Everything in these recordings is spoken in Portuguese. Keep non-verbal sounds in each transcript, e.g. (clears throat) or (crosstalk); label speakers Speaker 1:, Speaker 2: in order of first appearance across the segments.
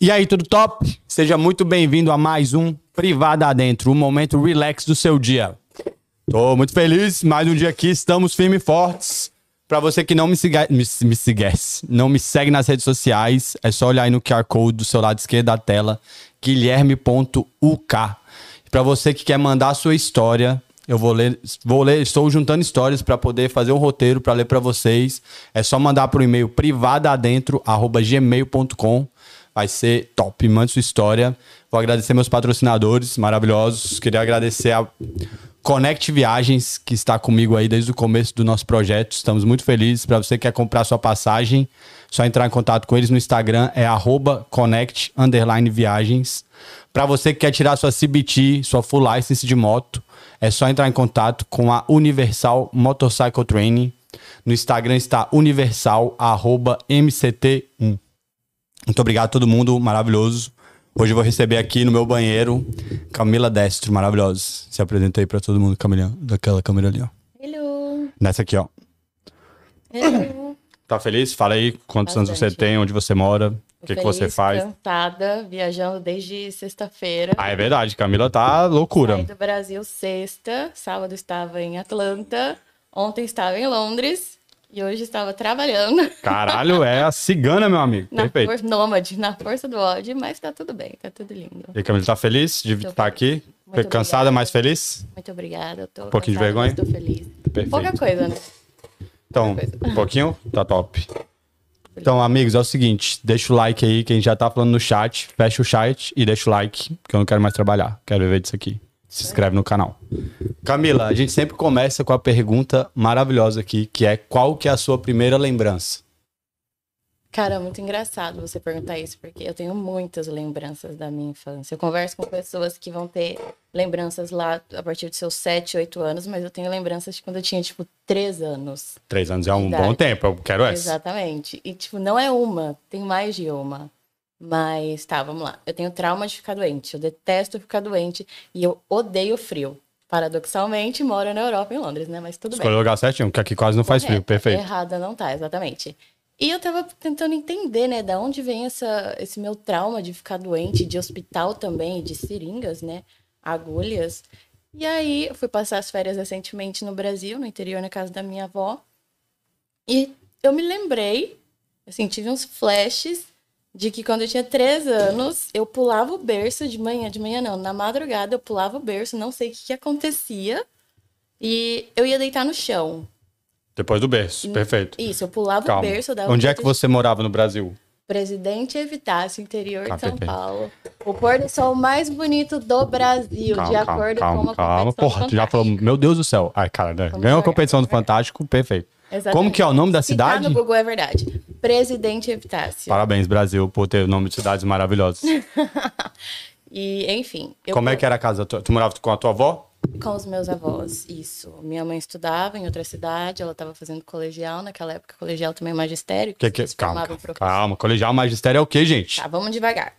Speaker 1: E aí, tudo top? Seja muito bem-vindo a mais um Privada Adentro, o momento relax do seu dia. Tô muito feliz, mais um dia aqui, estamos firmes e fortes. Pra você que não me siga, me, me seguesse, não me segue nas redes sociais, é só olhar aí no QR Code do seu lado esquerdo da tela, guilherme.uk. Pra você que quer mandar a sua história, eu vou ler, vou ler, estou juntando histórias pra poder fazer o roteiro pra ler pra vocês. É só mandar pro e-mail privadaadentro@gmail.com. Vai ser top, mande sua história. Vou agradecer meus patrocinadores maravilhosos. Queria agradecer a Connect Viagens, que está comigo aí desde o começo do nosso projeto. Estamos muito felizes. Para você que quer comprar sua passagem, só entrar em contato com eles no Instagram, é arroba connect underline viagens. Para você que quer tirar sua CBT, sua full license de moto, é só entrar em contato com a Universal Motorcycle Training. No Instagram está universal arroba mct1. Muito obrigado a todo mundo maravilhoso. Hoje eu vou receber aqui no meu banheiro Camila Destro, maravilhosa. Se apresenta aí pra todo mundo, Camila, daquela câmera ali, ó.
Speaker 2: Hello.
Speaker 1: Nessa aqui, ó.
Speaker 2: Hello.
Speaker 1: Tá feliz? Fala aí quantos anos você
Speaker 2: Bastante.
Speaker 1: tem, onde você mora, (coughs) o que, que você
Speaker 2: Feliz, então.
Speaker 1: faz.
Speaker 2: Cansada, viajando desde sexta-feira.
Speaker 1: Ah, é verdade, Camila tá loucura.
Speaker 2: Saí do Brasil sexta, sábado estava em Atlanta, ontem estava em Londres e hoje estava trabalhando (laughs)
Speaker 1: Caralho, é a cigana, meu amigo.
Speaker 2: na
Speaker 1: Perfeito.
Speaker 2: força nômade, na força do ódio, mas tá tudo bem, tá tudo lindo.
Speaker 1: E Camila tá feliz de
Speaker 2: Tô
Speaker 1: estar aqui?
Speaker 2: Muito
Speaker 1: Cansada,
Speaker 2: obrigada.
Speaker 1: mas feliz?
Speaker 2: Muito obrigada, eu tô. Um
Speaker 1: pouquinho de vergonha?
Speaker 2: Estou feliz.
Speaker 1: Perfeito.
Speaker 2: Pouca coisa, né?
Speaker 1: Então,
Speaker 2: coisa.
Speaker 1: um pouquinho, tá top. Então, amigos, é o seguinte, deixa o like aí, quem já tá falando no chat, fecha o chat e deixa o like, que eu não quero mais trabalhar, quero viver disso aqui. Se inscreve no canal. Camila, a gente sempre começa com a pergunta maravilhosa aqui, que é qual que é a sua primeira lembrança?
Speaker 2: Cara, é muito engraçado você perguntar isso, porque eu tenho muitas lembranças da minha infância. Eu converso com pessoas que vão ter lembranças lá a partir dos seus 7, 8 anos, mas eu tenho lembranças de quando eu tinha, tipo, 3 anos.
Speaker 1: Três anos é um
Speaker 2: Verdade.
Speaker 1: bom tempo, eu quero essa.
Speaker 2: Exatamente. E, tipo, não é uma, tem mais de uma. Mas, tá, vamos lá. Eu tenho trauma de ficar doente, eu detesto ficar doente e eu odeio frio. Paradoxalmente, moro na Europa, em Londres, né? Mas tudo bem.
Speaker 1: Escolheu o lugar certinho, que aqui quase não faz frio,
Speaker 2: Correto.
Speaker 1: perfeito.
Speaker 2: É, Errada não tá, exatamente. E eu tava tentando entender, né, da onde vem essa, esse meu trauma de ficar doente, de hospital também, de seringas, né, agulhas. E aí, eu fui passar as férias recentemente no Brasil, no interior, na casa da minha avó. E eu me lembrei, assim, tive uns flashes de que quando eu tinha três anos, eu pulava o berço de manhã, de manhã não, na madrugada eu pulava o berço, não sei o que, que acontecia. E eu ia deitar no chão.
Speaker 1: Depois do berço,
Speaker 2: Hum,
Speaker 1: perfeito.
Speaker 2: Isso, eu pulava
Speaker 1: Calma.
Speaker 2: o berço, eu dava
Speaker 1: Onde
Speaker 2: um
Speaker 1: é que
Speaker 2: jeito de-
Speaker 1: você morava no Brasil?
Speaker 2: Presidente Evitasse, interior
Speaker 1: Tá,
Speaker 2: de São
Speaker 1: perfeito.
Speaker 2: Paulo. O pôr do sol mais bonito do Brasil, de acordo com
Speaker 1: calma,
Speaker 2: a
Speaker 1: calma.
Speaker 2: competição
Speaker 1: Porra, tu já
Speaker 2: fantástica.
Speaker 1: falou, meu Deus do céu. Ai, cara, né?
Speaker 2: Vamos
Speaker 1: ganhou a
Speaker 2: devagar,
Speaker 1: competição do Fantástico, perfeito.
Speaker 2: Exatamente.
Speaker 1: Como que é o nome da
Speaker 2: Se tá
Speaker 1: cidade?
Speaker 2: no Google é verdade. Presidente Evitasse.
Speaker 1: Parabéns, Brasil, por ter o nome de cidades maravilhosas.
Speaker 2: (laughs) E, enfim. eu
Speaker 1: Como é que é? era a casa? Tu, tu morava com a tua avó?
Speaker 2: Com os meus avós, isso. Minha mãe estudava em outra cidade, ela estava fazendo colegial, naquela época colegial também magistério.
Speaker 1: Que, que,
Speaker 2: se
Speaker 1: calma,
Speaker 2: formava em
Speaker 1: calma,
Speaker 2: professor.
Speaker 1: calma. Colegial magistério é o quê, gente?
Speaker 2: Tá, vamos devagar.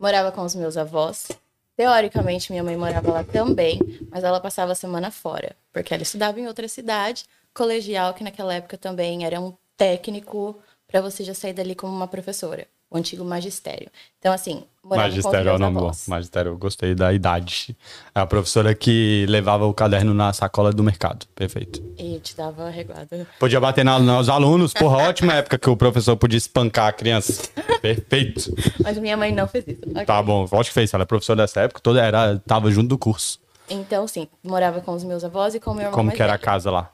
Speaker 2: Morava com os meus avós. Teoricamente, minha mãe morava lá também, mas ela passava a semana fora, porque ela estudava em outra cidade, colegial, que naquela época também era um técnico para você já sair dali como uma professora, o antigo magistério. Então, assim, morava
Speaker 1: magistério é
Speaker 2: com
Speaker 1: o
Speaker 2: os meus
Speaker 1: nome bom.
Speaker 2: avós.
Speaker 1: Magistério, eu gostei da idade. É a professora que levava o caderno na sacola do mercado. Perfeito.
Speaker 2: E te dava reguada.
Speaker 1: Podia bater na, nos alunos. Porra, ótima época que o professor podia espancar a
Speaker 2: (laughs)
Speaker 1: criança. Perfeito.
Speaker 2: Mas minha mãe não fez isso. Ok.
Speaker 1: Tá bom, lógico que fez. Ela é professora dessa época, toda era, tava junto do curso.
Speaker 2: Então, sim, morava com os meus avós e com meu irmão
Speaker 1: Como
Speaker 2: mais
Speaker 1: que era a
Speaker 2: velho.
Speaker 1: casa lá?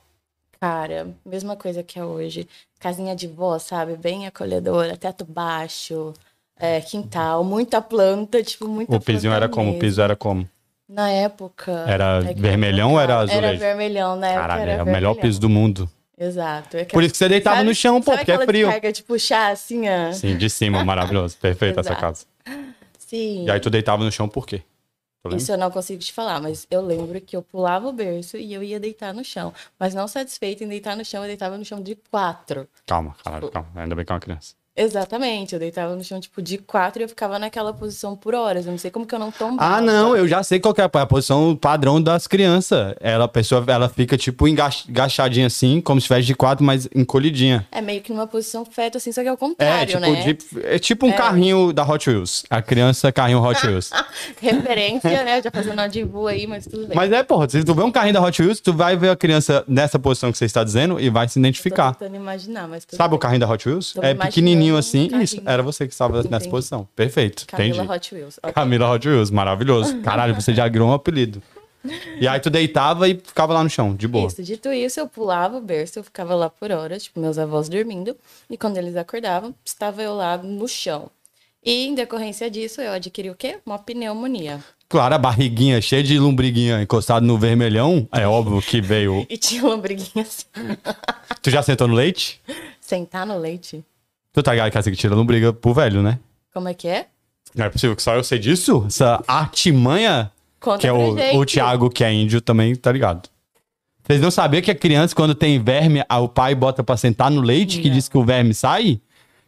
Speaker 2: Cara, mesma coisa que é hoje. Casinha de vó, sabe? Bem acolhedora, teto baixo, é, quintal, muita planta, tipo, muita
Speaker 1: O pisinho
Speaker 2: planta
Speaker 1: era como? O
Speaker 2: mesmo. É,
Speaker 1: piso era como?
Speaker 2: Na época.
Speaker 1: Era
Speaker 2: é que
Speaker 1: vermelhão
Speaker 2: eu
Speaker 1: ou era
Speaker 2: tava- Era
Speaker 1: azulejo?
Speaker 2: vermelhão, na época.
Speaker 1: Caralho,
Speaker 2: era
Speaker 1: era o melhor
Speaker 2: vermelhão.
Speaker 1: piso do mundo.
Speaker 2: Exato. É que-
Speaker 1: Por isso que você deitava
Speaker 2: sabe-
Speaker 1: no chão, pô,
Speaker 2: sabe
Speaker 1: porque é
Speaker 2: aquela
Speaker 1: frio.
Speaker 2: descarga de puxar assim, ó?
Speaker 1: Sim, de cima, maravilhoso. Perfeito essa
Speaker 2: Exato.
Speaker 1: casa.
Speaker 2: Sim.
Speaker 1: E aí tu tá deitava no chão por quê? Tu lembra?
Speaker 2: Isso eu não consigo te falar, mas eu lembro que eu pulava o berço e eu ia deitar no chão. Mas não satisfeita em deitar no chão, eu deitava no chão de quatro.
Speaker 1: Calma, caralho, calma. Ainda bem que é uma criança.
Speaker 2: Exatamente, eu deitava no chão, tipo, de quatro e eu ficava naquela posição por horas. Eu não sei como que eu não tombava.
Speaker 1: Ah, não, eu já sei qual que é a posição padrão das crianças. Ela, a pessoa, ela fica, tipo, engax- agachadinha assim, como se estivesse de quatro, mas encolhidinha.
Speaker 2: É meio que numa posição feto, assim, só que é o
Speaker 1: É,
Speaker 2: contrário,
Speaker 1: tipo,
Speaker 2: né?
Speaker 1: de- é tipo um carrinho da Hot Wheels. A criança, carrinho Hot Wheels.
Speaker 2: (laughs) Referência, né? Já fazendo uma de boa aí, mas tudo bem.
Speaker 1: mas é, porra, se tu vê um carrinho da Hot Wheels, tu vai ver a criança nessa posição que você está dizendo e vai se
Speaker 2: Tô
Speaker 1: identificar.
Speaker 2: tentando imaginar, mas tudo
Speaker 1: Sabe o
Speaker 2: bem.
Speaker 1: carrinho da Hot Wheels?
Speaker 2: Tô
Speaker 1: É
Speaker 2: imaginando
Speaker 1: pequenininho
Speaker 2: um
Speaker 1: assim.
Speaker 2: carrinho.
Speaker 1: Isso, era você que estava nessa
Speaker 2: Entendi.
Speaker 1: posição. Perfeito,
Speaker 2: Camila
Speaker 1: entendi.
Speaker 2: Hot Wheels. ok.
Speaker 1: Camila Hot Wheels, maravilhoso. Caralho, você já criou um apelido. E aí tu deitava e ficava lá no chão, de boa.
Speaker 2: Isso, dito isso, eu pulava o berço, eu ficava lá por horas, tipo, meus avós dormindo, e quando eles acordavam, estava eu lá no chão. E em decorrência disso, eu adquiri o quê? Uma pneumonia.
Speaker 1: Claro, a barriguinha cheia de lombriguinha encostada no vermelhão, é óbvio que veio.
Speaker 2: E tinha lombriguinhas.
Speaker 1: Tu já sentou no leite?
Speaker 2: (laughs) Sentar no leite?
Speaker 1: Tu tá ligado que é assim que tira lombriga pro velho, né?
Speaker 2: Como é que é?
Speaker 1: Não é possível que só eu sei disso? Essa artimanha,
Speaker 2: Conta
Speaker 1: que é
Speaker 2: pra
Speaker 1: o,
Speaker 2: gente.
Speaker 1: o Thiago, que é índio, também, tá ligado? Vocês não sabiam que a criança, quando tem verme, a- o pai bota pra sentar no leite, que diz que o verme sai?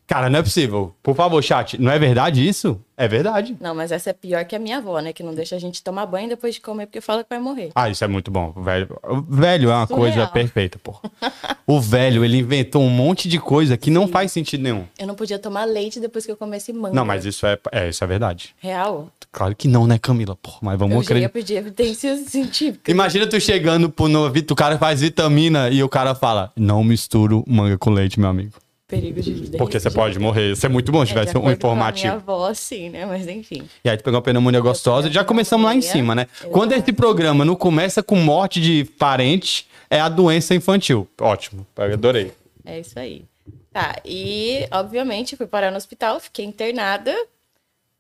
Speaker 1: Cara, não é possível. Por favor, chat, não é verdade isso? É verdade.
Speaker 2: Não, mas essa é pior que a minha avó, né? Que não deixa a gente tomar banho depois de comer, porque fala que vai morrer.
Speaker 1: Ah, isso é muito bom. O velho, o velho é uma
Speaker 2: Surreal.
Speaker 1: coisa perfeita, porra. o velho, ele inventou um monte de coisa que não faz sentido nenhum.
Speaker 2: Eu não podia tomar leite depois que eu comesse manga.
Speaker 1: Não, mas isso é, é, isso é verdade.
Speaker 2: Real?
Speaker 1: Claro que não, né, Camila? Porra, mas vamos
Speaker 2: Eu já ia
Speaker 1: acreditar.
Speaker 2: pedir (laughs) evidências científicas.
Speaker 1: Imagina tu chegando pro novito, o cara faz vitamina e o cara fala: Não misturo manga com leite, meu amigo.
Speaker 2: Perigo de vida.
Speaker 1: Porque você pode morrer. Isso é muito bom se
Speaker 2: É, de
Speaker 1: tivesse um
Speaker 2: acordo com a
Speaker 1: informativo.
Speaker 2: Minha avó, sim, né? Mas enfim.
Speaker 1: E aí tu pegou uma pneumonia gostosa. Já começamos lá em cima, né? Quando esse programa não começa com morte de parente, é a doença infantil. Ótimo. Eu adorei.
Speaker 2: É isso aí. Tá, e obviamente fui parar no hospital, fiquei internada.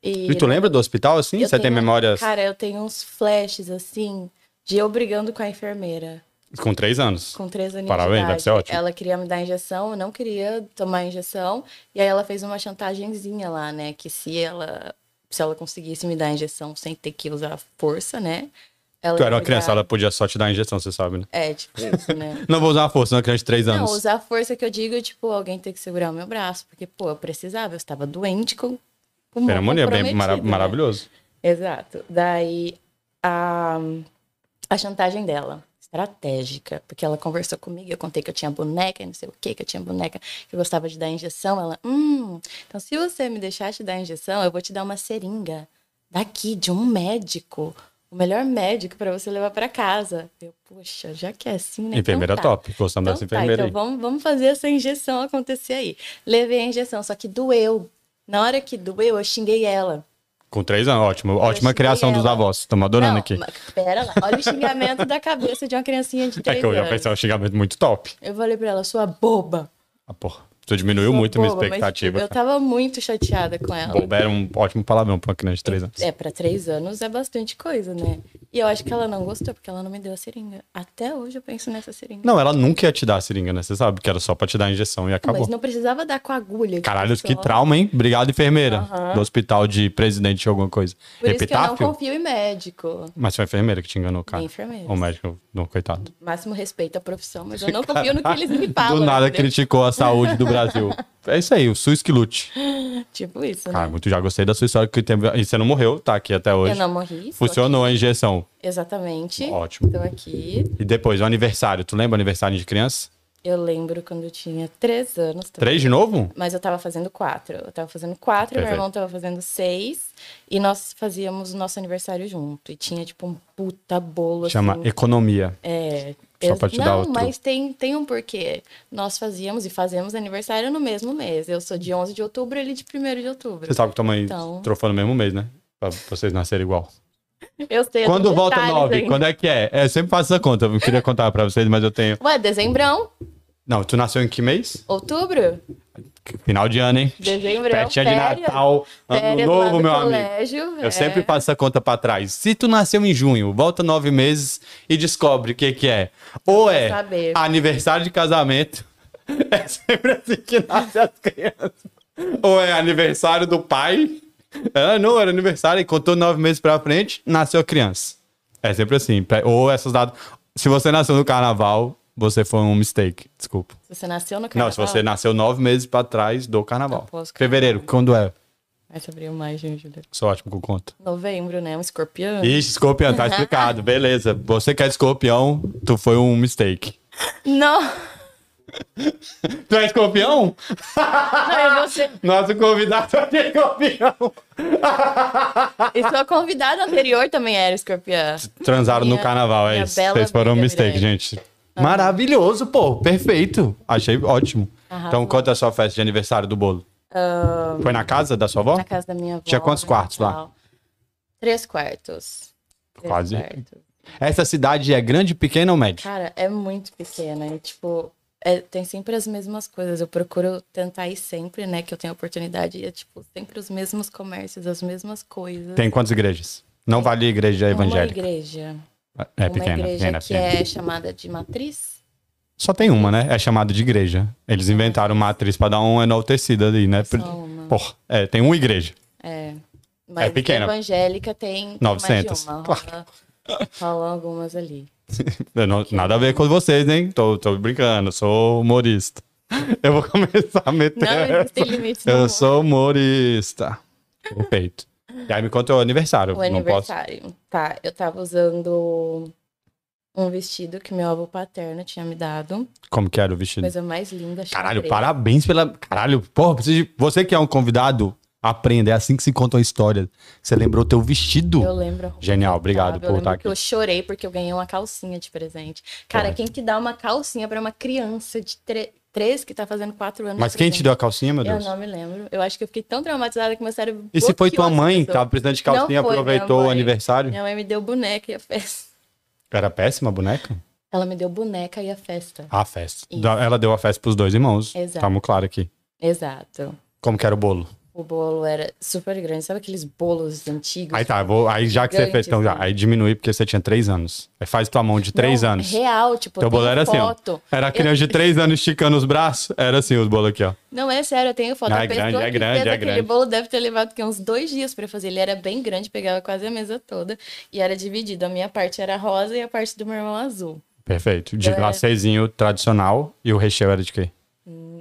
Speaker 2: E,
Speaker 1: E tu lembra do hospital, assim?
Speaker 2: Eu
Speaker 1: Você tem
Speaker 2: tenho-
Speaker 1: memórias
Speaker 2: Cara, eu tenho uns flashes assim de eu brigando com a enfermeira.
Speaker 1: com três anos?
Speaker 2: Com três anos
Speaker 1: Parabéns,
Speaker 2: de idade.
Speaker 1: deve ser ótimo.
Speaker 2: Ela queria me dar injeção, eu não queria tomar a injeção. E aí ela fez uma chantagenzinha lá, né? Que se ela, se ela conseguisse me dar a injeção sem ter que usar força, né? Ela
Speaker 1: Tu era
Speaker 2: ia
Speaker 1: uma
Speaker 2: me
Speaker 1: criança,
Speaker 2: dar-
Speaker 1: ela podia só te dar a injeção, você sabe, né?
Speaker 2: É, tipo isso, né?
Speaker 1: Não vou usar uma força, uma criança de (laughs) três
Speaker 2: Não,
Speaker 1: anos.
Speaker 2: usar a força que eu digo, tipo, alguém tem que segurar o meu braço, porque, pô, eu precisava, eu estava doente com com o
Speaker 1: Pneumonia, é bem
Speaker 2: comprometido,
Speaker 1: mara-
Speaker 2: né?
Speaker 1: maravilhoso.
Speaker 2: Exato. Daí a, a chantagem dela, estratégica, porque ela conversou comigo, eu contei que eu tinha boneca e não sei o que, que eu tinha boneca, que eu gostava de dar injeção. Ela, hum, então se você me deixar te dar injeção, eu vou te dar uma seringa daqui, de um médico. O melhor médico para você levar para casa. Eu, poxa, já que é assim, né? Então
Speaker 1: enfermeira
Speaker 2: tá.
Speaker 1: top, gostamos
Speaker 2: Então
Speaker 1: dessa
Speaker 2: tá,
Speaker 1: enfermeira
Speaker 2: então
Speaker 1: aí.
Speaker 2: vamos, vamos fazer essa injeção acontecer aí. Levei a injeção, só que doeu. Na hora que doeu, eu xinguei ela.
Speaker 1: Com três anos, ótimo. Ótima
Speaker 2: xinguei
Speaker 1: criação dos
Speaker 2: ela.
Speaker 1: avós. Estamos adorando
Speaker 2: Não,
Speaker 1: aqui.
Speaker 2: mas Pera lá, olha o xingamento da cabeça de uma criancinha
Speaker 1: (laughs)
Speaker 2: de
Speaker 1: É
Speaker 2: três
Speaker 1: que eu já
Speaker 2: anos.
Speaker 1: pensei um xingamento muito top.
Speaker 2: Eu falei pra ela, sua boba.
Speaker 1: Ah, porra. Tu diminuiu
Speaker 2: sua
Speaker 1: muito a minha
Speaker 2: boba", mas,
Speaker 1: expectativa.
Speaker 2: tipo, eu tava muito chateada com ela.
Speaker 1: Boba era um ótimo palavrão pra uma criança de três anos.
Speaker 2: É, pra três anos é bastante coisa, né? E eu acho que ela não gostou, porque ela não me deu a seringa. Até hoje eu penso nessa seringa.
Speaker 1: Não, ela nunca ia te dar a seringa, né? Você sabe que era só pra te dar a injeção e acabou.
Speaker 2: Mas não precisava dar com a agulha.
Speaker 1: tá Caralho,
Speaker 2: tipo,
Speaker 1: que
Speaker 2: só-
Speaker 1: trauma, hein? Obrigado, enfermeira.
Speaker 2: Aham.
Speaker 1: Do hospital de presidente alguma coisa.
Speaker 2: Por isso que eu não
Speaker 1: Epitáfio?
Speaker 2: confio em médico.
Speaker 1: Mas foi a enfermeira que te enganou, cara.
Speaker 2: Nem enfermeira.
Speaker 1: O médico, não, coitado.
Speaker 2: Máximo respeito à profissão, mas eu não confio no que eles me
Speaker 1: (laughs)
Speaker 2: falam. né?
Speaker 1: do nada
Speaker 2: entendeu?
Speaker 1: criticou a saúde do Brasil. É isso aí, o SUS que lute.
Speaker 2: (laughs) Tipo isso,
Speaker 1: Cara,
Speaker 2: né?
Speaker 1: muito já gostei da sua história. Que teve... E você não morreu, tá aqui até hoje.
Speaker 2: Eu não morri. tô
Speaker 1: Funcionou a injeção.
Speaker 2: aqui. Exatamente.
Speaker 1: Ótimo.
Speaker 2: Tô aqui.
Speaker 1: E depois, o aniversário. Tu lembra o aniversário de criança?
Speaker 2: Eu lembro quando eu tinha três anos. também.
Speaker 1: Três de novo?
Speaker 2: Mas eu tava fazendo quatro. Eu tava fazendo quatro, meu
Speaker 1: Perfeito.
Speaker 2: irmão tava fazendo seis. E nós fazíamos o nosso aniversário junto. E tinha, tipo, um puta bolo,
Speaker 1: Chama
Speaker 2: assim.
Speaker 1: economia.
Speaker 2: É...
Speaker 1: Só
Speaker 2: eu-
Speaker 1: pra te
Speaker 2: Não,
Speaker 1: dar outro.
Speaker 2: mas tem, tem um porquê. Nós fazíamos e fazemos aniversário no mesmo mês. Eu sou de 11 de outubro, ele de 1 de outubro.
Speaker 1: Você sabe que tua mãe
Speaker 2: Então.
Speaker 1: trofou no mesmo mês, né? Pra vocês nascerem igual.
Speaker 2: Eu sei. eu
Speaker 1: Quando
Speaker 2: tenho
Speaker 1: volta
Speaker 2: detalhes
Speaker 1: nove?
Speaker 2: ainda.
Speaker 1: Quando é que é? É, Eu sempre faço essa conta. Eu queria contar pra vocês, mas eu tenho.
Speaker 2: Ué, dezembrão,
Speaker 1: Não, tu nasceu em que mês?
Speaker 2: outubro,
Speaker 1: Final de ano, hein?
Speaker 2: dezembrão,
Speaker 1: Festinha de
Speaker 2: é férias,
Speaker 1: Natal, ano
Speaker 2: férias lá
Speaker 1: novo,
Speaker 2: do
Speaker 1: meu amigo.
Speaker 2: colégio,
Speaker 1: Eu
Speaker 2: é.
Speaker 1: sempre passo essa conta pra trás. Se tu nasceu em junho, volta nove meses e descobre o que que é. Ou é
Speaker 2: saber.
Speaker 1: aniversário de casamento. (laughs) É sempre assim que nasce as crianças. Ou é aniversário do pai. Ah, não, era aniversário e contou nove meses pra frente, nasceu a criança. É sempre assim. pra- Ou essas datas. Se você nasceu no carnaval, você foi um mistake. Desculpa.
Speaker 2: Se você nasceu no
Speaker 1: Não,
Speaker 2: carnaval.
Speaker 1: se você nasceu nove meses pra trás do carnaval.
Speaker 2: Após o
Speaker 1: Fevereiro, quando é?
Speaker 2: Essa abriu um mais, junho, julho.
Speaker 1: Sou ótimo com conta.
Speaker 2: Novembro, né? Um escorpião.
Speaker 1: Ixi, escorpião, tá explicado. Beleza. Você que é escorpião, tu foi um mistake.
Speaker 2: Não! (laughs)
Speaker 1: Tu é escorpião?
Speaker 2: Não, é você.
Speaker 1: (laughs) Nosso convidado aqui é escorpião.
Speaker 2: E sua convidada anterior também era escorpiã.
Speaker 1: Transaram
Speaker 2: Minha-
Speaker 1: no carnaval, é
Speaker 2: minha
Speaker 1: isso.
Speaker 2: bela
Speaker 1: Vocês foram um
Speaker 2: amiga
Speaker 1: mistake,
Speaker 2: Mirella.
Speaker 1: gente. Maravilhoso, pô. Perfeito. Achei ótimo.
Speaker 2: Arrasou.
Speaker 1: Então, quanto é a sua festa de aniversário do bolo?
Speaker 2: Ahn,
Speaker 1: Foi na casa da sua avó?
Speaker 2: Ah, na casa da minha avó.
Speaker 1: Tinha quantos
Speaker 2: no
Speaker 1: quartos lá?
Speaker 2: Natal. Três quartos. Três
Speaker 1: Quase.
Speaker 2: quartos.
Speaker 1: Essa cidade é grande, pequena ou média?
Speaker 2: Cara, é muito pequena. E, tipo, é- tem sempre as mesmas coisas. Eu procuro tentar ir sempre, né? Que eu tenho oportunidade. E é, tipo, sempre os mesmos comércios, as mesmas coisas.
Speaker 1: Tem quantas igrejas? Não vale igreja
Speaker 2: Uma
Speaker 1: evangélica.
Speaker 2: igreja.
Speaker 1: É
Speaker 2: uma
Speaker 1: pequena,
Speaker 2: igreja
Speaker 1: pequena,
Speaker 2: que
Speaker 1: pequena.
Speaker 2: é chamada de matriz.
Speaker 1: Só tem uma, né? É chamada de igreja. Eles inventaram uma atriz pra dar um enaltecido ali, né?
Speaker 2: Só uma.
Speaker 1: Porra, é, tem uma igreja.
Speaker 2: É. Mas
Speaker 1: pequena.
Speaker 2: evangélica tem
Speaker 1: 900,
Speaker 2: mais de uma.
Speaker 1: claro.
Speaker 2: Rola, rola algumas
Speaker 1: (laughs)
Speaker 2: ali.
Speaker 1: Eu não- nada a ver com vocês, hein? Tô, tô brincando, sou humorista. (laughs) Eu vou começar a meter.
Speaker 2: Não
Speaker 1: essa.
Speaker 2: existem limites.
Speaker 1: Eu
Speaker 2: no
Speaker 1: sou humorista. Perfeito. E aí me conta o aniversário.
Speaker 2: O
Speaker 1: não posso.
Speaker 2: aniversário. Tá, eu tava usando um vestido que meu avô paterno tinha me dado.
Speaker 1: Como que era o vestido?
Speaker 2: Coisa mais linda. achei
Speaker 1: Caralho,
Speaker 2: preto.
Speaker 1: parabéns pela. Caralho, porra, preciso de- você que é um convidado, aprenda. É assim que se conta uma história. Você lembrou teu vestido.
Speaker 2: Eu lembro. a roupa
Speaker 1: Genial,
Speaker 2: que eu
Speaker 1: obrigado
Speaker 2: tava,
Speaker 1: por
Speaker 2: eu lembro
Speaker 1: estar aqui.
Speaker 2: que Eu chorei porque eu ganhei uma calcinha de presente. Cara,
Speaker 1: Porra.
Speaker 2: quem que dá uma calcinha pra uma criança de 3 que tá fazendo 4 anos?
Speaker 1: Mas
Speaker 2: de
Speaker 1: quem te
Speaker 2: presente?
Speaker 1: deu a calcinha, meu Deus?
Speaker 2: Eu não me lembro. Eu acho que eu fiquei tão traumatizada que meu cérebro.
Speaker 1: E se foi
Speaker 2: bloqueou
Speaker 1: tua
Speaker 2: essa
Speaker 1: mãe, que
Speaker 2: pessoa.
Speaker 1: tava precisando de calcinha,
Speaker 2: Não foi
Speaker 1: aproveitou
Speaker 2: minha
Speaker 1: o
Speaker 2: mãe.
Speaker 1: aniversário?
Speaker 2: Minha mãe me deu boneca e a festa.
Speaker 1: Era péssima a boneca?
Speaker 2: Ela me deu boneca e a festa.
Speaker 1: Ah, a festa.
Speaker 2: Isso.
Speaker 1: Da- Ela deu a festa pros dois irmãos.
Speaker 2: Exato.
Speaker 1: Tamo claro aqui.
Speaker 2: Exato.
Speaker 1: Como que era o bolo?
Speaker 2: O bolo era super grande. Sabe aqueles bolos antigos?
Speaker 1: Aí tá, eu vou, aí já que você
Speaker 2: Gigante,
Speaker 1: fez, então já,
Speaker 2: assim.
Speaker 1: aí diminui porque você tinha três anos. Aí faz tua mão de três
Speaker 2: Não,
Speaker 1: anos.
Speaker 2: Real, tipo,
Speaker 1: Teu
Speaker 2: eu
Speaker 1: bolo
Speaker 2: tenho
Speaker 1: era assim, ó.
Speaker 2: foto.
Speaker 1: Era criança de três anos esticando os braços. Era assim os bolos aqui, ó.
Speaker 2: Não, é sério, eu tenho foto.
Speaker 1: Não,
Speaker 2: A
Speaker 1: é
Speaker 2: pessoa
Speaker 1: grande, é
Speaker 2: que
Speaker 1: grande,
Speaker 2: fez
Speaker 1: é
Speaker 2: aquele
Speaker 1: grande.
Speaker 2: bolo deve ter levado que, uns dois dias pra fazer. Ele era bem grande, pegava quase a mesa toda. E era dividido. A minha parte era rosa e a parte do meu irmão azul.
Speaker 1: Perfeito. De
Speaker 2: É.
Speaker 1: glacêzinho tradicional. E o recheio era de quê?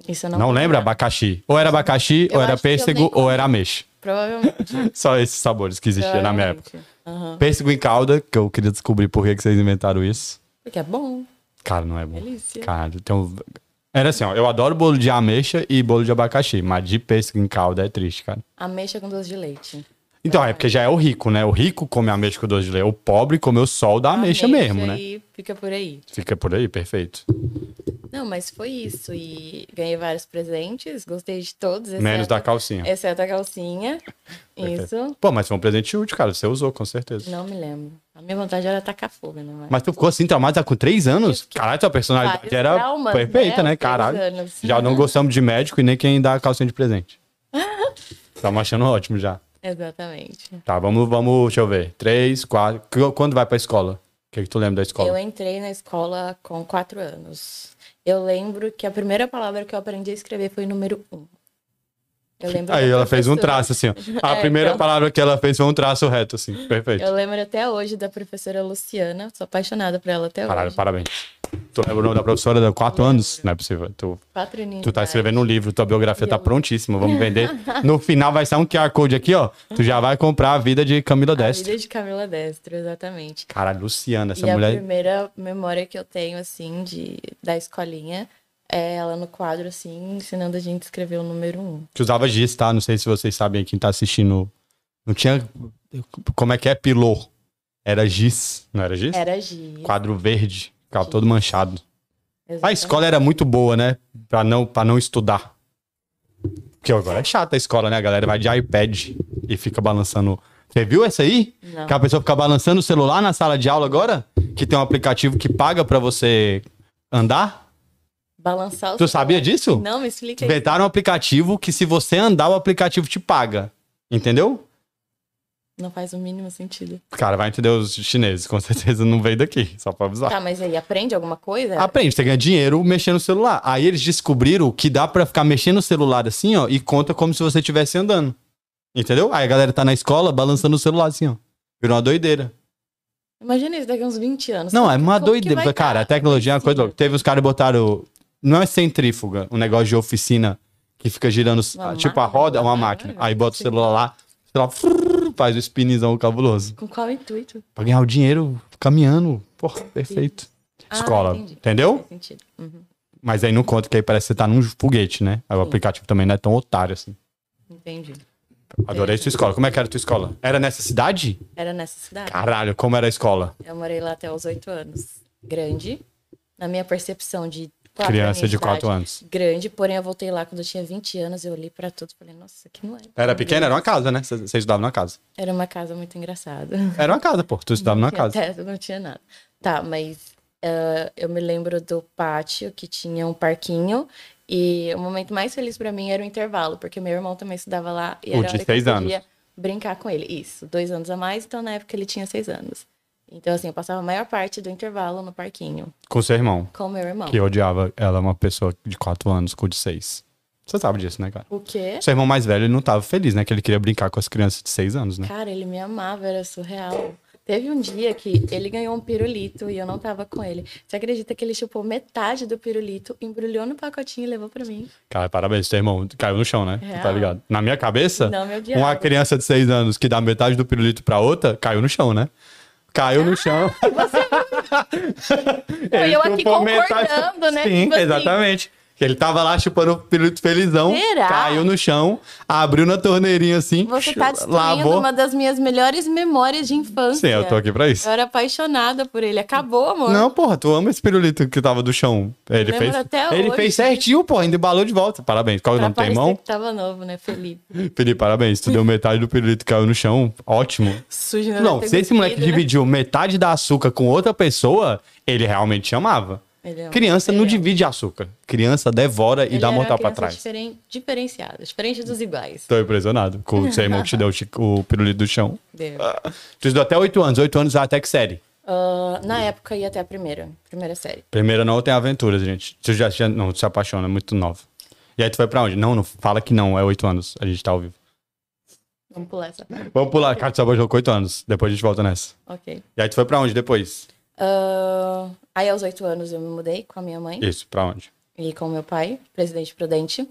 Speaker 2: Isso eu não
Speaker 1: Não, lembra?
Speaker 2: lembro.
Speaker 1: Abacaxi. Ou era abacaxi,
Speaker 2: Eu
Speaker 1: ou era
Speaker 2: acho que eu nem
Speaker 1: pêssego, ou
Speaker 2: comi.
Speaker 1: era ameixa. (laughs)
Speaker 2: Provavelmente.
Speaker 1: Só esses sabores que existiam é na minha época.
Speaker 2: provavelmente. Aham.
Speaker 1: Pêssego em calda, que eu queria descobrir por que que vocês inventaram isso.
Speaker 2: Porque é bom.
Speaker 1: Cara, não é bom.
Speaker 2: Delícia.
Speaker 1: Cara, tem um... Era assim, ó. Eu adoro bolo de ameixa e bolo de abacaxi, mas de pêssego em calda é triste, cara.
Speaker 2: Ameixa com doce de leite.
Speaker 1: Então, é porque já é o rico, né? O rico come ameixa com doce de leite. O pobre come o sol da ameixa, mesmo, né?
Speaker 2: E fica por aí.
Speaker 1: Fica por aí, perfeito.
Speaker 2: Não, mas foi isso. E ganhei vários presentes, gostei de todos.
Speaker 1: Menos
Speaker 2: exceto-
Speaker 1: da calcinha.
Speaker 2: Exceto
Speaker 1: (laughs)
Speaker 2: a calcinha. Isso.
Speaker 1: Pô, mas foi um presente útil, cara. Você usou, com certeza.
Speaker 2: Não me lembro. A minha vontade era tacar fogo, né? Mas,
Speaker 1: Mas tu ficou assim traumatizado com três anos? Caralho, tua personalidade
Speaker 2: Vários
Speaker 1: era
Speaker 2: traumas,
Speaker 1: perfeita,
Speaker 2: né?
Speaker 1: né?
Speaker 2: Aos três
Speaker 1: Caralho.
Speaker 2: anos.
Speaker 1: Já
Speaker 2: (laughs)
Speaker 1: não gostamos de médico e nem quem dá calcinha de presente. Estamos achando ótimo já.
Speaker 2: Exatamente.
Speaker 1: Tá, vamos, vamos, deixa eu ver. Três, quatro. Qu- Quando vai pra escola? O que, que tu lembra da
Speaker 2: Eu
Speaker 1: escola?
Speaker 2: entrei na escola com quatro anos. Eu lembro que a primeira palavra que eu aprendi a escrever foi número um. Eu lembro
Speaker 1: Aí
Speaker 2: da
Speaker 1: ela fez um
Speaker 2: professora-
Speaker 1: traço, assim, ó. A
Speaker 2: (laughs) É,
Speaker 1: primeira
Speaker 2: então.
Speaker 1: palavra que ela fez foi um traço reto, assim. Perfeito.
Speaker 2: Eu lembro até hoje da professora Luciana. Sou apaixonada por ela até
Speaker 1: Caralho,
Speaker 2: hoje.
Speaker 1: parabéns. Tu lembra o nome da professora de quatro
Speaker 2: Lembro.
Speaker 1: anos? Não é possível. Tu,
Speaker 2: Quatro aninhos.
Speaker 1: tu tá
Speaker 2: de idade.
Speaker 1: escrevendo um livro, tua biografia tá
Speaker 2: Eu-
Speaker 1: prontíssima, vamos
Speaker 2: (laughs)
Speaker 1: vender. No final vai sair um QR Code aqui, ó. Tu já vai comprar a vida de Camila
Speaker 2: A
Speaker 1: Destro.
Speaker 2: vida de Camila Destro, exatamente.
Speaker 1: Caralho, Luciana, essa
Speaker 2: e a
Speaker 1: mulher.
Speaker 2: primeira memória que eu tenho, assim, de, da escolinha, é ela no quadro, assim, ensinando a gente a escrever o número um.
Speaker 1: que usava giz, tá? Não sei se vocês sabem, quem tá assistindo. Não tinha. Como é que é pilô? Era giz, não era giz?
Speaker 2: Era G.
Speaker 1: Quadro verde, ficava
Speaker 2: Giz.
Speaker 1: todo manchado. A escola era muito boa, né? Pra não, pra não estudar. Porque agora é chata a escola, né? A galera vai de iPad e fica balançando. Você viu essa aí?
Speaker 2: Não.
Speaker 1: Que a pessoa fica balançando o celular na sala de aula agora? Que tem um aplicativo que paga pra você andar?
Speaker 2: Balançar o
Speaker 1: Tu sabia disso?
Speaker 2: Não, me explica aí.
Speaker 1: Inventaram um aplicativo que se você andar, o aplicativo te paga. Entendeu?
Speaker 2: Não faz o mínimo sentido.
Speaker 1: Cara, vai entender os chineses, com certeza não veio daqui, só pra avisar.
Speaker 2: Tá, mas aí aprende alguma coisa?
Speaker 1: Aprende, você ganha dinheiro mexendo no celular. Aí eles descobriram que dá pra ficar mexendo no celular assim, ó, e conta como se você estivesse andando. Entendeu? Aí a galera tá na escola balançando o celular assim, ó. Virou uma doideira.
Speaker 2: Imagina isso daqui a uns 20 anos.
Speaker 1: Não,
Speaker 2: Como
Speaker 1: é
Speaker 2: que-
Speaker 1: uma
Speaker 2: como que vai
Speaker 1: doideira. Cara,
Speaker 2: tá?
Speaker 1: a tecnologia é uma coisa louca. Teve os caras que botaram. Não é centrífuga, um negócio de oficina que fica girando.
Speaker 2: Uma
Speaker 1: tipo a
Speaker 2: máquina, né?
Speaker 1: roda, é uma
Speaker 2: uma
Speaker 1: máquina.
Speaker 2: máquina.
Speaker 1: Aí bota o
Speaker 2: Sim.
Speaker 1: celular lá, o celular frrr, faz o spinzão cabuloso.
Speaker 2: Com qual intuito?
Speaker 1: Pra ganhar o dinheiro caminhando. Porra, perfeito.
Speaker 2: Ah,
Speaker 1: Escola.
Speaker 2: entendi.
Speaker 1: entendeu?
Speaker 2: Faz sentido. Uhum,
Speaker 1: Mas aí não conta que aí parece que você tá num foguete, né? Aí o
Speaker 2: Sim.
Speaker 1: aplicativo também não é tão otário assim.
Speaker 2: entendi.
Speaker 1: Adorei sua escola. Como é que era a tua escola? Era nessa cidade?
Speaker 2: Era nessa cidade.
Speaker 1: Caralho, como era a escola?
Speaker 2: Eu morei lá até os oito anos. Grande. Na minha percepção de quatro
Speaker 1: Criança
Speaker 2: anos
Speaker 1: de
Speaker 2: idade,
Speaker 1: 4 anos.
Speaker 2: Grande, porém eu voltei lá quando eu tinha 20 anos, eu olhei pra tudo e falei, nossa, isso aqui não é.
Speaker 1: Era pequena? Era uma casa, né? Você você estudava numa casa.
Speaker 2: Era uma casa muito engraçada.
Speaker 1: Era uma casa, pô. Tu estudava numa
Speaker 2: (laughs) Tinha
Speaker 1: casa.
Speaker 2: teto, não tinha nada. Tá, mas ah, eu me lembro do pátio que tinha um parquinho. E o momento mais feliz pra mim era o intervalo, porque meu irmão também estudava lá e
Speaker 1: O
Speaker 2: era
Speaker 1: Uh, de
Speaker 2: a hora que
Speaker 1: seis
Speaker 2: eu
Speaker 1: anos.
Speaker 2: podia brincar com ele. Isso, dois anos a mais, então na época ele tinha seis anos. Então, assim, eu passava a maior parte do intervalo no parquinho
Speaker 1: Com seu irmão.
Speaker 2: com meu irmão.
Speaker 1: Que odiava ela, uma pessoa de 4 anos com de 6. Você sabe disso, né, cara?
Speaker 2: O quê?
Speaker 1: Seu irmão mais velho ele não tava feliz, né? Que ele queria brincar com as crianças de 6 anos, né?
Speaker 2: Cara, ele me amava, era surreal. Teve um dia que ele ganhou um pirulito e eu não tava com ele. Você acredita que ele chupou metade do pirulito, embrulhou no pacotinho e levou pra mim?
Speaker 1: Cara, parabéns, seu irmão caiu no chão, né?
Speaker 2: Real.
Speaker 1: Tá ligado? Na minha cabeça,
Speaker 2: Não, meu diabo.
Speaker 1: uma criança de 6 anos que dá metade do pirulito pra outra, caiu no chão, né? Caiu no chão. (laughs)
Speaker 2: Ah, Não, e eu aqui
Speaker 1: chupou metade-
Speaker 2: concordando, né?
Speaker 1: Sim,
Speaker 2: Tipo assim,
Speaker 1: exatamente. Que Ele tava lá chupando o pirulito felizão,
Speaker 2: Será?
Speaker 1: caiu no chão, abriu na torneirinha assim,
Speaker 2: Você
Speaker 1: chu-
Speaker 2: tá destruindo
Speaker 1: lavou.
Speaker 2: uma das minhas melhores memórias de
Speaker 1: Sim,
Speaker 2: infância.
Speaker 1: eu tô aqui pra isso.
Speaker 2: Eu era apaixonada por ele. Acabou, amor.
Speaker 1: Não, porra, tu ama esse pirulito que tava do chão. Ele
Speaker 2: Lembro
Speaker 1: fez.
Speaker 2: até
Speaker 1: ele
Speaker 2: hoje.
Speaker 1: fez certinho, porra, ainda embalou de volta. Parabéns. Qual é o
Speaker 2: pra
Speaker 1: nome do teu
Speaker 2: parecer
Speaker 1: irmão?
Speaker 2: que tava novo, né, Felipe?
Speaker 1: Felipe, parabéns. Tu deu metade do pirulito que caiu no chão. Ótimo.
Speaker 2: Sujo né?
Speaker 1: Não,
Speaker 2: Ter
Speaker 1: se esse moleque
Speaker 2: cuspido, né?
Speaker 1: dividiu metade da açúcar com outra pessoa, ele realmente te amava.
Speaker 2: Ele ama,
Speaker 1: Criança
Speaker 2: ele
Speaker 1: não
Speaker 2: ama.
Speaker 1: divide açúcar. Criança devora e
Speaker 2: Ele
Speaker 1: dá
Speaker 2: era uma
Speaker 1: montar pra
Speaker 2: criança
Speaker 1: trás. Tá.
Speaker 2: diferen- diferenciada, diferente dos iguais.
Speaker 1: Tô impressionado com o seu irmão que te deu o chi- o pirulito do chão.
Speaker 2: Deu.
Speaker 1: Tu estudou até 8 anos. 8 anos até que série?
Speaker 2: Ah, na época ia até a primeira, primeira série.
Speaker 1: Primeira não tem aventuras, gente. Tu já, já não tu se apaixona, é muito nova. E aí tu foi pra onde? Não, não fala que não, é oito anos. A gente tá ao vivo.
Speaker 2: Vamos pular essa.
Speaker 1: Vamos pular, cara, tu se apaixonou com oito anos. Depois a gente volta nessa.
Speaker 2: Ok.
Speaker 1: E aí tu foi pra onde depois?
Speaker 2: Ah, aí aos oito anos eu me mudei com a minha mãe
Speaker 1: Isso, pra onde?
Speaker 2: e com meu pai, Presidente Prudente.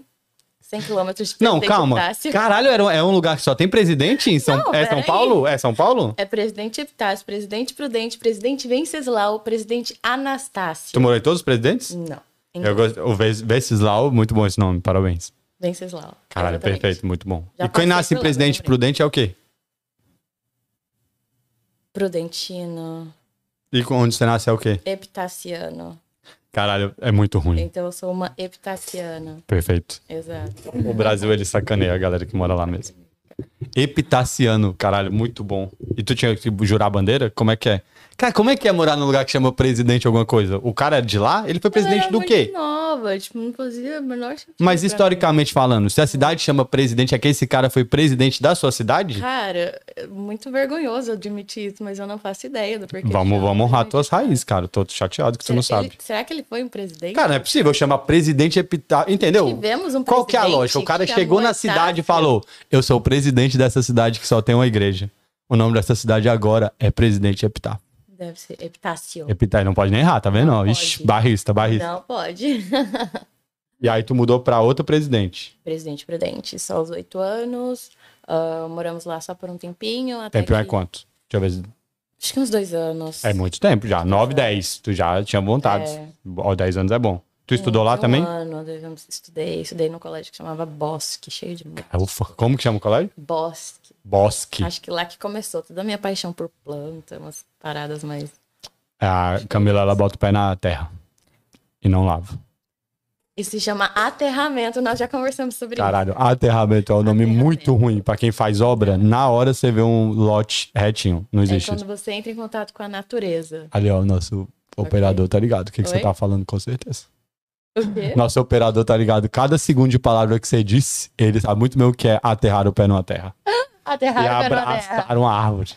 Speaker 2: 100 quilômetros de
Speaker 1: Não,
Speaker 2: Presidente
Speaker 1: calma.
Speaker 2: Epitácio.
Speaker 1: Caralho, era um- é um lugar que só tem presidente em São
Speaker 2: Não,
Speaker 1: É São
Speaker 2: peraí.
Speaker 1: Paulo? É São Paulo?
Speaker 2: É Presidente Epitácio, Presidente Prudente, Presidente Venceslau, Presidente Anastácio.
Speaker 1: Tu morou em todos os presidentes?
Speaker 2: Não. Então, Em
Speaker 1: Eu gosto. O Ves- Venceslau, muito bom esse nome, parabéns.
Speaker 2: Venceslau.
Speaker 1: Caralho,
Speaker 2: Exatamente.
Speaker 1: perfeito, muito bom.
Speaker 2: Já
Speaker 1: e quem
Speaker 2: passei
Speaker 1: nasce em
Speaker 2: por lá,
Speaker 1: presidente
Speaker 2: lembrei.
Speaker 1: prudente é o quê?
Speaker 2: Prudentino,
Speaker 1: E onde você nasce é o quê?
Speaker 2: Epitaciano.
Speaker 1: Caralho, é muito ruim.
Speaker 2: Então eu sou uma Epitaciana.
Speaker 1: Perfeito.
Speaker 2: Exato.
Speaker 1: O Brasil, ele sacaneia a galera que mora lá mesmo. Epitaciano, caralho, muito bom. E tu tinha que jurar a bandeira? Como é que é? Cara, como é que é morar num lugar que chama presidente alguma coisa? O cara é de lá? Ele foi presidente
Speaker 2: eu era
Speaker 1: do
Speaker 2: muito
Speaker 1: quê?
Speaker 2: nova, tipo, não fazia o menor sentido.
Speaker 1: Mas
Speaker 2: pra
Speaker 1: historicamente falando, se a cidade chama presidente, é que esse cara foi presidente da sua
Speaker 2: mim.
Speaker 1: cidade?
Speaker 2: Cara, é muito vergonhoso admitir isso, mas eu não faço ideia do porquê.
Speaker 1: Vamos,
Speaker 2: chama,
Speaker 1: vamos honrar
Speaker 2: né?
Speaker 1: tuas raízes, cara. Tô chateado que tu não
Speaker 2: Será que
Speaker 1: sabe.
Speaker 2: ele- será que ele foi um presidente?
Speaker 1: Cara, não é possível chamar presidente epitácio. Entendeu?
Speaker 2: Tivemos um
Speaker 1: Qual que é a
Speaker 2: presidente
Speaker 1: lógica? O cara
Speaker 2: que um
Speaker 1: chegou
Speaker 2: chamou
Speaker 1: na cidade e
Speaker 2: Epitácio.
Speaker 1: falou: Eu sou o presidente dessa cidade que só tem uma igreja. O nome dessa cidade agora é Presidente Epitácio.
Speaker 2: Deve ser Epitácio.
Speaker 1: Epitácio, não pode nem errar, tá vendo?
Speaker 2: Não
Speaker 1: Ó, Ixi,
Speaker 2: pode.
Speaker 1: barrista, barrista.
Speaker 2: Não pode. (laughs)
Speaker 1: E aí tu mudou pra outro presidente.
Speaker 2: Presidente Prudente, só aos oito anos. ah, moramos lá só por um tempinho. Até
Speaker 1: Tempo é
Speaker 2: que-
Speaker 1: quanto? Deixa eu ver. se-
Speaker 2: Acho que uns dois anos.
Speaker 1: É muito tempo já. 9, 10. Tu já tinha vontade.
Speaker 2: É.
Speaker 1: Ó, 10 anos é bom. Tu estudou lá
Speaker 2: um
Speaker 1: também?
Speaker 2: ano, dois anos. Estudei, estudei num colégio que chamava Bosque, cheio de música.
Speaker 1: Ufa, como que chama É o colégio?
Speaker 2: Bosque.
Speaker 1: Bosque.
Speaker 2: Acho que lá que começou toda a minha paixão por planta, umas paradas mais.
Speaker 1: A Camila, ela bota o pé na terra. E não lava.
Speaker 2: E se chama aterramento, nós já conversamos sobre
Speaker 1: Caralho, aterramento é um nome
Speaker 2: Aterramento.
Speaker 1: muito ruim pra quem faz obra. Na hora você vê um lote retinho. Não
Speaker 2: isso. É
Speaker 1: existe
Speaker 2: quando
Speaker 1: isso.
Speaker 2: você entra em contato com a natureza.
Speaker 1: Ali, ó, o nosso operador tá ligado. O que, que você
Speaker 2: Oi?
Speaker 1: tá falando, com certeza?
Speaker 2: O quê?
Speaker 1: Nosso operador tá ligado. Cada segundo de palavra que você disse, ele sabe muito bem o que é aterrar o pé numa terra. E
Speaker 2: Aterrar pela terra.
Speaker 1: abraçar uma árvore.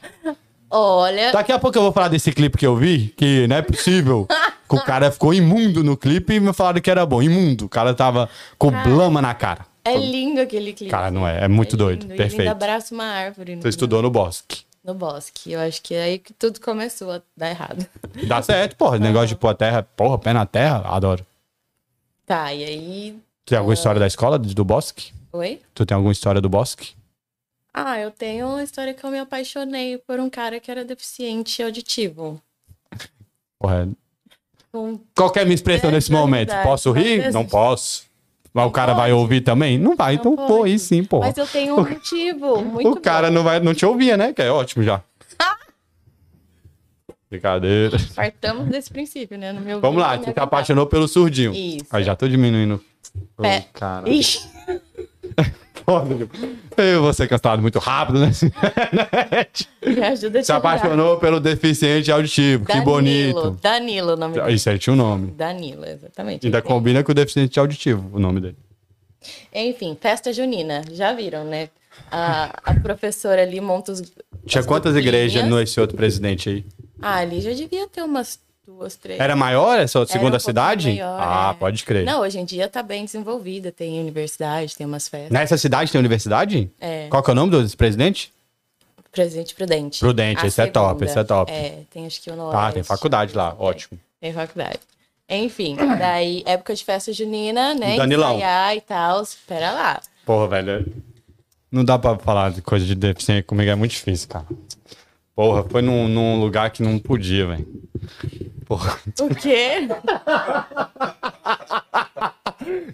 Speaker 2: Olha,
Speaker 1: Daqui a pouco eu vou falar desse clipe que eu vi, que não é possível. que o cara ficou imundo no clipe e me falaram que era bom. Imundo. O cara tava com blama na cara.
Speaker 2: é lindo aquele clipe.
Speaker 1: Cara, não é. É muito
Speaker 2: É
Speaker 1: doido.
Speaker 2: lindo, e Ele ainda
Speaker 1: Perfeito.
Speaker 2: abraça uma árvore. no
Speaker 1: Tu estudou no bosque.
Speaker 2: final. no bosque. Eu acho que é aí que tudo começou a dar errado. (laughs)
Speaker 1: Dá certo, porra. Negócio de pôr a terra, porra, pé na terra, adoro.
Speaker 2: Tá, e aí.
Speaker 1: Tem alguma história da escola, do bosque?
Speaker 2: Oi?
Speaker 1: Tu tem alguma história do bosque?
Speaker 2: Ah, eu tenho uma história que eu me apaixonei por um cara que era deficiente auditivo.
Speaker 1: Porra,
Speaker 2: Com-
Speaker 1: qual que é a minha expressão
Speaker 2: É,
Speaker 1: nesse
Speaker 2: é
Speaker 1: momento?
Speaker 2: verdade.
Speaker 1: Posso
Speaker 2: Às
Speaker 1: rir?
Speaker 2: vezes-
Speaker 1: Não posso. Mas o cara vai
Speaker 2: pode.
Speaker 1: ouvir também? Não vai,
Speaker 2: Não
Speaker 1: então pô, aí
Speaker 2: pode.
Speaker 1: sim, porra.
Speaker 2: Mas
Speaker 1: (laughs)
Speaker 2: eu tenho um motivo muito
Speaker 1: O cara não, vai, não te ouvia, né? Que é ótimo
Speaker 2: (laughs)
Speaker 1: já. Brincadeira.
Speaker 2: bom. Partamos desse princípio, né? No meu
Speaker 1: Vamos lá,
Speaker 2: você
Speaker 1: tu se apaixonou pelo surdinho.
Speaker 2: Isso.
Speaker 1: Aí já tô diminuindo. Ô,
Speaker 2: Pé.
Speaker 1: cara.
Speaker 2: Ixi,
Speaker 1: Foda, meu. Eu vou ser cancelado muito rápido, né? (laughs)
Speaker 2: me ajuda a
Speaker 1: Se
Speaker 2: te ajudar.
Speaker 1: apaixonou pelo deficiente auditivo. Que bonito.
Speaker 2: Danilo, o nome dele.
Speaker 1: Isso aí tinha um nome.
Speaker 2: Danilo, exatamente.
Speaker 1: Ainda
Speaker 2: Ele tem-
Speaker 1: combina com o deficiente auditivo, o nome dele.
Speaker 2: Enfim, festa junina. Já viram, né? A, a professora ali monta os.
Speaker 1: Tinha
Speaker 2: as
Speaker 1: quantas
Speaker 2: grupinhas.
Speaker 1: igrejas nesse outro presidente aí?
Speaker 2: Ah, ali já devia ter umas duas, três.
Speaker 1: Era maior essa
Speaker 2: Era
Speaker 1: segunda
Speaker 2: um pouquinho
Speaker 1: cidade?
Speaker 2: maior,
Speaker 1: ah,
Speaker 2: é.
Speaker 1: pode crer.
Speaker 2: Não, hoje em dia tá bem desenvolvida. Tem universidade, tem umas festas.
Speaker 1: Nessa cidade tem universidade?
Speaker 2: É.
Speaker 1: Qual que é o nome do presidente?
Speaker 2: Presidente Prudente.
Speaker 1: Prudente,
Speaker 2: A
Speaker 1: esse é top, esse é top.
Speaker 2: É, tem acho que o
Speaker 1: Ah, tem
Speaker 2: Noroeste.
Speaker 1: faculdade lá, ótimo.
Speaker 2: Tem faculdade. Enfim, daí época de festa junina, né?
Speaker 1: Danilão.
Speaker 2: Ensaiar e tal. Espera lá.
Speaker 1: Porra, velho. é- Não dá pra falar de coisa de deficiência comigo, é muito difícil, cara. Porra, foi num, num lugar que não podia, velho. Porra.
Speaker 2: O quê?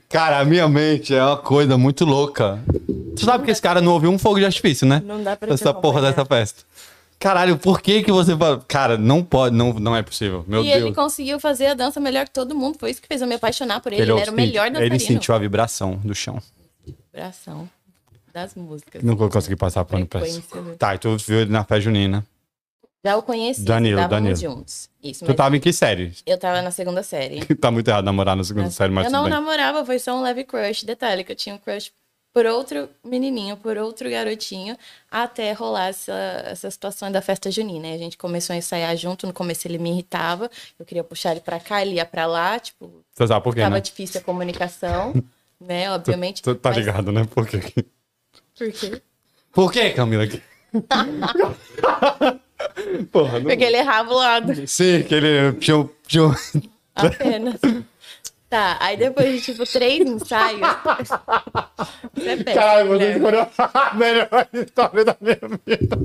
Speaker 1: Cara, a minha mente é uma coisa muito louca. Tu sabe que esse cara não ouviu um fogo de artifício, né?
Speaker 2: Não dá pra te
Speaker 1: Essa porra
Speaker 2: acompanhar.
Speaker 1: dessa festa. Caralho, por que que você fala... Cara, não pode, não, não é possível. Meu
Speaker 2: e
Speaker 1: Deus.
Speaker 2: ele conseguiu fazer a dança melhor que todo mundo. Foi isso que fez eu me apaixonar por ele. Ele, era o
Speaker 1: senti-
Speaker 2: melhor dançarino.
Speaker 1: ele sentiu a vibração do chão.
Speaker 2: Vibração das músicas.
Speaker 1: Não consegui passar pano pra isso.
Speaker 2: Frequência, né?
Speaker 1: Tá, e tu viu ele na festa junina.
Speaker 2: Já o conheci.
Speaker 1: Danilo,
Speaker 2: estávamos
Speaker 1: Danilo.
Speaker 2: juntos. Isso,
Speaker 1: Tu
Speaker 2: mas
Speaker 1: tava em que série?
Speaker 2: eu tava na segunda série.
Speaker 1: (laughs) Tá muito errado namorar na segunda série, mas
Speaker 2: eu
Speaker 1: tudo
Speaker 2: não
Speaker 1: bem.
Speaker 2: namorava, foi só um leve crush. Detalhe que eu tinha um crush por outro menininho, por outro garotinho, até rolar essa, essa situação da festa junina. E A gente começou a ensaiar junto, no começo ele me irritava, eu queria puxar ele pra cá, ele ia pra lá, tipo,
Speaker 1: Você sabe por quê,
Speaker 2: tava
Speaker 1: né?
Speaker 2: difícil a comunicação,
Speaker 1: (laughs)
Speaker 2: né, obviamente.
Speaker 1: Tu tá
Speaker 2: mas-
Speaker 1: ligado, né? Por quê?
Speaker 2: Por quê?
Speaker 1: Por quê, Camila? (laughs) Porra, não...
Speaker 2: Porque ele errava o lado.
Speaker 1: Sim, que ele tinha um- tinha um-
Speaker 2: Apenas. Tá, aí depois de, tipo, três ensaios. Isso é péssimo,
Speaker 1: Caralho, você
Speaker 2: né?
Speaker 1: escolheu a (laughs) melhor história da minha vida.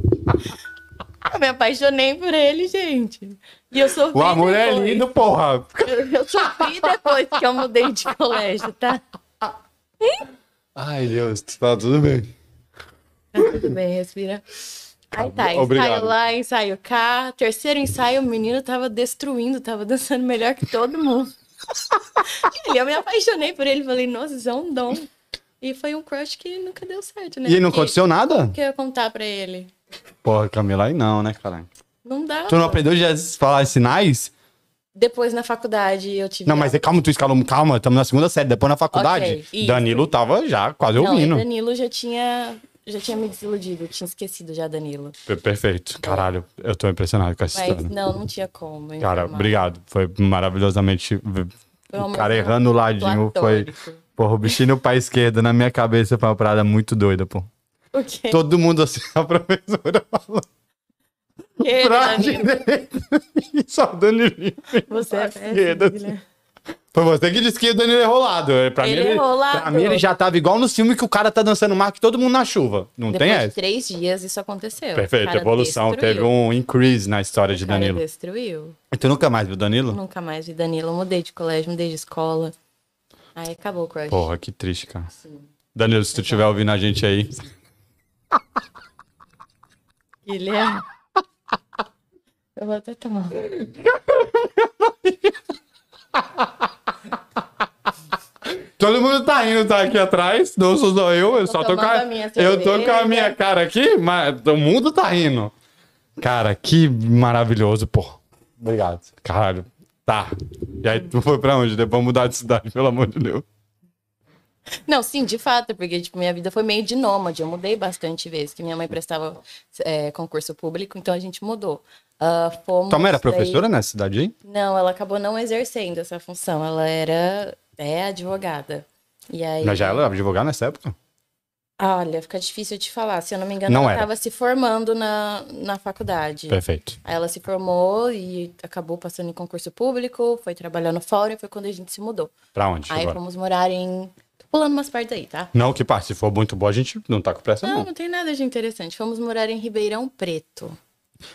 Speaker 2: Eu me apaixonei por ele, gente. E eu sofri.
Speaker 1: O amor é
Speaker 2: depois.
Speaker 1: lindo, porra.
Speaker 2: Eu, eu sofri depois que eu mudei de colégio, tá?
Speaker 1: Ai, Deus, tá tudo bem.
Speaker 2: Tá Tudo bem, respira. Aí tá,
Speaker 1: Obrigado.
Speaker 2: ensaio lá, ensaio cá. Terceiro ensaio, o menino tava destruindo, tava dançando melhor que todo mundo. (laughs) E eu me apaixonei por ele, falei, nossa, isso é um dom. E foi um crush que nunca deu certo, né?
Speaker 1: E não
Speaker 2: Porque-
Speaker 1: aconteceu nada?
Speaker 2: O que eu ia contar pra ele?
Speaker 1: Porra, Camila, aí não, né, caralho?
Speaker 2: Não dá.
Speaker 1: Tu não aprendeu já a falar sinais?
Speaker 2: Depois na faculdade eu tive.
Speaker 1: Não, mas calma, tu escalou, calma, estamos na segunda série, depois na faculdade.
Speaker 2: Ok, isso.
Speaker 1: Danilo tava já quase
Speaker 2: Não, é
Speaker 1: ouvindo.
Speaker 2: Danilo já tinha, já tinha me desiludido, eu tinha esquecido já Danilo.
Speaker 1: Per- Perfeito. Caralho, eu tô impressionado com essa
Speaker 2: Mas
Speaker 1: história.
Speaker 2: não, não tinha como. eu
Speaker 1: Tá. Cara,
Speaker 2: informar.
Speaker 1: obrigado. Foi maravilhosamente.
Speaker 2: Foi um
Speaker 1: o
Speaker 2: amor
Speaker 1: cara errando o ladinho foi.
Speaker 2: platônico.
Speaker 1: Porra, o bichinho pra esquerda na minha cabeça foi uma parada muito doida, pô.
Speaker 2: (laughs) O quê?
Speaker 1: Todo mundo assim, (laughs) a professora falou
Speaker 2: Ele,
Speaker 1: pra
Speaker 2: é, Danilo,
Speaker 1: direita e só o Danilo.
Speaker 2: Você é
Speaker 1: pra esquerda.
Speaker 2: péssimo, Guilherme.
Speaker 1: Foi você que disse que o Danilo errou o lado. Pra
Speaker 2: Ele é
Speaker 1: mim,
Speaker 2: errou o lado.
Speaker 1: Pra mim, ele já tava igual no filme que o cara tá dançando mais que todo mundo na chuva. Não tem
Speaker 2: Depois de
Speaker 1: essa?
Speaker 2: três dias isso aconteceu. O
Speaker 1: Perfeito,
Speaker 2: cara
Speaker 1: evolução.
Speaker 2: destruiu.
Speaker 1: Teve um increase na história de
Speaker 2: O cara
Speaker 1: Danilo.
Speaker 2: destruiu.
Speaker 1: E tu nunca mais viu Danilo?
Speaker 2: Nunca mais vi Danilo. Eu mudei de colégio, mudei de escola. Aí acabou o crush.
Speaker 1: Porra, que triste, cara. Danilo, se tu estiver ouvindo a gente aí,
Speaker 2: Guilherme. Eu vou até tomar. um
Speaker 1: Todo mundo tá indo, tá aqui atrás. Não sou só eu, eu só tô com
Speaker 2: tomando
Speaker 1: a,
Speaker 2: a minha
Speaker 1: Eu tô com a
Speaker 2: cerveja.
Speaker 1: minha cara aqui, mas o mundo tá rindo. Cara, que maravilhoso, pô. Obrigado. Caralho. Tá. E aí, tu foi pra onde? Depois mudar de cidade, pelo amor de Deus.
Speaker 2: Não, sim, de fato, porque tipo, minha vida foi meio de nômade. Eu mudei bastante vezes, que minha mãe prestava é, concurso público, então a gente mudou. Ah, fomos
Speaker 1: Tua mãe era
Speaker 2: daí-
Speaker 1: professora nessa cidade aí?
Speaker 2: Não, ela acabou não exercendo essa função. Ela era é advogada. E aí.
Speaker 1: Mas já ela era advogada nessa época?
Speaker 2: Ah, Olha, fica difícil de falar. Se eu não me engano,
Speaker 1: Não
Speaker 2: ela
Speaker 1: era.
Speaker 2: estava se formando na, na faculdade.
Speaker 1: Perfeito.
Speaker 2: Aí ela se formou e acabou passando em concurso público, foi trabalhar no fórum, foi quando a gente se mudou.
Speaker 1: Pra onde
Speaker 2: Aí
Speaker 1: agora?
Speaker 2: fomos morar em. Tô pulando umas partes aí, tá?
Speaker 1: Não, que parte. Se for muito boa, a gente não tá com pressa,
Speaker 2: Não,
Speaker 1: não.
Speaker 2: não tem nada de interessante. Fomos morar em Ribeirão Preto.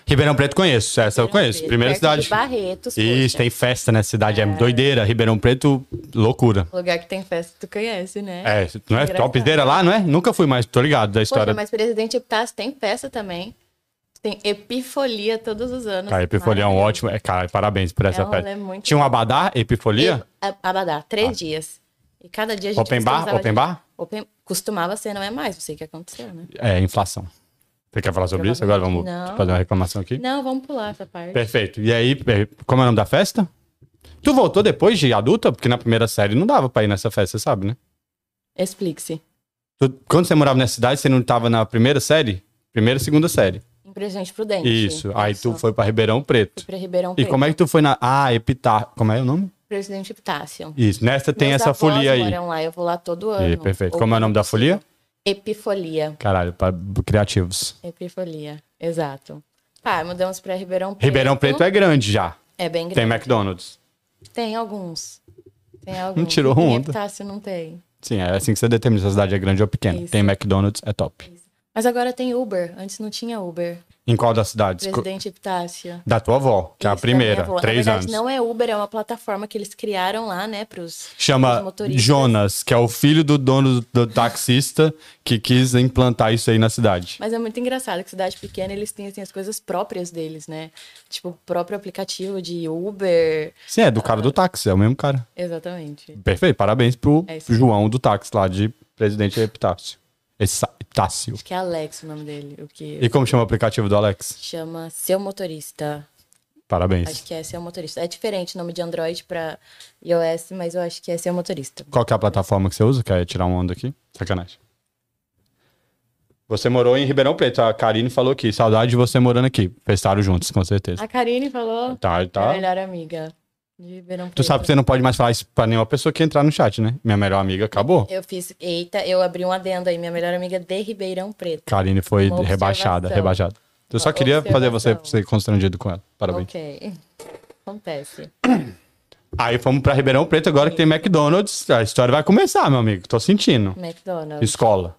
Speaker 1: Ribeirão Preto conheço. Essa eu
Speaker 2: Ribeirão
Speaker 1: conheço.
Speaker 2: Preto,
Speaker 1: Primeira
Speaker 2: perto
Speaker 1: cidade.
Speaker 2: De Barretos.
Speaker 1: Isso,
Speaker 2: poxa.
Speaker 1: tem festa nessa cidade. É doideira. Ribeirão Preto, loucura.
Speaker 2: Lugar que tem festa, tu conhece, né?
Speaker 1: É, não é
Speaker 2: Engraçado.
Speaker 1: topzera lá, não é? Nunca fui mais, tô ligado da história.
Speaker 2: Poxa, mas Presidente Epitácio tem festa também. Tem Epifolia todos os anos.
Speaker 1: Cara, Epifolia é um ótimo. É, cara, parabéns por essa
Speaker 2: É um
Speaker 1: festa.
Speaker 2: rolê muito
Speaker 1: Tinha um abadá, Epifolia?
Speaker 2: Maravilhoso. E- Abadá, três dias. E cada dia a gente
Speaker 1: Ah. Open bar?
Speaker 2: customizava-
Speaker 1: Open bar?
Speaker 2: Open- Costumava ser, não é mais. Não sei o que aconteceu, né?
Speaker 1: É, inflação. Você quer falar sobre isso agora? Vamos
Speaker 2: Não.
Speaker 1: fazer uma reclamação aqui?
Speaker 2: Não, vamos pular essa parte.
Speaker 1: Perfeito. E aí, per- como é o nome da festa? Tu voltou depois de adulta? Porque na primeira série não dava pra ir nessa festa, você sabe, né?
Speaker 2: Explique-se.
Speaker 1: Tu- quando você morava nessa cidade, você não tava na primeira série? Primeira e segunda série.
Speaker 2: Em Presidente Prudente.
Speaker 1: Isso. Aí tu
Speaker 2: Isso.
Speaker 1: foi pra Ribeirão Preto.
Speaker 2: Fui pra Ribeirão
Speaker 1: E
Speaker 2: Preto.
Speaker 1: como é que tu foi na. Ah, Epitar. Como é o nome?
Speaker 2: Presidente Epitácio.
Speaker 1: Isso. Nessa tem
Speaker 2: Meus
Speaker 1: essa
Speaker 2: avós
Speaker 1: folia aí.
Speaker 2: moram lá, eu vou lá todo ano.
Speaker 1: E, perfeito.
Speaker 2: Ou-
Speaker 1: Como é o nome da folia?
Speaker 2: Epifolia.
Speaker 1: Caralho, para criativos.
Speaker 2: Epifolia, exato. Pá, mudamos pra Ribeirão Preto.
Speaker 1: Ribeirão Preto é grande já.
Speaker 2: É bem grande.
Speaker 1: Tem McDonald's.
Speaker 2: Tem alguns. Tem alguns.
Speaker 1: tirou
Speaker 2: Em
Speaker 1: onda.
Speaker 2: Epitácio não tem.
Speaker 1: Sim, é assim que você determina se a cidade é grande ou pequena.
Speaker 2: Isso.
Speaker 1: Tem McDonald's, é top.
Speaker 2: Mas agora tem Uber. Antes não tinha Uber.
Speaker 1: Em qual das cidades? Co-
Speaker 2: Presidente Epitácio.
Speaker 1: Da tua avó, que é a
Speaker 2: Isso, da minha
Speaker 1: primeira,
Speaker 2: avó.
Speaker 1: três
Speaker 2: Na verdade,
Speaker 1: anos.
Speaker 2: não é Uber, é uma plataforma que eles criaram lá, né, pros, pros
Speaker 1: Chama
Speaker 2: motoristas.
Speaker 1: Jonas, que é o filho do dono do, do taxista que quis implantar isso aí na cidade.
Speaker 2: Mas é muito engraçado que cidade pequena eles têm assim, as coisas próprias deles, né? Tipo, o próprio aplicativo de Uber.
Speaker 1: Sim, é do cara do táxi, é o mesmo cara.
Speaker 2: Exatamente.
Speaker 1: Perfeito, parabéns pro
Speaker 2: É isso.
Speaker 1: João do táxi lá de Presidente Epitácio. Essa- Epitácio.
Speaker 2: Acho que é Alex o nome dele, o que
Speaker 1: E como chama o aplicativo do Alex?
Speaker 2: chama Seu Motorista. Acho
Speaker 1: Parabéns.
Speaker 2: que é Seu Motorista. É diferente o nome de Android pra iOS, mas eu acho que é Seu Motorista.
Speaker 1: Qual que é a plataforma que você usa? Quer tirar uma onda aqui? Sacanagem. Você morou em Ribeirão Preto. A Karine falou aqui. Saudade de você morando aqui. Festaram juntos, com certeza.
Speaker 2: A Karine falou,
Speaker 1: Tá,
Speaker 2: minha
Speaker 1: tá.
Speaker 2: melhor amiga de Ribeirão
Speaker 1: Tu
Speaker 2: Preto.
Speaker 1: sabe que você não pode mais falar isso pra nenhuma pessoa que entrar no chat, né? Minha melhor amiga acabou.
Speaker 2: Eu fiz, eita, eu abri um adendo aí, minha melhor amiga de Ribeirão Preto.
Speaker 1: Karine foi
Speaker 2: Uma
Speaker 1: rebaixada,
Speaker 2: observação.
Speaker 1: rebaixada. Eu só
Speaker 2: Uma
Speaker 1: queria fazer você
Speaker 2: observação.
Speaker 1: ser constrangido com ela. Parabéns.
Speaker 2: Ok. Acontece.
Speaker 1: Aí fomos pra Ribeirão Preto, agora que tem McDonald's. A história vai começar, meu amigo. Tô sentindo.
Speaker 2: McDonald's.
Speaker 1: Escola.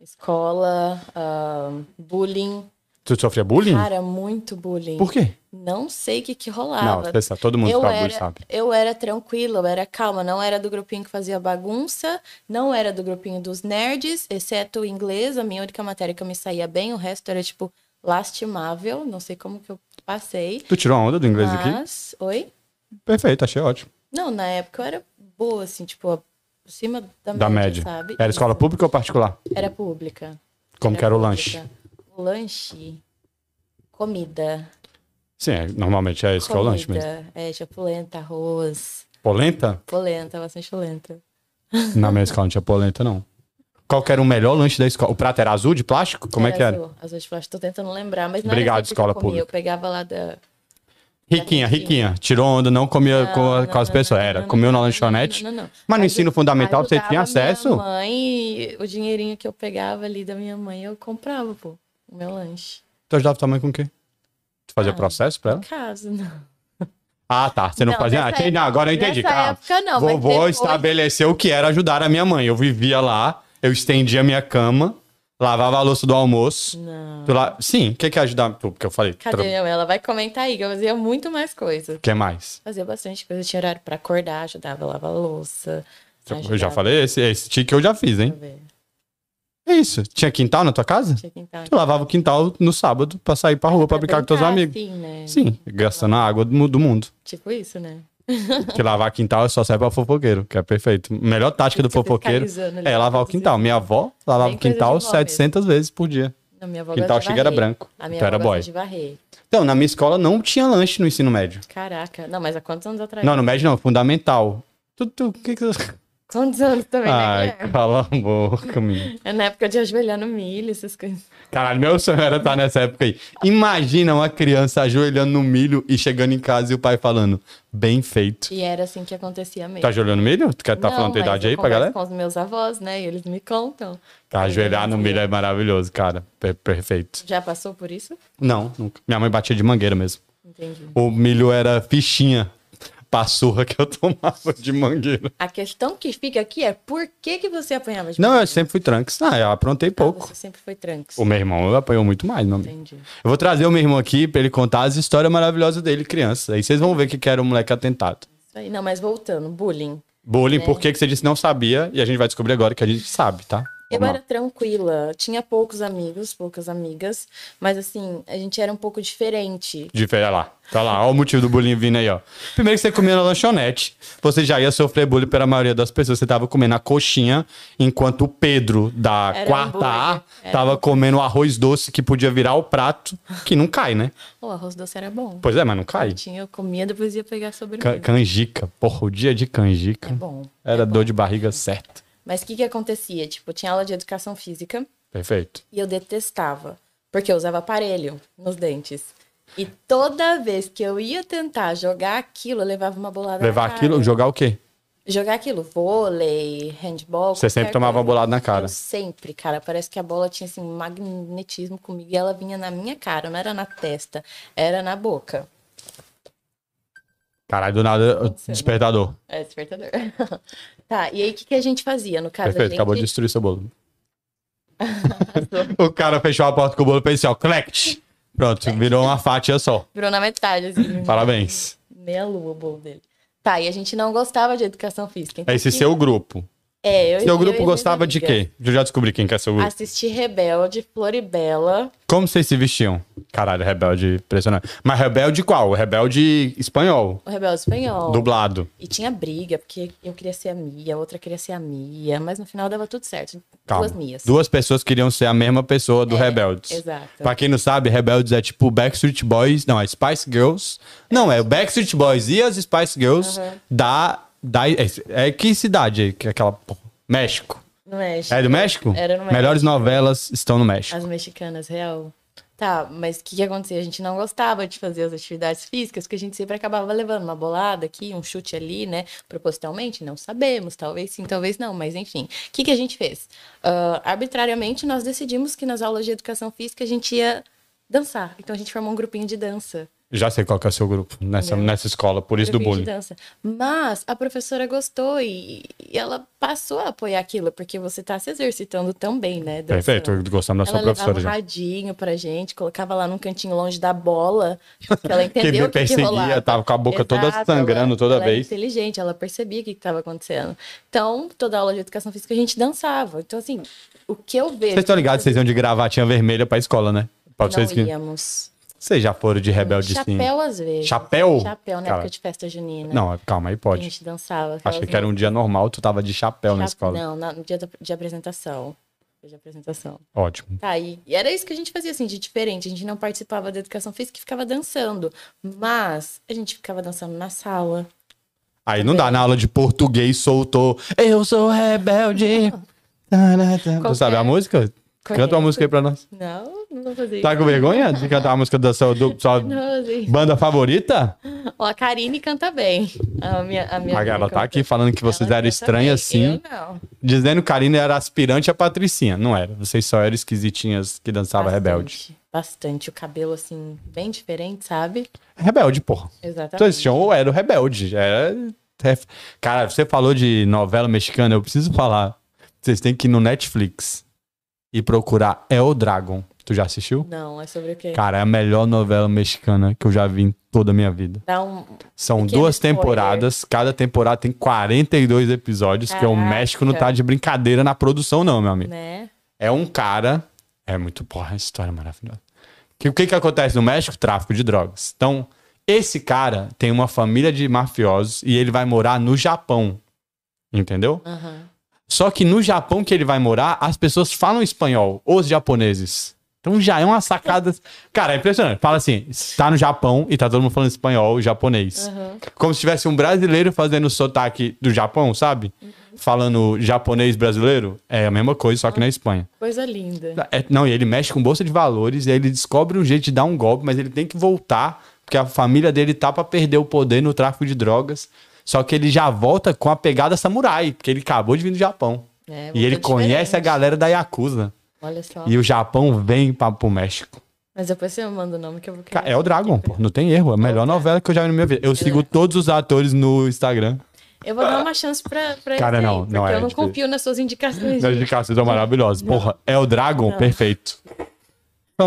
Speaker 2: Escola, ahn, bullying.
Speaker 1: Tu sofria bullying?
Speaker 2: Cara, muito bullying.
Speaker 1: Hum. Por quê?
Speaker 2: Não sei o que, que
Speaker 1: Não,
Speaker 2: rolava.
Speaker 1: pensa, todo mundo
Speaker 2: eu,
Speaker 1: sofre bullying,
Speaker 2: era,
Speaker 1: sabe?
Speaker 2: eu era tranquila, eu era calma, não era do grupinho que fazia bagunça, não era do grupinho dos nerds, exceto o inglês, a minha única matéria que eu me saía bem, o resto era, tipo, lastimável, não sei como que eu passei.
Speaker 1: Tu tirou a onda do inglês aqui?
Speaker 2: Mas, oi?
Speaker 1: Perfeito, achei ótimo.
Speaker 2: Não, na época eu era boa, assim, tipo, acima da,
Speaker 1: Da média.
Speaker 2: sabe?
Speaker 1: Era escola
Speaker 2: Isso.
Speaker 1: pública ou particular?
Speaker 2: Era pública.
Speaker 1: Como que era o
Speaker 2: pública.
Speaker 1: lanche?
Speaker 2: O lanche, comida.
Speaker 1: Sim, é, normalmente é esse que é o lanche mesmo.
Speaker 2: comida, É, tinha polenta, arroz,
Speaker 1: Polenta?
Speaker 2: polenta, bastante polenta.
Speaker 1: Na minha escola não tinha polenta, não. Qual que era o melhor lanche da escola? O prato era azul de plástico? Como é que era?
Speaker 2: Azul, azul de plástico, tô tentando lembrar, mas não
Speaker 1: Obrigado,
Speaker 2: era sempre que eu
Speaker 1: escola
Speaker 2: comia,
Speaker 1: pública.
Speaker 2: Eu pegava lá da... Ah,
Speaker 1: Riquinha,
Speaker 2: Era
Speaker 1: riquinha. Tirou onda, não comia
Speaker 2: Não,
Speaker 1: com, a-
Speaker 2: não,
Speaker 1: com as
Speaker 2: não,
Speaker 1: pessoas.
Speaker 2: não,
Speaker 1: Era,
Speaker 2: não,
Speaker 1: comeu
Speaker 2: não,
Speaker 1: na
Speaker 2: não,
Speaker 1: lançonete.
Speaker 2: não, não, não.
Speaker 1: Mas no
Speaker 2: Ajudava-
Speaker 1: ensino fundamental você tinha
Speaker 2: ajudava
Speaker 1: acesso?
Speaker 2: Minha mãe, o dinheirinho que eu pegava ali da minha mãe, eu comprava, pô, o meu lanche.
Speaker 1: Tu ajudava tua mãe com o quê? Tu fazia
Speaker 2: Ah,
Speaker 1: processo pra ela?
Speaker 2: Em casa, não.
Speaker 1: Ah, tá. Você não,
Speaker 2: Não,
Speaker 1: fazia. Ah,
Speaker 2: nessa
Speaker 1: entendi. Não, agora eu entendi.
Speaker 2: Nessa
Speaker 1: Calma.
Speaker 2: época, não, mas
Speaker 1: Vovô
Speaker 2: depois-
Speaker 1: estabeleceu o que era ajudar a minha mãe. Eu vivia lá, eu estendia a minha cama, lavava a louça do almoço.
Speaker 2: Não.
Speaker 1: Tu lá... Sim, o que, que é ajudar? Tu, Porque eu falei.
Speaker 2: Hum. Cadê
Speaker 1: tra-
Speaker 2: minha mãe? Ela vai comentar aí, que eu fazia muito mais coisa.
Speaker 1: O que mais?
Speaker 2: Fazia bastante coisa, tinha horário pra acordar, ajudava a lavar a louça.
Speaker 1: Eu já
Speaker 2: ajudava-
Speaker 1: falei, esse, esse tique eu já fiz, hein?
Speaker 2: Deixa eu ver.
Speaker 1: É isso. Tinha quintal na tua casa?
Speaker 2: Tinha quintal.
Speaker 1: Tu lavava o quintal no sábado pra sair pra rua pra brincar com teus amigos.
Speaker 2: Assim, né?
Speaker 1: Sim, gastando a água do, mu- do mundo.
Speaker 2: Tipo isso, né?
Speaker 1: Porque lavar quintal só serve pra fofoqueiro, que é perfeito. Melhor tática do
Speaker 2: Fica
Speaker 1: fofoqueiro
Speaker 2: fiscalizando ali,
Speaker 1: é lavar o quintal. Minha avó lavava
Speaker 2: Bem
Speaker 1: o
Speaker 2: coisa de
Speaker 1: quintal
Speaker 2: vó mesmo.
Speaker 1: 700 vezes por dia.
Speaker 2: Na minha avó
Speaker 1: Quintal
Speaker 2: gosta de
Speaker 1: chega era
Speaker 2: varrer.
Speaker 1: branco.
Speaker 2: A minha
Speaker 1: Tu
Speaker 2: avó
Speaker 1: era
Speaker 2: gosta
Speaker 1: boy.
Speaker 2: de varrer.
Speaker 1: Então, na minha escola não tinha lanche no ensino médio.
Speaker 2: É. Caraca. Não, mas há quantos anos atrás?
Speaker 1: Não, no médio não, fundamental. Tu, tu, que que-
Speaker 2: Quantos anos também, né?
Speaker 1: Ai,
Speaker 2: Guilherme?
Speaker 1: cala a boca, menino.
Speaker 2: É na época de ajoelhar no milho, essas coisas.
Speaker 1: Caralho, meu sonho era estar nessa época aí. Imagina uma criança ajoelhando no milho e chegando em casa e o pai falando, bem feito.
Speaker 2: E era assim que acontecia mesmo.
Speaker 1: Tá ajoelhando no milho? Tu quer tá
Speaker 2: Não,
Speaker 1: falando a tua
Speaker 2: mas
Speaker 1: idade
Speaker 2: eu
Speaker 1: aí pra
Speaker 2: converso
Speaker 1: galera?
Speaker 2: com os meus avós, né? E eles me contam.
Speaker 1: Tá, ajoelhar no
Speaker 2: Eles-
Speaker 1: milho é maravilhoso, cara. Per- perfeito.
Speaker 2: Já passou por isso?
Speaker 1: Não, nunca. Minha mãe batia de mangueira mesmo.
Speaker 2: Entendi.
Speaker 1: O milho era fichinha pra surra que eu (laughs) tomava de mangueira.
Speaker 2: A questão que fica aqui é por que, que você apanhava de
Speaker 1: Não, eu
Speaker 2: mangueira?
Speaker 1: sempre fui tranques. Ah, eu aprontei
Speaker 2: Ah,
Speaker 1: pouco.
Speaker 2: Você sempre foi tranks.
Speaker 1: O meu irmão apanhou muito mais, meu amigo.
Speaker 2: Entendi.
Speaker 1: Eu vou trazer o meu irmão aqui pra ele contar as histórias maravilhosas dele, criança. Aí vocês vão ver que que era um moleque atentado.
Speaker 2: Isso aí. Não, mas voltando, bullying.
Speaker 1: Bullying, por que que você disse não sabia? E a gente vai descobrir agora que a gente sabe, tá?
Speaker 2: Eu
Speaker 1: Vamos lá.
Speaker 2: era tranquila, tinha poucos amigos, poucas amigas, mas assim, a gente era um pouco diferente.
Speaker 1: De feira lá. Tá lá, ó o motivo do bullying vindo aí, ó. Primeiro que você comia na lanchonete, você já ia sofrer bullying pela maioria das pessoas. Você tava comendo a coxinha, enquanto o Pedro, da
Speaker 2: Era um é.
Speaker 1: quarta A,
Speaker 2: hambúrguer. Era
Speaker 1: tava comendo o arroz doce que podia virar o prato, que não cai, né?
Speaker 2: O arroz doce era bom.
Speaker 1: Pois é, mas não cai.
Speaker 2: Eu tinha, eu comia, depois ia pegar sobremesa.
Speaker 1: Ca- Canjica. Porra, o dia de canjica.
Speaker 2: É bom.
Speaker 1: Era dor de barriga certa.
Speaker 2: Mas o que que acontecia? Tipo, eu tinha aula de educação física
Speaker 1: Perfeito.
Speaker 2: e eu detestava, porque eu usava aparelho nos dentes. E toda vez que eu ia tentar jogar aquilo, eu levava uma bolada
Speaker 1: Levar
Speaker 2: na cara.
Speaker 1: aquilo, jogar o quê?
Speaker 2: Jogar aquilo, vôlei, handball.
Speaker 1: Você sempre
Speaker 2: qualquer
Speaker 1: tomava
Speaker 2: coisa.
Speaker 1: bolada na cara.
Speaker 2: Eu sempre, cara. Parece que a bola tinha assim, um magnetismo comigo e ela vinha na minha cara, não era na testa, era na boca.
Speaker 1: Caralho, do nada,
Speaker 2: Aconteceu.
Speaker 1: despertador.
Speaker 2: É despertador. (laughs) tá, e aí o que, que a gente fazia? No caso,
Speaker 1: Perfeito,
Speaker 2: a
Speaker 1: acabou de
Speaker 2: gente.
Speaker 1: destruir seu bolo. O cara fechou a porta com o bolo e pensou, ó, clect. Pronto, virou uma fatia só.
Speaker 2: Virou na
Speaker 1: (clears throat)
Speaker 2: metade, assim.
Speaker 1: Parabéns.
Speaker 2: Meia lua o bolo dele. Tá, e a gente não gostava de educação física. então
Speaker 1: Esse
Speaker 2: que-
Speaker 1: seu grupo.
Speaker 2: É, eu
Speaker 1: Seu
Speaker 2: eu e
Speaker 1: grupo
Speaker 2: minhas
Speaker 1: gostava de
Speaker 2: amigas.
Speaker 1: quê? Eu já descobri quem que é seu grupo.
Speaker 2: Assistir Rebelde, Floribela.
Speaker 1: Como vocês se vestiam? Caralho, rebelde impressionante. Mas rebelde qual? Rebelde espanhol,
Speaker 2: O Rebelde Espanhol.
Speaker 1: dublado.
Speaker 2: E tinha briga, porque eu queria ser a Mia, a outra queria ser a Mia, mas no final dava tudo certo.
Speaker 1: Calma.
Speaker 2: Duas Mias. É,
Speaker 1: Duas pessoas queriam ser a mesma pessoa do Rebeldes.
Speaker 2: exato.
Speaker 1: Pra quem não sabe, Rebeldes é tipo Backstreet Boys, não, é Spice Girls. Não, é o Backstreet Boys e as Spice Girls
Speaker 2: Aham.
Speaker 1: da, da. É, é que cidade aí? Que é aquela. porra? México.
Speaker 2: No México.
Speaker 1: É do México?
Speaker 2: Era no México.
Speaker 1: Melhores novelas estão no México.
Speaker 2: As mexicanas, real. Tá, mas o que, que acontecia? A gente não gostava de fazer as atividades físicas, porque a gente sempre acabava levando uma bolada aqui, um chute ali, né? Propositalmente, não sabemos, talvez sim, talvez não, mas enfim. O que, que a gente fez? Ah, arbitrariamente, nós decidimos que nas aulas de educação física a gente ia dançar. Então a gente formou um grupinho de dança.
Speaker 1: Já sei qual que é o seu grupo nessa,
Speaker 2: Meu.
Speaker 1: nessa escola, por isso do
Speaker 2: grupinho de
Speaker 1: bullying.
Speaker 2: dança. Mas a professora gostou e, e ela passou a apoiar aquilo, porque você tá se exercitando também, né?
Speaker 1: Perfeito,
Speaker 2: dançando.
Speaker 1: gostamos da
Speaker 2: Ela
Speaker 1: sua
Speaker 2: levava
Speaker 1: professora
Speaker 2: um
Speaker 1: já.
Speaker 2: radinho pra gente, colocava lá num cantinho longe da bola, tipo, que ela
Speaker 1: (laughs) Que
Speaker 2: entendeu
Speaker 1: me
Speaker 2: o que, que rolava.
Speaker 1: perseguia, tava com a boca toda
Speaker 2: Exato,
Speaker 1: sangrando
Speaker 2: ela-
Speaker 1: toda
Speaker 2: ela
Speaker 1: vez.
Speaker 2: Era inteligente, ela percebia o que estava acontecendo. Então, toda aula de educação física a gente dançava. Então, assim, o que eu vejo.
Speaker 1: Vocês estão ligados, vocês iam de gravatinha vermelha pra escola, né? Pra
Speaker 2: não
Speaker 1: vocês que.
Speaker 2: íamos.
Speaker 1: Vocês já foram de rebelde sim.
Speaker 2: Chapéu né? às vezes.
Speaker 1: Chapéu?
Speaker 2: Chapéu na
Speaker 1: Cara.
Speaker 2: época de festa junina.
Speaker 1: Não, calma aí,
Speaker 2: A
Speaker 1: pode.
Speaker 2: gente dançava.
Speaker 1: Achei
Speaker 2: aquelas
Speaker 1: que era um dia normal, tu tava de chapéu na
Speaker 2: Chap-
Speaker 1: escola.
Speaker 2: Não, na- no dia da- de apresentação. Dia de apresentação.
Speaker 1: Ótimo.
Speaker 2: Tá, e, e era isso que a gente fazia, assim, de diferente. A gente não participava da educação física e ficava dançando. Mas a gente ficava dançando na sala. Tá
Speaker 1: Aí não dá, na aula de português soltou Eu sou rebelde.
Speaker 2: (laughs)
Speaker 1: Tá, Tu sabe a música? Canta
Speaker 2: Conheço.
Speaker 1: uma música aí pra nós.
Speaker 2: Não, não fazia
Speaker 1: Tá com vergonha de cantar a música da sua, do- sua
Speaker 2: isso. (laughs) Não fazia isso.
Speaker 1: banda favorita?
Speaker 2: Ó, a Karine canta bem. A minha, a minha
Speaker 1: A
Speaker 2: amiga
Speaker 1: ela tá
Speaker 2: canta.
Speaker 1: aqui falando que vocês
Speaker 2: Ela
Speaker 1: eram
Speaker 2: canta bem.
Speaker 1: estranhas assim,
Speaker 2: Eu não.
Speaker 1: dizendo que Karina era aspirante a Patricinha. Não era, vocês só eram esquisitinhas que dançava
Speaker 2: Bastante,
Speaker 1: rebelde.
Speaker 2: Bastante. O cabelo, assim, bem diferente, sabe?
Speaker 1: Rebelde, porra. Então eles
Speaker 2: Exatamente.
Speaker 1: tinham ou era o rebelde. Era... é- Cara, você falou de novela mexicana, eu preciso falar. Vocês têm que ir no Netflix e procurar El Dragon. Tu já assistiu?
Speaker 2: Não, é sobre o quê?
Speaker 1: Cara, é a melhor novela mexicana que eu já vi em toda a minha vida.
Speaker 2: Dá um.
Speaker 1: São
Speaker 2: Pequeno
Speaker 1: duas
Speaker 2: spoiler.
Speaker 1: temporadas, cada temporada tem 42 episódios, que o
Speaker 2: Caraca.
Speaker 1: México não tá de brincadeira na produção, não, meu amigo.
Speaker 2: né?
Speaker 1: É um cara. É muito. Porra, a história é maravilhosa. Que, o que, que acontece no México? Tráfico de drogas. Então, esse cara tem uma família de mafiosos e ele vai morar no Japão. Entendeu?
Speaker 2: Aham.
Speaker 1: Só que no Japão que ele vai morar, as pessoas falam espanhol, os japoneses. Então já é uma sacada. Cara, é impressionante. Fala assim: tá no Japão e tá todo mundo falando espanhol e japonês.
Speaker 2: Aham.
Speaker 1: Como se tivesse um brasileiro fazendo o sotaque do Japão, sabe? falando japonês brasileiro, é a mesma coisa, só que na Espanha.
Speaker 2: Coisa linda.
Speaker 1: É, não, e ele mexe com bolsa de valores, e aí ele descobre um jeito de dar um golpe, mas ele tem que voltar, porque a família dele tá pra perder o poder no tráfico de drogas. Só que ele já volta com a pegada samurai, porque ele acabou de vir do Japão.
Speaker 2: É,
Speaker 1: e ele
Speaker 2: voltou
Speaker 1: conhece a
Speaker 2: diferente.
Speaker 1: galera da Yakuza.
Speaker 2: Olha só.
Speaker 1: E o Japão vem pra, pro México.
Speaker 2: Mas depois você me manda o nome que eu vou
Speaker 1: Ca-
Speaker 2: querer.
Speaker 1: É o Dragon, pô. Não tem erro. É a melhor novela que eu já vi na minha vida. Eu sigo todos os atores no Instagram.
Speaker 2: Eu vou dar uma chance pra, pra
Speaker 1: Cara,
Speaker 2: esse aí,
Speaker 1: não, não
Speaker 2: porque
Speaker 1: é,
Speaker 2: eu não
Speaker 1: tipo-
Speaker 2: confio nas suas indicações. (laughs)
Speaker 1: As indicações né, são maravilhosas. Porra, é o Dragon?
Speaker 2: Não. Tá.
Speaker 1: Perfeito.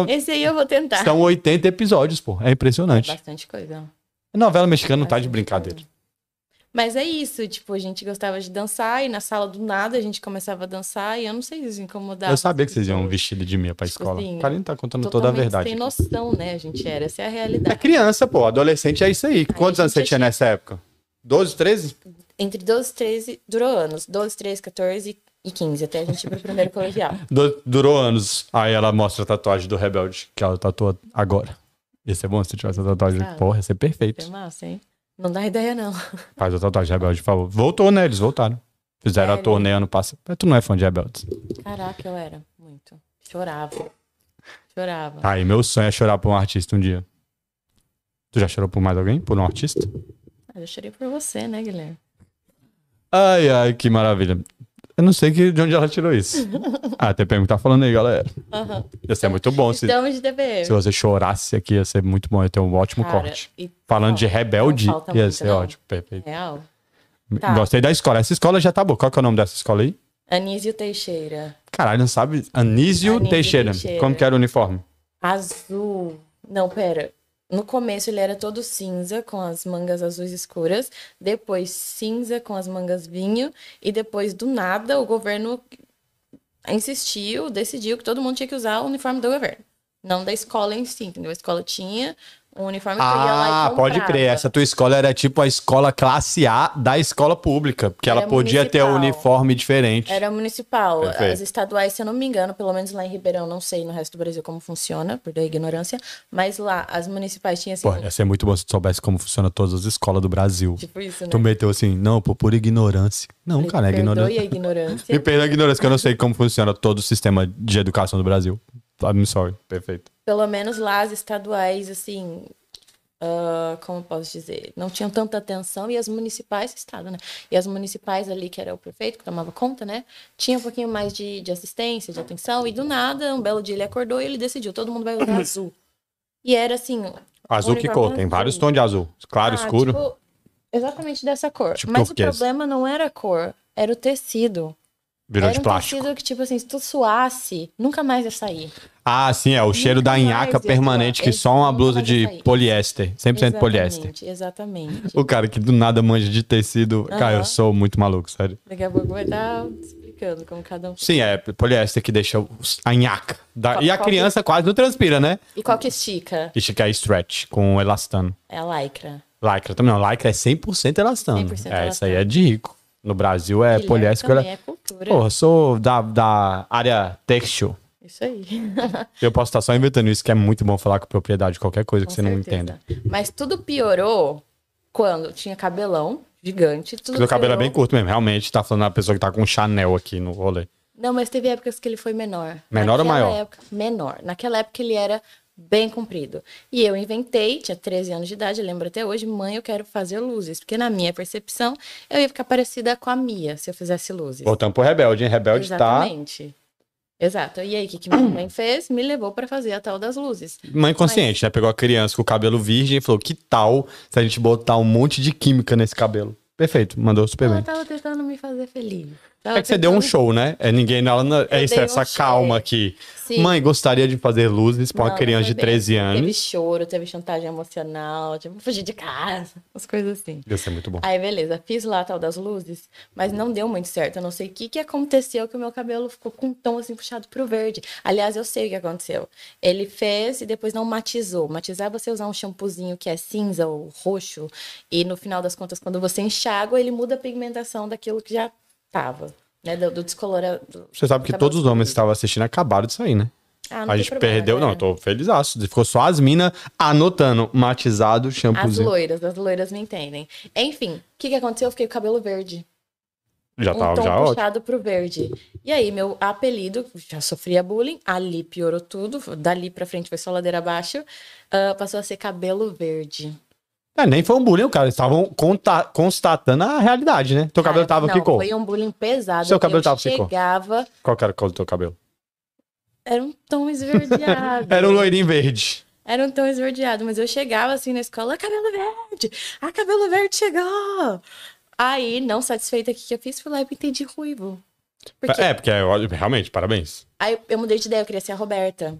Speaker 2: Esse aí eu vou tentar.
Speaker 1: São 80 episódios, pô. É impressionante.
Speaker 2: Bastante coisa.
Speaker 1: A novela mexicana não tá de brincadeira.
Speaker 2: Mas é isso, tipo, a gente gostava de dançar e na sala do nada a gente começava a dançar e eu não sei se isso incomodava.
Speaker 1: Eu sabia que vocês iam
Speaker 2: ver
Speaker 1: vestido de meia pra
Speaker 2: Tá. Tipo
Speaker 1: escola.
Speaker 2: assim,
Speaker 1: O Karine tá contando toda a verdade.
Speaker 2: Sem
Speaker 1: aqui.
Speaker 2: noção, né? A gente era, essa é a
Speaker 1: É
Speaker 2: realidade.
Speaker 1: criança, pô. Adolescente é isso aí. Quantos
Speaker 2: a
Speaker 1: anos você
Speaker 2: gente
Speaker 1: tinha nessa época? 12, 13?
Speaker 2: Entre 12 e 13, durou anos. 12, 13, 14 e 15, até a gente ir pro primeiro (laughs) colegial.
Speaker 1: Du- durou anos. Aí ela mostra a tatuagem do Rebelde, que ela tatua agora. Ia ser bom se tivesse a tatuagem.
Speaker 2: Ah.
Speaker 1: Porra, ia ser
Speaker 2: É
Speaker 1: perfeito.
Speaker 2: massa, hein? Não dá ideia, não.
Speaker 1: Faz a tatuagem de Rebelde, por favor. Voltou, né? Eles voltaram. Fizeram a
Speaker 2: Sério?
Speaker 1: turnê ano passado. Mas tu não é fã de Rebeldes.
Speaker 2: Caraca, eu era muito. Chorava. Chorava.
Speaker 1: Aí, meu sonho é chorar por um artista um dia. Tu já chorou por mais alguém? Por um artista?
Speaker 2: Ah, eu chorei por você, né, Guilherme?
Speaker 1: Ai, ai, que maravilha. Eu não sei que- de onde ela tirou
Speaker 2: (laughs)
Speaker 1: isso. A TPM tá falando aí, galera.
Speaker 2: Aham. Então-
Speaker 1: Ia ser muito bom se,
Speaker 2: Estamos de TV.
Speaker 1: se você chorasse aqui, ia ser muito bom, ia ter um ótimo
Speaker 2: Cara,
Speaker 1: corte.
Speaker 2: e-
Speaker 1: Falando
Speaker 2: não,
Speaker 1: de rebelde,
Speaker 2: não falta
Speaker 1: ia
Speaker 2: muito,
Speaker 1: ser
Speaker 2: não.
Speaker 1: ótimo, perfeito.
Speaker 2: Real. Tá.
Speaker 1: Gostei da escola. Essa escola já tá boa. Qual que é o nome dessa escola aí?
Speaker 2: Anísio Teixeira.
Speaker 1: Caralho, não sabe? Anísio,
Speaker 2: Anísio
Speaker 1: Teixeira.
Speaker 2: Teixeira.
Speaker 1: Como que era o uniforme?
Speaker 2: Azul. Não, pera. No começo ele era todo cinza, com as mangas azuis escuras, depois cinza com as mangas vinho, e depois do nada o governo insistiu, decidiu que todo mundo tinha que usar o uniforme do governo. Não da escola em si, entendeu? A escola tinha um uniforme que eu ia lá
Speaker 1: Ah,
Speaker 2: e
Speaker 1: pode crer.
Speaker 2: comprava.
Speaker 1: Essa tua escola era tipo a escola classe A da escola pública. Porque
Speaker 2: Era
Speaker 1: ela podia ter um
Speaker 2: municipal.
Speaker 1: uniforme diferente.
Speaker 2: Era municipal.
Speaker 1: Perfeito.
Speaker 2: As estaduais, se eu não me engano, pelo menos lá em Ribeirão, não sei no resto do Brasil como funciona, por da ignorância, mas lá as municipais tinham assim,
Speaker 1: Pô, é ia ser muito bom se tu soubesse como funciona todas as escolas do Brasil.
Speaker 2: tipo isso, né?
Speaker 1: Tu meteu assim, não, pô, por ignorância. Não,
Speaker 2: Falei,
Speaker 1: cara, é
Speaker 2: Perdoe
Speaker 1: ignorância. (laughs)
Speaker 2: a
Speaker 1: Me
Speaker 2: ignorância.
Speaker 1: perdoa a ignorância, que eu não sei como funciona todo o sistema de educação do Brasil. I'm sorry. Perfeito.
Speaker 2: Pelo menos lá as estaduais, assim, ah, como eu posso dizer, não tinham tanta atenção e as municipais, estado, né? E as municipais ali, que era o prefeito que tomava conta, né? Tinha um pouquinho mais de, de assistência, de atenção e do nada, um belo dia ele acordou e ele decidiu, todo mundo vai
Speaker 1: (coughs)
Speaker 2: usar azul. E era assim,
Speaker 1: Azul que
Speaker 2: Uniforme
Speaker 1: cor, tem
Speaker 2: azul.
Speaker 1: vários tons de azul. Claro,
Speaker 2: Ah,
Speaker 1: escuro.
Speaker 2: tipo, exatamente dessa cor.
Speaker 1: Tipo
Speaker 2: Mas o
Speaker 1: turquesa.
Speaker 2: problema não era a cor, era o tecido.
Speaker 1: virou
Speaker 2: era
Speaker 1: de
Speaker 2: um
Speaker 1: plástico.
Speaker 2: tecido que, tipo assim, se tu suasse, nunca mais ia sair.
Speaker 1: Ah, sim, é o cheiro da
Speaker 2: mais
Speaker 1: nhaca
Speaker 2: ia
Speaker 1: permanente,
Speaker 2: suar.
Speaker 1: que
Speaker 2: Esse
Speaker 1: só uma
Speaker 2: nunca
Speaker 1: blusa
Speaker 2: mais
Speaker 1: de
Speaker 2: ia sair.
Speaker 1: poliéster. 100%
Speaker 2: exatamente,
Speaker 1: poliéster.
Speaker 2: Exatamente.
Speaker 1: O cara que do nada manja de tecido. Cara, eu
Speaker 2: Aham.
Speaker 1: sou muito maluco, sério.
Speaker 2: Daqui a pouco vai estar explicando como cada um.
Speaker 1: Sim, é poliéster que deixa os- a nhaca. da-
Speaker 2: Qual-
Speaker 1: e a
Speaker 2: qual que-
Speaker 1: criança quase não transpira, né?
Speaker 2: E qual que estica?
Speaker 1: Isso que é stretch, com elastano.
Speaker 2: É a lycra.
Speaker 1: Lycra também não. Lycra é 100% elastano.
Speaker 2: 100%
Speaker 1: é, isso aí
Speaker 2: elastano.
Speaker 1: é de rico. No Brasil é
Speaker 2: Guilherme
Speaker 1: poliéster.
Speaker 2: também
Speaker 1: olha-
Speaker 2: é cultura.
Speaker 1: Porra, eu sou da, da área textil.
Speaker 2: Isso aí.
Speaker 1: (laughs) Eu posso estar só inventando isso, que é muito bom falar com propriedade, qualquer coisa
Speaker 2: Com
Speaker 1: que você não
Speaker 2: certeza.
Speaker 1: entenda.
Speaker 2: Mas tudo piorou quando tinha cabelão gigante. Tudo
Speaker 1: Porque o cabelo é
Speaker 2: piorou.
Speaker 1: bem curto mesmo, realmente. Tá falando a pessoa que tá com um Chanel aqui no rolê.
Speaker 2: Não, mas teve épocas que ele foi menor.
Speaker 1: Menor ou
Speaker 2: Naquela
Speaker 1: maior?
Speaker 2: época- menor. Naquela época ele era bem comprido. E eu inventei, tinha 13 anos de idade, eu lembro até hoje, mãe, eu quero fazer luzes. Porque na minha percepção, eu ia ficar parecida com a Mia se eu fizesse luzes.
Speaker 1: Voltando pro Rebelde, hein? Rebelde tá
Speaker 2: Exatamente. Exato. E aí, o que, que minha
Speaker 1: (clears throat)
Speaker 2: mãe fez? Me levou pra fazer a tal das luzes.
Speaker 1: tá mãe consciente, né? Pegou a criança com o cabelo virgem e falou: que tal se a gente botar um monte de química nesse cabelo? Perfeito, mandou super
Speaker 2: Ela
Speaker 1: bem.
Speaker 2: tava tentando me fazer feliz. Tava
Speaker 1: É que você deu um
Speaker 2: tentando-
Speaker 1: show, né? É ninguém. Ela, não- é
Speaker 2: Eu
Speaker 1: isso,
Speaker 2: dei
Speaker 1: essa
Speaker 2: um show.
Speaker 1: calma aqui.
Speaker 2: Sim.
Speaker 1: Mãe, gostaria de fazer luzes pra uma
Speaker 2: Não,
Speaker 1: criança
Speaker 2: foi
Speaker 1: de
Speaker 2: bem- assim.
Speaker 1: 13
Speaker 2: Teve
Speaker 1: anos.
Speaker 2: choro, teve chantagem emocional, tipo, fugir de casa, (laughs) umas coisas assim.
Speaker 1: Ia ser muito bom.
Speaker 2: Aí, beleza, fiz lá a tal das luzes, mas não deu muito certo. Eu não sei o que, que aconteceu, que o meu cabelo ficou com um tom assim puxado pro verde. Aliás, eu sei o que aconteceu. Ele fez e depois não matizou. Matizar é você usar um shampoozinho que é cinza ou roxo, e no final das contas, quando você enxágua, ele muda a pigmentação daquilo que já tava, né? Do, do descolora. do-
Speaker 1: Você sabe que
Speaker 2: cabelo
Speaker 1: todos os homens que
Speaker 2: escuro.
Speaker 1: estavam assistindo acabaram de sair, né?
Speaker 2: Ah, não
Speaker 1: a
Speaker 2: tem
Speaker 1: gente
Speaker 2: problema,
Speaker 1: perdeu. Não,
Speaker 2: galera.
Speaker 1: eu tô feliz. Ficou só as minas anotando, matizado,
Speaker 2: As
Speaker 1: shampoozinho.
Speaker 2: loiras, as loiras me entendem. Enfim, o que, que aconteceu? Eu fiquei com o cabelo verde.
Speaker 3: Já
Speaker 2: um
Speaker 3: tá,
Speaker 2: tom
Speaker 3: já ótimo.
Speaker 2: puxado pro verde. E aí, meu apelido, já sofria bullying, ali piorou tudo, dali pra frente foi só ladeira abaixo, ah, passou a ser cabelo verde.
Speaker 1: É, nem foi um bullying, cara. Eles estavam conta- constatando a realidade, né? Teu cabelo
Speaker 2: Cara,
Speaker 1: tava,
Speaker 2: não,
Speaker 1: ficou.
Speaker 2: Foi um bullying pesado.
Speaker 1: Seu
Speaker 2: que
Speaker 1: cabelo
Speaker 2: eu
Speaker 1: tava, ficou.
Speaker 2: chegava,
Speaker 3: Qual que era a cor do teu cabelo?
Speaker 2: era um tom
Speaker 1: (laughs)
Speaker 2: esverdeado.
Speaker 1: Era um loirinho verde.
Speaker 2: Era um tom esverdeado, mas eu chegava assim na escola, "Ah, cabelo verde! A cabelo verde chegou! Aí, não satisfeita o que que eu fiz, fui lá e pintei de ruivo. Porque
Speaker 3: É, porque olha, realmente, parabéns.
Speaker 2: aí eu mudei de ideia, eu queria ser a Roberta.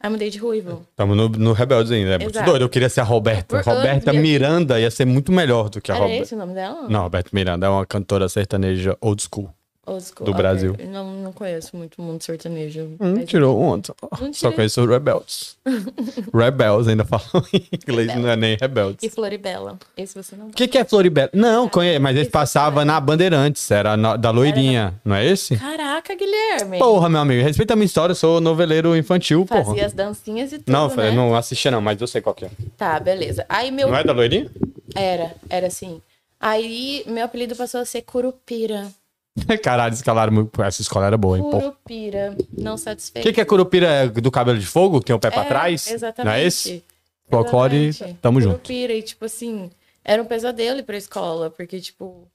Speaker 2: Aí eu mudei de ruivo.
Speaker 3: Estamos no, no Rebeldes ainda. É muito
Speaker 2: Exato.
Speaker 3: doido. Eu queria ser a Roberta.
Speaker 2: Por
Speaker 3: Roberta
Speaker 2: anos,
Speaker 1: Miranda
Speaker 3: ia ser muito melhor do
Speaker 1: É,
Speaker 3: que a
Speaker 2: Era
Speaker 3: Roberta.
Speaker 2: esse o nome dela?
Speaker 3: Não, Roberta Miranda é uma cantora sertaneja old school.
Speaker 2: Old school,
Speaker 3: do
Speaker 2: ok.
Speaker 3: Brasil.
Speaker 2: Não, não conheço muito o mundo sertanejo.
Speaker 3: Hum,
Speaker 2: mas-
Speaker 3: tirou ontem. Só
Speaker 2: Não tirei.
Speaker 3: conheço o
Speaker 2: (laughs)
Speaker 3: Rebeldes. Rebels ainda falam em inglês, não é nem Rebeldes.
Speaker 2: E Floribela. Esse você não
Speaker 1: O que, que é Floribela? Não, conhe... mas ele
Speaker 2: Isso,
Speaker 1: passava na Bandeirantes, era na- da loirinha, não é esse?
Speaker 2: Caraca, Guilherme!
Speaker 1: Porra, meu amigo, respeita a minha história, eu sou noveleiro infantil, porra.
Speaker 2: Fazia as dancinhas e tudo,
Speaker 3: Não,
Speaker 2: né?
Speaker 3: eu não assistia não, mas eu sei qual que é.
Speaker 2: Tá, beleza. Aí meu...
Speaker 3: Não é da loirinha? (laughs)
Speaker 2: Era, era assim. Aí meu apelido passou a ser Curupira.
Speaker 1: Caralho, escalaram muito. Essa escola era boa, hein, porra.
Speaker 2: Curupira, não
Speaker 1: O
Speaker 2: satisfeito.
Speaker 1: que, que é curupira É do cabelo de fogo? Que tem o pé pra
Speaker 2: É,
Speaker 1: trás?
Speaker 2: Exatamente.
Speaker 1: Não é esse? Folclore,
Speaker 2: Exatamente.
Speaker 1: tamo junto.
Speaker 2: Curupira, e tipo assim, era um pesadelo ir pra escola, porque tipo,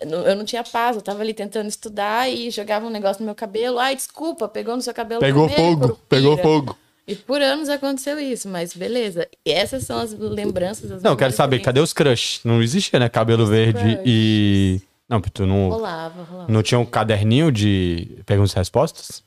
Speaker 2: eu não- eu não tinha paz, eu tava ali tentando estudar e jogava um negócio no meu cabelo. Ai, desculpa, pegou no seu cabelo.
Speaker 1: Pegou
Speaker 2: também,
Speaker 1: fogo,
Speaker 2: curupira.
Speaker 1: pegou fogo.
Speaker 2: E por anos aconteceu isso, mas beleza. E essas são as lembranças. As
Speaker 1: Não, eu quero
Speaker 2: memórias
Speaker 1: saber,
Speaker 2: que
Speaker 1: cadê os crush? Não existia, né? Cabelo verde
Speaker 2: crush.
Speaker 1: e. Não, tu não.
Speaker 2: Rolava, rolava.
Speaker 1: Não tinha um caderninho de perguntas e respostas?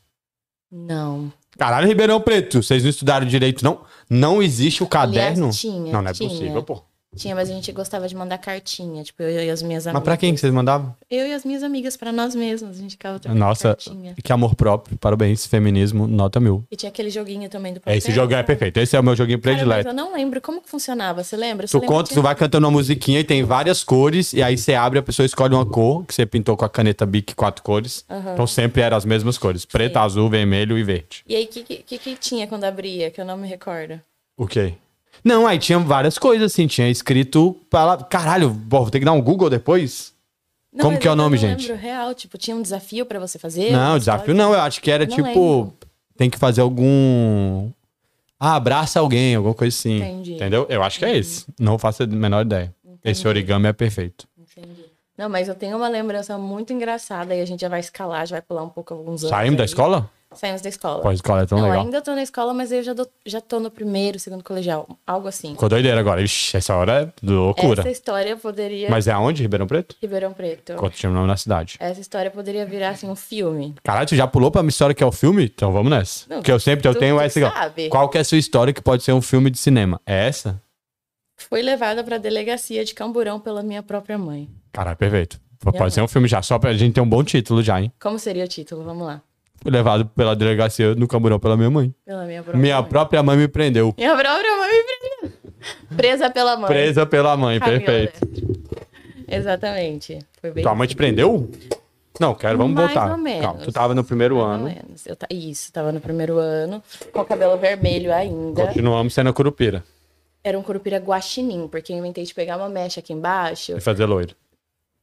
Speaker 2: Não.
Speaker 1: Caralho, Ribeirão Preto, vocês não estudaram direito, não? Não existe o caderno?
Speaker 2: Aliás, tinha,
Speaker 1: não, não é
Speaker 2: tinha.
Speaker 1: possível, pô.
Speaker 2: Tinha, mas a gente gostava de mandar cartinha, tipo, eu e as minhas amigas.
Speaker 1: Mas pra quem que vocês mandavam?
Speaker 2: Eu e as minhas amigas, pra nós mesmas. A gente ficava trocando
Speaker 1: Nossa.
Speaker 2: cartinha.
Speaker 1: Que amor próprio, parabéns, feminismo, nota mil.
Speaker 2: E tinha aquele joguinho também do né? papel.
Speaker 1: É, esse jogo é
Speaker 2: sabe?
Speaker 1: perfeito, esse é o meu joguinho
Speaker 2: Cara, mas
Speaker 1: predileto.
Speaker 2: eu não lembro como que funcionava, você lembra? Você
Speaker 1: Tu
Speaker 2: lembra
Speaker 1: conta,
Speaker 2: que-
Speaker 1: tu vai cantando uma musiquinha e tem várias cores, e aí você abre, a pessoa escolhe uma cor, que você pintou com a caneta Bic, quatro cores.
Speaker 2: Aham.
Speaker 1: Então sempre eram as mesmas cores, preto, azul, vermelho e verde.
Speaker 2: E aí, o que, que, que tinha quando abria, que eu não me recordo?
Speaker 1: O quê? Não, aí tinha várias coisas, assim, tinha escrito... Pra... Caralho, bom, vou ter que dar um Google depois?
Speaker 2: Não,
Speaker 1: Como
Speaker 2: mas
Speaker 1: que é o
Speaker 2: eu não
Speaker 1: nome, gente?
Speaker 2: lembro, real, tipo, tinha um desafio pra você fazer?
Speaker 1: Não,
Speaker 2: uma
Speaker 1: desafio
Speaker 2: história?
Speaker 1: não. Eu acho que era
Speaker 2: Não
Speaker 1: tipo.
Speaker 2: lembro.
Speaker 1: Tem que fazer algum. Ah, abraça alguém, alguma coisa assim.
Speaker 2: Entendi. Uhum.
Speaker 1: Entendeu? Eu acho que é esse. Não faço a menor ideia. Esse origami é perfeito.
Speaker 2: Entendi. Não, mas eu tenho uma lembrança muito engraçada e a gente já vai escalar, já vai pular um pouco alguns anos.
Speaker 1: Saímos da
Speaker 2: aí.
Speaker 1: escola?
Speaker 2: Saímos da escola.
Speaker 1: Pô, a escola é tão
Speaker 2: não,
Speaker 1: legal.
Speaker 2: ainda tô na escola, mas eu já, dou- já tô no primeiro, segundo colegial, algo assim.
Speaker 1: Ficou doideira agora. Ixi, essa hora é loucura.
Speaker 2: Essa história poderia...
Speaker 1: Mas é aonde, Ribeirão Preto?
Speaker 2: Ribeirão Preto.
Speaker 1: Quanto tinha o nome na cidade.
Speaker 2: Essa história poderia virar, assim, um filme.
Speaker 1: Caralho, tu já pulou pra minha história que é o filme? Então vamos nessa.
Speaker 2: Não,
Speaker 1: Porque eu sempre eu
Speaker 2: tu-
Speaker 1: tenho
Speaker 2: tu
Speaker 1: essa. igual.
Speaker 2: sabe.
Speaker 1: Qual que é a sua história que pode ser um filme de cinema? É essa?
Speaker 2: Fui levada pra delegacia de Camburão pela minha própria mãe.
Speaker 1: Caralho, perfeito. Pode
Speaker 2: amor.
Speaker 1: ser um filme já, só pra gente ter um bom título já, hein?
Speaker 2: Como seria o título? Vamos lá.
Speaker 1: Fui levado pela delegacia no Camburão pela minha mãe.
Speaker 2: Pela minha própria
Speaker 1: Minha
Speaker 2: mãe.
Speaker 1: própria mãe me prendeu.
Speaker 2: Minha própria mãe me prendeu. Presa pela mãe.
Speaker 1: Presa pela mãe,
Speaker 2: Camila né?
Speaker 1: perfeito. Tá
Speaker 2: Destre. Exatamente. Foi bem
Speaker 1: Tua mãe te prendeu? Não, quero, vamos
Speaker 2: Mais
Speaker 1: voltar.
Speaker 2: ou menos.
Speaker 1: Calma, tu tava no primeiro
Speaker 2: mais ou
Speaker 1: ano,
Speaker 2: menos. Eu ta- Isso, tava no primeiro ano, com o cabelo vermelho ainda.
Speaker 1: continuamos sendo a curupira
Speaker 2: Era um curupira guaxinim, porque eu inventei de pegar uma mecha aqui embaixo.
Speaker 1: e fazer loiro.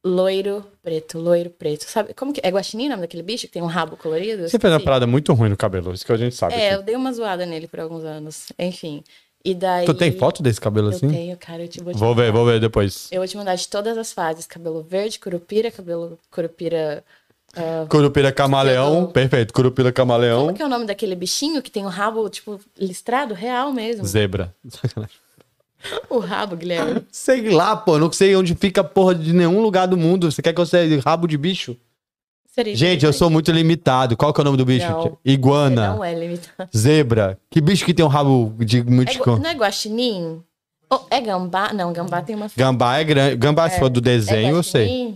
Speaker 2: Loiro, preto, loiro, preto. Sabe como que... É guaxinim o nome daquele bicho que tem um rabo colorido? Eu
Speaker 1: Você fez assim. uma
Speaker 2: esqueci.
Speaker 1: parada muito ruim no cabelo, isso que a gente sabe.
Speaker 2: assim. É,
Speaker 1: aqui.
Speaker 2: eu dei uma zoada nele por alguns anos. Enfim. E daí...
Speaker 1: Tu tem foto desse cabelo
Speaker 2: Eu
Speaker 1: assim?
Speaker 2: tenho, cara. Eu te vou te
Speaker 1: Vou ver, vou ver depois.
Speaker 2: Eu vou te mandar de todas as fases. Cabelo verde, curupira, cabelo curupira. ah,
Speaker 1: Curupira camaleão,
Speaker 2: Eu-
Speaker 1: perfeito. Curupira camaleão,
Speaker 2: como que é o nome daquele bichinho que tem o rabo, tipo, listrado? Real mesmo.
Speaker 1: zebra.
Speaker 2: O rabo,
Speaker 1: (laughs)
Speaker 2: Guilherme.
Speaker 1: Sei lá, pô, eu não sei onde fica porra de nenhum lugar do mundo. Você quer que eu seja rabo de bicho?
Speaker 2: Seria
Speaker 1: Gente, eu sou muito limitado. Qual que é o nome do bicho?
Speaker 2: Não.
Speaker 1: Iguana.
Speaker 2: Não é limitado.
Speaker 1: Zebra. Que bicho que tem um rabo de
Speaker 2: É
Speaker 1: multicor?
Speaker 2: gua- não é guaxinim? Oh, é gambá? Não, gambá tem uma...
Speaker 1: Gambá é grande. Gambá, se for do desenho, eu sei.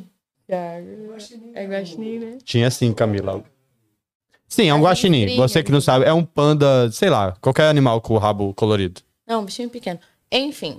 Speaker 2: É guaxinim, né?
Speaker 1: Tinha sim, Camila. Sim, é um
Speaker 2: Mas é
Speaker 1: guaxinim.
Speaker 2: bichinho,
Speaker 1: Você que não
Speaker 2: né?
Speaker 1: sabe, é um panda, sei lá, qualquer animal com o rabo colorido.
Speaker 2: Não, um bichinho pequeno. Enfim.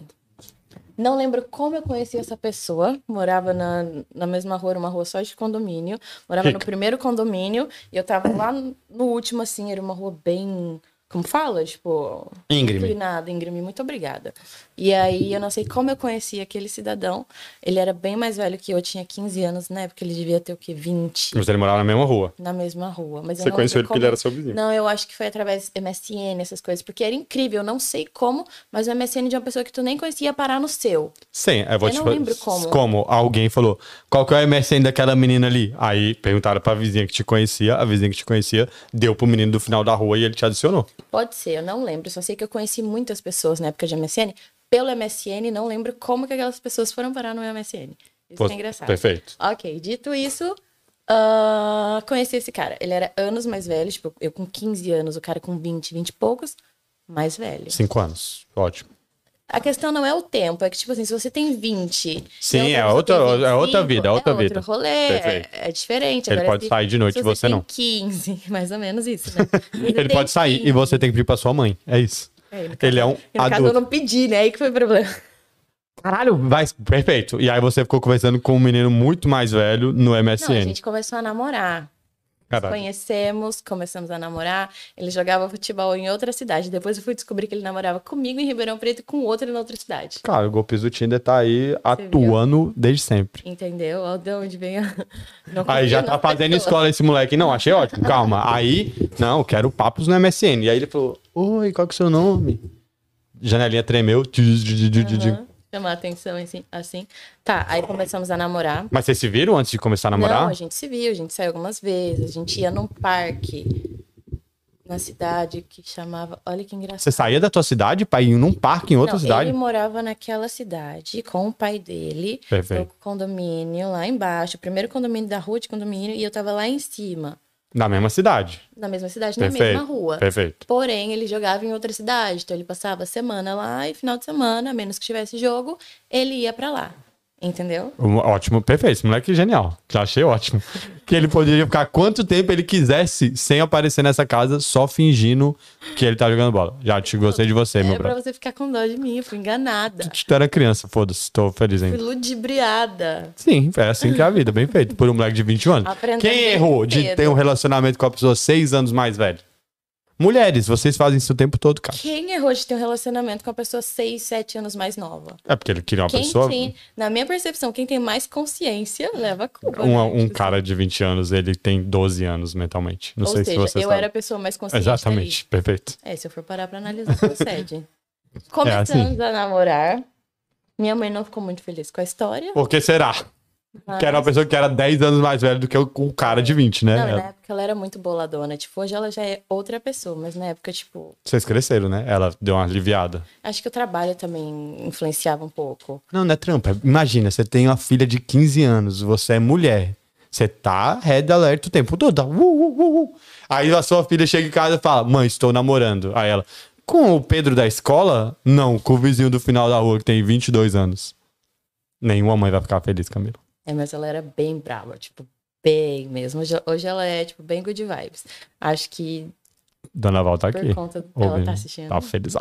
Speaker 2: Não lembro como eu conheci essa pessoa. Morava na, na mesma rua, era uma rua só de condomínio. Morava no
Speaker 3: Rica.
Speaker 2: primeiro condomínio e eu tava lá no último, assim, era uma rua bem. Como fala? Tipo.
Speaker 1: Íngreme.
Speaker 2: Inclinado, íngreme, muito obrigada. E aí eu não sei como eu conheci aquele cidadão. Ele era bem mais velho que eu, tinha 15 anos na época, ele devia ter o quê? 20
Speaker 4: Mas ele morava na mesma rua.
Speaker 2: na mesma rua. Mas eu
Speaker 4: Você
Speaker 2: não
Speaker 4: conheceu
Speaker 2: lembro
Speaker 4: ele porque
Speaker 2: como-
Speaker 4: ele era seu vizinho.
Speaker 2: Não, eu acho que foi através do MSN, essas coisas, porque era incrível, eu não sei como, mas o MSN é de uma pessoa que tu nem conhecia ia parar no seu.
Speaker 1: Sim, eu vou
Speaker 2: Eu
Speaker 1: te
Speaker 2: não
Speaker 1: falar-
Speaker 2: lembro como.
Speaker 1: Alguém falou, qual que é o MSN daquela menina ali? Aí perguntaram pra vizinha que te conhecia, a vizinha que te conhecia deu pro menino do final da rua e ele te adicionou.
Speaker 2: Pode ser, eu não lembro, só sei que eu conheci muitas pessoas na época de MSN pelo MSN, não lembro como que aquelas pessoas foram parar no MSN. Isso
Speaker 1: Pô,
Speaker 2: é engraçado.
Speaker 1: Perfeito.
Speaker 2: Ok, dito isso, ah, conheci esse cara. Ele era anos mais velho, tipo, eu com 15 anos, o cara com 20, 20 e poucos, mais velho.
Speaker 1: Cinco anos. Ótimo.
Speaker 2: A questão não é o tempo, é que, tipo assim, se você tem 20.
Speaker 1: Sim,
Speaker 2: e
Speaker 1: é
Speaker 2: pessoa
Speaker 1: outra-
Speaker 2: tem
Speaker 1: é outra vida, é outra
Speaker 2: é
Speaker 1: vida.
Speaker 2: outro rolê, é,
Speaker 1: Perfeito.
Speaker 2: é diferente.
Speaker 1: Ele
Speaker 2: Agora,
Speaker 1: pode
Speaker 2: se-
Speaker 1: sair de noite,
Speaker 2: se
Speaker 1: você não.
Speaker 2: Tem 15, (laughs) mais ou menos isso, né?
Speaker 1: (laughs) Ele pode sair e você tem que pedir pra sua mãe. É isso. Ele é um
Speaker 2: No caso, eu
Speaker 1: adulto.
Speaker 2: não pedi, né? Aí que foi
Speaker 1: (laughs)
Speaker 2: o problema.
Speaker 1: Caralho, vai. Perfeito. E aí você ficou conversando com um menino muito mais velho no MSN.
Speaker 2: Não, a gente começou a namorar. Nos
Speaker 1: Caralho.
Speaker 2: conhecemos, começamos a namorar. Ele jogava futebol em outra cidade. Depois eu fui descobrir que ele namorava comigo em Ribeirão Preto e com outro na outra cidade.
Speaker 1: Cara, o golpes do Tinder tá aí atuando desde sempre.
Speaker 2: Entendeu? Olha de onde vem a. (laughs) Não
Speaker 1: Aí já
Speaker 2: confio
Speaker 1: tá
Speaker 2: na
Speaker 1: fazendo
Speaker 2: pessoa.
Speaker 1: escola esse moleque. Não, achei ótimo, calma. Aí, não, quero papos no MSN. E aí ele falou, oi, qual que é o seu nome? Janelinha tremeu.
Speaker 2: Aham, Chamar a atenção assim, assim. Tá, aí começamos a namorar.
Speaker 1: Mas vocês se viram antes de começar a
Speaker 2: Não,
Speaker 1: namorar?
Speaker 2: a gente se viu, a gente saiu algumas vezes, a gente ia num parque na cidade que chamava. Olha que engraçado.
Speaker 1: Você saía da tua cidade pra ir num parque em outra
Speaker 2: Não,
Speaker 1: cidade?
Speaker 2: Ele morava naquela cidade com o pai dele,
Speaker 1: Perfeito.
Speaker 2: no condomínio lá embaixo, o primeiro condomínio da rua de condomínio, e eu tava lá em cima,
Speaker 1: Na mesma cidade.
Speaker 2: na mesma cidade, na
Speaker 1: Perfeito.
Speaker 2: mesma rua.
Speaker 1: Perfeito.
Speaker 2: Porém, ele jogava em outra cidade, então ele passava a semana lá e final de semana, a menos que tivesse jogo, ele ia pra lá. Entendeu?
Speaker 1: Um- Ótimo, perfeito. Esse moleque é genial. Já achei ótimo. Que ele poderia ficar quanto tempo ele quisesse sem aparecer nessa casa, só fingindo que ele tá jogando bola. Já te gostei de você, meu
Speaker 2: Era É pra
Speaker 1: brother.
Speaker 2: você ficar com dó de mim, eu fui enganada.
Speaker 1: Tu era criança, foda-se, tô feliz
Speaker 2: Fui
Speaker 1: ainda.
Speaker 2: ludibriada.
Speaker 1: Sim, é assim que é a vida, bem feito, por um moleque de 20 anos.
Speaker 2: Aprendendo
Speaker 1: Quem
Speaker 2: desde
Speaker 1: errou de
Speaker 2: cedo.
Speaker 1: ter um relacionamento com a pessoa seis anos mais velha? Mulheres, vocês fazem isso o tempo todo, cara.
Speaker 2: Quem errou de ter um relacionamento com uma pessoa 6, 7 anos mais nova?
Speaker 1: É porque ele queria uma
Speaker 2: quem
Speaker 1: pessoa. um,
Speaker 2: tem, na minha percepção, quem tem mais consciência leva a culpa.
Speaker 1: Um,
Speaker 2: né?
Speaker 1: um
Speaker 2: Tipo
Speaker 1: cara de 20 anos, ele tem 12 anos mentalmente. Não
Speaker 2: assim,
Speaker 1: sei
Speaker 2: Ou
Speaker 1: se você
Speaker 2: seja, eu
Speaker 1: sabe.
Speaker 2: era a pessoa mais consciente.
Speaker 1: Exatamente, perfeito.
Speaker 2: daí. É, se eu for parar pra analisar, (laughs) procede.
Speaker 1: É
Speaker 2: Começamos
Speaker 1: assim.
Speaker 2: a namorar. Minha mãe não ficou muito feliz com a história.
Speaker 1: Por que será?
Speaker 2: mas-
Speaker 1: Que era uma pessoa que era 10 anos mais velha do que o, o cara de 20, né?
Speaker 2: Não, e
Speaker 1: É.
Speaker 2: na época ela era muito boladona. Tipo, hoje ela já é outra pessoa, mas na época, tipo,
Speaker 1: Vocês cresceram, né? Ela deu uma aliviada.
Speaker 2: acho que o trabalho também influenciava um pouco.
Speaker 1: Não, não é trampa. Imagina, você tem uma filha de 15 anos, você é mulher. Você tá red alert o tempo todo. tá? Uh, uh, uh, uh. Aí a sua filha chega em casa e fala: Mãe, estou namorando. Aí ela: Com o Pedro da escola? Não, com o vizinho do final da rua que tem 22 anos. Nenhuma mãe vai ficar feliz, Camila.
Speaker 2: É, mas ela era bem brava, tipo, bem mesmo. Hoje, hoje ela é, tipo, bem good vibes. Acho que
Speaker 1: Dona Val tá
Speaker 2: por
Speaker 1: aqui.
Speaker 2: conta dela
Speaker 1: ouvindo.
Speaker 2: tá assistindo.
Speaker 1: Tá
Speaker 2: Tá,
Speaker 1: feliz.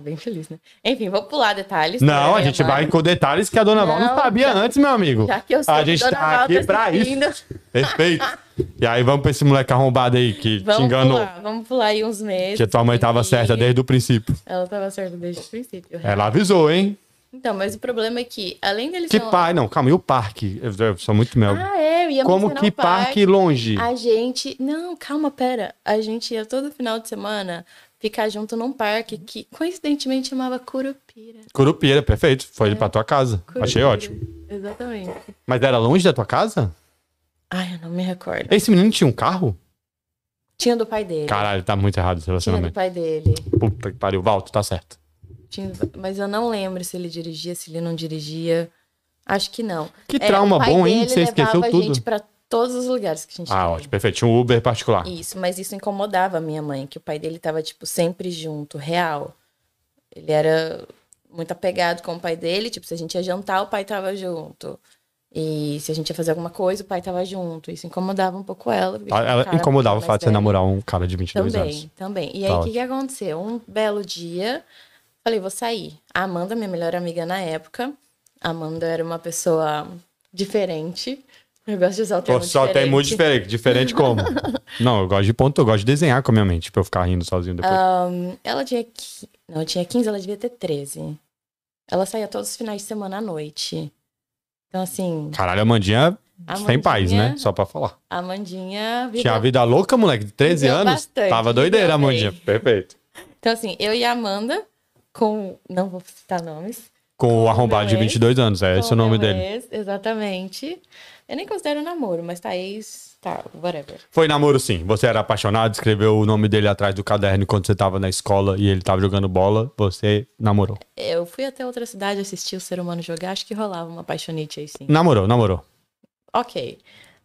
Speaker 2: bem feliz, né? Enfim, vou pular detalhes.
Speaker 1: Não,
Speaker 2: pra
Speaker 1: a gente
Speaker 2: minha mãe.
Speaker 1: vai com detalhes que a Dona Val não
Speaker 2: Não,
Speaker 1: sabia
Speaker 2: já-
Speaker 1: antes, meu amigo.
Speaker 2: Já que eu sou
Speaker 1: a gente
Speaker 2: Dona
Speaker 1: tá
Speaker 2: Val,
Speaker 1: aqui pra isso.
Speaker 2: assistindo. (laughs)
Speaker 1: Respeito. E aí vamos pra esse moleque arrombado aí que te
Speaker 2: Vamos
Speaker 1: enganou.
Speaker 2: pular, vamos pular aí uns meses.
Speaker 1: Que a tua mãe tava
Speaker 2: porque
Speaker 1: certa desde o princípio.
Speaker 2: Ela tava certa desde o princípio.
Speaker 1: Ela avisou, hein?
Speaker 2: Então, mas o problema é que, além deles
Speaker 1: Que
Speaker 2: não-
Speaker 1: pai, não, calma, e o parque? Eu, eu sou muito mel.
Speaker 2: Ah, é, eu ia
Speaker 1: Como
Speaker 2: mencionar
Speaker 1: que
Speaker 2: o parque.
Speaker 1: parque longe?
Speaker 2: A gente. Não, calma, pera. A gente ia todo final de semana ficar junto num parque que coincidentemente chamava Curupira.
Speaker 1: Curupira, perfeito. Foi pra tua casa.
Speaker 2: É. Curupira.
Speaker 1: Achei ótimo.
Speaker 2: Exatamente.
Speaker 1: Mas era longe da tua casa?
Speaker 2: Ai, eu não me recordo.
Speaker 1: Esse menino tinha um carro?
Speaker 2: Tinha do pai dele.
Speaker 1: Caralho, tá muito errado esse
Speaker 2: tinha do
Speaker 1: relacionamento.
Speaker 2: pai dele.
Speaker 1: Puta que pariu. Val, tu tá certo.
Speaker 2: Tinha do- Mas eu não lembro se ele dirigia, se ele não dirigia. Acho que não.
Speaker 1: Que
Speaker 2: Era,
Speaker 1: trauma
Speaker 2: o pai
Speaker 1: bom, hein?
Speaker 2: dele
Speaker 1: Você esqueceu
Speaker 2: levava a
Speaker 1: tudo.
Speaker 2: gente pra todos os lugares que a gente
Speaker 1: Ah,
Speaker 2: ia.
Speaker 1: ótimo, perfeito. Tinha um Uber particular.
Speaker 2: Isso, mas isso incomodava a minha mãe, que o pai dele tava, tipo, sempre junto, real. Ele era muito apegado com o pai dele, tipo, se a gente ia jantar, o pai tava junto. E se a gente ia fazer alguma coisa, o pai tava junto. Isso incomodava um pouco ela. porque
Speaker 1: Ela-
Speaker 2: tinha um
Speaker 1: Ah, Ela
Speaker 2: cara
Speaker 1: incomodava o
Speaker 2: muito
Speaker 1: fato de você
Speaker 2: mais velho.
Speaker 1: namorar um cara de 22
Speaker 2: Também, É
Speaker 1: anos.
Speaker 2: também. E
Speaker 1: Tá
Speaker 2: aí, o que, que aconteceu? Um belo dia, falei, vou sair. A Amanda, minha melhor amiga na época, a Amanda era uma pessoa diferente, Eu gosto de usar o termo
Speaker 1: Eu só tem muito diferente. Diferente
Speaker 2: (laughs)
Speaker 1: como? não, eu gosto de ponto, eu gosto de desenhar com a minha mente, pra eu ficar rindo sozinho depois.
Speaker 2: Ah. Ahn, ela tinha. qui- Não, tinha 15, ela devia ter 13. Ela saía todos os finais de semana à noite. Então, assim,
Speaker 1: Caralho, a Mandinha
Speaker 2: a
Speaker 1: sem paz,
Speaker 2: Mandinha-
Speaker 1: né? Só pra falar.
Speaker 2: A Mandinha
Speaker 1: Tinha a vida louca, moleque, de 13
Speaker 2: Viveu
Speaker 1: anos.
Speaker 2: bastante,
Speaker 1: Tava
Speaker 2: viveu
Speaker 1: doideira a
Speaker 2: bem.
Speaker 1: Mandinha. Perfeito.
Speaker 2: Então, assim, eu e a Amanda, com. Não vou citar nomes.
Speaker 1: Com o arrombado de
Speaker 2: meu ex,
Speaker 1: 22 anos, é esse
Speaker 2: com
Speaker 1: o nome
Speaker 2: meu
Speaker 1: dele.
Speaker 2: ex, exatamente. Eu nem considero namoro, mas tá ex. Tá, whatever.
Speaker 1: Foi namoro, sim. Você era apaixonado, escreveu o nome dele atrás do caderno quando você tava na escola e ele tava jogando bola. Você namorou.
Speaker 2: Eu fui até outra cidade assistir o ser humano jogar, acho que rolava uma paixonite aí sim.
Speaker 1: Namorou, namorou.
Speaker 2: Ok.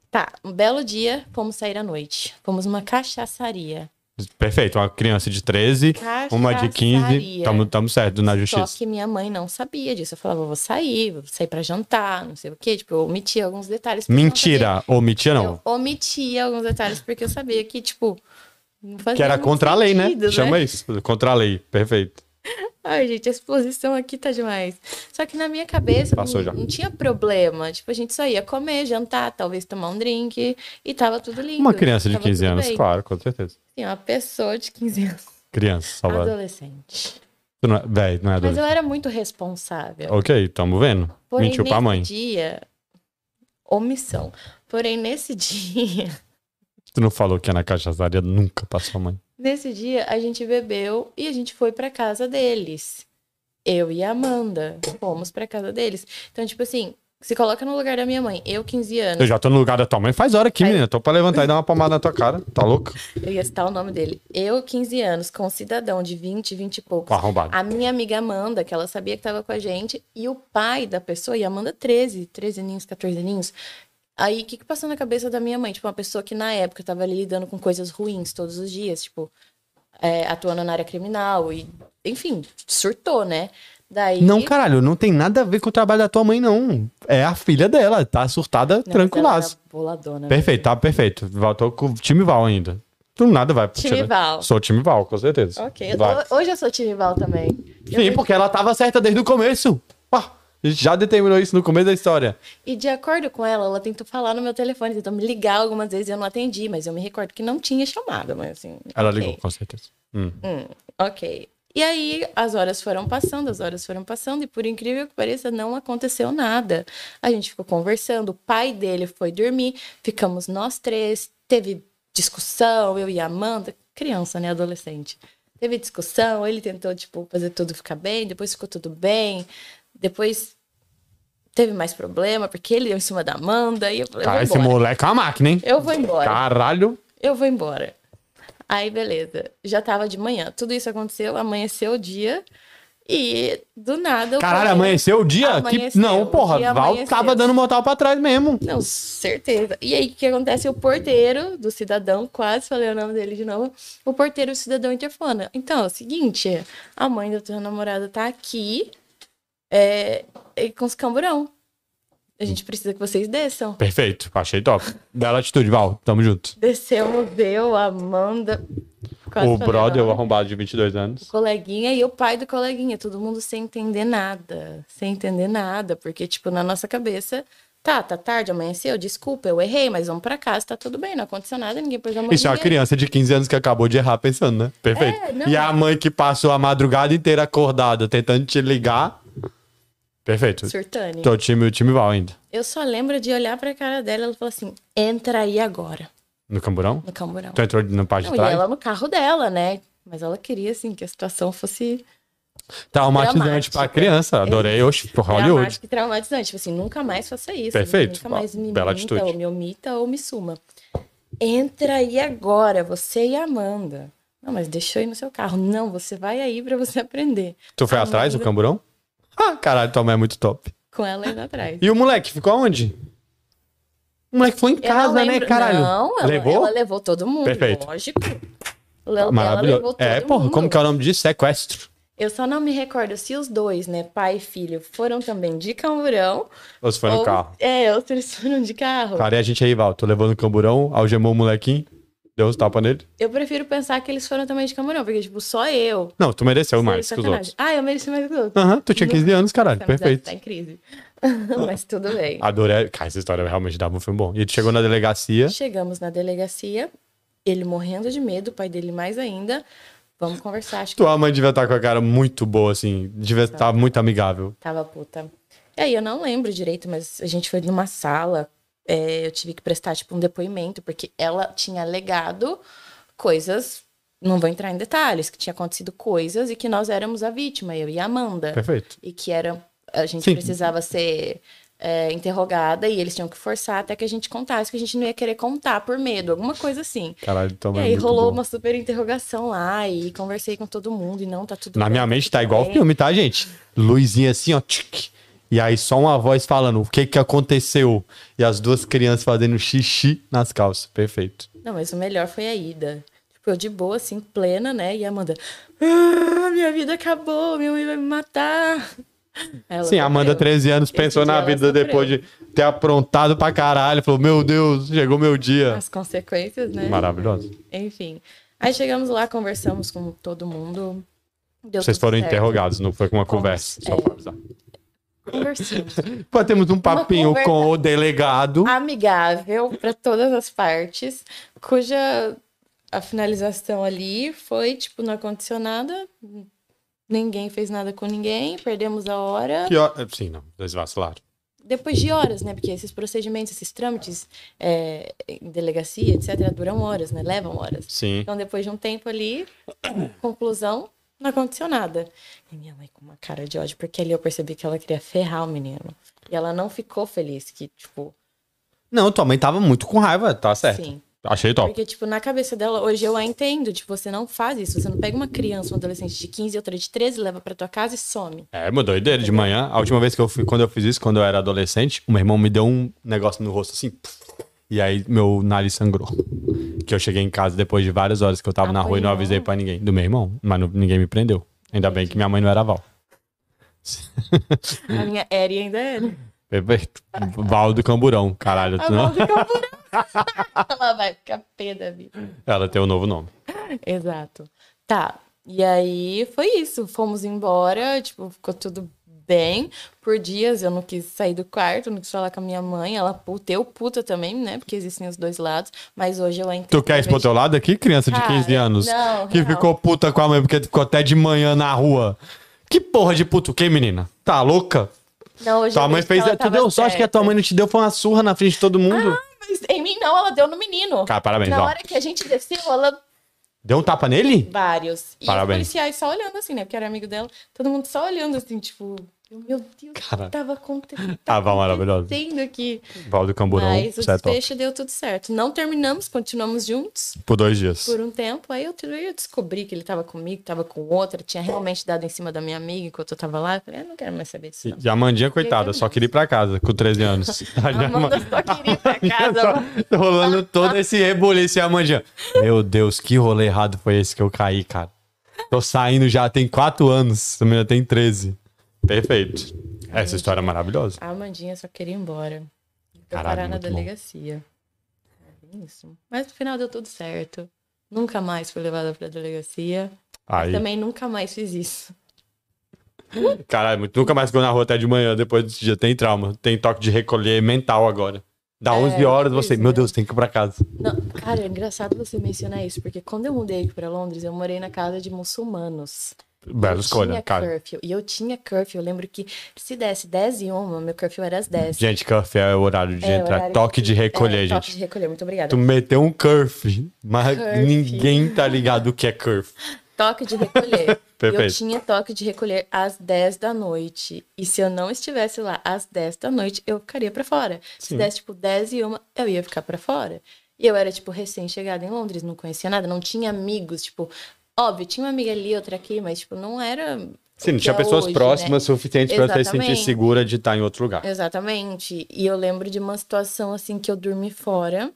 Speaker 2: Tá, um belo dia, fomos sair à noite. Fomos numa cachaçaria.
Speaker 1: Perfeito. Uma criança de 13, uma de 15.
Speaker 2: Cachaçaria.
Speaker 1: Tamo, tamo certo na
Speaker 2: Só
Speaker 1: justiça.
Speaker 2: que minha mãe não sabia disso. Eu falava, vou sair, vou sair pra jantar, não sei o quê. Tipo, eu omitia alguns detalhes. porque eu não sabia-
Speaker 1: Mentira. Ou mentira, não.
Speaker 2: Eu omitia alguns detalhes porque eu sabia que, tipo, não fazia
Speaker 1: Que era
Speaker 2: muito
Speaker 1: contra a lei, né?
Speaker 2: sentido,
Speaker 1: Chama isso. Contra a lei. Perfeito.
Speaker 2: Ai, gente, a exposição aqui tá demais. Só que na minha cabeça
Speaker 1: Passou já.
Speaker 2: não, não tinha problema. Tipo, a gente só ia comer, jantar, talvez tomar um drink e tava tudo lindo.
Speaker 1: Uma criança de
Speaker 2: Tava
Speaker 1: 15
Speaker 2: tudo
Speaker 1: anos,
Speaker 2: bem.
Speaker 1: claro, com certeza.
Speaker 2: Sim, uma pessoa de 15 anos.
Speaker 1: Criança, salvado.
Speaker 2: Adolescente.
Speaker 1: Tu não é- Véi, não é
Speaker 2: Mas
Speaker 1: adulto.
Speaker 2: eu era muito responsável.
Speaker 1: Ok, tamo vendo.
Speaker 2: Porém,
Speaker 1: Mentiu
Speaker 2: nesse
Speaker 1: pra mãe.
Speaker 2: dia. Omissão. Porém, nesse (laughs) dia.
Speaker 1: Tu não falou que ia na cachaçaria nunca pra sua mãe.
Speaker 2: Nesse dia, a gente bebeu e a gente foi pra casa deles. Eu e a Amanda fomos pra casa deles. Então, tipo assim, se coloca no lugar da minha mãe. Eu, 15
Speaker 1: Eu
Speaker 2: anos,
Speaker 1: já tô no lugar da tua mãe faz hora aqui,
Speaker 2: Aí-
Speaker 1: menina. Tô pra levantar e dar uma palmada na tua cara. Tá louco?
Speaker 2: eu ia citar o nome dele. Eu, 15 anos, com um cidadão de 20, 20 e poucos.
Speaker 1: Arrombado.
Speaker 2: A minha amiga Amanda, que ela sabia que tava com a gente, e o pai da pessoa, e a Amanda 13, 13 aninhos, 14 aninhos. Aí, o que que passou na cabeça da minha mãe? Tipo, uma pessoa que na época tava ali lidando com coisas ruins todos os dias, tipo, é, atuando na área criminal e, enfim, surtou, né? Daí...
Speaker 1: Não, caralho, não tem nada a ver com o trabalho da tua mãe, não. É a filha dela, tá surtada,
Speaker 2: Não, mas
Speaker 1: tranquilaço.
Speaker 2: ela era Boladona.
Speaker 1: Perfeito, tá perfeito. Val- Tô com o time Val ainda. Tu nada vai
Speaker 2: Time
Speaker 1: tirar-
Speaker 2: Val.
Speaker 1: Sou time Val, com certeza.
Speaker 2: Ok. eu-
Speaker 1: Vai.
Speaker 2: Hoje eu sou time Val também.
Speaker 1: Sim, porque ela tava certa desde o começo. Pá, já determinou isso no começo da história.
Speaker 2: E de acordo com ela, ela tentou falar no meu telefone, tentou me ligar algumas vezes e eu não atendi, mas eu me recordo que não tinha chamada, mas assim.
Speaker 1: Ela
Speaker 2: ok.
Speaker 1: ligou, com certeza. Hum.
Speaker 2: Ok. E aí, as horas foram passando, as horas foram passando, e por incrível que pareça, não aconteceu nada. A gente ficou conversando, o pai dele foi dormir, ficamos nós três, teve discussão, eu e a Amanda, criança, né, adolescente. Teve discussão, ele tentou, tipo, fazer tudo ficar bem, depois ficou tudo bem, depois teve mais problema, porque ele deu em cima da Amanda, e eu falei,
Speaker 1: Cara,
Speaker 2: eu
Speaker 1: esse Tá,
Speaker 2: vou embora.
Speaker 1: moleque é uma máquina, hein?
Speaker 2: Eu vou embora
Speaker 1: Caralho.
Speaker 2: eu vou embora. Aí, beleza. Já tava de manhã. Tudo isso aconteceu, amanheceu o dia. E do nada. eu
Speaker 1: Caralho,
Speaker 2: falei-
Speaker 1: amanheceu o dia? que...
Speaker 2: Amanheceu,
Speaker 1: Não,
Speaker 2: o
Speaker 1: porra,
Speaker 2: dia
Speaker 1: Val
Speaker 2: amanheceu.
Speaker 1: tava dando mortal pra trás mesmo.
Speaker 2: Não, certeza. E aí, o que acontece? O porteiro do cidadão, quase falei o nome dele de novo. O porteiro do cidadão interfona. Então, é o seguinte: a mãe da tua namorada tá aqui é, e com os camburão. A gente precisa que vocês desçam.
Speaker 1: Perfeito, achei top. Bela atitude, Val, tamo junto.
Speaker 2: Descemos, eu, a Amanda. quase
Speaker 1: o
Speaker 2: falei
Speaker 1: brother,
Speaker 2: nome.
Speaker 1: o arrombado de 22 anos.
Speaker 2: coleguinha e o pai do coleguinha, todo mundo sem entender nada, sem entender nada, porque tipo na nossa cabeça, tá, tá tarde, amanheceu, desculpa, eu errei, mas vamos pra casa, tá tudo bem, não aconteceu nada, ninguém pôs a mão
Speaker 1: Isso é uma criança de 15 anos que acabou de errar pensando, né? Perfeito.
Speaker 2: É, não.
Speaker 1: e a mãe que passou a madrugada inteira acordada tentando te ligar. Perfeito.
Speaker 2: Surtane.
Speaker 1: Tô time, o time Val ainda.
Speaker 2: Eu só lembro de olhar pra cara dela, ela falou assim: "Entra aí agora
Speaker 1: No camburão?
Speaker 2: no camburão".
Speaker 1: Tu entrou na parte
Speaker 2: Não,
Speaker 1: de
Speaker 2: e
Speaker 1: trás?
Speaker 2: ela no carro dela, né? Mas ela queria assim que a situação fosse
Speaker 1: Tá Traumatizante pra
Speaker 2: Dramática.
Speaker 1: criança.
Speaker 2: É.
Speaker 1: Adorei. Oxe, porra, Hollywood.
Speaker 2: Dramático e traumatizante. Tipo assim, nunca mais faça isso.
Speaker 1: Perfeito.
Speaker 2: Nunca mais me
Speaker 1: Bela
Speaker 2: minta,
Speaker 1: atitude.
Speaker 2: ou me omita ou me suma. Entra aí agora, você e a Amanda. Não, mas deixa eu ir no seu carro. Não, você vai aí pra você (laughs) aprender.
Speaker 1: Tu foi
Speaker 2: Ah,
Speaker 1: atrás do
Speaker 2: não.
Speaker 1: camburão? Ah, caralho, tua mãe é muito top.
Speaker 2: Com ela indo atrás.
Speaker 1: E o moleque ficou aonde? O moleque foi em
Speaker 2: Eu não
Speaker 1: casa, né,
Speaker 2: lembro-
Speaker 1: caralho?
Speaker 2: Não, ela
Speaker 1: Levou?
Speaker 2: ela levou todo mundo,
Speaker 1: Perfeito.
Speaker 2: lógico. Ela, ela levou
Speaker 1: Maravilhoso.
Speaker 2: todo
Speaker 1: É, porra,
Speaker 2: mundo.
Speaker 1: como que é o nome disso? Sequestro.
Speaker 2: Eu só não me recordo se os dois, né, pai e filho, foram também de camburão.
Speaker 1: Ou se foi no
Speaker 2: ou-
Speaker 1: carro.
Speaker 2: É, ou se eles (laughs) foram de carro.
Speaker 1: Cara, e a gente aí, Val. Tô levando o camburão, algemou o molequinho, deu uns tapas nele.
Speaker 2: Eu prefiro pensar que eles foram também de camburão, porque, tipo, só eu
Speaker 1: Não, tu mereceu
Speaker 2: Foi
Speaker 1: mais que os
Speaker 2: sacanagem.
Speaker 1: outros.
Speaker 2: Ah, eu mereci mais que os outros.
Speaker 1: Aham, tu tinha 15 anos, caralho.
Speaker 2: Essa amizade
Speaker 1: Perfeito. Ah,
Speaker 2: Tá em crise. (laughs) Mas tudo bem.
Speaker 1: Adorei. Cara, essa história realmente dava um filme bom. E tu chegou na delegacia.
Speaker 2: Chegamos na delegacia, ele morrendo de medo, o pai dele mais ainda. Vamos conversar, acho que
Speaker 1: Tua mãe devia estar com a cara muito boa, assim. Devia estar muito amigável.
Speaker 2: Tava puta. E aí, eu não lembro direito, mas a gente foi numa sala. é, eu tive que prestar, tipo, um depoimento, porque ela tinha alegado coisas. Não vou entrar em detalhes, que tinha acontecido coisas e que nós éramos a vítima, eu e a Amanda.
Speaker 1: Perfeito.
Speaker 2: E que era. A gente
Speaker 1: Sim.
Speaker 2: precisava ser é, interrogada e eles tinham que forçar até que a gente contasse, que a gente não ia querer contar por medo, alguma coisa assim.
Speaker 1: Caralho, tua
Speaker 2: E
Speaker 1: mãe. é
Speaker 2: aí
Speaker 1: muito
Speaker 2: rolou
Speaker 1: boa.
Speaker 2: uma super interrogação lá e conversei com todo mundo e não, tá tudo
Speaker 1: Na
Speaker 2: bem,
Speaker 1: minha
Speaker 2: tá
Speaker 1: mente
Speaker 2: tudo
Speaker 1: tá igual
Speaker 2: bem.
Speaker 1: filme, tá, gente? Luzinha assim, ó. Tchic, e aí só uma voz falando o que que aconteceu. E as duas crianças fazendo xixi nas calças. Perfeito.
Speaker 2: Não, mas o melhor foi a ida. Tipo, eu de boa, assim, plena, né? E a Amanda, ah, minha vida acabou, minha mãe vai me matar. Ela
Speaker 1: Sim, a Amanda,
Speaker 2: sofreu.
Speaker 1: 13 anos,
Speaker 2: Esse
Speaker 1: pensou
Speaker 2: dia
Speaker 1: na
Speaker 2: ela
Speaker 1: vida
Speaker 2: sofreu.
Speaker 1: depois de ter aprontado pra caralho. Falou, meu Deus, chegou meu dia.
Speaker 2: As consequências, né?
Speaker 1: Maravilhoso.
Speaker 2: Enfim. Aí chegamos lá, conversamos com todo mundo. Deu
Speaker 1: Vocês
Speaker 2: tudo
Speaker 1: foram
Speaker 2: certo.
Speaker 1: interrogados, não foi com uma
Speaker 2: Fomos,
Speaker 1: conversa. Só
Speaker 2: é.
Speaker 1: pra avisar.
Speaker 2: Conversamos.
Speaker 1: Pô, temos um papinho
Speaker 2: conversa-
Speaker 1: com o delegado.
Speaker 2: (laughs) Amigável para todas as partes, cuja a finalização ali foi, tipo, não aconteceu nada. Ninguém fez nada com ninguém, perdemos a hora.
Speaker 1: Que hora... Sim, não, vocês vacilaram.
Speaker 2: depois de horas, né? Porque esses procedimentos, esses trâmites é, em delegacia, etc., duram horas, né? Levam horas.
Speaker 1: Sim.
Speaker 2: Então, depois de um tempo ali, (coughs) conclusão, não aconteceu nada. E minha mãe com uma cara de ódio, porque ali eu percebi que ela queria ferrar o menino. E ela não ficou feliz, que, tipo,
Speaker 1: Não, tua mãe tava muito com raiva, tá certo.
Speaker 2: sim.
Speaker 1: Achei top.
Speaker 2: Porque, tipo, na cabeça dela, hoje eu a entendo. Tipo, você não faz isso. Você não pega uma criança, um adolescente de 15, outra de 13, leva pra tua casa e some.
Speaker 1: É, meu doideira de manhã. A última vez que eu fui, quando eu fiz isso, quando eu era adolescente, o meu irmão me deu um negócio no rosto assim. E aí meu nariz sangrou. Que eu cheguei em casa depois de várias horas que eu tava na rua e não
Speaker 2: Apanhou.
Speaker 1: avisei pra ninguém. Do meu irmão. Mas não- ninguém me prendeu. Ainda bem que minha mãe não era Val. (laughs) Hum.
Speaker 2: A minha Eri ainda é. né?
Speaker 1: Perfeito. Val do Camburão. Caralho,
Speaker 2: A
Speaker 1: tu não?
Speaker 2: mão
Speaker 1: (laughs)
Speaker 2: fica por- Ela vai ficar pé da vida.
Speaker 1: Ela tem um novo nome.
Speaker 2: Exato. Tá. E aí foi isso. Fomos embora, tipo, ficou tudo bem. Por dias eu não quis sair do quarto, não quis falar com a minha mãe. Ela puta, eu puta também, né? Porque existem os dois lados. Mas hoje eu entendo.
Speaker 1: Tu quer expor teu lado aqui, criança de
Speaker 2: Cara,
Speaker 1: 15 anos?
Speaker 2: não,
Speaker 1: que
Speaker 2: não.
Speaker 1: ficou puta com a mãe porque tu ficou até de manhã na rua. Que porra de puto que, menina? Tá louca?
Speaker 2: Não, hoje
Speaker 1: Tua
Speaker 2: eu
Speaker 1: mãe
Speaker 2: vejo que
Speaker 1: fez.
Speaker 2: ela
Speaker 1: Tu
Speaker 2: tava
Speaker 1: deu sorte que a tua mãe não te deu, foi uma surra na frente de todo mundo.
Speaker 2: certa. Mas em mim não, ela deu no menino.
Speaker 1: Cara, parabéns,
Speaker 2: Na
Speaker 1: ó.
Speaker 2: hora que a gente desceu, ela.
Speaker 1: Deu um tapa nele?
Speaker 2: Vários. E
Speaker 1: Parabéns.
Speaker 2: os policiais só olhando assim, né? Porque era amigo dela. Todo mundo só olhando assim, tipo. eu, Meu Deus, o
Speaker 1: Cara.
Speaker 2: que tava tá acontecendo?
Speaker 1: Ah, Val maravilhosa.
Speaker 2: Tendo aqui.
Speaker 1: Val do Camburão,
Speaker 2: Mas o
Speaker 1: um certo?
Speaker 2: desfecho deu tudo certo. Não terminamos, continuamos juntos
Speaker 1: Por dois dias.
Speaker 2: por um tempo. Aí eu, aí eu descobri que ele tava comigo, tava com outra, tinha realmente dado em cima da minha amiga enquanto eu tava lá. Eu falei, ah, não quero mais saber disso. Não.
Speaker 1: E a Mandinha, coitada,
Speaker 2: Amanda.
Speaker 1: só queria ir pra casa com 13 anos.
Speaker 2: (laughs) A Amanda só queria
Speaker 1: (laughs)
Speaker 2: ir pra casa.
Speaker 1: Tá rolando todo esse rebuliço e a Mandinha. Meu Deus, que rolê errado foi esse que eu caí, cara. Tô saindo já tem 4 anos, a menina tem 13. Perfeito. Essa história é maravilhosa.
Speaker 2: A Amandinha só queria ir embora. Foi
Speaker 1: Caralho,
Speaker 2: parar na
Speaker 1: muito bom.
Speaker 2: delegacia. É bem Isso. Mas no final deu tudo certo. Nunca mais fui levada pra delegacia.
Speaker 1: Aí,
Speaker 2: Também nunca mais fiz isso.
Speaker 1: caralho, nunca mais ficou na rua até de manhã, depois desse dia. Tem trauma, tem toque de recolher mental agora. Dá 11 horas,
Speaker 2: tipo
Speaker 1: você,
Speaker 2: isso,
Speaker 1: meu
Speaker 2: né?
Speaker 1: Deus, tem que ir pra casa.
Speaker 2: Não, cara, é engraçado você mencionar isso, porque quando eu mudei aqui pra Londres, eu morei na casa de muçulmanos.
Speaker 1: Bela
Speaker 2: Eu
Speaker 1: escolha,
Speaker 2: tinha
Speaker 1: cara.
Speaker 2: curfew, e eu tinha curfew. Eu lembro que se desse 10 e 1, meu curfew era às 10.
Speaker 1: Gente, curfew é o horário de
Speaker 2: É,
Speaker 1: entrar.
Speaker 2: horário
Speaker 1: toque de recolher,
Speaker 2: É,
Speaker 1: gente.
Speaker 2: Toque de recolher, muito obrigada.
Speaker 1: Tu meteu um curfew, mas
Speaker 2: Curfew.
Speaker 1: ninguém tá ligado o que é curfew.
Speaker 2: Toque de recolher. eu
Speaker 1: (laughs) Perfeito.
Speaker 2: tinha toque de recolher às 10 da noite. E se eu não estivesse lá às 10 da noite, eu ficaria pra fora.
Speaker 1: Sim.
Speaker 2: Se desse tipo 10 e 1, eu ia ficar pra fora. E eu era, tipo, recém-chegada em Londres, não conhecia nada, não tinha amigos, tipo. Óbvio, tinha uma amiga ali, outra aqui, mas, tipo, não era.
Speaker 1: Sim,
Speaker 2: o
Speaker 1: não
Speaker 2: que
Speaker 1: tinha
Speaker 2: é
Speaker 1: pessoas
Speaker 2: hoje, né?
Speaker 1: próximas suficientes pra você se sentir
Speaker 2: Exatamente.
Speaker 1: segura de estar em outro lugar.
Speaker 2: Exatamente. E eu lembro de uma situação assim que eu dormi fora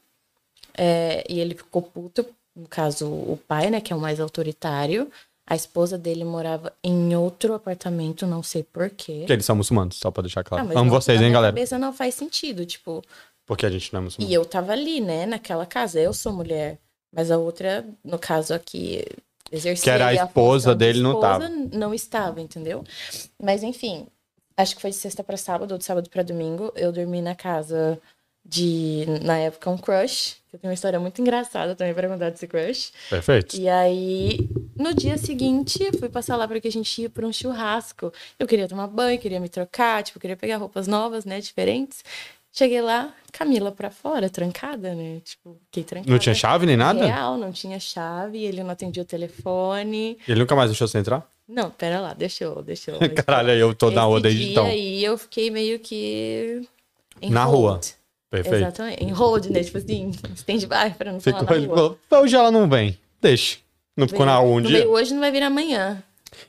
Speaker 2: é, e ele ficou puto. No caso, o pai, né, que é o mais autoritário. A esposa dele morava em outro apartamento, não sei porquê.
Speaker 1: Porque eles são muçulmanos, só pra deixar
Speaker 2: Ah,
Speaker 1: claro.
Speaker 2: mas
Speaker 1: Amo
Speaker 2: não,
Speaker 1: vocês,
Speaker 2: na
Speaker 1: hein,
Speaker 2: minha
Speaker 1: galera?
Speaker 2: cabeça não faz sentido, tipo.
Speaker 1: Porque a gente não é muçulmano.
Speaker 2: E eu tava ali, né, naquela casa. Eu sou mulher, mas a outra, no caso aqui, exercia
Speaker 1: Que era a
Speaker 2: função
Speaker 1: esposa
Speaker 2: de
Speaker 1: dele, não
Speaker 2: esposa,
Speaker 1: tava.
Speaker 2: Não estava, entendeu? Mas enfim, acho que foi de sexta pra sábado ou de sábado pra domingo, eu dormi na casa de, na época, um crush. Eu tenho uma história muito engraçada também pra contar desse crush.
Speaker 1: Perfeito.
Speaker 2: E aí, no dia seguinte, fui passar lá porque a gente ia pra um churrasco. Eu queria tomar banho, queria me trocar, tipo, queria pegar roupas novas, né, diferentes. Cheguei lá, Camila pra fora, trancada, né? Tipo, fiquei trancada.
Speaker 1: Não tinha chave nem nada?
Speaker 2: Real, não tinha chave, ele não atendia o telefone.
Speaker 1: Ele nunca mais deixou você entrar?
Speaker 2: Não, pera lá, deixou, deixou.
Speaker 1: (laughs) Caralho, aí eu tô na rua desde então.
Speaker 2: E é. aí eu fiquei meio que. em
Speaker 1: Na rua.
Speaker 2: hold.
Speaker 1: Perfeito.
Speaker 2: Exatamente. Em hold, né? Tipo assim, (laughs) stand-by pra não
Speaker 1: Ficou,
Speaker 2: falar
Speaker 1: ele
Speaker 2: na rua.
Speaker 1: falou, "Pô, hoje ela não vem. Deixa. Não ficou na rua um
Speaker 2: Não
Speaker 1: dia?
Speaker 2: veio hoje, não vai vir amanhã.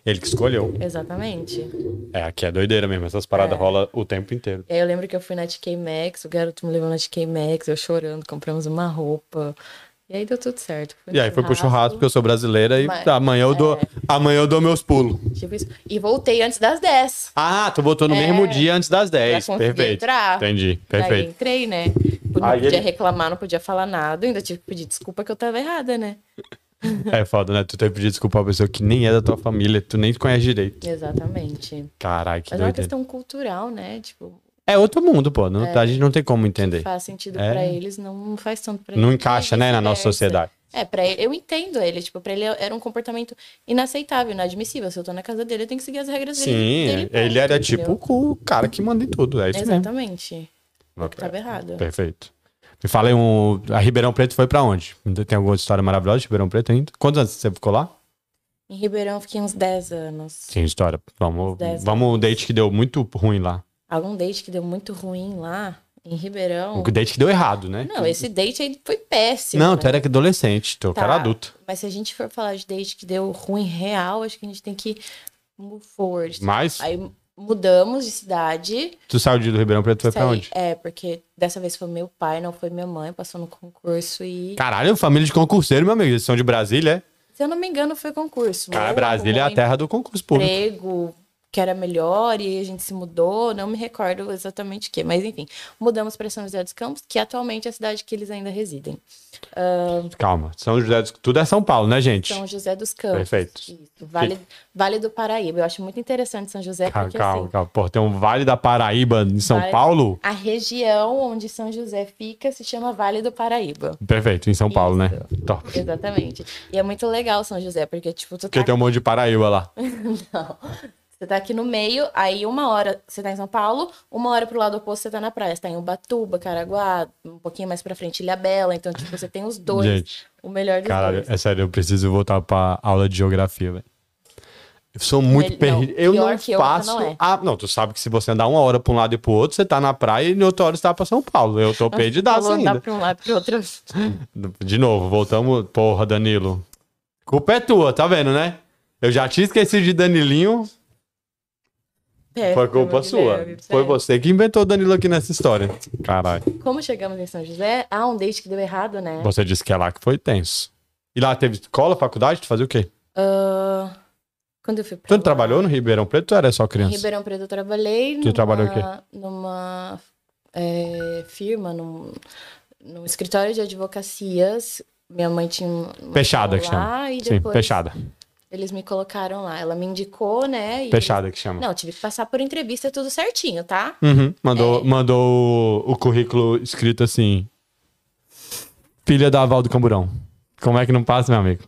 Speaker 1: Ele que escolheu.
Speaker 2: Exatamente.
Speaker 1: É, aqui é doideira mesmo. Essas
Speaker 2: É.
Speaker 1: paradas rolam o tempo inteiro.
Speaker 2: E aí eu lembro que eu fui na TK Maxx, o garoto me levou na TK Maxx, eu chorando, compramos uma roupa. E aí deu tudo certo. um Fui no
Speaker 1: E aí foi pro churrasco, porque eu sou brasileira e
Speaker 2: Mas- é.
Speaker 1: amanhã, eu dou, amanhã eu dou meus pulos.
Speaker 2: tipo isso. E voltei antes das 10.
Speaker 1: Ah, tu botou no mesmo dia antes das 10.
Speaker 2: conseguir
Speaker 1: É Perfeito.
Speaker 2: É. entrar. Tá
Speaker 1: Entendi.
Speaker 2: Daí
Speaker 1: Perfeito.
Speaker 2: entrei, né? Não
Speaker 1: Aí
Speaker 2: podia
Speaker 1: ele-
Speaker 2: reclamar, não podia falar nada, ainda tive que pedir desculpa que eu tava errada, né?
Speaker 1: É foda, né? Tu tem que pedir desculpa pra pessoa que nem é da tua família, tu nem te conhece direito.
Speaker 2: Exatamente.
Speaker 1: Caralho, que
Speaker 2: Mas é uma
Speaker 1: doideira.
Speaker 2: questão cultural, né? Tipo,
Speaker 1: É outro mundo, pô. Não, A gente não tem como entender.
Speaker 2: faz sentido
Speaker 1: É.
Speaker 2: pra eles, não faz tanto pra
Speaker 1: Não
Speaker 2: gente,
Speaker 1: encaixa, né, na nossa
Speaker 2: vice-versa.
Speaker 1: sociedade.
Speaker 2: É, pra ele, eu entendo ele, tipo, pra ele era um comportamento inaceitável, inadmissível. Se eu tô na casa dele, eu tenho que seguir as regras
Speaker 1: Sim,
Speaker 2: dele.
Speaker 1: ele,
Speaker 2: ponto,
Speaker 1: era
Speaker 2: entendeu?
Speaker 1: tipo o cara que manda em tudo. É isso mesmo. é,
Speaker 2: Exatamente. O que tava errado.
Speaker 1: Perfeito. Me fala aí um. A Ribeirão Preto foi pra onde? Ainda Tem alguma história maravilhosa de Ribeirão Preto ainda? Quantos anos você ficou lá?
Speaker 2: Em Ribeirão, eu fiquei uns 10 anos.
Speaker 1: Sim, história. Vamos,
Speaker 2: Dez
Speaker 1: vamos um date que deu muito ruim lá.
Speaker 2: Algum date que deu muito ruim lá, em Ribeirão.
Speaker 1: Um date que deu errado, né?
Speaker 2: Não, esse date aí foi péssimo.
Speaker 1: Não, tá. tu
Speaker 2: né?
Speaker 1: era adolescente, tu
Speaker 2: Tá.
Speaker 1: era adulto.
Speaker 2: Mas se a gente for falar de date que deu ruim real, acho que a gente tem que move forward.
Speaker 1: Mas
Speaker 2: Aí mudamos de cidade.
Speaker 1: tu saiu de do Ribeirão Preto foi pra
Speaker 2: Saí-
Speaker 1: onde?
Speaker 2: É, porque dessa vez foi meu pai, não foi minha mãe, passou no concurso e.
Speaker 1: Caralho, família de concurseiro, meu amigo. Eles são de Brasília, é?
Speaker 2: Se eu não me engano, foi concurso.
Speaker 1: Cara,
Speaker 2: Meu
Speaker 1: Brasília é a
Speaker 2: arrumou
Speaker 1: terra do concurso
Speaker 2: um
Speaker 1: público.
Speaker 2: emprego que era melhor e a gente se mudou, não me recordo exatamente o que, mas enfim, mudamos para São José dos Campos, que atualmente é a cidade que eles ainda residem.
Speaker 1: Calma. São José dos... Tudo é São Paulo, né, gente?
Speaker 2: São José dos Campos.
Speaker 1: Perfeito.
Speaker 2: Isso, vale, vale do Paraíba. Eu acho muito interessante São José,
Speaker 1: Calma,
Speaker 2: porque
Speaker 1: calma,
Speaker 2: assim,
Speaker 1: calma. Pô, tem um Vale da Paraíba em São
Speaker 2: Vale-
Speaker 1: Paulo?
Speaker 2: a região onde São José fica se chama Vale do Paraíba.
Speaker 1: Perfeito, em São Paulo, né?
Speaker 2: Isso.
Speaker 1: Top.
Speaker 2: Exatamente. E é muito legal São José, porque, tipo, tu tá,
Speaker 1: Porque tem um monte de Paraíba lá.
Speaker 2: (laughs) não. Você tá aqui no meio, aí uma hora você tá em São Paulo, uma hora pro lado oposto você tá na praia. Você tá em Ubatuba, Caraguá, um pouquinho mais pra frente Ilhabela. Então, tipo, você tem os dois.
Speaker 1: Gente,
Speaker 2: o melhor dos
Speaker 1: Caralho,
Speaker 2: dois.
Speaker 1: é sério, eu preciso voltar pra aula de geografia, velho. Eu sou muito
Speaker 2: Mel-
Speaker 1: perdido.
Speaker 2: não,
Speaker 1: Eu
Speaker 2: pior
Speaker 1: não
Speaker 2: que eu,
Speaker 1: faço.
Speaker 2: você não é.
Speaker 1: Ah, não, tu sabe que se você andar uma hora pra um lado e pro outro, você tá na praia e no outro hora você tá pra São Paulo. Eu
Speaker 2: (laughs)
Speaker 1: tô perdidaço
Speaker 2: Vou andar
Speaker 1: ainda.
Speaker 2: pra um lado e pro (laughs) outro.
Speaker 1: De novo, voltamos. Porra, Danilo. Culpa é tua, tá vendo, né? Eu já tinha esquecido de Danilinho.
Speaker 2: Péssimo,
Speaker 1: Foi culpa sua.
Speaker 2: É, Guilherme,
Speaker 1: Foi
Speaker 2: sério.
Speaker 1: você que inventou o Danilo aqui nessa história. Caralho.
Speaker 2: Como chegamos em São José, há um date que deu errado, né?
Speaker 1: Você disse que é lá que foi tenso. E lá teve escola, faculdade? Tu fazia o quê?
Speaker 2: Ah, quando eu fui pra
Speaker 1: Tu
Speaker 2: lá,
Speaker 1: trabalhou no Ribeirão Preto ou era só
Speaker 2: Em
Speaker 1: criança?
Speaker 2: Ribeirão Preto eu trabalhei.
Speaker 1: Tu trabalhou em
Speaker 2: Numa é, firma, num, num escritório de advocacias. Minha mãe tinha um- uma
Speaker 1: Tipo, Fechada que
Speaker 2: escola
Speaker 1: chama.
Speaker 2: lá, E
Speaker 1: Sim,
Speaker 2: depois
Speaker 1: fechada.
Speaker 2: Eles me colocaram lá. Ela me indicou, né? e-
Speaker 1: Fechada que chama.
Speaker 2: Não, tive que passar por entrevista tudo certinho, tá?
Speaker 1: Uhum, Mandou, mandou o, o currículo escrito assim: Filha da Val do Camburão. Como é que não passa, meu amigo?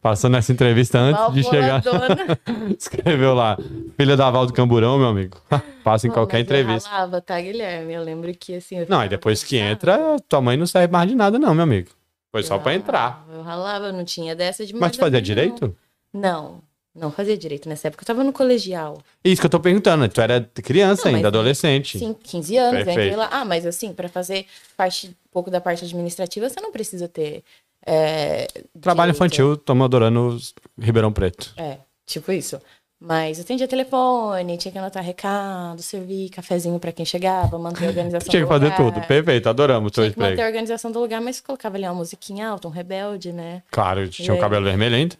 Speaker 1: Passou nessa entrevista antes de chegar. (laughs)
Speaker 2: Valvoladona.
Speaker 1: Escreveu lá: Filha da Val do Camburão, meu amigo. (laughs) Passa em
Speaker 2: Pô,
Speaker 1: qualquer
Speaker 2: mas é eu
Speaker 1: entrevista.
Speaker 2: ralava, tá, Guilherme? Eu lembro que assim. eu
Speaker 1: Não,
Speaker 2: ficava
Speaker 1: e depois que
Speaker 2: cansada.
Speaker 1: entra, tua mãe não serve mais de nada, não, meu amigo. Foi só
Speaker 2: Eu
Speaker 1: pra entrar.
Speaker 2: ralava, Eu ralava, eu não tinha dessa de
Speaker 1: Mas tu
Speaker 2: tu
Speaker 1: fazia direito?
Speaker 2: assim, Não, não fazia direito nessa época. Eu tava no colegial.
Speaker 1: Isso que eu tô perguntando. Tu era criança
Speaker 2: Não,
Speaker 1: ainda,
Speaker 2: mas-
Speaker 1: adolescente.
Speaker 2: Sim, 15 anos, né?
Speaker 1: Perfeito.
Speaker 2: Aquilo lá. Ah, mas assim, pra fazer parte, um pouco da parte administrativa, você não precisa ter. é,
Speaker 1: Trabalho
Speaker 2: direito.
Speaker 1: infantil, tamo adorando os- Ribeirão Preto.
Speaker 2: É, tipo isso. Mas eu atendia telefone, tinha que anotar recado, servir cafezinho pra quem chegava, manter a organização
Speaker 1: Tinha
Speaker 2: do
Speaker 1: que fazer
Speaker 2: lugar.
Speaker 1: tudo. Perfeito, adoramos o teu
Speaker 2: É. Tinha que manter
Speaker 1: emprego.
Speaker 2: a organização do lugar, mas colocava ali uma musiquinha alta, um rebelde, né?
Speaker 1: Claro, tinha o
Speaker 2: aí?
Speaker 1: cabelo vermelho ainda.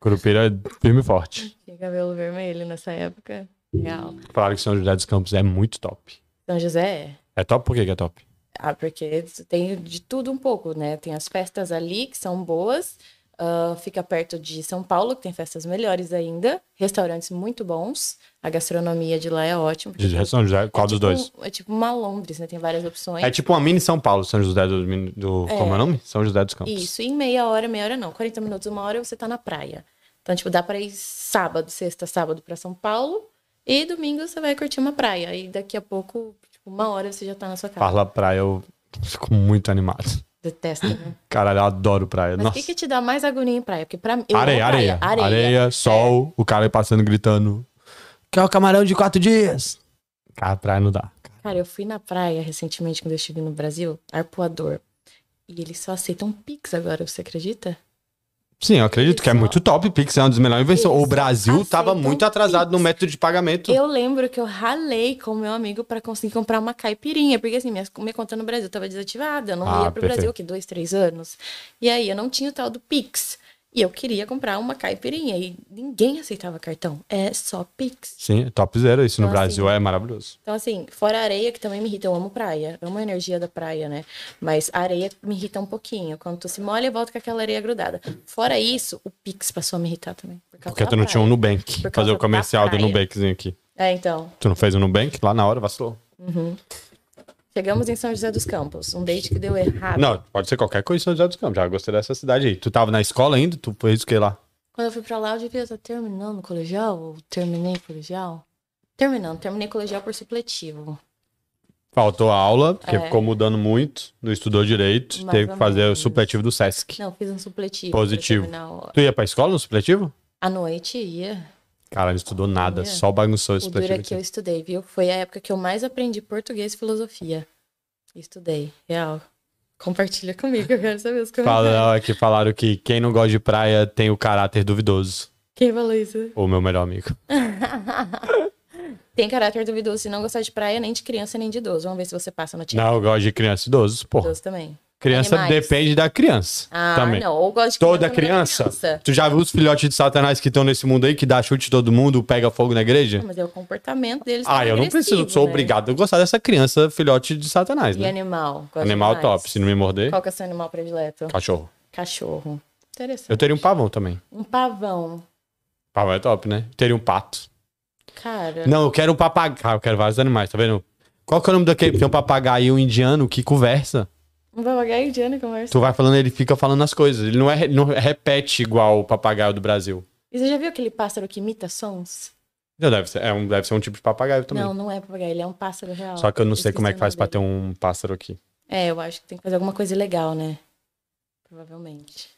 Speaker 1: Curupira é firme e forte.
Speaker 2: Tinha cabelo vermelho nessa época. Legal.
Speaker 1: Claro que São José dos Campos é muito top.
Speaker 2: São José é.
Speaker 1: É top por quê que é top?
Speaker 2: Ah, porque tem de tudo um pouco, né? Tem as festas ali que são boas. ah, fica perto de São Paulo, que tem festas melhores ainda. Restaurantes muito bons. A gastronomia de lá é ótima. porque
Speaker 1: De São José, qual dos
Speaker 2: tipo-
Speaker 1: dois?
Speaker 2: É tipo uma Londres, né? Tem várias opções.
Speaker 1: É tipo uma mini São Paulo, São José do. do Como é o nome? São José dos Campos.
Speaker 2: Isso, em meia hora, meia hora não. 40 minutos, uma hora você tá na praia. Então, tipo, dá pra ir sábado, sexta, sábado pra São Paulo. E domingo você vai curtir uma praia. E daqui a pouco, tipo, uma hora você já tá na sua casa.
Speaker 1: Fala praia, eu fico muito animado.
Speaker 2: Detesta, né?
Speaker 1: Caralho, eu adoro praia.
Speaker 2: Mas o
Speaker 1: Nossa.
Speaker 2: que, tipo- que te dá mais agonia em praia? Porque pra mim. eu amo
Speaker 1: Areia,
Speaker 2: praia. É.
Speaker 1: areia, areia. sol, o cara passando gritando. Quer o camarão de quatro dias? Cara, praia não dá.
Speaker 2: Cara, eu fui na praia recentemente quando eu estive no Brasil, arpoador. E eles só aceitam Pix agora, você acredita?
Speaker 1: Sim, eu acredito que é
Speaker 2: Isso.
Speaker 1: muito top. Pix é uma das melhores invenções.
Speaker 2: Isso.
Speaker 1: O Brasil tava
Speaker 2: Aceitam
Speaker 1: muito atrasado no
Speaker 2: Pix.
Speaker 1: método de pagamento.
Speaker 2: Eu lembro que eu ralei com o meu amigo pra conseguir comprar uma caipirinha, porque assim, minha, minha conta no Brasil tava desativada, eu não
Speaker 1: Ah,
Speaker 2: ia pro
Speaker 1: perfeito.
Speaker 2: Brasil que dois, três anos. E aí eu não tinha o tal do Pix. E eu queria comprar uma caipirinha e ninguém aceitava cartão. É só Pix.
Speaker 1: Sim, top zero. Isso no
Speaker 2: Então,
Speaker 1: Brasil é maravilhoso.
Speaker 2: Então, assim, fora a areia, que também me irrita, eu amo praia. Eu amo a energia da praia, né? Mas a areia me irrita um pouquinho. Quando tu se molha, eu volto com aquela areia grudada. Fora isso, o Pix passou a me irritar também. por causa
Speaker 1: Porque
Speaker 2: da
Speaker 1: tu não
Speaker 2: praia.
Speaker 1: tinha um Nubank.
Speaker 2: Então tá Por
Speaker 1: Fazer
Speaker 2: causa
Speaker 1: o
Speaker 2: da
Speaker 1: comercial do
Speaker 2: praia.
Speaker 1: Nubankzinho aqui.
Speaker 2: É, então.
Speaker 1: Tu não fez o Nubank? Lá na hora vacilou.
Speaker 2: Chegamos em São José dos Campos. Um date que deu errado.
Speaker 1: Não, pode ser qualquer coisa em São José dos Campos. Já gostei dessa cidade aí. Tu tava na escola ainda? Tu fez o que lá?
Speaker 2: Quando eu fui pra lá, eu devia estar terminando o colegial, ou terminei o colegial. Terminando, terminei o colegial por supletivo.
Speaker 1: Faltou a aula, porque
Speaker 2: É.
Speaker 1: ficou mudando muito, não estudou direito,
Speaker 2: Mais
Speaker 1: teve que
Speaker 2: ou
Speaker 1: fazer o
Speaker 2: menos.
Speaker 1: supletivo do SESC.
Speaker 2: Não, fiz um supletivo.
Speaker 1: Positivo.
Speaker 2: pra terminar o-
Speaker 1: Tu ia pra escola no supletivo?
Speaker 2: À noite ia.
Speaker 1: Cara, não estudou nada,
Speaker 2: Ia.
Speaker 1: só bagunçou o
Speaker 2: O duro é
Speaker 1: supletivo.
Speaker 2: que eu estudei, viu? Foi a época que eu mais aprendi português e filosofia. Estudei, real. Compartilha comigo, eu quero saber os comentários.
Speaker 1: Falaram que falaram que quem não gosta de praia tem o caráter duvidoso.
Speaker 2: Quem falou isso?
Speaker 1: O meu melhor amigo.
Speaker 2: Tem caráter duvidoso se não gostar de praia, nem de criança, nem de idoso. Vamos ver se você passa no time
Speaker 1: Não, eu gosto de criança e idoso, porra.
Speaker 2: idoso também.
Speaker 1: Criança
Speaker 2: Animais.
Speaker 1: depende da criança
Speaker 2: Ah,
Speaker 1: também.
Speaker 2: não. Ou gosta de
Speaker 1: Toda criança.
Speaker 2: criança, ou não gosta de
Speaker 1: Tu já viu os filhotes de satanás que estão nesse mundo aí, que dá chute em todo mundo, pega fogo na igreja?
Speaker 2: Não, Mas é o comportamento deles.
Speaker 1: Ah,
Speaker 2: que é
Speaker 1: eu não preciso,
Speaker 2: agressivo,
Speaker 1: sou
Speaker 2: né?
Speaker 1: obrigado a gostar dessa criança filhote de satanás,
Speaker 2: E
Speaker 1: né?
Speaker 2: animal? Gosta
Speaker 1: Animal
Speaker 2: mais?
Speaker 1: top, se não me morder,
Speaker 2: Qual que é o seu animal predileto?
Speaker 1: cachorro.
Speaker 2: Cachorro. Interessante.
Speaker 1: Eu teria um pavão também.
Speaker 2: Um pavão.
Speaker 1: Pavão é top, né? Teria um pato.
Speaker 2: Cara,
Speaker 1: Não, eu quero um papagaio. Ah, eu quero vários animais, tá vendo? Qual que é o nome daquele? Tem um papagaio indiano que conversa.
Speaker 2: um papagaio indiano conversa.
Speaker 1: Tu vai falando, ele fica falando as coisas. Ele não, é, não repete igual o papagaio do Brasil.
Speaker 2: E você já viu aquele pássaro que imita sons?
Speaker 1: Não, deve ser, é um, deve ser um tipo de papagaio também.
Speaker 2: Não, não é papagaio, ele é um pássaro real.
Speaker 1: Só que eu não sei
Speaker 2: Esqueci
Speaker 1: como é
Speaker 2: o
Speaker 1: que faz pra
Speaker 2: nome
Speaker 1: ter um pássaro aqui.
Speaker 2: dele. É, eu acho que tem que fazer alguma coisa legal, né? Provavelmente.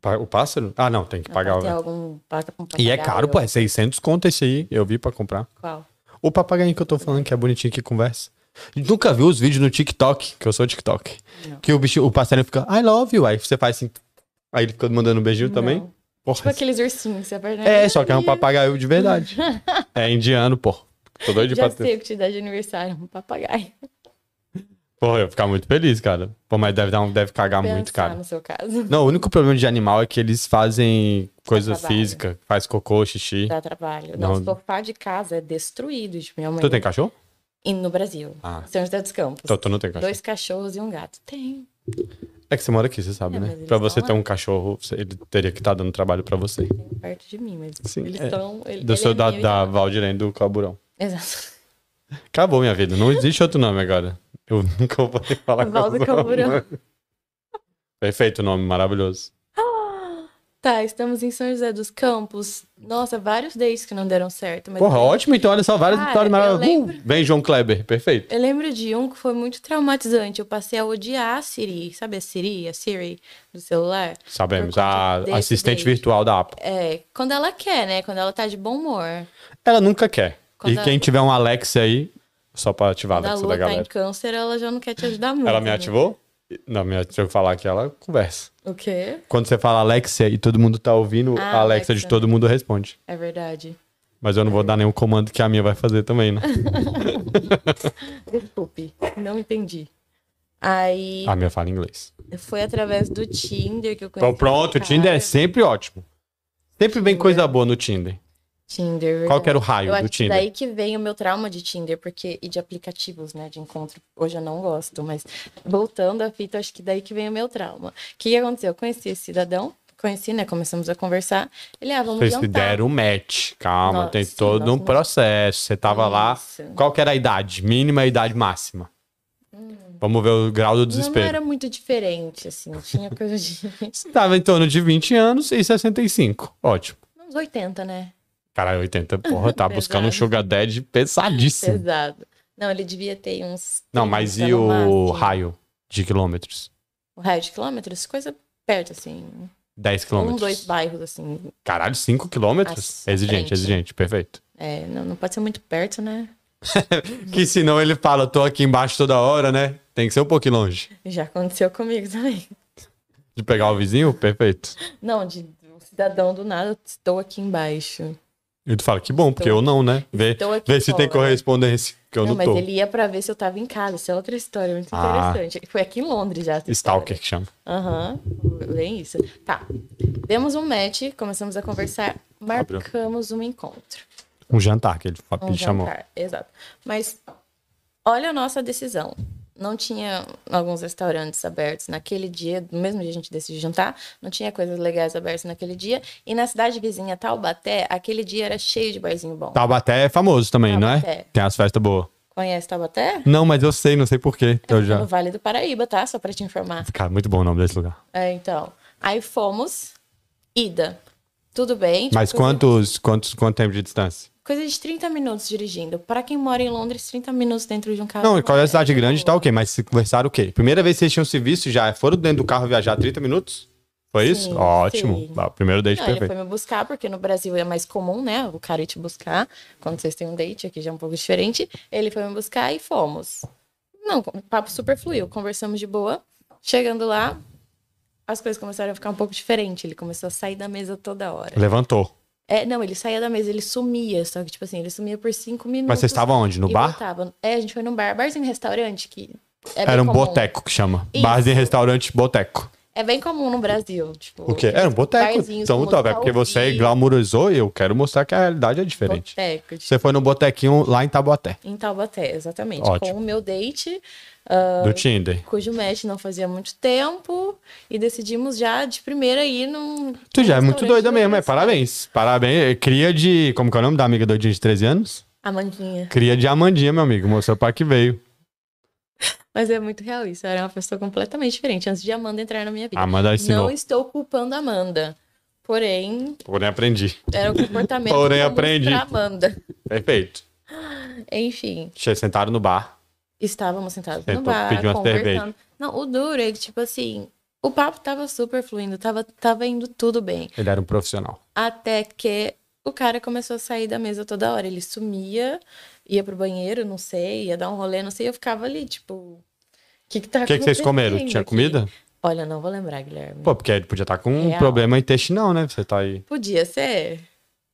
Speaker 1: Pa- O pássaro? Ah, não, tem que pagar.
Speaker 2: Tem
Speaker 1: o-
Speaker 2: algum pa- um
Speaker 1: E é
Speaker 2: papagaio,
Speaker 1: caro, pô, é 600 conto esse aí. Eu vi pra comprar.
Speaker 2: Qual?
Speaker 1: O papagaio que eu tô falando que é bonitinho que conversa. Nunca viu os vídeos no TikTok, que eu sou TikTok.
Speaker 2: Não.
Speaker 1: Que o bicho, o passarinho fica, I love you. Aí você faz assim. Aí ele fica mandando um beijinho também.
Speaker 2: Não. Tipo
Speaker 1: Porra,
Speaker 2: aqueles ursinhos, você aperta.
Speaker 1: é, só que é um papagaio de
Speaker 2: (laughs)
Speaker 1: verdade. é indiano, pô. Tô doido de
Speaker 2: Já
Speaker 1: pra ter.
Speaker 2: sei o que te dá de aniversário, um papagaio.
Speaker 1: Porra, eu ia ficar muito feliz, cara. Pô, mas deve, dar um, deve cagar muito,
Speaker 2: Pensar
Speaker 1: cara.
Speaker 2: no seu caso. (laughs)
Speaker 1: Não, o único problema de animal é que eles fazem coisa
Speaker 2: trabalho. É.
Speaker 1: física, faz cocô, xixi.
Speaker 2: Dá trabalho.
Speaker 1: Não.
Speaker 2: Não, o sofá de casa é destruído. Tipo, minha mãe
Speaker 1: Tu tem cachorro?
Speaker 2: e no Brasil.
Speaker 1: Ah.
Speaker 2: São José dos Campos.
Speaker 1: Então, tu não tem cachorro.
Speaker 2: Dois cachorros e um gato. Tem.
Speaker 1: É que você mora aqui, você sabe,
Speaker 2: É, mas
Speaker 1: né?
Speaker 2: eles
Speaker 1: Pra você
Speaker 2: estão
Speaker 1: ter
Speaker 2: lá.
Speaker 1: um cachorro, você- ele teria que estar dando trabalho pra você.
Speaker 2: Tem perto de mim, mas
Speaker 1: Sim,
Speaker 2: eles
Speaker 1: é.
Speaker 2: estão. Ele,
Speaker 1: Do
Speaker 2: ele
Speaker 1: seu,
Speaker 2: é
Speaker 1: da,
Speaker 2: meu e
Speaker 1: da
Speaker 2: não.
Speaker 1: Valdirene do Caburão.
Speaker 2: Exato.
Speaker 1: Acabou minha vida. Não existe outro nome agora. Eu (laughs) nunca vou poder falar com
Speaker 2: Valdo
Speaker 1: esse nome.
Speaker 2: Calburão.
Speaker 1: (laughs) Perfeito nome, maravilhoso.
Speaker 2: Tá, estamos em São José dos Campos. Nossa, vários dates que não deram certo. Mas
Speaker 1: Porra,
Speaker 2: eu,
Speaker 1: ótimo. Então, olha só, várias
Speaker 2: Cara,
Speaker 1: histórias
Speaker 2: eu
Speaker 1: maravilhosas. Uh, Vem, João Kleber. Perfeito.
Speaker 2: eu lembro de um que foi muito traumatizante. Eu passei a odiar a Siri. Sabe a Siri? A Siri do celular?
Speaker 1: Sabemos.
Speaker 2: Por conta
Speaker 1: A
Speaker 2: desse
Speaker 1: assistente
Speaker 2: date.
Speaker 1: virtual da Apple.
Speaker 2: É, quando ela quer, né? Quando ela tá de bom humor.
Speaker 1: Ela nunca quer.
Speaker 2: Quando
Speaker 1: e
Speaker 2: a-
Speaker 1: quem tiver um Alexa aí, só pra ativar
Speaker 2: Quando
Speaker 1: a
Speaker 2: a
Speaker 1: Alexa da
Speaker 2: lua tá em
Speaker 1: galera.
Speaker 2: câncer, ela já não quer te ajudar muito.
Speaker 1: é né? Ela me
Speaker 2: né?
Speaker 1: ativou? Não, me ativou falar que ela conversa.
Speaker 2: O quê?
Speaker 1: Quando você fala Alexa e todo mundo tá ouvindo,
Speaker 2: Ah,
Speaker 1: a Alexa, de
Speaker 2: Alexa.
Speaker 1: todo mundo responde.
Speaker 2: É verdade.
Speaker 1: Mas eu não vou dar nenhum comando que a minha vai fazer também, né?
Speaker 2: Desculpe, não entendi. Aí
Speaker 1: A minha fala inglês.
Speaker 2: foi através do Tinder que eu conheci.
Speaker 1: Então pronto, o
Speaker 2: esse
Speaker 1: Tinder é
Speaker 2: cara.
Speaker 1: sempre ótimo. Sempre vem coisa boa no Tinder.
Speaker 2: Tinder.
Speaker 1: Qual que era o
Speaker 2: eu
Speaker 1: raio
Speaker 2: acho
Speaker 1: do
Speaker 2: que
Speaker 1: Tinder?
Speaker 2: daí que vem o meu trauma de Tinder, porque e de aplicativos, né, de encontro. Hoje eu não gosto, mas voltando à fita, acho que daí que vem o meu trauma. O que, que aconteceu? Eu conheci esse cidadão, conheci, né? Começamos a conversar. Ele, ah, vamos
Speaker 1: Vocês
Speaker 2: jantar.
Speaker 1: deram um match, calma,
Speaker 2: Nossa,
Speaker 1: tem todo
Speaker 2: nossa,
Speaker 1: um
Speaker 2: nossa.
Speaker 1: processo. Você tava lá.
Speaker 2: Isso.
Speaker 1: Qual que era a idade? Mínima e idade máxima? Vamos ver o grau do
Speaker 2: Não,
Speaker 1: desespero.
Speaker 2: não era muito diferente, assim. Tinha coisa de... (laughs)
Speaker 1: Você tava em torno de 20 anos e 65. Ótimo.
Speaker 2: Uns 80, né?
Speaker 1: Cara,
Speaker 2: (laughs)
Speaker 1: 80, porra, tá
Speaker 2: Pesado.
Speaker 1: buscando um Sugar Daddy pesadíssimo.
Speaker 2: Pesado. Não, ele devia ter uns...
Speaker 1: Não, mas
Speaker 2: 30
Speaker 1: e
Speaker 2: no
Speaker 1: o
Speaker 2: máximo.
Speaker 1: raio de quilômetros?
Speaker 2: O raio de quilômetros? Coisa perto, assim.
Speaker 1: 10
Speaker 2: Um,
Speaker 1: quilômetros.
Speaker 2: dois bairros, assim.
Speaker 1: Caralho, 5 quilômetros?
Speaker 2: Nossa,
Speaker 1: Exigente,
Speaker 2: frente.
Speaker 1: exigente, perfeito.
Speaker 2: É, não, não pode ser muito perto, né?
Speaker 1: Que senão ele fala, tô aqui embaixo toda hora, né? Tem que ser um pouquinho longe.
Speaker 2: Já aconteceu comigo também.
Speaker 1: De pegar o vizinho, perfeito.
Speaker 2: Não, de um cidadão do nada, estou aqui embaixo.
Speaker 1: E tu fala, que bom, porque
Speaker 2: Então,
Speaker 1: eu não, né? Vê,
Speaker 2: Estou aqui
Speaker 1: vê se tem
Speaker 2: fora.
Speaker 1: correspondência, que eu não,
Speaker 2: mas
Speaker 1: tô.
Speaker 2: ele ia pra ver se eu tava em casa. Isso é outra história muito
Speaker 1: Ah.
Speaker 2: interessante. Foi aqui em Londres já. essa história.
Speaker 1: Stalker que chama.
Speaker 2: Aham, bem isso. Tá. Demos um match, começamos a conversar, marcamos um encontro.
Speaker 1: Um jantar que ele, fa-
Speaker 2: Um
Speaker 1: ele chamou.
Speaker 2: jantar, exato. Mas olha a nossa decisão. Não tinha alguns restaurantes abertos naquele dia, no mesmo dia a gente decidiu jantar, não tinha coisas legais abertas naquele dia. E na cidade vizinha, Taubaté, aquele dia era cheio de barzinho bom.
Speaker 1: Taubaté é famoso também, não é?
Speaker 2: Taubaté.
Speaker 1: Tem as festas boas.
Speaker 2: Conhece Taubaté?
Speaker 1: Não, mas eu sei, não sei porquê. Eu já...
Speaker 2: No Vale do Paraíba, tá? Só pra te informar.
Speaker 1: Cara, muito bom o nome desse lugar.
Speaker 2: É, então. Aí fomos, ida. Tudo bem.
Speaker 1: Mas
Speaker 2: tipo,
Speaker 1: quantos, quantos, quanto tempo de distância?
Speaker 2: Coisa de 30 minutos dirigindo. Pra quem mora em Londres, 30 minutos dentro de um carro.
Speaker 1: Não, e qual é a
Speaker 2: é
Speaker 1: cidade grande tá ok, mas se conversaram o quê? Primeira vez que vocês tinham se visto já foram dentro do carro viajar 30 minutos? Foi isso?
Speaker 2: Sim,
Speaker 1: Ótimo.
Speaker 2: sim.
Speaker 1: Ah, primeiro date
Speaker 2: Não, ele
Speaker 1: perfeito.
Speaker 2: foi me buscar, porque no Brasil é mais comum, né? O cara ir te buscar. Quando vocês têm um date, aqui já é um pouco diferente. Ele foi me buscar e fomos. Não, o papo super fluiu. Conversamos de boa. Chegando lá, as coisas começaram a ficar um pouco diferente. Ele começou a sair da mesa toda hora.
Speaker 1: Levantou.
Speaker 2: É, não, ele saía da mesa, ele sumia. Só que, tipo assim, ele sumia por cinco minutos.
Speaker 1: Mas vocês estavam onde? No
Speaker 2: e
Speaker 1: bar?
Speaker 2: voltava. É, a gente foi num bar. Barzinho restaurante que. É bem
Speaker 1: Era um
Speaker 2: comum.
Speaker 1: boteco que chama.
Speaker 2: Isso.
Speaker 1: Barzinho, restaurante, boteco.
Speaker 2: É bem comum no Brasil. Tipo,
Speaker 1: O quê? Era um boteco.
Speaker 2: barzinhos
Speaker 1: Então,
Speaker 2: com
Speaker 1: top, é
Speaker 2: música
Speaker 1: porque
Speaker 2: ao
Speaker 1: você
Speaker 2: vivo,
Speaker 1: glamourizou e eu quero mostrar que a realidade é diferente.
Speaker 2: Boteco, tipo,
Speaker 1: Você foi no botequinho lá em Taboté,
Speaker 2: em Taubaté, exatamente.
Speaker 1: Ótimo.
Speaker 2: Com o meu date,
Speaker 1: do Tinder.
Speaker 2: cujo match não fazia muito tempo. E decidimos já de primeira ir num.
Speaker 1: Tu já é
Speaker 2: num
Speaker 1: muito
Speaker 2: restaurante
Speaker 1: doida mesmo, é.
Speaker 2: engraçado.
Speaker 1: Parabéns. Parabéns. É, Cria de. Como que é o nome da amiga doidinha de 13 anos?
Speaker 2: A manguinha.
Speaker 1: Cria de Amandinha, meu amigo. Mostrou pra que veio.
Speaker 2: Mas é muito real isso. Eu era uma pessoa completamente diferente antes de Amanda entrar na minha vida.
Speaker 1: A Amanda ensinou.
Speaker 2: não então- estou culpando a Amanda. Porém,
Speaker 1: Porém, aprendi.
Speaker 2: era um
Speaker 1: (laughs)
Speaker 2: comportamento
Speaker 1: Porém,
Speaker 2: comum
Speaker 1: aprendi.
Speaker 2: pra Amanda.
Speaker 1: Perfeito.
Speaker 2: Enfim,
Speaker 1: Che- Sentaram no bar.
Speaker 2: estávamos sentados
Speaker 1: Sentou,
Speaker 2: no bar,
Speaker 1: pediu uma
Speaker 2: conversando.
Speaker 1: cerveja.
Speaker 2: Não, o duro é que, tipo assim, o papo tava super fluindo, tava, tava indo tudo bem.
Speaker 1: Ele era um profissional.
Speaker 2: Até que o cara começou a sair da mesa toda hora. Ele sumia, ia pro banheiro, não sei, ia dar um rolê, não sei. E eu ficava ali, tipo, o que que tá
Speaker 1: O que, que vocês comeram?
Speaker 2: acontecendo
Speaker 1: Tinha
Speaker 2: aqui?
Speaker 1: comida?
Speaker 2: Olha, não vou lembrar, Guilherme.
Speaker 1: Pô, porque ele podia estar com um
Speaker 2: Real.
Speaker 1: problema intestinal, né? Você tá aí.
Speaker 2: Podia ser.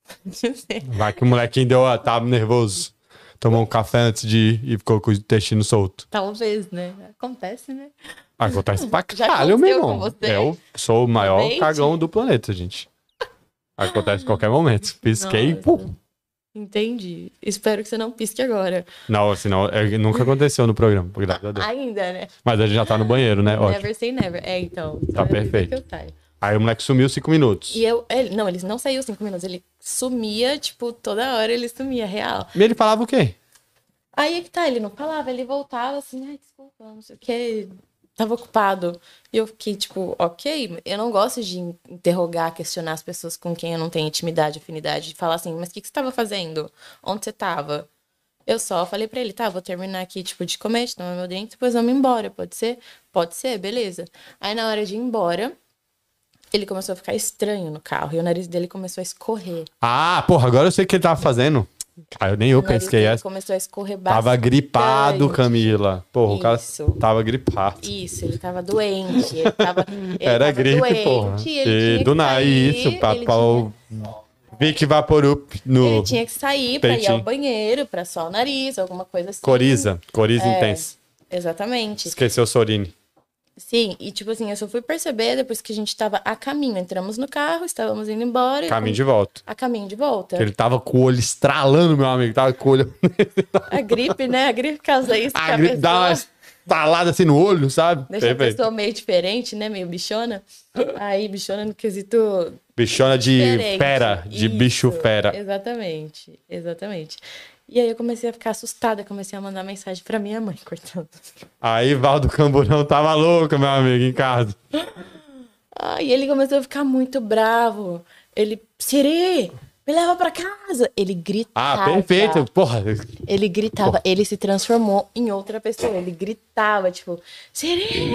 Speaker 2: (laughs) Podia ser.
Speaker 1: Vai que o molequinho deu, ó, tava nervoso. Tomou um café antes de ir e ficou com o intestino solto.
Speaker 2: Talvez, né? Acontece, né?
Speaker 1: Acontece pra
Speaker 2: Já
Speaker 1: caralho, meu
Speaker 2: aconteceu com
Speaker 1: irmão.
Speaker 2: você?
Speaker 1: Eu sou o maior
Speaker 2: Date?
Speaker 1: cagão do planeta, gente. Acontece a qualquer
Speaker 2: (laughs)
Speaker 1: momento. Pisquei,
Speaker 2: Nossa.
Speaker 1: pum.
Speaker 2: Entendi. Espero que você não pisque agora.
Speaker 1: Não, senão é, nunca aconteceu no programa, graças a Deus.
Speaker 2: Ainda, né?
Speaker 1: Mas a gente já tá no banheiro, né? Ótimo.
Speaker 2: Never say never. É, então.
Speaker 1: Tá
Speaker 2: é a vida
Speaker 1: perfeito.
Speaker 2: que eu saio.
Speaker 1: Aí o moleque sumiu cinco minutos.
Speaker 2: E eu. Ele, não, ele não saiu cinco minutos. Ele sumia, tipo, toda hora ele sumia, real.
Speaker 1: E ele falava o quê?
Speaker 2: Aí é que tá, ele não falava, ele voltava assim, ai, desculpa, não sei o quê. Tava ocupado. E eu fiquei, tipo, ok, eu não gosto de in- interrogar, questionar as pessoas com quem eu não tenho intimidade, afinidade, de falar assim, mas o que, que você tava fazendo? Onde você tava? Eu só falei pra ele, tá, vou terminar aqui, tipo, de comer, de tomar meu drink, depois vamos embora, pode ser? Pode ser, beleza. Aí na hora de ir embora, ele começou a ficar estranho no carro e o nariz dele começou a escorrer.
Speaker 1: Ah, porra, agora eu sei o que ele tava fazendo. Ah, eu nem eu
Speaker 2: O nariz
Speaker 1: pesquei
Speaker 2: dele
Speaker 1: essa.
Speaker 2: começou a escorrer bastante.
Speaker 1: Tava gripado, Camila. Porra, o cara
Speaker 2: Isso.
Speaker 1: tava gripado.
Speaker 2: Isso, ele tava doente, ele
Speaker 1: (laughs)
Speaker 2: tava. ele
Speaker 1: Era
Speaker 2: tava
Speaker 1: gripe,
Speaker 2: doente,
Speaker 1: porra.
Speaker 2: Ele tinha
Speaker 1: do um
Speaker 2: que
Speaker 1: nada,
Speaker 2: sair,
Speaker 1: isso,
Speaker 2: ele
Speaker 1: papau. Vic Vaporup
Speaker 2: tinha-
Speaker 1: no
Speaker 2: Ele tinha que sair pra ir
Speaker 1: Peitinho.
Speaker 2: ao banheiro, pra só o nariz, alguma coisa assim.
Speaker 1: Coriza. Coriza
Speaker 2: É.
Speaker 1: intensa.
Speaker 2: Exatamente.
Speaker 1: Esqueceu o Sorine.
Speaker 2: Sim, e tipo assim, eu só fui perceber depois que a gente tava a caminho. Entramos no carro, estávamos indo embora. e-
Speaker 1: Caminho de volta.
Speaker 2: A caminho de volta.
Speaker 1: Ele tava com o olho
Speaker 2: (laughs)
Speaker 1: estralando, meu amigo. Tava com o olho.
Speaker 2: A gripe, né? A gripe causa isso.
Speaker 1: A
Speaker 2: que
Speaker 1: gripe dá uma
Speaker 2: pessoa-
Speaker 1: talada assim no olho, sabe?
Speaker 2: Deixa a pessoa meio diferente, né? Meio bichona. Aí, bichona no quesito
Speaker 1: Bichona de
Speaker 2: diferente.
Speaker 1: fera, de
Speaker 2: Isso,
Speaker 1: bicho fera.
Speaker 2: Exatamente, exatamente. E aí eu comecei a ficar assustada, comecei a mandar mensagem pra minha mãe, (laughs) coitada.
Speaker 1: Aí Valdo Camburão tava louco, meu amigo, em casa.
Speaker 2: Ai, Ah, ele começou a ficar muito bravo. Ele, Siri, me leva pra casa. Ele gritava.
Speaker 1: Ah,
Speaker 2: tá.
Speaker 1: perfeito. Porra,
Speaker 2: Ele gritava, ele se transformou em outra pessoa. Ele gritava, tipo, Siri,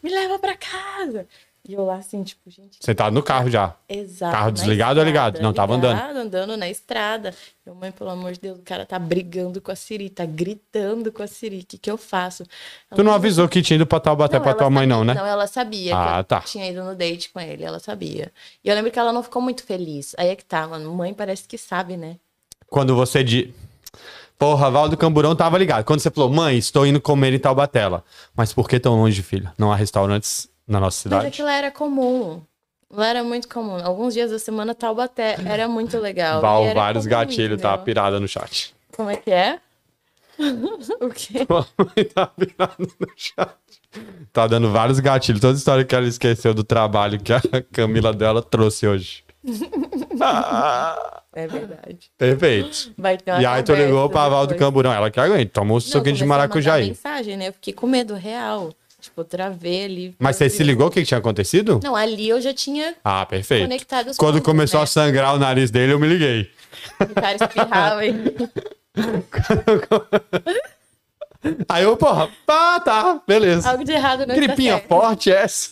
Speaker 2: me leva pra casa. E eu lá assim, tipo, gente,
Speaker 1: sentado no carro já.
Speaker 2: Exato.
Speaker 1: Carro
Speaker 2: na
Speaker 1: desligado ou ligado? Não, tava andando.
Speaker 2: ligado, andando na estrada. Minha mãe, pelo amor de Deus, o cara tá brigando com a Siri, tá gritando com a Siri. O que, que eu faço?
Speaker 1: Tu não avisou que tinha ido pra Taubaté pra
Speaker 2: ela
Speaker 1: tua mãe,
Speaker 2: sabia-
Speaker 1: não, né?
Speaker 2: Não, ela sabia
Speaker 1: Ah,
Speaker 2: que eu
Speaker 1: tá.
Speaker 2: tinha ido no date com ele, ela sabia. E eu lembro que ela não ficou muito feliz. Aí é que tá, mano. Mãe parece que sabe, né?
Speaker 1: Quando você de. Porra, Valdo Camburão tava ligado. Quando você falou, mãe, estou indo comer em Taubaté. Ela, Mas por que tão longe, filha? Não há restaurantes na nossa
Speaker 2: Mas
Speaker 1: cidade?
Speaker 2: aquilo era comum. Lá era muito comum. Alguns dias da semana, Taubaté era muito legal. E
Speaker 1: Val,
Speaker 2: era
Speaker 1: vários
Speaker 2: comum,
Speaker 1: gatilhos, tá
Speaker 2: entendeu?
Speaker 1: pirada no chat. (laughs)
Speaker 2: Como é que é? (laughs) o quê?
Speaker 1: Tua mãe tá pirada no chat. Tá dando vários gatilhos. Toda história que ela esqueceu do trabalho que a (laughs) Camila dela trouxe hoje.
Speaker 2: É verdade.
Speaker 1: Perfeito.
Speaker 2: Vai ter uma
Speaker 1: e aí tu
Speaker 2: conversa
Speaker 1: ligou pra Valdo
Speaker 2: depois.
Speaker 1: Camburão. Ela que aguenta, tomou um
Speaker 2: Não,
Speaker 1: suquinho de
Speaker 2: comecei a
Speaker 1: maracujá
Speaker 2: mandar
Speaker 1: aí.
Speaker 2: mensagem, né? Eu fiquei com medo real. Tipo, eu travei ali.
Speaker 1: Mas você se ligou o que que tinha acontecido?
Speaker 2: Não, ali eu já tinha.
Speaker 1: Ah, perfeito.
Speaker 2: Conectado os
Speaker 1: Quando
Speaker 2: pontos,
Speaker 1: começou
Speaker 2: né?
Speaker 1: a sangrar o nariz dele, eu me liguei.
Speaker 2: O um cara
Speaker 1: (laughs)
Speaker 2: espirrava e.
Speaker 1: Aí eu, porra, tá, tá, beleza.
Speaker 2: Algo de errado não
Speaker 1: Gripinha
Speaker 2: está tá certo.
Speaker 1: forte é essa.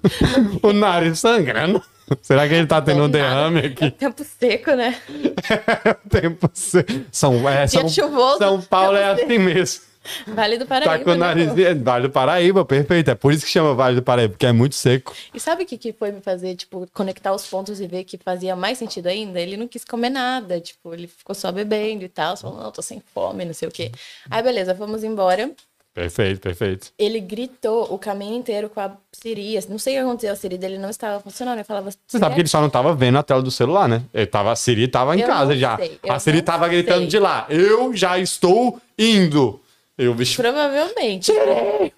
Speaker 1: (laughs) o nariz sangrando. Será que ele tá tendo um
Speaker 2: Deve nada.
Speaker 1: derrame
Speaker 2: É
Speaker 1: aqui? (laughs)
Speaker 2: Tempo seco, né?
Speaker 1: O tempo se- São, é,
Speaker 2: Dia
Speaker 1: São,
Speaker 2: chuvoso.
Speaker 1: São Paulo é assim mesmo.
Speaker 2: Vale do Paraíba.
Speaker 1: Tá com o
Speaker 2: né,
Speaker 1: nariz.
Speaker 2: pô?
Speaker 1: Vale do Paraíba, perfeito. É por isso que chama Vale do Paraíba, porque é muito seco.
Speaker 2: E sabe o que, que foi me fazer, tipo, conectar os pontos e ver que fazia mais sentido ainda? Ele não quis comer nada, tipo, ele ficou só bebendo e tal. Falou, não, tô sem fome, não sei o quê. Aí, beleza, fomos embora.
Speaker 1: Perfeito, perfeito.
Speaker 2: Ele gritou o caminho inteiro com a Siri. assim, Não sei o que aconteceu, a Siri dele não estava funcionando. Eu falava, "Né?"
Speaker 1: Você sabe que ele só não tava vendo a tela do celular, né? Ele tava, a Siri tava em
Speaker 2: É. Eu
Speaker 1: casa
Speaker 2: não
Speaker 1: já.
Speaker 2: sei, eu
Speaker 1: A Siri
Speaker 2: não
Speaker 1: tava gritando
Speaker 2: sei.
Speaker 1: de lá. Eu já estou indo. Eu, bicho.
Speaker 2: Provavelmente.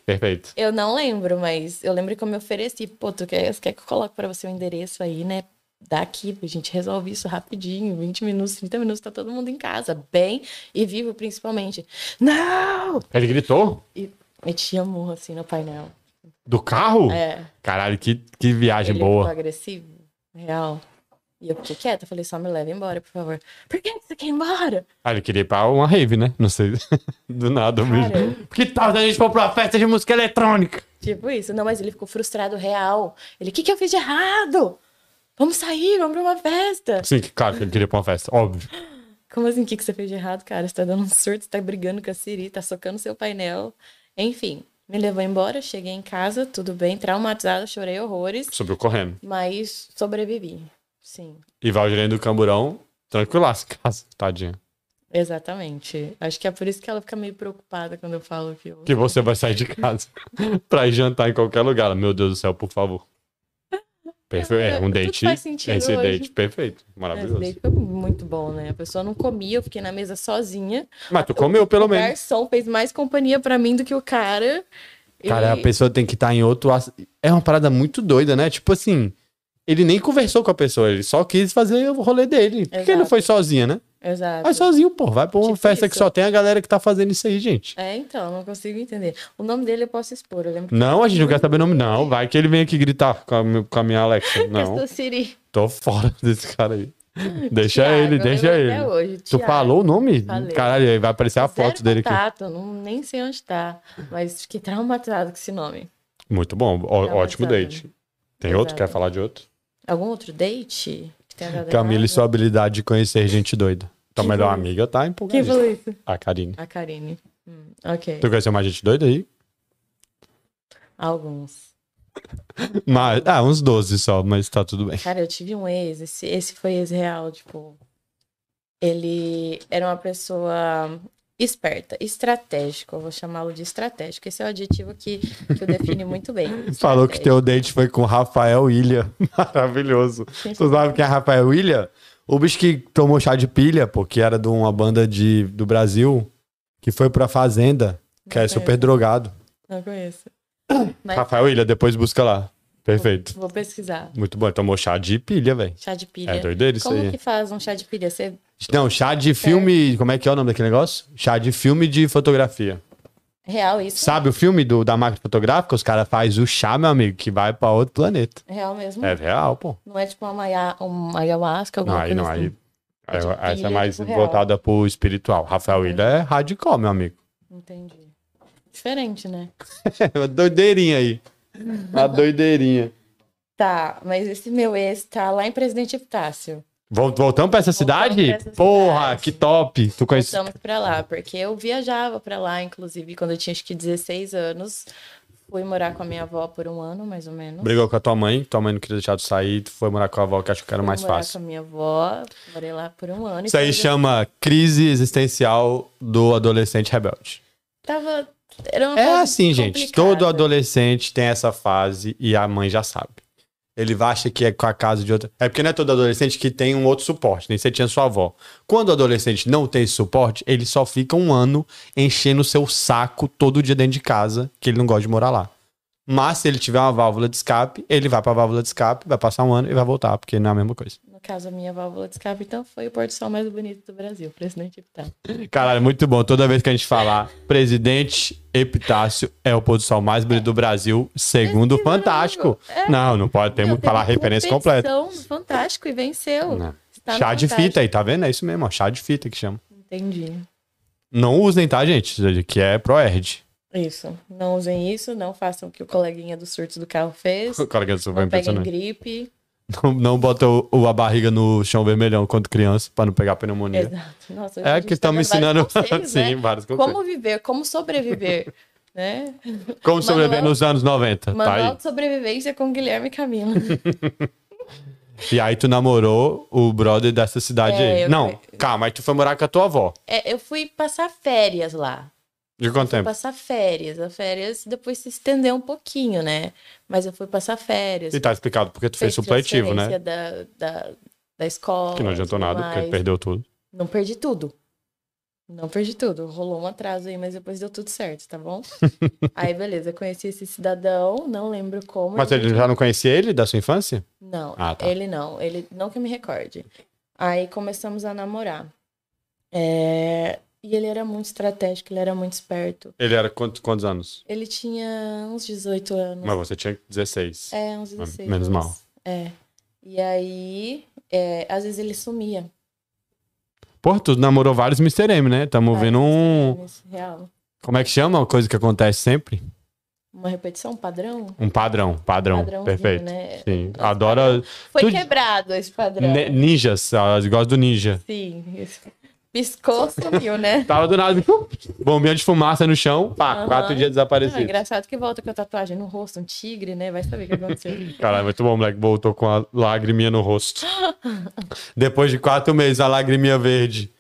Speaker 1: Perfeito.
Speaker 2: Eu não lembro, mas eu lembro que eu me ofereci. Pô, tu quer, quer que eu coloque pra você o endereço aí, né? Daqui, a gente resolve isso rapidinho. 20 minutos, 30 minutos, tá todo mundo em casa, bem e vivo principalmente. Não!
Speaker 1: Ele gritou?
Speaker 2: E metia murro assim no painel.
Speaker 1: Do carro?
Speaker 2: É.
Speaker 1: Caralho, que, que viagem
Speaker 2: ele é ficou
Speaker 1: boa.
Speaker 2: agressivo, real. E eu fiquei quieta, falei, só me leva embora, por favor. Por que você quer ir embora?
Speaker 1: Ah, ele queria ir pra uma rave, né? Não sei. (laughs) Do nada, o
Speaker 2: Cara.
Speaker 1: bicho. Que tal se tá, a gente for pra uma festa de música eletrônica?
Speaker 2: Tipo isso. Não, mas ele ficou frustrado, real. Ele, o que, que eu fiz de errado? Vamos sair, vamos pra uma festa.
Speaker 1: Sim, que- claro que ele queria ir pra uma festa, óbvio.
Speaker 2: Como assim? O que, que você fez de errado, cara? Você tá dando um surto, você tá brigando com a Siri, tá socando seu painel. Enfim, me levou embora, cheguei em casa, tudo bem, traumatizada, chorei horrores,
Speaker 1: Subiu correndo.
Speaker 2: mas sobrevivi. Sim,
Speaker 1: E Valdirene do Camburão, tranquilaço, em casa, tadinha.
Speaker 2: exatamente. Acho que é por isso que ela fica meio preocupada quando eu falo que eu.
Speaker 1: Que você vai sair de casa (laughs) pra ir jantar em qualquer lugar. Ela, Meu Deus do céu, por favor. Perfeito. É, um
Speaker 2: Tudo
Speaker 1: date.
Speaker 2: faz sentido
Speaker 1: Esse
Speaker 2: hoje.
Speaker 1: date, perfeito.
Speaker 2: Mas
Speaker 1: Maravilhoso.
Speaker 2: daí É, foi muito bom, né? A pessoa não comia, eu fiquei na mesa sozinha.
Speaker 1: Mas tu comeu, pelo
Speaker 2: o
Speaker 1: menos.
Speaker 2: garçom fez mais companhia pra mim do que o cara.
Speaker 1: Cara, a
Speaker 2: E-
Speaker 1: pessoa tem que estar em outro. as- É uma parada muito doida, né? Tipo assim, ele nem conversou com a pessoa, ele só quis fazer o rolê dele. Por que ele não
Speaker 2: Exato.
Speaker 1: foi sozinha, né?
Speaker 2: Exato.
Speaker 1: Vai sozinho, pô. Vai pra uma
Speaker 2: Tipo
Speaker 1: festa que
Speaker 2: isso.
Speaker 1: só tem a galera que tá fazendo isso aí, gente.
Speaker 2: É, então, não consigo entender. O nome dele eu posso expor, eu lembro que
Speaker 1: Não, a gente não quer saber o nome, não. Vai que ele vem aqui gritar com a, mi- com a minha
Speaker 2: (laughs)
Speaker 1: Alexa. Não,
Speaker 2: Pastor Siri.
Speaker 1: tô fora desse cara aí. Deixa
Speaker 2: Thiago,
Speaker 1: ele,
Speaker 2: eu
Speaker 1: deixa
Speaker 2: lembro
Speaker 1: ele.
Speaker 2: até hoje,
Speaker 1: tu
Speaker 2: Thiago.
Speaker 1: falou o nome?
Speaker 2: Falei.
Speaker 1: Caralho, aí vai aparecer a foto
Speaker 2: Zero
Speaker 1: dele aqui.
Speaker 2: contato, não, nem sei onde tá. Mas fiquei traumatizado com esse nome.
Speaker 1: Muito bom, ó-
Speaker 2: Tá
Speaker 1: ótimo
Speaker 2: avançado.
Speaker 1: date. Tem outro? Quer
Speaker 2: Exato.
Speaker 1: falar de outro?
Speaker 2: Algum outro date que tenha dado
Speaker 1: Camila e
Speaker 2: errado?
Speaker 1: sua habilidade de conhecer gente doida. Tua
Speaker 2: Quem
Speaker 1: melhor
Speaker 2: falou isso?
Speaker 1: amiga tá
Speaker 2: Quem
Speaker 1: empolgada.
Speaker 2: falou isso?
Speaker 1: A Karine.
Speaker 2: A Karine. Hum, ok.
Speaker 1: Tu conheceu mais gente doida aí?
Speaker 2: Alguns.
Speaker 1: Mas, ah, uns 12 só, mas tá tudo bem.
Speaker 2: Cara, eu tive um ex, esse, esse foi ex real, tipo. Ele era uma pessoa esperta, estratégico, eu vou chamá-lo de estratégico. Esse é o adjetivo que, que o define muito bem.
Speaker 1: (laughs)
Speaker 2: é
Speaker 1: Falou que teu date foi com Rafael
Speaker 2: (laughs)
Speaker 1: Ilha. Maravilhoso. Tu sabe quem é Rafael Ilha? O bicho que tomou chá de pilha, porque era de uma banda de, do Brasil, que foi pra Fazenda, que é
Speaker 2: Não conheço.
Speaker 1: super drogado.
Speaker 2: Não conheço. Mas
Speaker 1: Rafael Ilha, depois busca lá. Perfeito.
Speaker 2: vou pesquisar.
Speaker 1: Muito bom. Ele Tomou chá de pilha, velho.
Speaker 2: Chá de pilha.
Speaker 1: É doideira isso
Speaker 2: Como
Speaker 1: aí.
Speaker 2: que faz um chá de pilha? Você
Speaker 1: Não, chá de filme. Como é que é o nome daquele negócio? Chá de filme de fotografia.
Speaker 2: real isso?
Speaker 1: Sabe o filme do, da máquina fotográfica? Os caras fazem o chá, meu amigo, que vai pra outro planeta.
Speaker 2: Real mesmo?
Speaker 1: É real, pô.
Speaker 2: Não é tipo uma, maia, uma ayahuasca,
Speaker 1: Não,
Speaker 2: alguma
Speaker 1: aí
Speaker 2: coisa
Speaker 1: não,
Speaker 2: assim?
Speaker 1: aí. aí-
Speaker 2: de
Speaker 1: Essa
Speaker 2: pilha,
Speaker 1: é mais
Speaker 2: tipo, real.
Speaker 1: voltada pro espiritual. Rafael Ilha é radical, meu amigo. (laughs)
Speaker 2: assim? Entendi. Diferente, né?
Speaker 1: É uma doideirinha aí.
Speaker 2: (laughs)
Speaker 1: Uma doideirinha.
Speaker 2: Tá, mas esse meu ex tá lá em Presidente Epitácio.
Speaker 1: Vol- Voltamos pra essa cidade?
Speaker 2: pra essa
Speaker 1: Porra,
Speaker 2: cidade.
Speaker 1: que top. Tu conhece.
Speaker 2: Voltamos pra lá, porque eu viajava pra lá, inclusive, quando eu tinha acho que 16 anos. Fui morar com a minha avó por um ano, mais ou menos.
Speaker 1: Brigou com a tua mãe, tua mãe não queria deixar tu sair, tu foi morar com a avó, que acho que era
Speaker 2: Fui
Speaker 1: é mais
Speaker 2: morar
Speaker 1: fácil.
Speaker 2: com a minha avó, morei lá por um ano. e
Speaker 1: Isso aí
Speaker 2: quando eu
Speaker 1: chama crise existencial do adolescente rebelde.
Speaker 2: Tava... Era uma
Speaker 1: É
Speaker 2: fase
Speaker 1: assim, gente.
Speaker 2: complicada.
Speaker 1: Todo adolescente tem essa fase e a mãe já sabe. Ele vai acha que é com a casa de outra. É porque não é todo adolescente que tem um outro suporte, nem você tinha sua avó. Quando o adolescente não tem esse suporte, ele só fica um ano enchendo o seu saco todo dia dentro de casa, que ele não gosta de morar lá. Mas se ele tiver uma válvula de escape, ele vai pra válvula de escape, vai passar um ano e vai voltar, porque não é a mesma coisa.
Speaker 2: No caso, a minha válvula de escape, então, foi o pôr do sol mais bonito do Brasil, Presidente Epitácio.
Speaker 1: Caralho, muito bom. Toda vez que a gente falar presidente Epitácio é o pôr do sol mais bonito do Brasil, segundo o Fantástico.
Speaker 2: É.
Speaker 1: Não, não pode, temos
Speaker 2: Meu,
Speaker 1: que falar a
Speaker 2: teve
Speaker 1: referência
Speaker 2: um competição
Speaker 1: completa.
Speaker 2: no Fantástico e venceu.
Speaker 1: Não.
Speaker 2: Está no
Speaker 1: Chá de
Speaker 2: Fantástico.
Speaker 1: fita aí, tá vendo? É isso mesmo, ó, chá de fita que chama.
Speaker 2: Entendi.
Speaker 1: Não usem, tá, gente? Que é ProErd.
Speaker 2: Isso. Não usem isso, não façam o que o coleguinha do surto do carro
Speaker 1: (laughs)
Speaker 2: fez.
Speaker 1: O cara que isso (laughs) foi
Speaker 2: Não peguem
Speaker 1: impressionante.
Speaker 2: gripe.
Speaker 1: Não, não bota o- o- a barriga no chão vermelhão quando criança, pra não pegar pneumonia.
Speaker 2: Exato. Nossa, hoje a
Speaker 1: Né? É
Speaker 2: gente
Speaker 1: que
Speaker 2: tá
Speaker 1: estão me
Speaker 2: dando vários
Speaker 1: ensinando. (laughs) assim,
Speaker 2: conselhos,
Speaker 1: Sim,
Speaker 2: né?
Speaker 1: vários conselhos.
Speaker 2: Como viver, como sobreviver,
Speaker 1: (laughs)
Speaker 2: né?
Speaker 1: Como, sobreviver
Speaker 2: Manual-
Speaker 1: nos anos 90, tá aí.
Speaker 2: Manual de sobrevivência com Guilherme Camilo.
Speaker 1: E aí tu namorou o brother dessa cidade
Speaker 2: É,
Speaker 1: aí.
Speaker 2: eu-
Speaker 1: Não, calma, aí tu foi morar com a tua avó.
Speaker 2: É, eu fui passar férias lá.
Speaker 1: De quanto tempo?
Speaker 2: Passar férias. A férias depois se estendeu um pouquinho, né? Mas eu fui passar férias.
Speaker 1: E tá explicado porque tu fez
Speaker 2: Fez
Speaker 1: supletivo, né?
Speaker 2: transferência Da, da, da escola.
Speaker 1: Que não adiantou
Speaker 2: tudo
Speaker 1: nada, porque
Speaker 2: mais.
Speaker 1: ele perdeu tudo.
Speaker 2: Não perdi tudo. Não perdi tudo. Rolou um atraso aí, mas depois deu tudo certo,
Speaker 1: (laughs)
Speaker 2: tá bom? aí, beleza, conheci esse cidadão, não lembro como.
Speaker 1: Mas ele já não conhecia ele da sua infância?
Speaker 2: Não,
Speaker 1: Ah, tá.
Speaker 2: ele não. Ele não que eu me recorde. Aí começamos a namorar. É, E ele era muito estratégico, ele era muito esperto.
Speaker 1: Ele era quanto- quantos anos?
Speaker 2: Ele tinha uns 18 anos.
Speaker 1: Mas você tinha 16.
Speaker 2: É, uns 16
Speaker 1: menos
Speaker 2: anos.
Speaker 1: mal.
Speaker 2: É. E aí, é, às vezes ele sumia.
Speaker 1: Pô, tu namorou vários Mr. M, né? Tamo
Speaker 2: Vários
Speaker 1: vendo um.
Speaker 2: Mas, Real.
Speaker 1: Como é que chama? Uma coisa que acontece sempre?
Speaker 2: Uma repetição, um padrão?
Speaker 1: Um padrão. Padrão.
Speaker 2: Padrãozinho,
Speaker 1: Perfeito.
Speaker 2: né?
Speaker 1: Sim. Adora.
Speaker 2: Foi
Speaker 1: Tu-
Speaker 2: quebrado esse padrão.
Speaker 1: ne- ninjas. Elas gostam do ninja.
Speaker 2: Sim. isso. Piscou, sumiu, né?
Speaker 1: Tava do nada. (laughs) Bombinha de fumaça no chão. Pá,
Speaker 2: Aham.
Speaker 1: quatro dias
Speaker 2: Não, é
Speaker 1: desaparecido.
Speaker 2: engraçado que volta com a tatuagem no rosto, um tigre, né? Vai saber o que aconteceu.
Speaker 1: Caralho, muito bom, moleque. Voltou com a lagriminha no rosto. Depois de quatro meses, a lagriminha verde.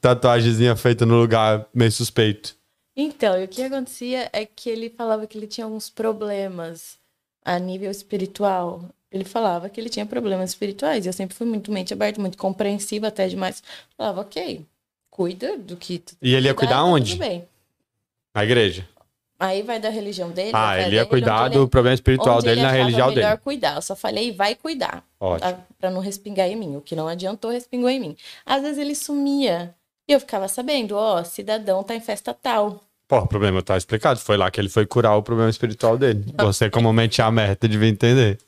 Speaker 1: Tatuagemzinha feita no lugar meio suspeito.
Speaker 2: Então, e o que acontecia é que ele falava que ele tinha alguns problemas a nível espiritual. Ele falava que ele tinha problemas espirituais. Eu sempre fui muito mente aberta, muito compreensiva até demais. Falava, ok, cuida do que tu
Speaker 1: E ele ia
Speaker 2: cuidar,
Speaker 1: cuidar
Speaker 2: tá
Speaker 1: onde?
Speaker 2: Tudo bem.
Speaker 1: Na igreja.
Speaker 2: Aí vai da religião dele. da
Speaker 1: Ah,
Speaker 2: fé
Speaker 1: ele ia
Speaker 2: dele, onde
Speaker 1: cuidar
Speaker 2: ele-
Speaker 1: do problema espiritual
Speaker 2: onde
Speaker 1: dele
Speaker 2: ele
Speaker 1: na
Speaker 2: achava
Speaker 1: religião
Speaker 2: melhor
Speaker 1: dele.
Speaker 2: cuidar. Eu só falei, vai cuidar.
Speaker 1: Ótimo.
Speaker 2: a- Pra não respingar em mim. O que não adiantou, respingou em mim. Às vezes ele sumia. E eu ficava sabendo, ó, cidadão tá em festa tal.
Speaker 1: Pô, o problema tá explicado. Foi lá que ele foi curar o problema espiritual
Speaker 2: (laughs)
Speaker 1: dele. Você, como mente aberta, devia entender.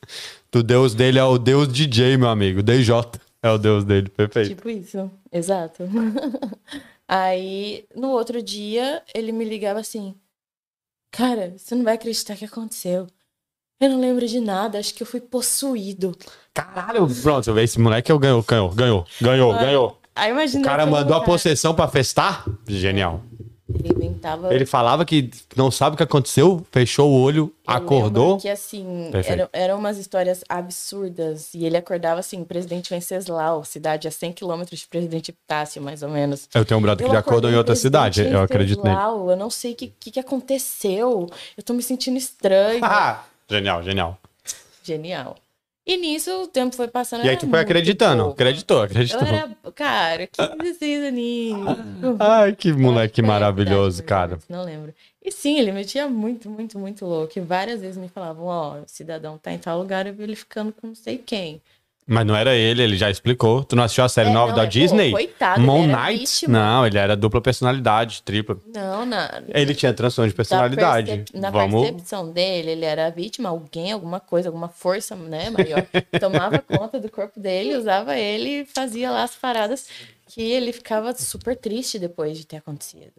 Speaker 1: O Deus dele é o Deus DJ, meu amigo. DJ é o Deus dele. Perfeito.
Speaker 2: Tipo isso. Exato. (laughs) Aí, no outro dia, ele me ligava assim: Cara, você não vai acreditar o que aconteceu. Eu não lembro de nada, acho que eu fui possuído.
Speaker 1: Caralho, pronto. Esse moleque eu ganhou, ganhou, ganhou, ganhou, ganhou.
Speaker 2: Aí
Speaker 1: O
Speaker 2: imagina.
Speaker 1: cara
Speaker 2: como
Speaker 1: mandou a
Speaker 2: cara-
Speaker 1: possessão pra festar? Genial.
Speaker 2: Ele inventava. um
Speaker 1: Ele falava que não sabe o que aconteceu, fechou o olho,
Speaker 2: Eu
Speaker 1: acordou.
Speaker 2: lembro Que assim,
Speaker 1: Perfeito.
Speaker 2: eram, eram umas histórias absurdas. E ele acordava assim, Presidente Venceslau, cidade a 100 quilômetros de Presidente Epitácio, mais ou menos.
Speaker 1: Eu tenho um brother que já acordou em outra cidade, eu acredito nele.
Speaker 2: nele. Eu não sei o que, que, que aconteceu. Eu tô me sentindo estranho.
Speaker 1: (laughs) genial, genial.
Speaker 2: Genial. E nisso o tempo foi passando.
Speaker 1: E
Speaker 2: eu
Speaker 1: aí
Speaker 2: era
Speaker 1: tu foi
Speaker 2: muito
Speaker 1: acreditando,
Speaker 2: pouco.
Speaker 1: acreditou,
Speaker 2: Eu
Speaker 1: acreditou.
Speaker 2: era, cara, 15, 16 aninhos.
Speaker 1: (laughs) Ai, que moleque
Speaker 2: Acho que é a idade,
Speaker 1: Ah. maravilhoso,
Speaker 2: mais ou
Speaker 1: cara.
Speaker 2: menos, né? Não lembro. E sim, ele metia muito, muito, muito louco. E várias vezes me falavam, ó, o cidadão tá em tal lugar, eu vi ele ficando com não sei quem.
Speaker 1: Mas não era ele, ele já explicou. Tu não assistiu a série
Speaker 2: É,
Speaker 1: nova
Speaker 2: não,
Speaker 1: da
Speaker 2: é- pô,
Speaker 1: Disney?
Speaker 2: coitado, ele
Speaker 1: Moon
Speaker 2: era
Speaker 1: Knight?
Speaker 2: vítima.
Speaker 1: Não, ele era dupla personalidade, tripla.
Speaker 2: Não, na,
Speaker 1: Ele tinha transtorno de personalidade.
Speaker 2: Da percep- Na
Speaker 1: Vamos.
Speaker 2: percepção dele, ele era vítima, alguém, alguma coisa, alguma força né,
Speaker 1: (laughs)
Speaker 2: maior, tomava conta do corpo dele, usava ele e fazia lá as paradas que ele ficava super triste depois de ter acontecido.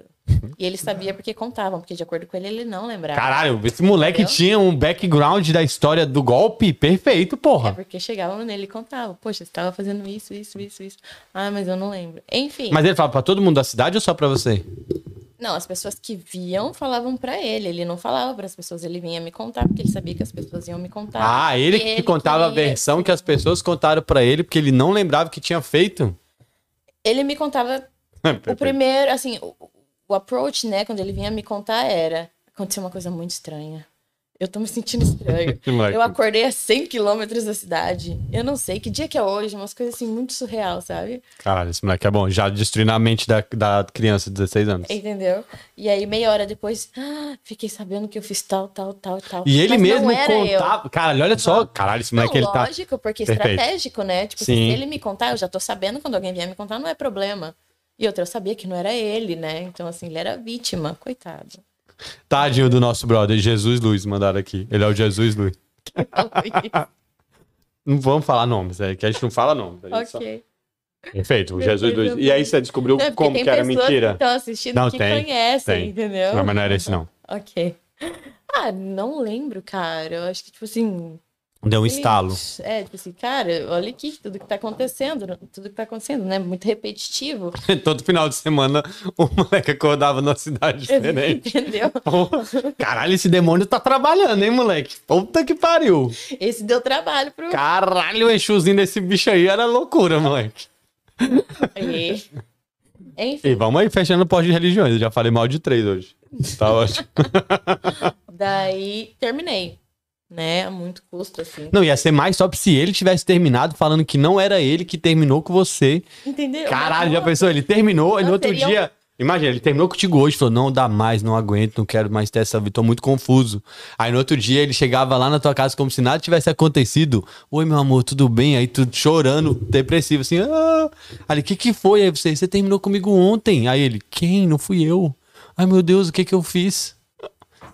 Speaker 2: E ele sabia porque contavam, porque de acordo com ele, ele não lembrava.
Speaker 1: Uhum. Caralho, esse moleque
Speaker 2: Tá. Entendeu?
Speaker 1: tinha um background da história do golpe perfeito,
Speaker 2: É
Speaker 1: porra.
Speaker 2: porque chegavam nele e contavam, poxa, você estava fazendo isso, isso, isso, isso. Ah, mas eu não lembro. Enfim.
Speaker 1: Mas ele fala pra todo mundo da cidade ou só pra você?
Speaker 2: Não, as pessoas que viam falavam pra ele. Ele não falava para as pessoas, ele vinha me contar, porque ele sabia que as pessoas iam me contar.
Speaker 1: Ah, ele
Speaker 2: E
Speaker 1: que contava a
Speaker 2: queria-
Speaker 1: versão que as pessoas contaram pra ele porque ele não lembrava que tinha feito. (laughs)
Speaker 2: Ele me contava o primeiro, assim, o, o approach, né, quando ele vinha me contar era: aconteceu uma coisa muito estranha. Eu tô me sentindo
Speaker 1: (laughs)
Speaker 2: estranho.
Speaker 1: Que moleque.
Speaker 2: Eu acordei a 100 quilômetros da cidade. Eu não sei que dia que é hoje, umas coisas assim muito surreal, sabe?
Speaker 1: Caralho, esse moleque é bom. Já destruindo a mente da, da criança de 16 anos.
Speaker 2: É, Entendeu? E aí, meia hora depois, "Ah, fiquei sabendo que eu fiz tal, tal, tal, tal.
Speaker 1: E ele
Speaker 2: Mas não
Speaker 1: mesmo
Speaker 2: era eu.
Speaker 1: contava. Caralho, olha só. Caralho, esse moleque ele
Speaker 2: não,
Speaker 1: tá.
Speaker 2: lógico, porque é
Speaker 1: Perfeito.
Speaker 2: estratégico, né? Tipo,
Speaker 1: Sim.
Speaker 2: se ele me contar, eu já tô sabendo quando alguém vier me contar, não é problema. E outra, eu sabia que não era ele, né? Então, assim, ele era vítima, coitado. (laughs)
Speaker 1: Tadinho do nosso brother, Jesus Luiz, mandaram aqui. Ele é o Jesus Luiz.
Speaker 2: Então,
Speaker 1: Não vamos falar nomes, é que a gente não fala nomes. a gente só-
Speaker 2: ok.
Speaker 1: Perfeito, o
Speaker 2: Depois
Speaker 1: Jesus
Speaker 2: eu
Speaker 1: Luiz.
Speaker 2: vou-
Speaker 1: E aí você descobriu
Speaker 2: Não, é porque
Speaker 1: como
Speaker 2: tem
Speaker 1: que era
Speaker 2: pessoas
Speaker 1: mentira.
Speaker 2: Que estão assistindo
Speaker 1: Não,
Speaker 2: que
Speaker 1: tem,
Speaker 2: conhecem,
Speaker 1: tem.
Speaker 2: entendeu?
Speaker 1: Não, mas não era esse, não.
Speaker 2: Ok. Ah, não lembro, cara. Eu acho que, tipo assim.
Speaker 1: Deu um
Speaker 2: ele-
Speaker 1: estalo. (laughs)
Speaker 2: É, tipo assim, cara, olha aqui tudo que tá acontecendo, tudo que tá acontecendo, né? Muito repetitivo.
Speaker 1: Todo final de semana, o moleque acordava numa cidade diferente.
Speaker 2: (laughs) Entendeu?
Speaker 1: Porra, Caralho, esse demônio tá trabalhando, hein, moleque? Puta que pariu.
Speaker 2: Esse deu trabalho pro.
Speaker 1: Caralho, o enxuzinho desse bicho aí era loucura, moleque.
Speaker 2: E- Enfim,
Speaker 1: E vamos aí, fechando o posto de religiões. Eu já falei mal de três hoje. Tá ótimo.
Speaker 2: daí terminei. Né? A muito custo, assim.
Speaker 1: Não, ia ser mais só se ele tivesse terminado falando que não era ele que terminou com você.
Speaker 2: (laughs) Entendeu?
Speaker 1: Caralho,
Speaker 2: Mas,
Speaker 1: já pensou? Ele terminou, e no
Speaker 2: Não,
Speaker 1: outro
Speaker 2: seria um-
Speaker 1: dia. Imagina, ele terminou contigo hoje, falou: não dá mais, não aguento, não quero mais ter essa vida, tô muito confuso. Aí no outro dia ele chegava lá na tua casa como se nada tivesse acontecido. Oi, meu amor, tudo bem? Aí tu chorando, depressivo, assim, ah. Aí, o que que foi? Aí você, você terminou comigo ontem. Aí ele, quem? Não fui eu. Ai, meu Deus, o que que eu fiz?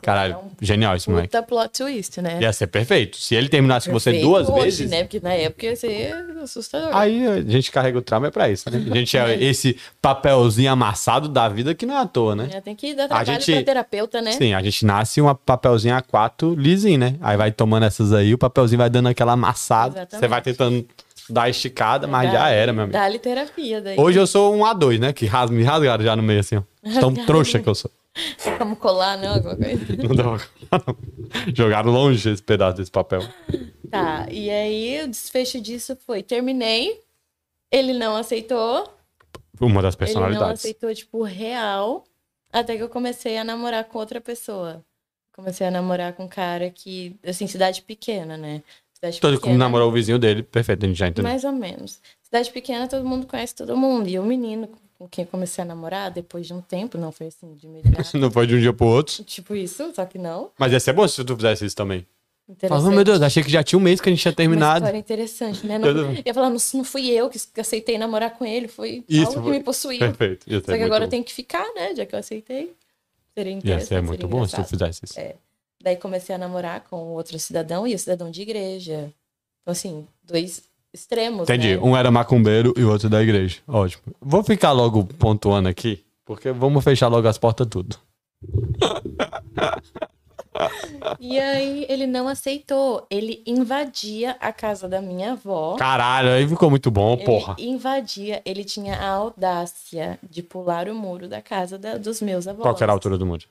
Speaker 1: Caralho,
Speaker 2: Não.
Speaker 1: genial esse moleque.
Speaker 2: é um Puta plot twist, né?
Speaker 1: Ia ser perfeito. Se ele terminasse com você
Speaker 2: Perfeito
Speaker 1: duas
Speaker 2: hoje,
Speaker 1: vezes. Ah,
Speaker 2: né? Porque na época ia ser assustador.
Speaker 1: Aí a gente carrega o trauma é pra isso, né? A gente é esse papelzinho amassado da vida que não é à toa, né?
Speaker 2: Já tem que dar trabalho
Speaker 1: gente-
Speaker 2: pra terapeuta, né?
Speaker 1: Sim, a gente nasce um papelzinho A4 lisinho, né? Aí vai tomando essas aí, o papelzinho vai dando aquela amassada.
Speaker 2: Exatamente.
Speaker 1: Você vai tentando dar esticada, mas já era, meu amigo.
Speaker 2: Dá-lhe terapia daí. (laughs)
Speaker 1: Hoje eu sou um A2, né? Que ras- me rasgaram já no meio assim, ó. Tão trouxa que eu sou.
Speaker 2: Tem como colar, não? Alguma coisa.
Speaker 1: Não dá pra falar, não. Jogaram longe esse pedaço desse papel.
Speaker 2: tá, e aí o desfecho disso foi: terminei, ele não aceitou,
Speaker 1: Uma das
Speaker 2: ele não
Speaker 1: personalidades.
Speaker 2: aceitou, tipo, real, até que eu comecei a namorar com outra pessoa. Comecei a namorar com um cara que, assim, cidade pequena, né? Cidade
Speaker 1: Todo mundo namorou né? o vizinho dele, perfeito, a gente já entendeu.
Speaker 2: Mais ou menos. Cidade pequena, todo mundo conhece todo mundo. E o menino com quem eu comecei a namorar, depois de um tempo, não foi assim de imediato.
Speaker 1: Não foi de um dia pro outro.
Speaker 2: tipo isso, só que não.
Speaker 1: Mas ia ser bom se tu fizesse isso também. Fala,
Speaker 2: Interessante.
Speaker 1: oh, meu Deus, achei que já tinha um mês que a gente tinha
Speaker 2: Uma
Speaker 1: terminado.
Speaker 2: história
Speaker 1: (laughs)
Speaker 2: interessante, né? Não, eu
Speaker 1: Eu-
Speaker 2: ia falar, não, não fui eu que aceitei namorar com ele, foi
Speaker 1: (laughs) Isso,
Speaker 2: algo
Speaker 1: foi-
Speaker 2: que me possuiu.
Speaker 1: Perfeito. Ia ser
Speaker 2: Só que
Speaker 1: muito
Speaker 2: agora eu
Speaker 1: bom.
Speaker 2: tenho que ficar, né? Já que eu aceitei. Seria
Speaker 1: Ia
Speaker 2: interessante.
Speaker 1: ser muito
Speaker 2: seria
Speaker 1: bom se tu
Speaker 2: engraçado. É,
Speaker 1: fizesse isso.
Speaker 2: Daí comecei a namorar com outro cidadão e o cidadão de igreja. Então, assim, dois extremos.
Speaker 1: Entendi.
Speaker 2: Né?
Speaker 1: Um era macumbeiro e o outro da igreja. Ótimo. Vou ficar logo pontuando aqui, porque vamos fechar logo as portas tudo.
Speaker 2: E aí ele não aceitou. Ele invadia a casa da minha avó.
Speaker 1: Caralho, aí ficou muito bom,
Speaker 2: Ele
Speaker 1: porra.
Speaker 2: invadia, ele tinha a audácia de pular o muro da casa da- dos meus avós.
Speaker 1: Qual que era a altura do muro?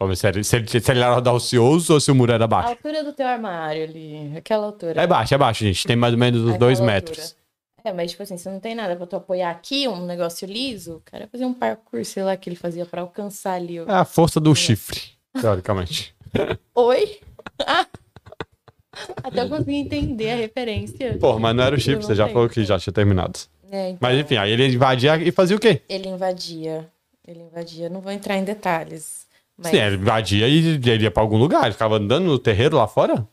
Speaker 1: Vamos ver se ele, se ele, se ele era audacioso ou se o muro era
Speaker 2: A
Speaker 1: baixo.
Speaker 2: altura do teu armário ali, aquela altura.
Speaker 1: É baixo, é baixo, gente. Tem mais ou menos uns
Speaker 2: Aquela
Speaker 1: dois
Speaker 2: altura.
Speaker 1: metros.
Speaker 2: É, mas tipo assim, você não tem nada pra tu apoiar aqui, um negócio liso. O cara fazia um parkour, sei lá, que ele fazia pra alcançar ali. o-
Speaker 1: É a força do chifre,
Speaker 2: (laughs)
Speaker 1: teoricamente.
Speaker 2: Oi? (laughs) Ah! Até eu consegui entender a referência.
Speaker 1: Porra, mas não era o
Speaker 2: Eu
Speaker 1: chifre,
Speaker 2: não
Speaker 1: você já
Speaker 2: sei.
Speaker 1: falou que já tinha terminado.
Speaker 2: É, então,
Speaker 1: Mas enfim, aí ele invadia e fazia o quê?
Speaker 2: Ele invadia. Ele invadia. Não vou entrar em detalhes. Mas
Speaker 1: Sim, é. ele invadia e ele ia pra algum lugar. Ele ficava andando no terreiro lá fora?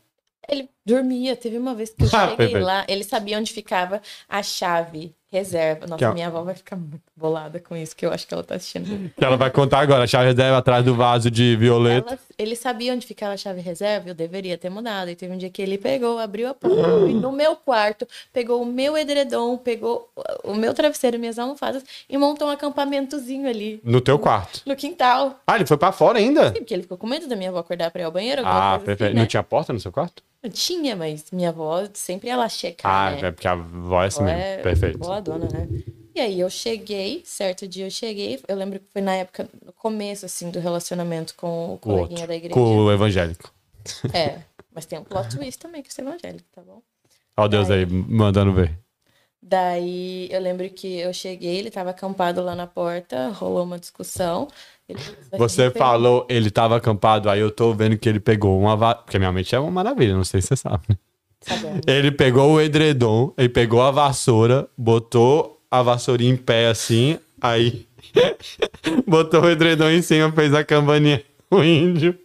Speaker 2: ele dormia. Teve uma vez que eu
Speaker 1: Ah,
Speaker 2: cheguei
Speaker 1: perfeito.
Speaker 2: lá, ele sabia onde ficava a chave reserva. Nossa,
Speaker 1: Que é-
Speaker 2: minha avó vai ficar muito bolada com isso, que eu acho que ela tá assistindo.
Speaker 1: Que ela vai contar agora. A chave deve atrás do vaso de violeta.
Speaker 2: Ela- ele sabia onde ficava a chave reserva, eu deveria ter mudado. E teve um dia que ele pegou, abriu a porta, e no meu quarto, pegou o meu edredom, pegou o meu travesseiro, minhas almofadas, e montou um acampamentozinho ali
Speaker 1: No teu quarto.
Speaker 2: no quintal.
Speaker 1: Ah, ele foi pra fora ainda?
Speaker 2: Sim, Porque ele ficou com medo da minha avó acordar pra ir ao banheiro, alguma
Speaker 1: Ah,
Speaker 2: coisa
Speaker 1: perfeito.
Speaker 2: assim, né?
Speaker 1: Não tinha porta no seu quarto?
Speaker 2: Não tinha, mas minha avó sempre ia lá checar,
Speaker 1: Ah,
Speaker 2: né?
Speaker 1: é porque a avó é assim
Speaker 2: Ela
Speaker 1: mesmo.
Speaker 2: é
Speaker 1: Perfeito.
Speaker 2: boladona, né? E aí eu cheguei, certo dia eu cheguei, eu lembro que foi na época, no começo, assim, do relacionamento com o
Speaker 1: O
Speaker 2: coleguinha
Speaker 1: outro.
Speaker 2: da igreja.
Speaker 1: Com o evangélico.
Speaker 2: É, mas tem um plot twist também, que eu sou evangélico, tá bom?
Speaker 1: Ó Deus aí, mandando ver.
Speaker 2: Daí eu lembro que eu cheguei, ele tava acampado lá na porta, rolou uma discussão. ele precisa
Speaker 1: Você
Speaker 2: recuperar.
Speaker 1: falou, ele tava acampado, aí eu tô vendo que ele pegou uma vara. Porque minha mente é uma maravilha, não sei se você sabe. né?
Speaker 2: Tá bom.
Speaker 1: Ele pegou o edredom, ele pegou a vassoura, botou a vassourinha em pé assim, aí (laughs) botou o edredom em cima, fez a campainha o índio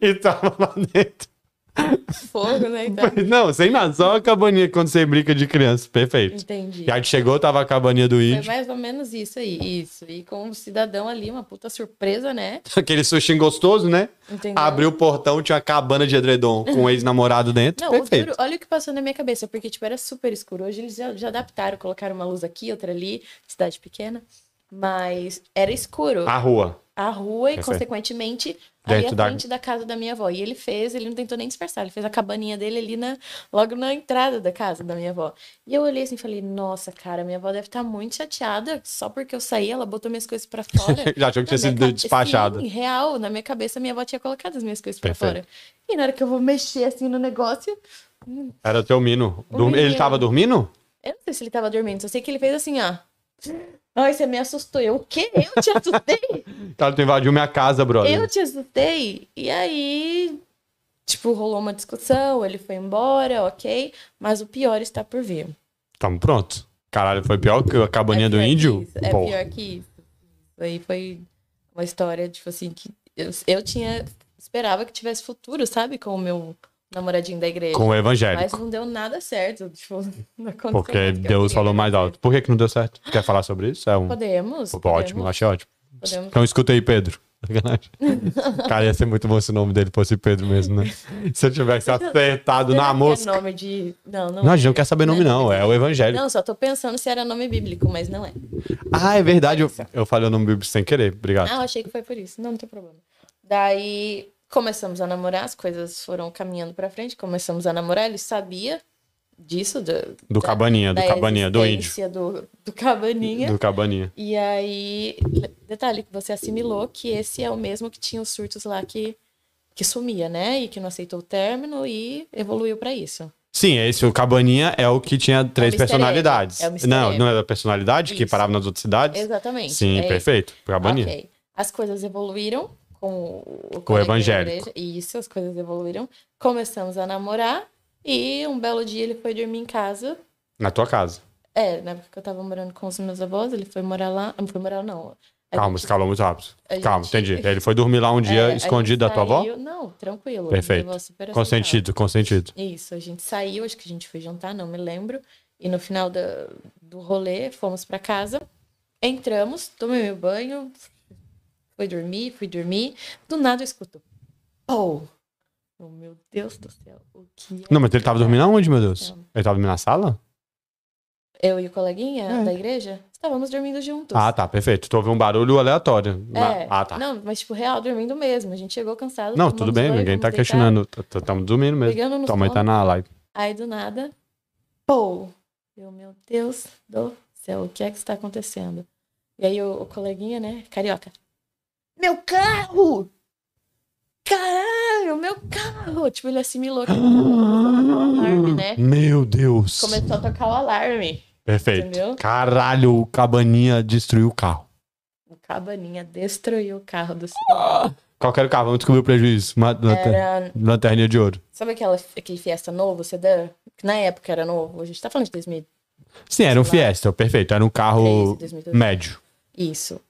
Speaker 1: e tava lá dentro. (laughs)
Speaker 2: Fogo, né? Então,
Speaker 1: Não, sem nada, só a cabaninha quando você brinca de criança. Perfeito.
Speaker 2: entendi.
Speaker 1: E aí chegou, tava a cabaninha do
Speaker 2: Foi
Speaker 1: índio.
Speaker 2: mais ou menos isso aí, isso. E com um cidadão ali, uma puta surpresa, né?
Speaker 1: (laughs) Aquele sushi gostoso, né?
Speaker 2: Entendeu?
Speaker 1: Abriu o portão, tinha a cabana de edredom com o ex-namorado dentro.
Speaker 2: Não, eu
Speaker 1: Perfeito.
Speaker 2: juro, olha o que passou na minha cabeça, porque, tipo, era super escuro. Hoje eles já, já adaptaram, colocaram uma luz aqui, outra ali, cidade pequena. Mas era escuro.
Speaker 1: A rua.
Speaker 2: a rua e,
Speaker 1: Perfeito.
Speaker 2: consequentemente, ali à
Speaker 1: Dentro da-
Speaker 2: frente da casa da minha avó. E ele fez, ele não tentou nem disfarçar, ele fez a cabaninha dele ali na, logo na entrada da casa da minha avó. E eu olhei assim e falei, nossa, cara, minha avó deve estar muito chateada, só porque eu saí, ela botou minhas coisas
Speaker 1: (laughs)
Speaker 2: pra fora.
Speaker 1: Já achou que
Speaker 2: Na
Speaker 1: tinha sido
Speaker 2: minha ca-
Speaker 1: despachada.
Speaker 2: Sim, real, na minha cabeça, minha avó tinha colocado as minhas coisas pra
Speaker 1: Perfeito.
Speaker 2: fora. E na hora que eu vou mexer assim no negócio,
Speaker 1: Era teu Mino. Dormi- Ele
Speaker 2: menino.
Speaker 1: tava dormindo?
Speaker 2: eu não sei se ele tava dormindo, só sei que ele fez assim, ó. Ai, você me assustou. Eu, o quê? Eu te assustei?
Speaker 1: Cara, tu invadiu minha casa, brother.
Speaker 2: Eu te assustei. E aí, tipo, rolou uma discussão, ele foi embora, ok. Mas o pior está por vir.
Speaker 1: Tamo pronto. Caralho, foi pior que a cabaninha
Speaker 2: É
Speaker 1: do
Speaker 2: pior que
Speaker 1: índio?
Speaker 2: isso, É
Speaker 1: Pô,
Speaker 2: pior que isso. Isso aí foi uma história, tipo assim, que eu, eu tinha. Esperava que tivesse futuro, sabe? Com o meu namoradinho da igreja.
Speaker 1: com o
Speaker 2: Mas
Speaker 1: evangélico.
Speaker 2: não deu nada certo. Tipo, (laughs) não aconteceu
Speaker 1: Porque
Speaker 2: nada que eu
Speaker 1: Deus
Speaker 2: queria.
Speaker 1: falou mais alto. Por que, que não deu certo? Quer falar sobre isso? É um.
Speaker 2: Podemos.
Speaker 1: Pô,
Speaker 2: podemos,
Speaker 1: Ótimo, achei ótimo.
Speaker 2: Podemos.
Speaker 1: Então escuta aí,
Speaker 2: (laughs)
Speaker 1: Pedro. Sacanagem. Cara, ia ser muito bom se o nome dele fosse Pedro mesmo, né? Se eu tivesse acertado
Speaker 2: Será
Speaker 1: na
Speaker 2: que é
Speaker 1: mosca.
Speaker 2: nome de. Não, não.
Speaker 1: Não, a
Speaker 2: é.
Speaker 1: gente não quer saber nome, não. É o evangélico.
Speaker 2: Não, só tô pensando se era nome bíblico, mas não é.
Speaker 1: Ah, é verdade. Eu, eu falei o nome bíblico sem querer. Obrigado.
Speaker 2: Ah, eu achei que foi por isso. Não, não tem problema. Daí começamos a namorar, as coisas foram caminhando pra frente, começamos a namorar, ele sabia disso, do,
Speaker 1: Do cabaninha, do
Speaker 2: da
Speaker 1: cabaninha, do índio.
Speaker 2: existência Do, do cabaninha.
Speaker 1: Do cabaninha.
Speaker 2: E é? aí, detalhe, que você assimilou que esse é o mesmo que tinha os surtos lá que, que sumia, né? E que não aceitou o término e evoluiu pra isso.
Speaker 1: Sim, esse o Cabaninha é o que tinha três
Speaker 2: Mr.
Speaker 1: personalidades.
Speaker 2: Ed. um É o Mr.
Speaker 1: não,
Speaker 2: Ed.
Speaker 1: não era a personalidade que
Speaker 2: Isso.
Speaker 1: parava nas outras cidades?
Speaker 2: Exatamente.
Speaker 1: Sim,
Speaker 2: é isso.
Speaker 1: perfeito. Cabaninha.
Speaker 2: Ok. As coisas evoluíram com o,
Speaker 1: Com o
Speaker 2: colega da
Speaker 1: evangélico.
Speaker 2: igreja. Isso, as coisas evoluíram. Começamos a namorar e um belo dia ele foi dormir em casa.
Speaker 1: Na tua casa.
Speaker 2: É, na época que eu tava morando com os meus avós, ele foi morar lá. Não foi morar, não. A
Speaker 1: Calma,
Speaker 2: gente-
Speaker 1: escalou muito rápido.
Speaker 2: a
Speaker 1: Calma,
Speaker 2: gente- (laughs)
Speaker 1: entendi. Ele foi dormir lá um
Speaker 2: é,
Speaker 1: dia
Speaker 2: a
Speaker 1: escondido da
Speaker 2: gente
Speaker 1: tua avó?
Speaker 2: saiu- assim, Não, tranquilo.
Speaker 1: Perfeito.
Speaker 2: minha avó super aceitável.
Speaker 1: Consentido, consentido.
Speaker 2: Isso, a gente saiu, acho que a gente foi jantar, não me lembro. E no final da- do rolê, fomos pra casa, entramos, tomei meu banho, fui dormir, fui dormir. Do nada eu escuto. Pou! Oh, meu Deus do céu, o que é?
Speaker 1: Não, mas ele tava dormindo aonde, meu Deus?
Speaker 2: Não.
Speaker 1: Ele tava dormindo na sala?
Speaker 2: Eu e o coleguinha
Speaker 1: É.
Speaker 2: da igreja estávamos dormindo juntos.
Speaker 1: Ah, tá, perfeito. Tu ouviu um barulho aleatório.
Speaker 2: É,
Speaker 1: Ah, tá. Não,
Speaker 2: Não, mas tipo, real, dormindo mesmo. A gente chegou cansado.
Speaker 1: tudo
Speaker 2: tomamos
Speaker 1: bem,
Speaker 2: banho,
Speaker 1: ninguém tá
Speaker 2: fomos deitar, um
Speaker 1: questionando. T- t- Tamo dormindo mesmo.
Speaker 2: Pegando no
Speaker 1: Tua mãe
Speaker 2: sono.
Speaker 1: tá na live.
Speaker 2: Aí do nada, pou! Eu, meu Deus do céu, o que é que está acontecendo? E aí o, o coleguinha, né, carioca. Meu carro! Caralho, meu carro! Tipo, ele assimilou que alarme, né?
Speaker 1: (gasps) Meu Deus.
Speaker 2: começou a tocar o alarme.
Speaker 1: Perfeito.
Speaker 2: Entendeu?
Speaker 1: Caralho, o Cabaninha destruiu o carro.
Speaker 2: O cabaninha destruiu o carro do senhor.
Speaker 1: Qual que era o carro? Vamos descobrir o prejuízo. Uma lanter-
Speaker 2: Era,
Speaker 1: Lanterninha de ouro.
Speaker 2: sabe aquela, aquele Fiesta novo, sedã? Que na época era novo, a gente tá falando de 2003,
Speaker 1: Sim, era um Fiesta, perfeito. Era um carro
Speaker 2: 2002.
Speaker 1: médio.
Speaker 2: Isso.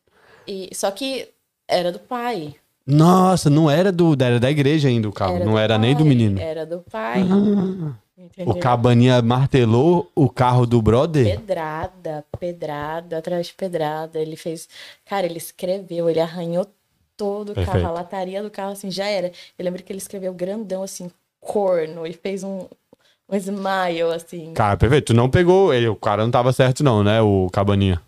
Speaker 2: E, só que era do pai.
Speaker 1: Nossa, não era do. Era da igreja ainda o carro.
Speaker 2: Era
Speaker 1: não era nem do
Speaker 2: pai,
Speaker 1: menino. Ah, Uhum.
Speaker 2: Era do pai.
Speaker 1: O
Speaker 2: Entendeu?
Speaker 1: Cabaninha martelou o carro do brother.
Speaker 2: Pedrada, pedrada, atrás de pedrada. Ele fez. Cara, ele escreveu, ele arranhou todo o carro, a
Speaker 1: Perfeito.
Speaker 2: lataria do carro, assim, já era. Eu lembro que ele escreveu grandão, assim, corno, e fez um, um smile, assim.
Speaker 1: Cara, perfeito. Tu não pegou ele. O cara não tava certo, não, né? O Cabaninha.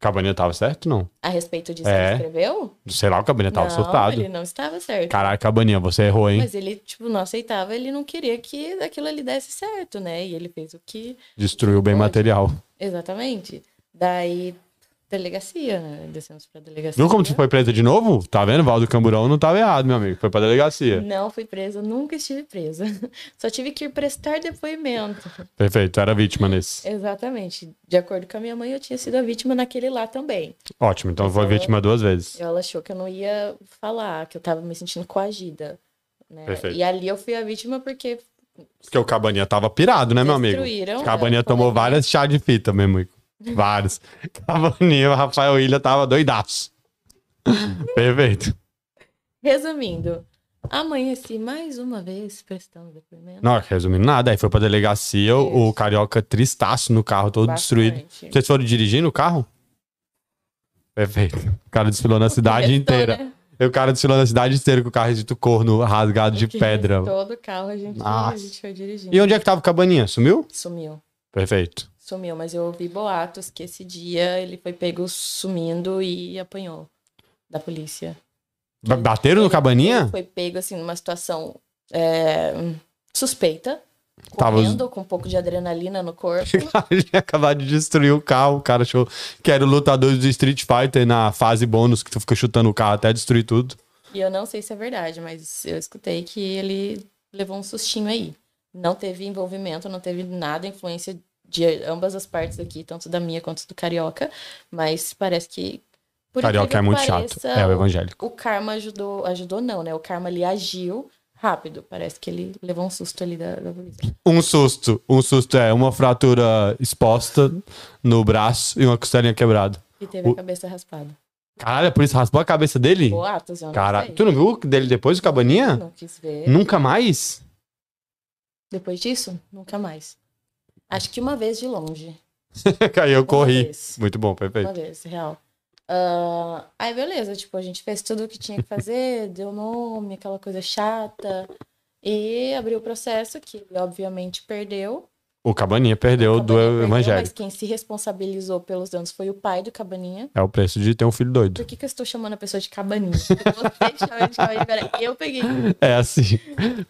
Speaker 1: O Cabaninha tava certo, não?
Speaker 2: A respeito disso,
Speaker 1: É.
Speaker 2: ele escreveu?
Speaker 1: Sei lá, o Cabaninha tava
Speaker 2: não,
Speaker 1: surtado.
Speaker 2: ele não estava certo.
Speaker 1: Caralho, Cabaninha, você errou, hein?
Speaker 2: Mas ele, tipo, não aceitava, ele não queria que aquilo ali desse certo, né? E ele fez o que.
Speaker 1: Destruiu bem
Speaker 2: Pode.
Speaker 1: material.
Speaker 2: Exatamente. Daí, delegacia, né? Descemos pra delegacia.
Speaker 1: Viu como tu foi presa de novo? Tá vendo? Valdo Camburão não tava errado, meu amigo. Foi pra delegacia.
Speaker 2: Não fui presa, nunca estive presa. (laughs) Só tive que ir
Speaker 1: (laughs)
Speaker 2: prestar depoimento.
Speaker 1: Perfeito, tu era vítima nesse.
Speaker 2: Exatamente. De acordo com a minha mãe, eu tinha sido a vítima naquele lá também.
Speaker 1: Ótimo, então foi vítima duas vezes.
Speaker 2: Ela achou que eu não ia falar, que eu tava me sentindo coagida. Né?
Speaker 1: Perfeito.
Speaker 2: E ali eu fui a vítima porque
Speaker 1: Porque o Cabaninha tava pirado, né, meu amigo?
Speaker 2: destruíram. né?
Speaker 1: Cabaninha
Speaker 2: Eu
Speaker 1: tomou
Speaker 2: falei,
Speaker 1: várias chá de fita, meu amigo.
Speaker 2: (laughs)
Speaker 1: Vários. Cabaninha, o Rafael Ilha tava doidaço. Perfeito.
Speaker 2: Resumindo, amanheci mais uma vez prestando depoimento.
Speaker 1: Não, resumindo nada, aí foi pra delegacia, o
Speaker 2: Isso.
Speaker 1: o carioca tristaço no carro, todo destruído.
Speaker 2: Bastante.
Speaker 1: Vocês foram dirigindo o carro? Perfeito. O cara desfilou na cidade
Speaker 2: Restou,
Speaker 1: inteira.
Speaker 2: né?
Speaker 1: E o cara desfilou na cidade inteira com o carro escrito corno rasgado de
Speaker 2: Porque
Speaker 1: pedra.
Speaker 2: (laughs) Todo carro a gente, a
Speaker 1: Nossa.
Speaker 2: gente foi dirigindo.
Speaker 1: E onde é que tava o cabaninha? Sumiu?
Speaker 2: Sumiu.
Speaker 1: Perfeito.
Speaker 2: Sumiu, mas eu ouvi boatos que esse dia ele foi pego sumindo e apanhou da polícia.
Speaker 1: Ba- Bateram no (laughs)
Speaker 2: Ele
Speaker 1: cabaninha?
Speaker 2: foi pego, assim, numa situação é, suspeita.
Speaker 1: Tava-
Speaker 2: Correndo, com um pouco de adrenalina
Speaker 1: (laughs)
Speaker 2: no corpo.
Speaker 1: Ele tinha acabado de destruir o carro. O cara achou que era o lutador do Street Fighter na fase bônus, que tu fica chutando o carro até destruir tudo.
Speaker 2: e eu não sei se é verdade, mas eu escutei que ele levou um sustinho aí. Não teve envolvimento, não teve nada, influência de ambas as partes aqui, tanto da minha quanto do Carioca. Mas parece que. Por
Speaker 1: Carioca é
Speaker 2: incrível
Speaker 1: muito
Speaker 2: que
Speaker 1: chato.
Speaker 2: pareça,
Speaker 1: É o evangélico.
Speaker 2: o karma ajudou, ajudou não, né? O karma ali agiu rápido. Parece que ele levou um susto ali da, da polícia.
Speaker 1: Um susto. Um susto é uma fratura exposta no braço e uma costelinha quebrada.
Speaker 2: E teve
Speaker 1: O-
Speaker 2: a cabeça raspada.
Speaker 1: Caralho, por isso raspou a cabeça dele?
Speaker 2: Boatos, eu não
Speaker 1: Caralho.
Speaker 2: sei.
Speaker 1: Tu não viu dele depois, o cabaninha?
Speaker 2: Não quis ver.
Speaker 1: Nunca mais? (laughs)
Speaker 2: Depois disso, nunca mais. Acho que uma vez de longe.
Speaker 1: Aí eu
Speaker 2: Uma
Speaker 1: corri.
Speaker 2: vez.
Speaker 1: Muito bom, perfeito.
Speaker 2: Uma vez, real. Ah, aí beleza, tipo, a gente fez tudo o que tinha
Speaker 1: (laughs)
Speaker 2: que fazer, deu nome, aquela coisa chata. E abriu o processo, que ele obviamente perdeu.
Speaker 1: O Cabaninha perdeu
Speaker 2: O
Speaker 1: do
Speaker 2: Cabaninha perdeu,
Speaker 1: Evangelho.
Speaker 2: Mas quem se responsabilizou pelos danos foi o pai do Cabaninha.
Speaker 1: É o preço de ter um filho doido. (laughs)
Speaker 2: Por que, que eu estou chamando a pessoa de cabaninha? (laughs) Você chama de cabaninha, peraí, eu peguei.
Speaker 1: É assim.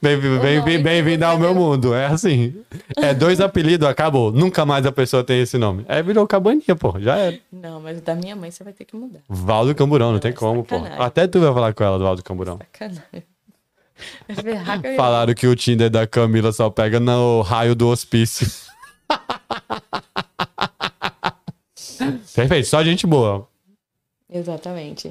Speaker 1: Bem- bem-
Speaker 2: nome
Speaker 1: bem-
Speaker 2: que
Speaker 1: Bem-vindo ao
Speaker 2: você
Speaker 1: meu
Speaker 2: deu.
Speaker 1: mundo. É assim. É dois apelidos, acabou. Nunca mais a pessoa tem esse nome. É, virou Cabaninha, pô. Já era.
Speaker 2: Não, mas o da minha mãe você vai ter que mudar.
Speaker 1: Valdo Camburão, não tem como, pô.
Speaker 2: Sacanagem.
Speaker 1: Até tu vai falar com ela do Valdo Camburão.
Speaker 2: Sacanagem. (laughs) Vai ferrar com a minha-
Speaker 1: Falaram que o Tinder da Camila só pega no raio do hospício. (laughs) Perfeito, só gente boa.
Speaker 2: Exatamente.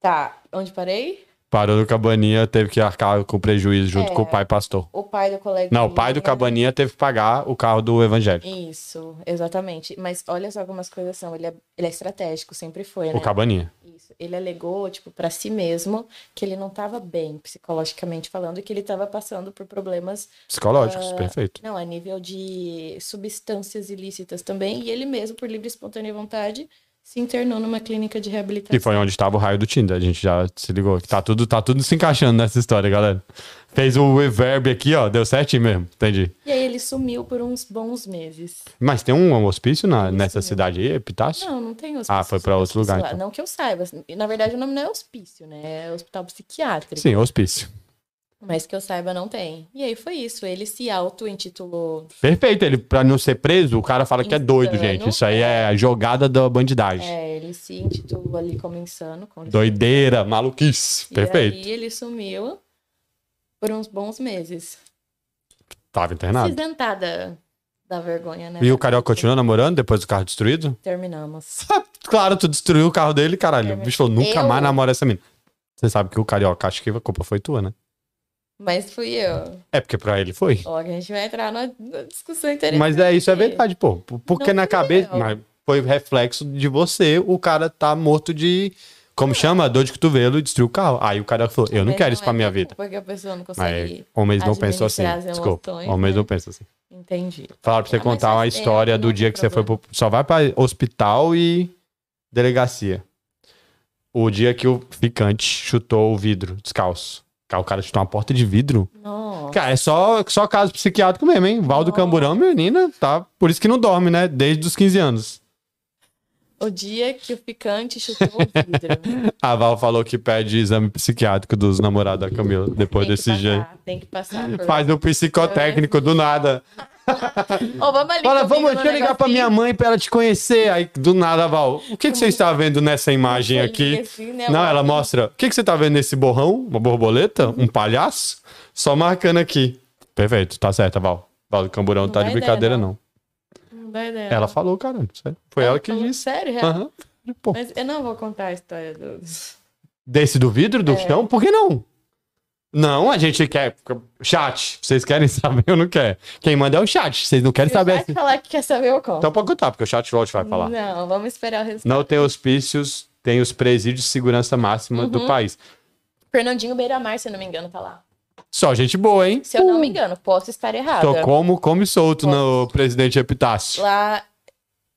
Speaker 2: Tá, onde parei?
Speaker 1: Parou do Cabaninha, teve que arcar com prejuízo junto
Speaker 2: É.
Speaker 1: com o pai pastor.
Speaker 2: O pai do colega.
Speaker 1: Não, o pai do Cabaninha teve que pagar o carro do Evangelho.
Speaker 2: Isso, exatamente. Mas olha só como as coisas são. Ele é, ele é estratégico, sempre foi, né?
Speaker 1: O Cabaninha.
Speaker 2: Isso. Ele alegou, tipo, para si mesmo que ele não tava bem psicologicamente falando e que ele tava passando por problemas Ah,
Speaker 1: Psicológicos, perfeito.
Speaker 2: É, Não, a nível de substâncias ilícitas também. E ele mesmo, por livre e espontânea vontade, se internou numa clínica de reabilitação.
Speaker 1: E foi onde estava o raio do Tinder, a gente já se ligou. Tá tudo, tá tudo se encaixando nessa história, galera. Fez o reverb aqui, ó, deu certinho mesmo, entendi.
Speaker 2: E aí ele sumiu por uns bons meses.
Speaker 1: Mas tem um hospício na- nessa cidade aí, Epitácio?
Speaker 2: Não, não tem hospício.
Speaker 1: Ah, foi pra outro lugar,
Speaker 2: lá.
Speaker 1: então.
Speaker 2: Não que eu saiba. assim, Na verdade, o nome não é hospício, né? É hospital psiquiátrico.
Speaker 1: Sim, hospício.
Speaker 2: Mas que eu saiba, não tem. E aí foi isso. Ele se auto-intitulou.
Speaker 1: Perfeito, ele pra não ser preso, o cara fala que é doido,
Speaker 2: Insano.
Speaker 1: gente. Isso aí é a jogada da bandidagem.
Speaker 2: É, ele se intitulou ali como insano. Com licença.
Speaker 1: Doideira, maluquice.
Speaker 2: É. E
Speaker 1: Perfeito.
Speaker 2: aí ele sumiu por uns bons meses.
Speaker 1: Tava internado.
Speaker 2: Acidentada da vergonha, né?
Speaker 1: E o Carioca continuou namorando depois do carro destruído?
Speaker 2: Terminamos.
Speaker 1: Claro, tu destruiu o carro dele, caralho. O bicho falou, nunca
Speaker 2: É, Eu-
Speaker 1: mais namora essa mina. Você sabe que o Carioca acha que a culpa foi tua, né?
Speaker 2: Mas fui eu.
Speaker 1: É porque pra ele foi.
Speaker 2: Ó, que a gente vai entrar numa numa discussão interessante.
Speaker 1: Mas é isso, é verdade, pô. P- Porque
Speaker 2: Não
Speaker 1: na
Speaker 2: fui
Speaker 1: cabeça.
Speaker 2: eu.
Speaker 1: mas foi reflexo de você, o cara tá morto de Como chama? Dor de cotovelo e destruiu o carro. Aí o cara falou, eu não
Speaker 2: Mas
Speaker 1: quero isso
Speaker 2: é
Speaker 1: pra minha
Speaker 2: culpa
Speaker 1: vida.
Speaker 2: Porque a pessoa não
Speaker 1: Mas
Speaker 2: consegue.
Speaker 1: homens não pensam assim.
Speaker 2: administrar as
Speaker 1: Desculpa.
Speaker 2: emoções,
Speaker 1: Homens
Speaker 2: né?
Speaker 1: não pensam assim.
Speaker 2: Entendi.
Speaker 1: Falaram pra você
Speaker 2: Ah, mas
Speaker 1: contar
Speaker 2: faz
Speaker 1: uma
Speaker 2: tempo, né?
Speaker 1: história do
Speaker 2: não
Speaker 1: dia
Speaker 2: tem
Speaker 1: que você foi pro. Só vai pra hospital e delegacia. O dia que o ficante chutou o vidro descalço. Cara, O cara chutou uma porta de vidro.
Speaker 2: Nossa.
Speaker 1: Cara, é só, só caso psiquiátrico mesmo, hein? Valdo
Speaker 2: Nossa.
Speaker 1: Camburão, menina, tá? Por isso que não dorme, né? Desde os 15 anos.
Speaker 2: O dia que o picante chutou o vidro. né?
Speaker 1: (laughs) A Val falou que pede exame psiquiátrico dos namorados da Camila depois
Speaker 2: Tem que
Speaker 1: desse jeito.
Speaker 2: passar, Tem que passar. por-
Speaker 1: Faz o psicotécnico do nada.
Speaker 2: Ô, vamos ali.
Speaker 1: Fala,
Speaker 2: comigo
Speaker 1: vamos,
Speaker 2: no
Speaker 1: deixa eu ligar pra
Speaker 2: negocinho.
Speaker 1: minha mãe pra ela te conhecer. Aí, do nada, Val, o que, que você está vendo nessa imagem aqui?
Speaker 2: Assim, né?
Speaker 1: Não, ela mostra. O que, que você tá vendo nesse borrão? Uma borboleta? Um palhaço? Só marcando aqui. Perfeito, tá certo, Val. Val do Camburão não tá
Speaker 2: dá
Speaker 1: de
Speaker 2: ideia,
Speaker 1: brincadeira,
Speaker 2: não.
Speaker 1: não.
Speaker 2: Não dá ideia.
Speaker 1: Ela falou, caralho, sério. Foi ela, que
Speaker 2: falou,
Speaker 1: disse.
Speaker 2: Sério, É. real?
Speaker 1: Aham. Pô,
Speaker 2: Mas eu não vou contar a história do.
Speaker 1: desse do vidro, do
Speaker 2: É.
Speaker 1: chão? Por que não? Não, a gente quer. Chat, vocês querem (laughs) saber ou não quer? Quem manda é o chat, vocês não querem
Speaker 2: Se o
Speaker 1: saber.
Speaker 2: Jack
Speaker 1: assim.
Speaker 2: falar que quer saber, eu conto.
Speaker 1: Então pode contar, porque o chat logo vai falar.
Speaker 2: Não, vamos esperar o resultado.
Speaker 1: Não tem hospícios, tem os presídios de segurança máxima do
Speaker 2: Uhum.
Speaker 1: país.
Speaker 2: Fernandinho Beiramar, se eu não me engano, tá lá.
Speaker 1: Só gente boa, hein?
Speaker 2: Se eu não me engano, posso estar errada.
Speaker 1: Uh. Tô como, come solto no presidente Epitácio.
Speaker 2: Lá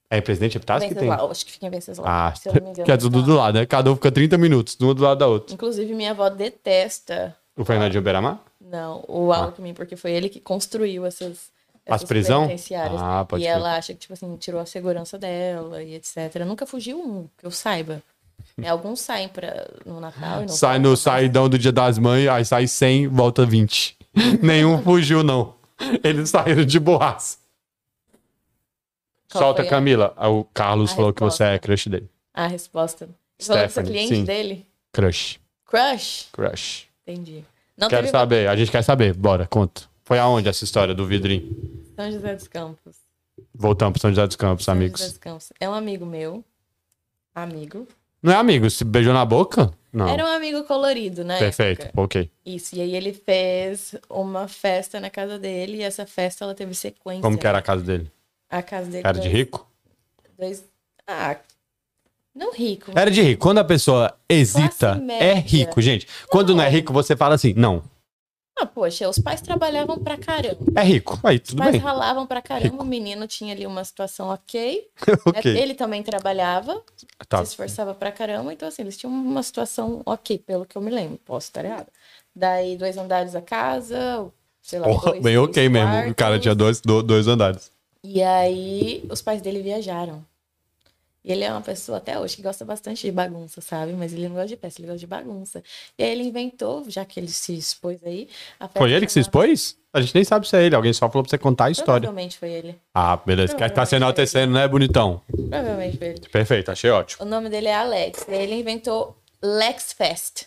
Speaker 1: É presidente Epitácio que tem.
Speaker 2: Venceslau, acho que fica em Venceslau.
Speaker 1: Ah,
Speaker 2: se eu não me
Speaker 1: (laughs)
Speaker 2: engano.
Speaker 1: que é tudo
Speaker 2: tá.
Speaker 1: do lado, né? Cada um fica 30 minutos, de um do lado da outra.
Speaker 2: Inclusive, minha avó detesta,
Speaker 1: O Fernandinho Beiramar?
Speaker 2: não, o Alckmin, porque foi ele que construiu essas,
Speaker 1: Ah. As
Speaker 2: essas
Speaker 1: prisão?
Speaker 2: penitenciárias.
Speaker 1: Ah, pode
Speaker 2: e
Speaker 1: crer.
Speaker 2: ela acha que, tipo assim, tirou a segurança dela e etc. Nunca fugiu um, que eu saiba. É, alguns saem pra, no Natal e não
Speaker 1: Sai
Speaker 2: voltam,
Speaker 1: no
Speaker 2: mas-
Speaker 1: saidão do dia das mães, aí sai 100, volta
Speaker 2: (laughs)
Speaker 1: 20. Nenhum fugiu, não. Eles saíram de borraça.
Speaker 2: Qual
Speaker 1: Solta,
Speaker 2: foi a-
Speaker 1: Camila. Ah, O Carlos
Speaker 2: a
Speaker 1: falou que você
Speaker 2: resposta?
Speaker 1: é crush dele.
Speaker 2: A resposta. Você falou que você é
Speaker 1: Stephanie,
Speaker 2: cliente
Speaker 1: sim.
Speaker 2: dele?
Speaker 1: Crush.
Speaker 2: Crush?
Speaker 1: Crush.
Speaker 2: Entendi. Não
Speaker 1: Quero
Speaker 2: teve
Speaker 1: saber, a gente quer saber. Bora, conta. Foi aonde essa história do vidrinho?
Speaker 2: São José dos Campos.
Speaker 1: Voltamos pro São José dos Campos,
Speaker 2: São
Speaker 1: amigos.
Speaker 2: José dos Campos. É um amigo meu. Amigo.
Speaker 1: Não é amigo, se beijou na boca? Não.
Speaker 2: Era um amigo colorido, né?
Speaker 1: Perfeito, ok.
Speaker 2: Isso. E aí ele fez uma festa na casa dele e essa festa ela teve sequência.
Speaker 1: Como que era a casa dele?
Speaker 2: A casa dele.
Speaker 1: Era de
Speaker 2: dois-
Speaker 1: rico?
Speaker 2: dois- Ah, não rico.
Speaker 1: Era de rico. Quando a pessoa hesita,
Speaker 2: Classe média.
Speaker 1: é rico, gente. Quando não é rico, você fala assim, não,
Speaker 2: Ah, poxa, os pais trabalhavam pra caramba.
Speaker 1: é rico. Aí, tudo
Speaker 2: Os pais
Speaker 1: bem.
Speaker 2: ralavam pra caramba. O menino tinha ali uma situação ok. né?
Speaker 1: (laughs) ok.
Speaker 2: Ele também trabalhava.
Speaker 1: Tá.
Speaker 2: se esforçava pra caramba. Então, assim, eles tinham uma situação ok, pelo que eu me lembro. Posso estar errado. Daí, dois andares da casa, sei lá.
Speaker 1: Porra,
Speaker 2: dois,
Speaker 1: bem
Speaker 2: três
Speaker 1: ok mesmo. O
Speaker 2: quartos.
Speaker 1: cara tinha dois, do- dois andares.
Speaker 2: E aí, os pais dele viajaram. E ele é uma pessoa até hoje que gosta bastante de bagunça, sabe? Mas ele não gosta de festa, ele gosta de bagunça. E aí ele inventou, já que ele se expôs aí. A festa
Speaker 1: Foi ele que se
Speaker 2: chamava-
Speaker 1: expôs? A gente nem sabe se é ele. Alguém só falou pra você contar a história.
Speaker 2: Provavelmente foi ele.
Speaker 1: Ah, beleza. Quer tá se
Speaker 2: (laughs)
Speaker 1: enaltecendo, né, bonitão?
Speaker 2: Provavelmente foi ele.
Speaker 1: Perfeito, achei ótimo.
Speaker 2: O nome dele é Alex. E aí ele inventou Lex Fest.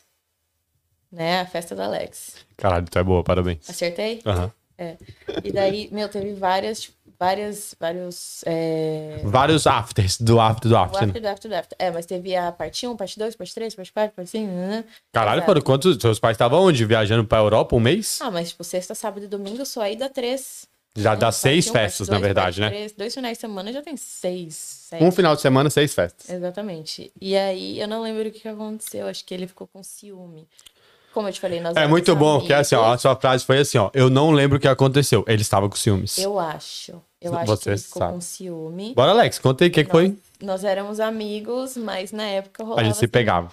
Speaker 2: Né? A festa da Lex.
Speaker 1: Caralho, tu é boa, parabéns.
Speaker 2: Acertei?
Speaker 1: Aham.
Speaker 2: É. E daí, meu, teve várias, tipo, várias, vários. É...
Speaker 1: Vários afters do after do
Speaker 2: o
Speaker 1: after. né?
Speaker 2: After, do after, do after. É, mas teve a parte 1, parte 2, parte 3, parte 4, parte 5. Né?
Speaker 1: Caralho,
Speaker 2: Exato.
Speaker 1: foram quantos? Seus pais estavam onde? Viajando pra Europa um mês?
Speaker 2: Ah, mas tipo, sexta, sábado e domingo só aí dá três.
Speaker 1: Já
Speaker 2: né?
Speaker 1: dá
Speaker 2: Parte
Speaker 1: seis
Speaker 2: um, parte
Speaker 1: festas,
Speaker 2: dois,
Speaker 1: na verdade,
Speaker 2: parte
Speaker 1: né?
Speaker 2: três. dois finais de semana já tem seis. sete.
Speaker 1: Um final de semana, seis festas.
Speaker 2: Exatamente. E aí, eu não lembro o que que aconteceu. Acho que ele ficou com ciúme. Como eu te falei, nós
Speaker 1: É
Speaker 2: éramos
Speaker 1: muito bom, porque assim, ó, a
Speaker 2: amigos.
Speaker 1: sua frase foi assim, ó. Eu não lembro o que aconteceu. Ele estava com ciúmes.
Speaker 2: Eu acho. Eu acho
Speaker 1: Você
Speaker 2: que ele ficou
Speaker 1: sabe.
Speaker 2: com ciúme.
Speaker 1: Bora, Alex, conta aí o que, que foi.
Speaker 2: Nós éramos amigos, mas na época rolava.
Speaker 1: A gente se
Speaker 2: assim,
Speaker 1: pegava.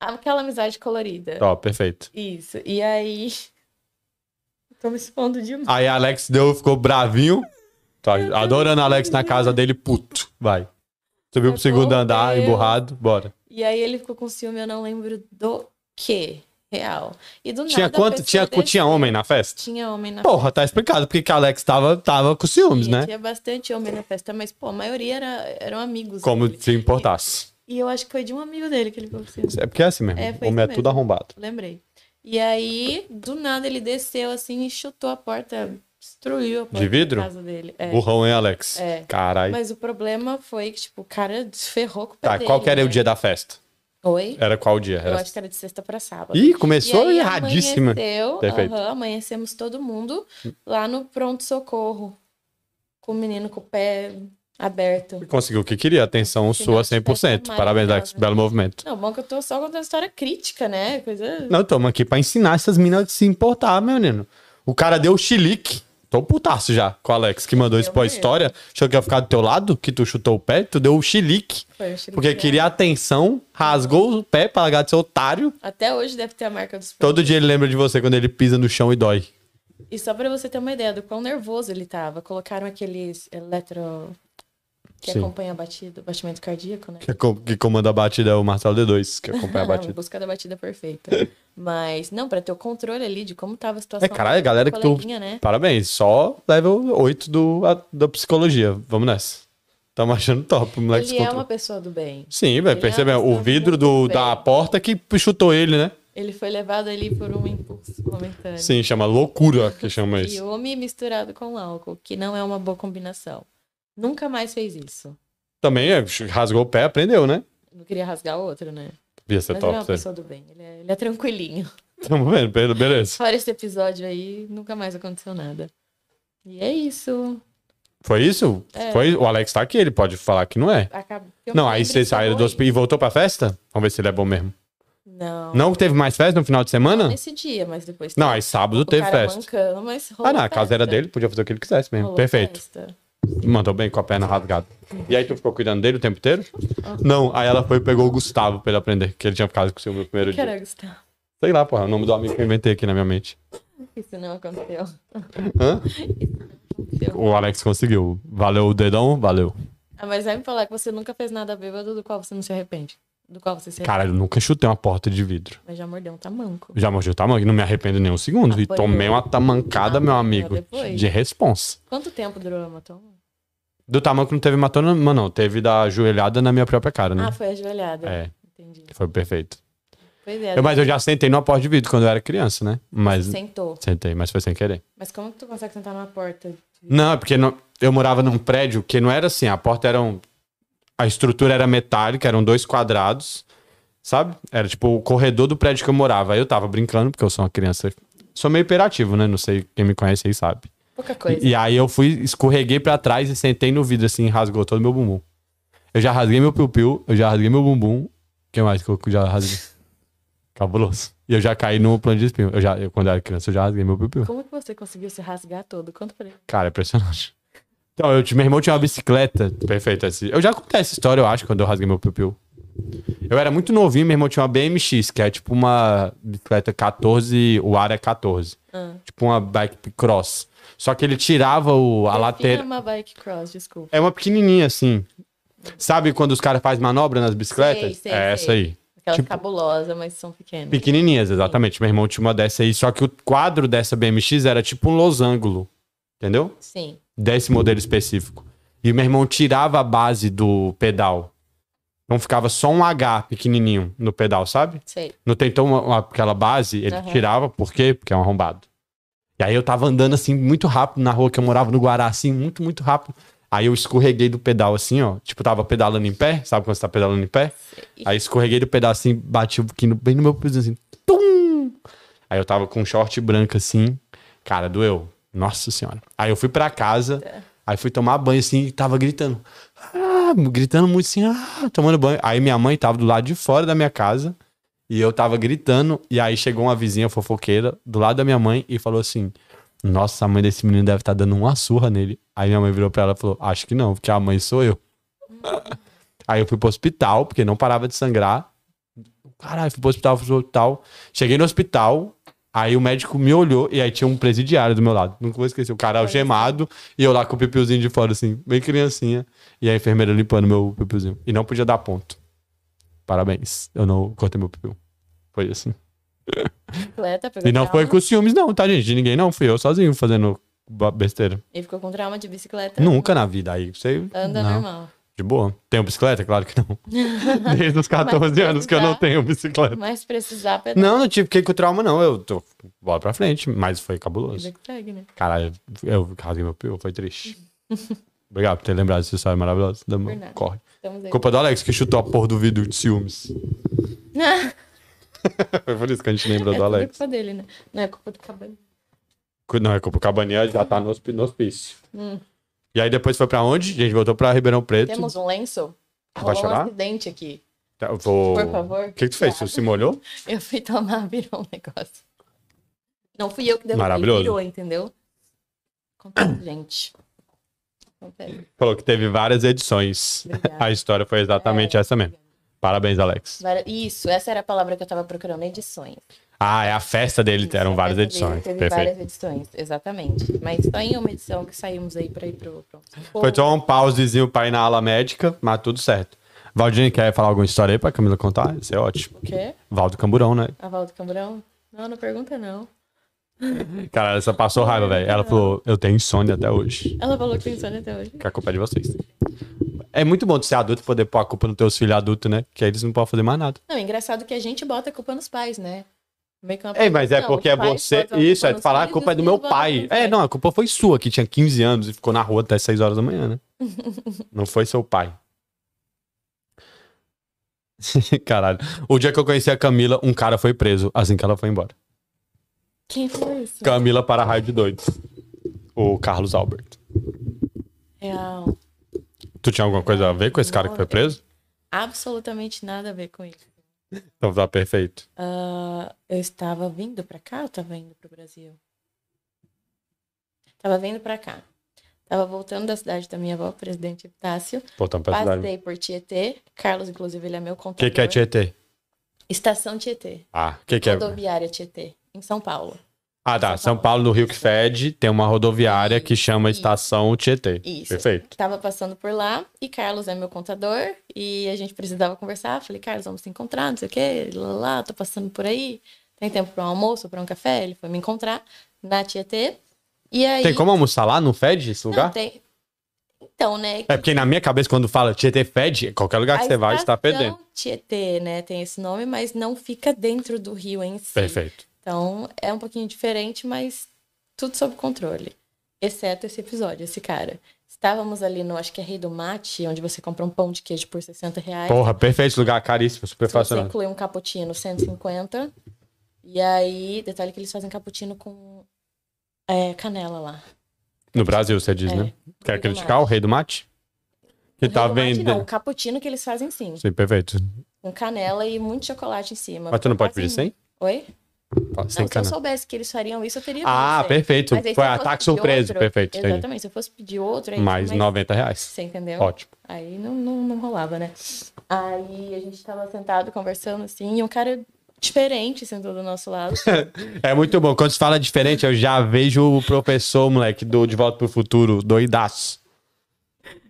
Speaker 2: Aquela amizade colorida.
Speaker 1: Ó, perfeito.
Speaker 2: Isso. E aí. (laughs) Tô me expondo demais.
Speaker 1: Aí Alex deu, ficou bravinho. Tá adorando Alex na casa dele, puto. Vai. Subiu pro
Speaker 2: Meu
Speaker 1: segundo andar,
Speaker 2: Deus.
Speaker 1: emburrado, bora.
Speaker 2: E aí ele ficou com ciúme, eu não lembro do que. Real. E do
Speaker 1: Tinha
Speaker 2: nada. a
Speaker 1: quanto?
Speaker 2: pessoa
Speaker 1: Tinha,
Speaker 2: desceu.
Speaker 1: tinha homem na festa?
Speaker 2: Tinha homem na
Speaker 1: Porra, tá explicado porque que Alex tava, tava com ciúmes,
Speaker 2: tinha,
Speaker 1: né?
Speaker 2: Tinha bastante homem na festa, mas, pô, a maioria era, eram amigos.
Speaker 1: Como
Speaker 2: dele.
Speaker 1: se importasse.
Speaker 2: E eu acho que foi de um amigo dele que ele ficou com ciúme.
Speaker 1: É porque é assim mesmo.
Speaker 2: É, foi
Speaker 1: homem é
Speaker 2: isso
Speaker 1: tudo
Speaker 2: mesmo.
Speaker 1: arrombado.
Speaker 2: Lembrei. E aí, do nada, ele desceu assim e chutou a porta. Destruiu a porta
Speaker 1: vidro?
Speaker 2: da casa dele. É.
Speaker 1: Burrão, hein, Alex?
Speaker 2: É.
Speaker 1: Caralho.
Speaker 2: Mas o problema foi que, tipo, o cara desferrou com o pé
Speaker 1: Tá,
Speaker 2: dele,
Speaker 1: qual que era
Speaker 2: né?
Speaker 1: o dia da festa?
Speaker 2: Oi?
Speaker 1: Era qual dia?
Speaker 2: Eu
Speaker 1: Era... assim.
Speaker 2: acho que era de sexta pra sábado.
Speaker 1: Ih, começou
Speaker 2: aí
Speaker 1: erradíssima. Tá
Speaker 2: Amanheceu,
Speaker 1: Perfeito.
Speaker 2: aham, amanhecemos todo mundo lá no pronto-socorro. Com o menino com o pé aberto.
Speaker 1: Conseguiu o que queria, atenção sua
Speaker 2: tivesse
Speaker 1: 100%.
Speaker 2: maravilhosa.
Speaker 1: Parabéns, Alex, belo movimento.
Speaker 2: Não, bom que eu tô só contando história crítica, né? Coisa.
Speaker 1: Não, estamos aqui pra ensinar essas minas a se importar, meu menino. O cara deu chilique. Tô putaço já com o Alex, que mandou isso pra
Speaker 2: mesmo.
Speaker 1: história. Achou que ia ficar do teu lado, que tu chutou o pé, tu deu o chilique.
Speaker 2: Foi, eu cheguei
Speaker 1: Porque
Speaker 2: lá.
Speaker 1: queria atenção, rasgou o pé pra largar de ser otário.
Speaker 2: Até hoje deve ter a marca dos
Speaker 1: Todo dia ele lembra de você quando ele pisa no chão e dói.
Speaker 2: E só pra você ter uma ideia do quão nervoso ele tava, colocaram aqueles eletro. que
Speaker 1: Sim.
Speaker 2: acompanha a batida, o batimento cardíaco, né?
Speaker 1: Que, co- que comanda a batida é o Marcelo D2, que acompanha a
Speaker 2: (laughs) Não,
Speaker 1: batida.
Speaker 2: busca da batida perfeita. Mas, não, pra ter o controle ali de como tava a situação.
Speaker 1: É, caralho,
Speaker 2: do
Speaker 1: galera que tu-
Speaker 2: coleguinha, né?
Speaker 1: Parabéns, só level 8 do, a- da psicologia. Vamos nessa. Tamo achando top, o moleque se
Speaker 2: Ele é
Speaker 1: controla.
Speaker 2: uma pessoa do bem.
Speaker 1: Sim, velho,
Speaker 2: Ele é uma
Speaker 1: percebeu? O
Speaker 2: pessoa
Speaker 1: vidro
Speaker 2: muito
Speaker 1: do,
Speaker 2: bem.
Speaker 1: da porta que chutou ele, né?
Speaker 2: Ele foi levado ali por um impulso momentâneo.
Speaker 1: Sim, chama loucura que chama
Speaker 2: E
Speaker 1: isso.
Speaker 2: homem misturado com álcool, que não é uma boa combinação. Nunca mais fez isso.
Speaker 1: Também é, rasgou o pé, aprendeu, né?
Speaker 2: Não queria rasgar o outro, né?
Speaker 1: Devia ser
Speaker 2: Mas ele é
Speaker 1: top,
Speaker 2: uma
Speaker 1: sério.
Speaker 2: pessoa do bem. Ele é, ele é tranquilinho.
Speaker 1: (laughs)
Speaker 2: (laughs)
Speaker 1: Tamo vendo, be- beleza.
Speaker 2: Fora esse episódio aí, nunca mais aconteceu nada. E é isso.
Speaker 1: Foi isso?
Speaker 2: É.
Speaker 1: Foi, o Alex tá aqui, ele pode falar que não é.
Speaker 2: Acabou. Eu
Speaker 1: Não,
Speaker 2: me
Speaker 1: aí
Speaker 2: lembro
Speaker 1: você
Speaker 2: que foi
Speaker 1: saiu do
Speaker 2: ruim.
Speaker 1: hospital e voltou pra festa? Vamos ver se ele é bom mesmo.
Speaker 2: Não.
Speaker 1: Não teve mais festa no final de semana?
Speaker 2: Nesse dia, mas depois.
Speaker 1: Não,
Speaker 2: teve.
Speaker 1: aí sábado
Speaker 2: O
Speaker 1: teve
Speaker 2: cara
Speaker 1: festa.
Speaker 2: mancando, mas rolou
Speaker 1: Ah, não, a casa
Speaker 2: festa.
Speaker 1: era dele, podia fazer o que ele quisesse mesmo.
Speaker 2: Rolou
Speaker 1: Perfeito.
Speaker 2: festa.
Speaker 1: Mandou bem com a perna rasgada. E aí tu ficou cuidando dele o tempo inteiro?
Speaker 2: Ah.
Speaker 1: Não, aí ela foi e pegou o Gustavo pra ele aprender, que ele tinha ficado com o seu no primeiro dia.
Speaker 2: Cara, Gustavo,
Speaker 1: Sei lá, porra, o nome do amigo que eu inventei aqui na minha mente.
Speaker 2: isso não aconteceu.
Speaker 1: Hã?
Speaker 2: aconteceu.
Speaker 1: O Alex conseguiu. Valeu o dedão, valeu.
Speaker 2: Ah, mas vai me falar que você nunca fez nada bêbado do qual você não se arrepende. Do qual você se arrepende.
Speaker 1: Cara, eu nunca chutei uma porta de vidro.
Speaker 2: Mas já mordeu um tamanco.
Speaker 1: Já mordi o tamanho, não me arrependo nem um segundo. e
Speaker 2: Apanhou.
Speaker 1: tomei uma tamancada, meu amigo,
Speaker 2: Ah, depois.
Speaker 1: de responsa.
Speaker 2: Quanto tempo durou a matou?
Speaker 1: Do tamanho que não teve matando, mas não, teve da ajoelhada na minha própria cara, né?
Speaker 2: Ah, foi ajoelhada.
Speaker 1: É,
Speaker 2: Entendi.
Speaker 1: foi perfeito.
Speaker 2: Pois é.
Speaker 1: Eu- mas eu já sentei numa porta de vidro quando eu era criança, né? Mas
Speaker 2: Sentou.
Speaker 1: sentei, mas foi sem querer.
Speaker 2: Mas como que tu consegue sentar numa porta?
Speaker 1: Não, é porque não- eu morava num prédio que não era assim, a porta era um, a estrutura era metálica, eram dois quadrados, sabe? Era tipo o corredor do prédio que eu morava. Aí eu tava brincando, porque eu sou uma criança, sou meio hiperativo, né? Não sei quem me conhece aí sabe.
Speaker 2: Pouca coisa.
Speaker 1: E aí eu fui, escorreguei pra trás e sentei no vidro, assim, rasgou todo meu bumbum. Eu já rasguei meu piu-piu, eu já rasguei meu bumbum. O que mais que eu já rasguei? Cabuloso. E eu já caí no plano de espinho. Eu já, eu, quando era criança, eu já rasguei meu piu-piu.
Speaker 2: Como que você conseguiu se rasgar todo? Conta pra ele.
Speaker 1: Cara, é impressionante. Então, eu, tinha- meu irmão tinha uma bicicleta. Perfeito. esse- Eu já contei essa história, eu acho, quando eu rasguei meu piu-piu. Eu era muito novinho, meu irmão tinha uma BMX, que é tipo uma bicicleta 14, o ar é 14.
Speaker 2: Ah.
Speaker 1: Tipo uma bike cross. Só que ele tirava o, a lateral.
Speaker 2: Defina uma bike cross, desculpa.
Speaker 1: É uma pequenininha assim. Sabe quando os caras fazem manobra nas bicicletas?
Speaker 2: Sei, sei,
Speaker 1: é
Speaker 2: sei.
Speaker 1: essa aí.
Speaker 2: Aquelas
Speaker 1: Tipo-
Speaker 2: cabulosas, mas são pequenas.
Speaker 1: Pequenininhas, exatamente. Meu irmão tinha uma dessa aí, só que o quadro dessa BMX era tipo um losango, entendeu?
Speaker 2: Sim.
Speaker 1: Desse modelo específico. E meu irmão tirava a base do pedal. Então ficava só um H pequenininho no pedal, sabe?
Speaker 2: Sei.
Speaker 1: Não tem então uma- uma- aquela base, ele
Speaker 2: Aham.
Speaker 1: tirava, por quê? Porque é um arrombado. E aí eu tava andando assim, muito rápido na rua que eu morava no Guará, assim, muito, muito rápido. Aí eu escorreguei do pedal assim, ó. Tipo, tava pedalando em pé, sabe quando você tá pedalando em pé? Aí escorreguei do pedal assim, bati o quino bem no meu piso assim. Tum! Aí eu tava com um short branco assim. Cara, doeu. Nossa senhora. Aí eu fui pra casa, aí fui tomar banho assim e tava gritando. Ah, gritando muito assim, ah, tomando banho. Aí minha mãe tava do lado de fora da minha casa. E eu tava gritando, e aí chegou uma vizinha fofoqueira do lado da minha mãe e falou assim: Nossa, a mãe desse menino deve estar dando uma surra nele. Aí minha mãe virou pra ela e falou: Acho que não, porque a mãe sou eu. aí eu fui pro hospital, porque não parava de sangrar. Caralho, fui pro hospital, fui pro hospital. Cheguei no hospital, aí o médico me olhou, e aí tinha um presidiário do meu lado. Nunca vou esquecer. O cara algemado, e eu lá com o pipiuzinho de fora, assim, bem criancinha. E a enfermeira limpando meu pipiuzinho. E não podia dar ponto. Parabéns, eu não cortei meu pipiu. Foi assim.
Speaker 2: Bicicleta, pegou
Speaker 1: E não
Speaker 2: trauma
Speaker 1: foi com ciúmes, não, tá, gente? De ninguém, não. Fui eu sozinho fazendo ba- besteira.
Speaker 2: E ficou com trauma de bicicleta.
Speaker 1: Nunca na vida. Aí você.
Speaker 2: Tá. Anda
Speaker 1: não.
Speaker 2: normal.
Speaker 1: De boa. Tenho bicicleta? Claro que
Speaker 2: (laughs)
Speaker 1: não. Desde os 14
Speaker 2: Mas
Speaker 1: anos que eu não
Speaker 2: precisar.
Speaker 1: tenho bicicleta.
Speaker 2: Mas se precisar, pedal.
Speaker 1: Não, não tive que ir com trauma, não. Eu tô. Bola pra frente, mas foi cabuloso.
Speaker 2: Vida que segue, né?
Speaker 1: Caralho, eu rasguei meu pio, foi
Speaker 2: (laughs)
Speaker 1: triste. Obrigado por ter lembrado dessa história maravilhosa. Da
Speaker 2: Por nada.
Speaker 1: Corre.
Speaker 2: Estamos aí. (laughs)
Speaker 1: Culpa do Alex que chutou a porra do vidro de ciúmes. (laughs) Foi por isso que a gente lembra do
Speaker 2: É tudo
Speaker 1: Alex.
Speaker 2: culpa dele, né? Não é culpa do cabelo.
Speaker 1: Não, é Copacabana já tá no hospi- no hospício.
Speaker 2: Hum.
Speaker 1: E aí depois foi pra onde? A gente voltou pra Ribeirão Preto.
Speaker 2: Temos um lenço.
Speaker 1: Vai
Speaker 2: Rolou um
Speaker 1: chorar?
Speaker 2: acidente aqui.
Speaker 1: Tá, eu Vou...
Speaker 2: Por favor. Ah,
Speaker 1: O que, que tu fez? Tu se molhou?
Speaker 2: (laughs) Eu fui tomar, (laughs) virou um negócio. Não fui eu que derrubei,
Speaker 1: Maravilhoso.
Speaker 2: virou, entendeu? Acontece, gente. Acontece.
Speaker 1: Falou que teve várias edições.
Speaker 2: Obrigada. É.
Speaker 1: A história foi exatamente essa mesmo. Parabéns, Alex.
Speaker 2: Várias- Isso, essa era a palavra que eu tava procurando, edições.
Speaker 1: Ah, é a festa dele,
Speaker 2: Isso,
Speaker 1: eram
Speaker 2: a
Speaker 1: várias
Speaker 2: festa dele
Speaker 1: edições.
Speaker 2: Teve
Speaker 1: Perfeito.
Speaker 2: várias edições, exatamente. Mas só em uma edição que saímos aí pra ir pro... pro...
Speaker 1: Foi só um pausezinho pra ir na ala médica, mas tudo certo. Valdinho, quer falar alguma história aí pra Camila contar? Isso é ótimo.
Speaker 2: O quê?
Speaker 1: Valdo Camburão, né?
Speaker 2: Avaldo Cambrão? Não, não pergunta não.
Speaker 1: Cara, essa passou raiva, velho. Ela falou, eu tenho insônia até hoje.
Speaker 2: Ela falou que tem insônia até hoje.
Speaker 1: Que a culpa é de vocês. É muito bom de ser adulto e poder pôr a culpa nos teus filhos adultos, né? Que aí eles não podem fazer mais nada.
Speaker 2: Não, é engraçado que a gente bota a culpa nos pais, né? Meio que uma-
Speaker 1: É, mas é
Speaker 2: Não,
Speaker 1: porque
Speaker 2: os
Speaker 1: é
Speaker 2: pais
Speaker 1: você.
Speaker 2: botam a
Speaker 1: Isso, é
Speaker 2: culpa
Speaker 1: de
Speaker 2: nos
Speaker 1: falar, a
Speaker 2: pais e
Speaker 1: culpa é
Speaker 2: os
Speaker 1: do
Speaker 2: filhos
Speaker 1: meu
Speaker 2: botam
Speaker 1: pai.
Speaker 2: nos
Speaker 1: É,
Speaker 2: pais.
Speaker 1: não, a culpa foi sua, que tinha 15 anos e ficou na rua até 6 horas da manhã, né?
Speaker 2: (laughs)
Speaker 1: Não foi seu pai. (laughs) Caralho. O dia que eu conheci a Camila, um cara foi preso assim que ela foi embora.
Speaker 2: Quem foi isso?
Speaker 1: Camila para raio de doidos. O Carlos Albert.
Speaker 2: Real.
Speaker 1: Tu tinha alguma coisa a ver com esse cara que foi preso?
Speaker 2: Absolutamente nada a ver com isso.
Speaker 1: Então tá perfeito.
Speaker 2: Ah, eu estava vindo pra cá ou tava indo pro Brasil? Tava vindo pra cá. Tava voltando da cidade da minha avó, Presidente Epitácio.
Speaker 1: Voltando pra cidade.
Speaker 2: Passei por Tietê. Carlos, inclusive, ele é meu
Speaker 1: O
Speaker 2: contador.
Speaker 1: que, que é Tietê?
Speaker 2: Estação Tietê.
Speaker 1: Ah, o que, que é?
Speaker 2: Rodoviária Tietê, em São Paulo.
Speaker 1: Ah, tá. São Paulo, no Rio que Fede, tem uma rodoviária que chama Estação Tietê.
Speaker 2: Isso.
Speaker 1: Perfeito.
Speaker 2: Tava passando por lá e Carlos é meu contador e a gente precisava conversar. Falei, Carlos, vamos se encontrar, não sei o quê, lá, lá, lá, tô passando por aí. Tem tempo pra um almoço, pra um café? Ele foi me encontrar na Tietê. E aí.
Speaker 1: Tem como almoçar lá? Não fede esse
Speaker 2: É Não,
Speaker 1: lugar?
Speaker 2: tem- Então, né?
Speaker 1: É porque na minha cabeça, quando fala Tietê fede, qualquer lugar que você vai, você tá fedendo.
Speaker 2: perdendo. Tietê, né? Tem esse nome, mas não fica dentro do rio em si.
Speaker 1: Perfeito.
Speaker 2: Então, é um pouquinho diferente, mas tudo sob controle. Exceto esse episódio, esse cara. Estávamos ali no, acho que é Rei do Mate, onde você compra um pão de queijo por 60 reais.
Speaker 1: Porra, perfeito. esse Lugar é caríssimo, super
Speaker 2: você
Speaker 1: fascinante.
Speaker 2: inclui um cappuccino 150. E aí, detalhe que eles fazem cappuccino com é, canela lá.
Speaker 1: No Brasil, você diz,
Speaker 2: É.
Speaker 1: né? Quer
Speaker 2: Rei do
Speaker 1: criticar o rei do mate? Que
Speaker 2: O
Speaker 1: tá
Speaker 2: Rei do Mate Não, o
Speaker 1: vendendo.
Speaker 2: cappuccino que eles fazem sim.
Speaker 1: Sim, perfeito.
Speaker 2: Com canela e muito chocolate em cima.
Speaker 1: Mas tu não pode pedir
Speaker 2: Quase-
Speaker 1: sem?
Speaker 2: Oi?
Speaker 1: Sem
Speaker 2: assim. não, se eu
Speaker 1: cana.
Speaker 2: soubesse que eles fariam isso, eu teria
Speaker 1: Ah,
Speaker 2: pedido sem.
Speaker 1: perfeito.
Speaker 2: Mas aí, se
Speaker 1: Foi
Speaker 2: eu fosse
Speaker 1: ataque
Speaker 2: pedir
Speaker 1: surpresa.
Speaker 2: outro-
Speaker 1: Perfeito. Entendi.
Speaker 2: Exatamente. é um Se eu fosse pedir outro, aí
Speaker 1: Mais
Speaker 2: tinha
Speaker 1: 90 reais.
Speaker 2: Você entendeu?
Speaker 1: Ótimo.
Speaker 2: Aí não, não, não rolava, né? Aí a gente tava sentado conversando assim, e um cara diferente sentou do
Speaker 1: (laughs)
Speaker 2: nosso lado.
Speaker 1: É muito bom. Quando se fala diferente, eu já vejo o professor, moleque, do De Volta pro Futuro, doidaço.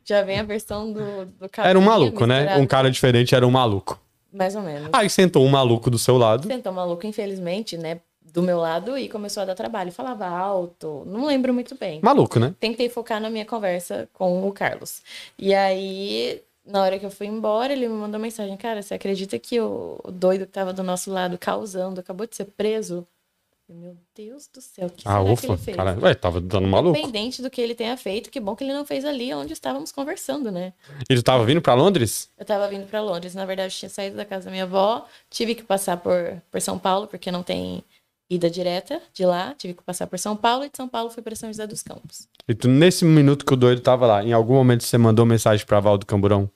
Speaker 2: Já vem a versão do, do cara.
Speaker 1: Era um maluco, né? Um cara diferente era um maluco.
Speaker 2: Mais ou menos.
Speaker 1: Aí sentou um maluco do seu lado.
Speaker 2: Sentou um maluco, infelizmente, né? Do meu lado e começou a dar trabalho. Falava alto, não lembro muito bem.
Speaker 1: Maluco, né?
Speaker 2: tentei focar na minha conversa com o Carlos. E aí, na hora que eu fui embora, ele me mandou mensagem: Cara, você acredita que o o doido que tava do nosso lado causando acabou de ser preso? Eu, Meu Deus do céu, o que
Speaker 1: Ah,
Speaker 2: será que
Speaker 1: ufa.
Speaker 2: ele fez?
Speaker 1: Cara, ué, tava dando maluco.
Speaker 2: Independente do que ele tenha feito, que bom que ele não fez ali onde estávamos conversando, né?
Speaker 1: Ele tava vindo pra Londres?
Speaker 2: Eu tava vindo para Londres, na verdade, eu tinha saído da casa da minha avó, tive que passar por, por São Paulo, porque não tem ida direta de lá, tive que passar por São Paulo e de São Paulo fui para São José dos Campos.
Speaker 1: E tu, nesse minuto que o doido tava lá, em algum momento você mandou mensagem pra Val do Camburão?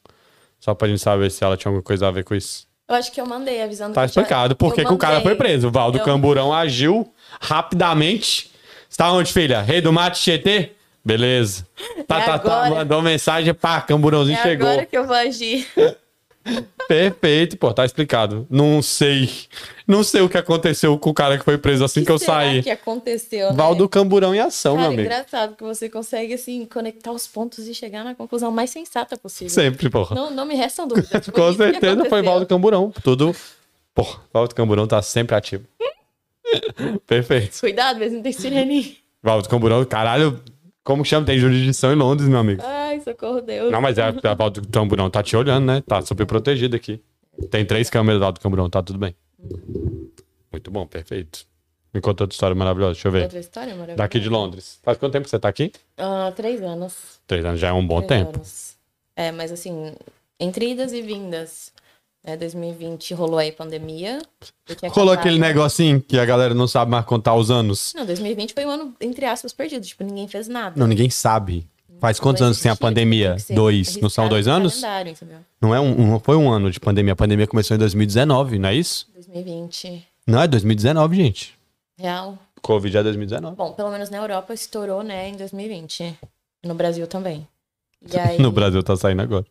Speaker 1: Só pra gente saber se ela tinha alguma coisa a ver com isso.
Speaker 2: Eu acho que eu mandei avisando
Speaker 1: Tá
Speaker 2: que eu já-
Speaker 1: explicado por
Speaker 2: eu
Speaker 1: que que o cara
Speaker 2: mandei.
Speaker 1: foi preso. O Valdo
Speaker 2: Eu-
Speaker 1: Camburão agiu rapidamente. Você tá onde, filha? Rei do Mato Tietê? Beleza. Tá,
Speaker 2: É
Speaker 1: tá, tá.
Speaker 2: agora.
Speaker 1: Mandou mensagem, pá, Camburãozinho
Speaker 2: É
Speaker 1: chegou.
Speaker 2: agora que eu vou agir.
Speaker 1: Perfeito, pô, tá explicado. Não sei. Não sei o que aconteceu com o cara que foi preso assim que, eu
Speaker 2: (laughs) será
Speaker 1: saí.
Speaker 2: que aconteceu? né?
Speaker 1: Valdo Camburão em ação,
Speaker 2: Cara,
Speaker 1: meu amigo.
Speaker 2: engraçado que você consegue, assim, conectar os pontos e chegar na conclusão mais sensata possível.
Speaker 1: Sempre, (laughs) porra.
Speaker 2: Não, não me restam dúvidas. Foi
Speaker 1: (laughs) com
Speaker 2: isso que
Speaker 1: certeza foi
Speaker 2: aconteceu.
Speaker 1: Valdo Camburão. Tudo. Porra, Valdo Camburão tá sempre ativo. (laughs) Perfeito.
Speaker 2: Cuidado, mas não
Speaker 1: (laughs)
Speaker 2: tem sirene.
Speaker 1: Valdo Camburão, caralho, como que chama? Tem jurisdição em Londres, meu amigo.
Speaker 2: Ai, socorro, Deus.
Speaker 1: Não, mas é, a Valdo Camburão tá te olhando, né? Tá super protegido aqui. Tem três câmeras lá do Camburão, tá tudo bem. Muito bom, perfeito. Me conta outra história maravilhosa, deixa eu ver.
Speaker 2: Outra história maravilhosa.
Speaker 1: Daqui de Londres. Faz quanto tempo que você tá aqui?
Speaker 2: Ah, três anos.
Speaker 1: Três anos já é um bom
Speaker 2: três
Speaker 1: tempo.
Speaker 2: anos. É, mas assim, entre idas e vindas. Né, 2020 rolou aí pandemia. eu tinha
Speaker 1: Rolou
Speaker 2: acabado-
Speaker 1: aquele negocinho que a galera não sabe mais contar os anos.
Speaker 2: Não, 2020 foi um ano, entre aspas, perdido. Tipo, ninguém fez nada.
Speaker 1: Não, ninguém sabe. Faz quantos anos que tem a pandemia? Dois. Não são dois anos? Não é um, não foi um ano de pandemia. A pandemia começou em 2019, não é isso?
Speaker 2: 2020.
Speaker 1: Não, é 2019, gente.
Speaker 2: Real.
Speaker 1: Covid é 2019.
Speaker 2: Bom, pelo menos na Europa estourou, né, em 2020. No Brasil também. E aí,
Speaker 1: (laughs) No Brasil tá saindo agora.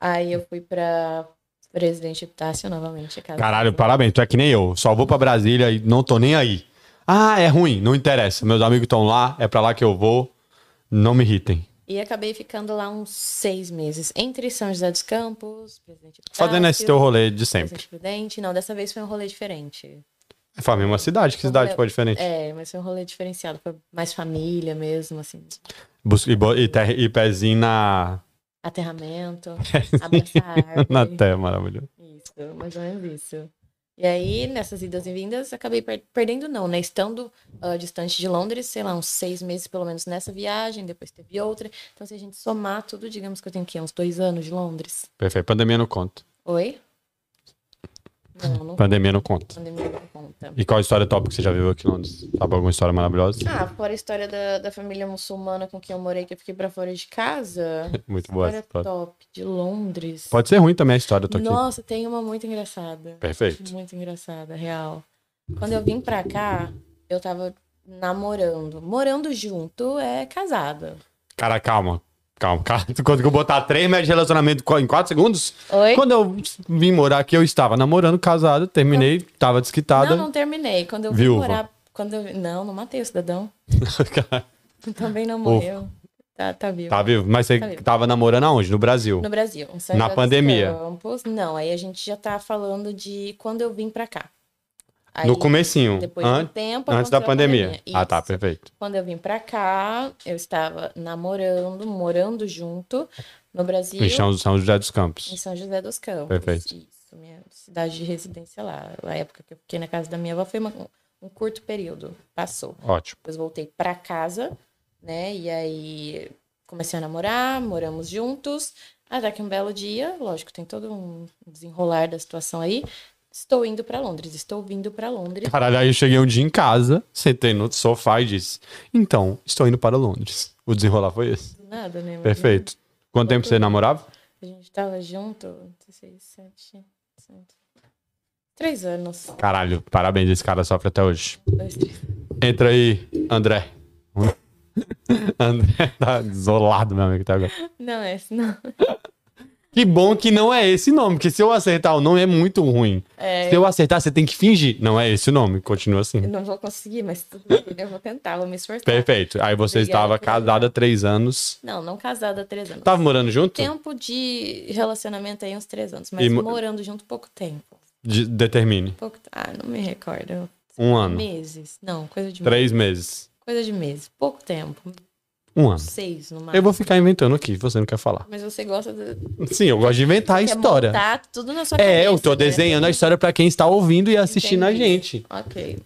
Speaker 2: aí eu fui pra Presidente Epitácio novamente. Casa
Speaker 1: Caralho, parabéns. Tu é que nem eu. Só vou pra Brasília e não tô nem aí. Ah, é ruim. Não interessa. Meus amigos estão lá. É pra lá que eu vou. Não me irritem.
Speaker 2: E acabei ficando lá uns seis meses. Entre São José dos Campos, Presidente Epitácio.
Speaker 1: Fazendo esse teu rolê de sempre. É,
Speaker 2: Presidente Prudente. Não, dessa vez foi um rolê diferente.
Speaker 1: Foi a mesma cidade. Que cidade foi diferente?
Speaker 2: É, mas foi um rolê diferenciado. Foi mais família mesmo, assim.
Speaker 1: Bus- E, bo- e, ter- e pezinho na, (laughs)
Speaker 2: Aterramento, abraçar a árvore.
Speaker 1: É, na terra, maravilhoso.
Speaker 2: Isso, mais ou menos isso. E aí, nessas idas e vindas, acabei per- perdendo, não, né? Estando ah, distante de Londres, sei lá, uns seis meses pelo menos nessa viagem, depois teve outra. Então, se a gente somar tudo, digamos que eu tenho que uns dois anos de Londres.
Speaker 1: Perfeito. Pandemia não conta.
Speaker 2: Oi? Não, não
Speaker 1: Pandemia não conta.
Speaker 2: pandemia não conta.
Speaker 1: E qual história top que você já viveu aqui em Londres? Sabe alguma história maravilhosa?
Speaker 2: Ah, fora a história da, da família muçulmana com quem eu morei, que eu fiquei pra fora de casa.
Speaker 1: Muito (laughs) boa essa
Speaker 2: História
Speaker 1: história.
Speaker 2: top de Londres.
Speaker 1: Pode ser ruim também a história, eu tô aqui.
Speaker 2: Nossa, tem uma muito engraçada.
Speaker 1: Perfeito.
Speaker 2: Muito engraçada, real. Quando eu vim pra cá, eu tava namorando. Morando junto é casada.
Speaker 1: Cara, calma. Calma, (laughs) cara. Quando eu botar três meses de relacionamento co- em quatro segundos?
Speaker 2: Oi?
Speaker 1: Quando é eu vim morar aqui, eu estava namorando, casado, terminei, tava desquitada.
Speaker 2: Não, não terminei. Quando eu vim
Speaker 1: Viúva.
Speaker 2: morar. Quando eu... Não, não matei o cidadão. (laughs)
Speaker 1: (laughs)
Speaker 2: Também não
Speaker 1: Ufa.
Speaker 2: morreu. Tá, tá vivo.
Speaker 1: Tá vivo? Mas você
Speaker 2: Tá vivo.
Speaker 1: tava namorando aonde? No Brasil.
Speaker 2: No Brasil. em São
Speaker 1: Na
Speaker 2: José dos
Speaker 1: pandemia.
Speaker 2: Campos. Não, aí a gente já tá falando de quando eu vim pra cá. Aí,
Speaker 1: No, comecinho.
Speaker 2: Depois
Speaker 1: an-
Speaker 2: de um tempo.
Speaker 1: antes da
Speaker 2: aconteceu a
Speaker 1: pandemia. Ah, tá,
Speaker 2: Isso.
Speaker 1: perfeito.
Speaker 2: Quando eu vim pra cá, eu estava namorando, morando junto no Brasil,
Speaker 1: Em São São José dos
Speaker 2: em
Speaker 1: Campos.
Speaker 2: São José dos Campos.
Speaker 1: Perfeito.
Speaker 2: Isso, minha cidade de residência lá. A época que eu fiquei na casa da minha avó foi uma- um curto período, passou.
Speaker 1: Ótimo.
Speaker 2: Depois voltei pra casa, né? E aí comecei a namorar, moramos juntos. Até que um belo dia, lógico, tem todo um desenrolar da situação aí. Estou indo pra Londres, estou vindo pra Londres.
Speaker 1: Caralho, aí eu cheguei um dia em casa, sentei no sofá e disse: Então, estou indo para Londres. O desenrolar foi esse.
Speaker 2: Do nada, né? Mas-
Speaker 1: Perfeito. Quanto tempo
Speaker 2: Uhum.
Speaker 1: você namorava?
Speaker 2: A gente tava junto, 16, 7, 7. Três anos.
Speaker 1: Caralho, parabéns, esse cara sofre até hoje.
Speaker 2: Dois, três. (laughs)
Speaker 1: Entra aí, André. André tá isolado, meu amigo, até agora.
Speaker 2: Não, esse não.
Speaker 1: Que bom que não é esse nome, porque se eu acertar o nome é muito ruim.
Speaker 2: É,
Speaker 1: Se eu acertar, você tem que fingir. Não é esse o nome, continua
Speaker 2: eu
Speaker 1: assim.
Speaker 2: não vou conseguir,
Speaker 1: (laughs)
Speaker 2: mas tudo bem, eu vou tentar, vou me esforçar.
Speaker 1: Perfeito. Aí você
Speaker 2: Obrigada
Speaker 1: estava
Speaker 2: por
Speaker 1: casada há três anos.
Speaker 2: Não, não casada há três anos.
Speaker 1: Tava morando junto?
Speaker 2: Tempo de relacionamento aí, uns três anos. Mas
Speaker 1: E mo-
Speaker 2: morando junto, pouco tempo.
Speaker 1: De- determine.
Speaker 2: Pouco... Ah, não me recordo.
Speaker 1: Um ano.
Speaker 2: Meses. Não, coisa de
Speaker 1: Três meses.
Speaker 2: Coisa de meses. Pouco tempo.
Speaker 1: Um ano.
Speaker 2: Seis no máximo.
Speaker 1: Eu vou ficar inventando aqui, você não quer falar.
Speaker 2: Mas você gosta de.
Speaker 1: Sim, eu gosto de inventar a
Speaker 2: quer
Speaker 1: história.
Speaker 2: montar tudo na sua
Speaker 1: É, eu
Speaker 2: cabeça,
Speaker 1: tô
Speaker 2: né?
Speaker 1: desenhando a história pra quem está ouvindo e assistindo a
Speaker 2: Entendi.
Speaker 1: gente.
Speaker 2: Ok.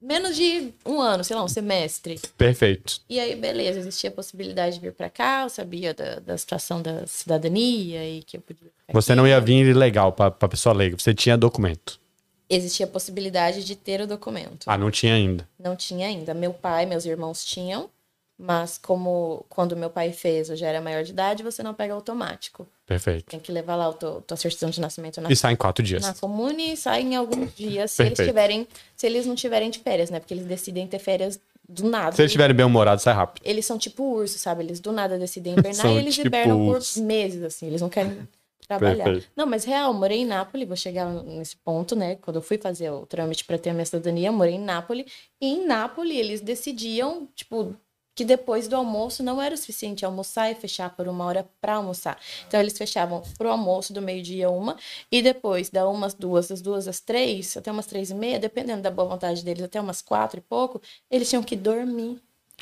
Speaker 2: Menos de um ano, sei lá, um semestre.
Speaker 1: Perfeito.
Speaker 2: E aí, beleza, existia a possibilidade de vir pra cá, eu sabia da, da situação da cidadania e É que eu podia. ficar
Speaker 1: Você
Speaker 2: aqui.
Speaker 1: não ia vir ilegal pra, pra pessoa leiga, você tinha documento.
Speaker 2: Existia a possibilidade de ter o documento.
Speaker 1: Ah, não tinha ainda.
Speaker 2: Não tinha ainda. Meu pai, meus irmãos tinham, mas como quando meu pai fez, eu já era maior de idade, você não pega automático.
Speaker 1: Perfeito.
Speaker 2: Tem que levar lá a tua, tua certidão de nascimento na
Speaker 1: E sai em quatro dias.
Speaker 2: na comune e saem alguns dias se eles
Speaker 1: Perfeito.
Speaker 2: tiverem se eles não tiverem de férias né porque eles decidem ter férias do nada
Speaker 1: Se eles estiverem bem humorados, sai rápido.
Speaker 2: eles são tipo urso sabe eles do nada decidem hibernar
Speaker 1: São
Speaker 2: e eles
Speaker 1: tipo
Speaker 2: hibernam por
Speaker 1: urso.
Speaker 2: meses assim eles
Speaker 1: (laughs)
Speaker 2: não querem trabalhar
Speaker 1: Perfeito.
Speaker 2: não mas real morei em Nápoles vou chegar nesse ponto né quando eu fui fazer o trâmite para ter a minha cidadania eu morei em Nápoles e em Nápoles eles decidiam tipo que depois do almoço não era o suficiente almoçar e fechar por uma hora para almoçar. Então eles fechavam pro almoço do meio-dia uma e depois da umas duas, das duas às três, até umas três e meia, dependendo da boa vontade deles, até umas quatro e pouco, eles tinham que dormir.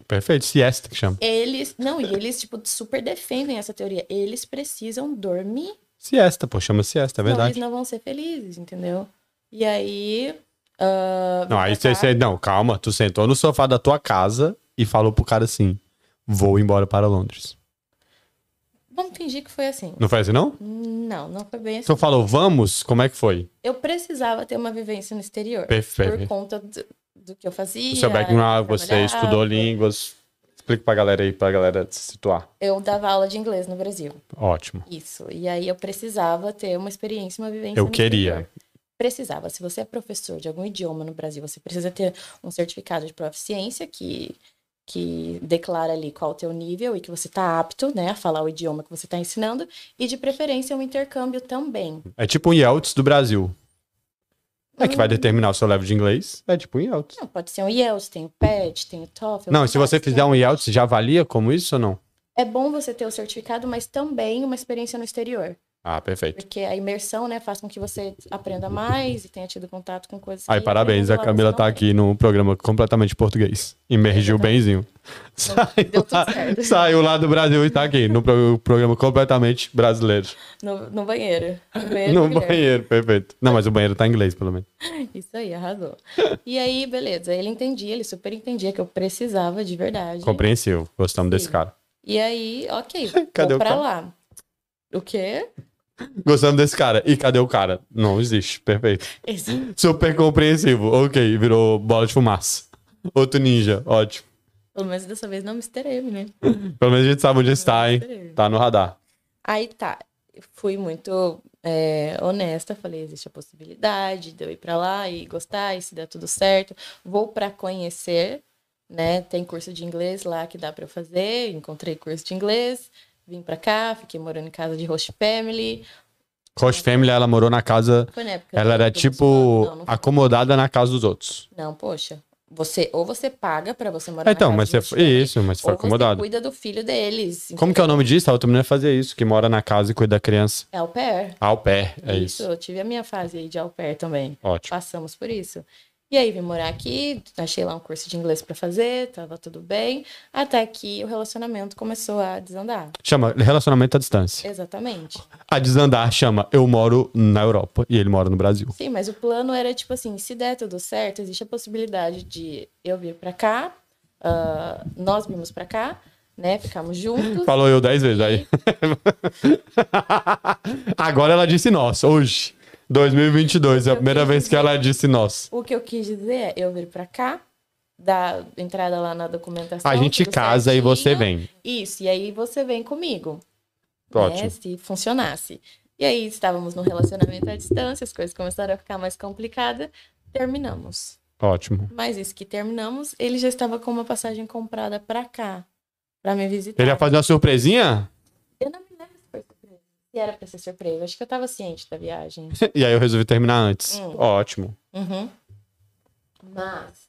Speaker 1: Perfeito. Siesta que chama.
Speaker 2: Eles, não, e eles tipo super defendem essa teoria. Eles precisam dormir,
Speaker 1: Siesta, pô, chama siesta, é
Speaker 2: senão eles
Speaker 1: verdade.
Speaker 2: não vão ser felizes, entendeu? E aí, ah,
Speaker 1: Não, aí
Speaker 2: vim pra
Speaker 1: você,
Speaker 2: cá.
Speaker 1: você- Não, calma, tu sentou no sofá da tua casa e falou pro cara assim: vou embora para Londres.
Speaker 2: vamos fingir que foi assim.
Speaker 1: Não foi assim, não?
Speaker 2: Não, não foi bem assim.
Speaker 1: Tu falou, vamos? Como é que foi?
Speaker 2: eu precisava ter uma vivência no exterior.
Speaker 1: Perfeito.
Speaker 2: Por conta do, do que eu fazia.
Speaker 1: O seu background,
Speaker 2: eu
Speaker 1: você
Speaker 2: trabalhava.
Speaker 1: estudou línguas, Explica pra galera aí, pra galera se situar.
Speaker 2: Eu dava aula de inglês no Brasil.
Speaker 1: Ótimo.
Speaker 2: Isso. E aí eu precisava ter uma experiência, uma vivência.
Speaker 1: Eu
Speaker 2: no
Speaker 1: queria.
Speaker 2: exterior. Precisava. Se você é professor de algum idioma no Brasil, você precisa ter um certificado de proficiência que, que declara ali qual o teu nível e que você está apto né, a falar o idioma que você está ensinando. E de preferência um intercâmbio também.
Speaker 1: É tipo um IELTS do Brasil. É que vai
Speaker 2: Hum.
Speaker 1: determinar o seu level de inglês. É tipo um IELTS.
Speaker 2: Não, pode ser um IELTS, tem o PET, tem o TOEFL.
Speaker 1: Não, se você
Speaker 2: vários,
Speaker 1: fizer
Speaker 2: né?
Speaker 1: um IELTS, já avalia como isso ou não?
Speaker 2: É bom você ter o certificado, mas também uma experiência no exterior.
Speaker 1: Ah, perfeito.
Speaker 2: Porque a imersão, né, faz com que você aprenda mais e tenha tido contato com coisas
Speaker 1: Aí,
Speaker 2: que
Speaker 1: parabéns,
Speaker 2: aprendendo
Speaker 1: a
Speaker 2: lá
Speaker 1: Camila
Speaker 2: você
Speaker 1: tá
Speaker 2: não
Speaker 1: aqui num programa completamente português. Imergiu benzinho. Saiu
Speaker 2: (laughs) Deu tudo
Speaker 1: lá,
Speaker 2: certo.
Speaker 1: saiu lá do Brasil e tá aqui, num pro- programa completamente brasileiro.
Speaker 2: No, no banheiro.
Speaker 1: (laughs)
Speaker 2: No banheiro.
Speaker 1: No
Speaker 2: do Guilherme.
Speaker 1: banheiro, perfeito. Não, mas o banheiro tá em inglês, pelo menos.
Speaker 2: Isso aí, arrasou. E aí, beleza. Ele entendia, ele super entendia que eu precisava de verdade.
Speaker 1: Compreensível, gostamos desse
Speaker 2: Sim.
Speaker 1: cara.
Speaker 2: E aí, ok,
Speaker 1: (laughs) Cadê
Speaker 2: vou
Speaker 1: o
Speaker 2: pra
Speaker 1: cara?
Speaker 2: lá. O quê?
Speaker 1: Gostamos desse cara. E cadê o cara? Não existe, perfeito.
Speaker 2: Esse-
Speaker 1: Super compreensivo, ok, virou bola de fumaça. Outro ninja, ótimo.
Speaker 2: Pelo menos dessa vez não me estereve, né?
Speaker 1: Pelo menos a gente sabe onde está, hein?
Speaker 2: Estereve.
Speaker 1: Tá no radar.
Speaker 2: Aí tá, fui muito é, honesta, falei, existe a possibilidade de eu ir pra lá e gostar, e se der tudo certo, vou pra conhecer, né? Tem curso de inglês lá que dá pra eu fazer, encontrei curso de inglês, vim pra cá, fiquei morando em casa de host family,
Speaker 1: Roche Family, ela morou na casa.
Speaker 2: foi na época...
Speaker 1: Ela
Speaker 2: do-
Speaker 1: era
Speaker 2: do muçulmano,
Speaker 1: tipo
Speaker 2: não, não,
Speaker 1: acomodada na casa dos outros.
Speaker 2: não, poxa, você, ou você paga pra você morar na
Speaker 1: Então,
Speaker 2: casa
Speaker 1: mas
Speaker 2: de
Speaker 1: você
Speaker 2: host
Speaker 1: foi.
Speaker 2: family,
Speaker 1: Isso, mas você foi
Speaker 2: ou você
Speaker 1: acomodada.
Speaker 2: cuida um do filho deles,
Speaker 1: Como que é o nome disso? A outra menina fazia isso, que mora na casa e cuida da criança.
Speaker 2: é au pair.
Speaker 1: Ao pé, é isso.
Speaker 2: eu tive a minha fase aí de au pair também.
Speaker 1: Ótimo.
Speaker 2: passamos por isso. E aí vim morar aqui, achei lá um curso de inglês pra fazer, tava tudo bem, até que o relacionamento começou a desandar.
Speaker 1: Chama relacionamento à distância.
Speaker 2: Exatamente.
Speaker 1: A desandar chama eu moro na Europa e ele mora no Brasil.
Speaker 2: Sim, mas o plano era tipo assim, se der tudo certo, existe a possibilidade de eu vir pra cá, ah, nós vimos pra cá, né, ficamos juntos.
Speaker 1: Falou eu dez vezes aí. (laughs) Agora ela disse nós, hoje. 2022, é a primeira vez que ela disse nós.
Speaker 2: O que eu quis dizer é eu vir pra cá, dar entrada lá na documentação.
Speaker 1: A gente
Speaker 2: tudo
Speaker 1: casa e você
Speaker 2: certinho.
Speaker 1: vem.
Speaker 2: Isso, e aí você vem comigo. né,
Speaker 1: Ótimo.
Speaker 2: se funcionasse. E aí estávamos num relacionamento à distância, as coisas começaram a ficar mais complicadas, terminamos.
Speaker 1: Ótimo.
Speaker 2: Mas isso que terminamos, ele já estava com uma passagem comprada pra cá, pra me visitar.
Speaker 1: Ele ia fazer uma surpresinha? (laughs)
Speaker 2: Eu não me lembro se foi surpresa. Se era pra ser surpresa, acho que eu estava ciente da viagem.
Speaker 1: E aí eu resolvi terminar antes.
Speaker 2: Hum.
Speaker 1: Ótimo.
Speaker 2: Uhum. Mas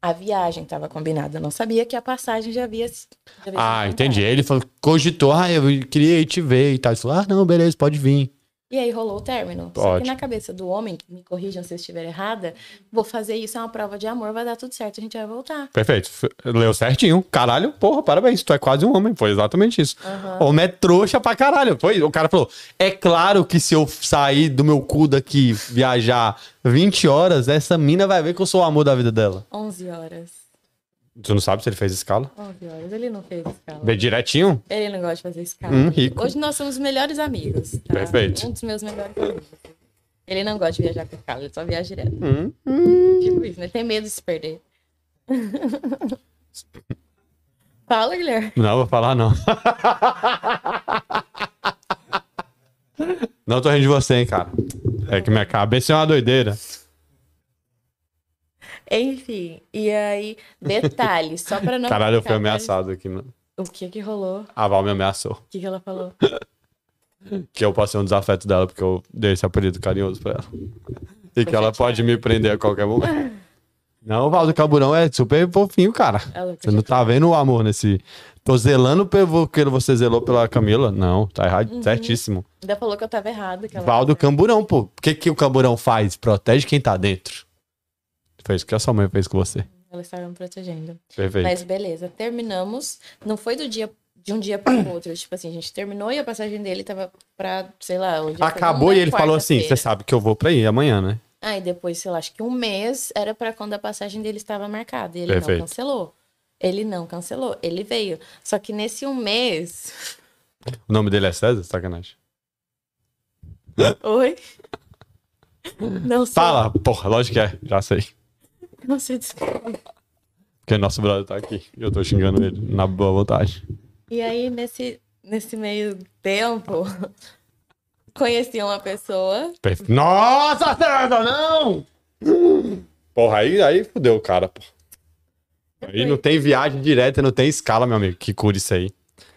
Speaker 2: a viagem estava combinada, eu não sabia que a passagem já havia. se- Já havia sido
Speaker 1: Ah,
Speaker 2: comprada.
Speaker 1: entendi. Ele falou, cogitou, ah, eu queria ir te ver e tal. Ele falou, ah, não, beleza, pode vir.
Speaker 2: E aí rolou o término. Só que
Speaker 1: Ótimo.
Speaker 2: na cabeça do homem, me corrijam se eu estiver errada, vou fazer isso, é uma prova de amor, vai dar tudo certo, a gente vai voltar.
Speaker 1: Perfeito. F- Leu certinho. Caralho, porra, parabéns. Tu é quase um homem. Foi exatamente isso.
Speaker 2: Aham.
Speaker 1: Homem é trouxa pra caralho. Foi. O cara falou: é claro que se eu sair do meu cu daqui viajar 20 horas, essa mina vai ver que eu sou o amor da vida dela.
Speaker 2: 11 horas.
Speaker 1: Tu não sabe se ele fez escala?
Speaker 2: 11 horas. Ele não fez escala.
Speaker 1: Vê direitinho?
Speaker 2: Ele não gosta de fazer escala.
Speaker 1: Hum, rico.
Speaker 2: Hoje nós somos melhores amigos. tá?
Speaker 1: Perfeito.
Speaker 2: Um dos meus melhores amigos. Ele não gosta de viajar com escala, ele só viaja direto.
Speaker 1: Hum.
Speaker 2: Tipo isso, né? Tem medo de se perder. (laughs) Fala, Guilherme.
Speaker 1: Não, vou falar não. não tô rindo de você, hein, cara. É que minha cabeça é uma doideira.
Speaker 2: Enfim, e aí, detalhe, só pra não.
Speaker 1: Caralho, eu fui
Speaker 2: ficar-
Speaker 1: ameaçado aqui, mano.
Speaker 2: O que que rolou?
Speaker 1: A Val me ameaçou.
Speaker 2: O que que ela falou?
Speaker 1: Que eu passei um desafeto dela porque eu dei esse apelido carinhoso pra ela. E que ela
Speaker 2: chateada.
Speaker 1: pode me prender a qualquer momento. Não, o Valdo Camburão é super fofinho, cara.
Speaker 2: Ela
Speaker 1: Você não
Speaker 2: ficou
Speaker 1: tá vendo o amor nesse. Tô zelando pelo que você zelou pela Camila? Não, tá errado, certíssimo.
Speaker 2: Ainda falou que eu tava errado. Que ela...
Speaker 1: Valdo Camburão, pô. O que, que o Camburão faz? Protege quem tá dentro. Foi isso que a sua mãe fez com você.
Speaker 2: Elas estavam me protegendo.
Speaker 1: Perfeito.
Speaker 2: Mas beleza, terminamos. Não foi do dia de um dia para o outro. (clears throat) Tipo assim, a gente terminou e a passagem dele tava pra, sei lá, onde
Speaker 1: Acabou e ele falou assim: você sabe que eu vou pra ir amanhã, né?
Speaker 2: Aí Ah, depois, sei lá, acho que um mês era pra quando a passagem dele estava marcada. E ele
Speaker 1: Perfeito.
Speaker 2: não cancelou. Ele não cancelou, ele veio. Só que nesse um mês. (laughs)
Speaker 1: O nome dele é César? Sacanagem.
Speaker 2: Oi? Não sei.
Speaker 1: Fala, porra, lógico que é, já sei.
Speaker 2: Não sei desculpa.
Speaker 1: Porque nosso brother tá aqui. E eu tô xingando ele na boa vontade.
Speaker 2: E aí, nesse, nesse meio tempo, (laughs) conheci uma pessoa.
Speaker 1: Perfe- Nossa, Sandra, não! Porra, aí, aí fudeu, cara. pô. Aí não tem viagem direta, não tem escala, meu amigo. Que cura isso aí.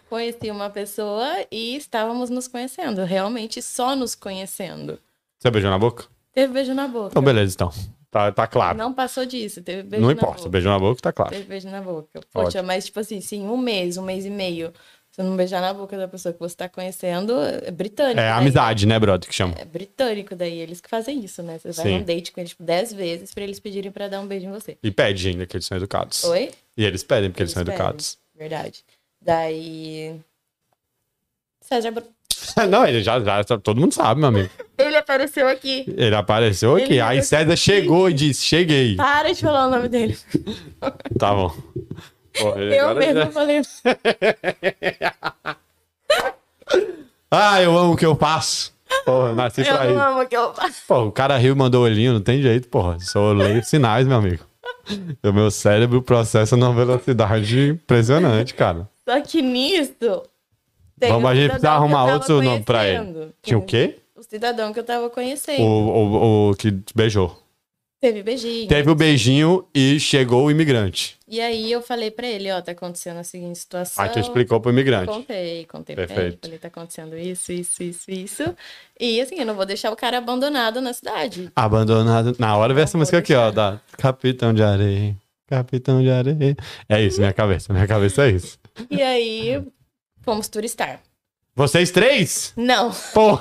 Speaker 2: Conheci uma pessoa e estávamos nos conhecendo. Realmente só nos conhecendo.
Speaker 1: Você beijou na boca?
Speaker 2: Teve beijo na boca.
Speaker 1: Então, beleza, então. Tá, tá claro.
Speaker 2: Não passou disso. Teve beijo
Speaker 1: Não
Speaker 2: na
Speaker 1: importa,
Speaker 2: boca.
Speaker 1: beijou na boca, tá claro.
Speaker 2: Teve beijo na boca. Poxa, mas tipo assim, sim, um mês, um mês e meio. Se não beijar na boca da pessoa que você tá conhecendo, é britânico.
Speaker 1: É
Speaker 2: né?
Speaker 1: amizade, né, brother, que chama.
Speaker 2: É britânico daí, eles que fazem isso, né? Você vai
Speaker 1: Sim.
Speaker 2: num date com eles tipo, 10 vezes pra eles pedirem pra dar um beijo em você.
Speaker 1: E pede ainda, que eles são educados.
Speaker 2: Oi?
Speaker 1: E eles pedem, porque eles, são
Speaker 2: Eles pedem.
Speaker 1: educados. (laughs)
Speaker 2: Verdade. Daí. César. Bru-
Speaker 1: não, ele já, já, todo mundo sabe, meu amigo.
Speaker 2: Ele apareceu aqui.
Speaker 1: Ele apareceu aqui.
Speaker 2: Ele
Speaker 1: aí
Speaker 2: (laughs) apareceu
Speaker 1: César chegou e disse: Cheguei.
Speaker 2: Para de falar o nome dele.
Speaker 1: Tá bom. Porra, ele
Speaker 2: Eu
Speaker 1: agora
Speaker 2: mesmo
Speaker 1: já-
Speaker 2: falei.
Speaker 1: Ah, eu amo o que eu faço.
Speaker 2: (laughs)
Speaker 1: Porra, nasci
Speaker 2: Eu
Speaker 1: pra isso.
Speaker 2: não amo o que eu faço.
Speaker 1: Porra, o cara riu e mandou olhinho, não tem jeito, porra. Só leio sinais, meu
Speaker 2: (laughs)
Speaker 1: amigo. O meu cérebro processa numa velocidade impressionante, cara.
Speaker 2: Só que nisso. tem
Speaker 1: Vamos,
Speaker 2: um
Speaker 1: a gente precisa
Speaker 2: cidadão que eu
Speaker 1: arrumar
Speaker 2: tava
Speaker 1: outro nome pra ele.
Speaker 2: conhecendo.
Speaker 1: Tinha o quê?
Speaker 2: O cidadão que eu tava conhecendo.
Speaker 1: O, o, o que beijou.
Speaker 2: Teve beijinho.
Speaker 1: Teve o beijinho e chegou o imigrante.
Speaker 2: E aí eu falei pra ele, ó, tá acontecendo a seguinte situação.
Speaker 1: Aí tu explicou pro imigrante.
Speaker 2: Contei, contei pra ele.
Speaker 1: Perfeito.
Speaker 2: Falei, tá acontecendo isso, isso, isso, isso. E assim, eu não vou deixar o cara abandonado na cidade.
Speaker 1: Abandonado. Na hora vê essa
Speaker 2: Não
Speaker 1: música
Speaker 2: vou
Speaker 1: aqui, ó. Da Capitão de Areia. Capitão de Areia. É isso, minha cabeça. Minha cabeça é isso.
Speaker 2: E aí, fomos turistar.
Speaker 1: Vocês três?
Speaker 2: Não,
Speaker 1: Pô!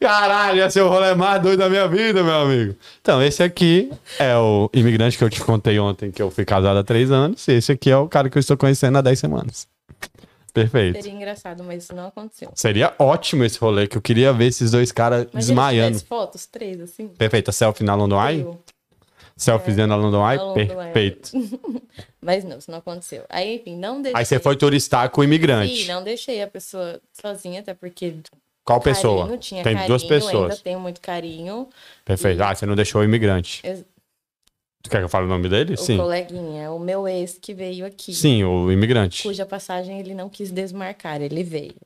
Speaker 1: Caralho, esse é o rolê mais doido da minha vida, meu amigo. Então, esse aqui é o imigrante que eu te contei ontem que eu fui casado há três anos. E esse aqui é o cara que eu estou conhecendo há dez semanas. Perfeito.
Speaker 2: seria engraçado, mas isso não aconteceu.
Speaker 1: Seria ótimo esse rolê, que eu queria ver esses dois caras
Speaker 2: Mas se ele
Speaker 1: desmaiando.
Speaker 2: tivesse fotos, três, assim.
Speaker 1: Perfeito. A selfie na London Eye?
Speaker 2: eu-
Speaker 1: Selfiezinha na London Eye?
Speaker 2: na London Eye.
Speaker 1: Perfeito.
Speaker 2: (laughs) Mas não, isso não aconteceu. Aí, enfim, não deixei.
Speaker 1: Aí você foi turistar com o
Speaker 2: Sim,
Speaker 1: imigrante.
Speaker 2: não deixei a pessoa sozinha, até porque
Speaker 1: Qual pessoa?
Speaker 2: carinho, tinha
Speaker 1: Tem
Speaker 2: carinho,
Speaker 1: duas
Speaker 2: ainda
Speaker 1: pessoas.
Speaker 2: tenho muito carinho.
Speaker 1: Perfeito. Ah, você não deixou o imigrante.
Speaker 2: Ex-
Speaker 1: Tu quer que eu fale o nome dele?
Speaker 2: O
Speaker 1: Sim.
Speaker 2: coleguinha, o meu ex que veio aqui.
Speaker 1: Sim, o imigrante.
Speaker 2: Cuja passagem ele não quis desmarcar, ele veio.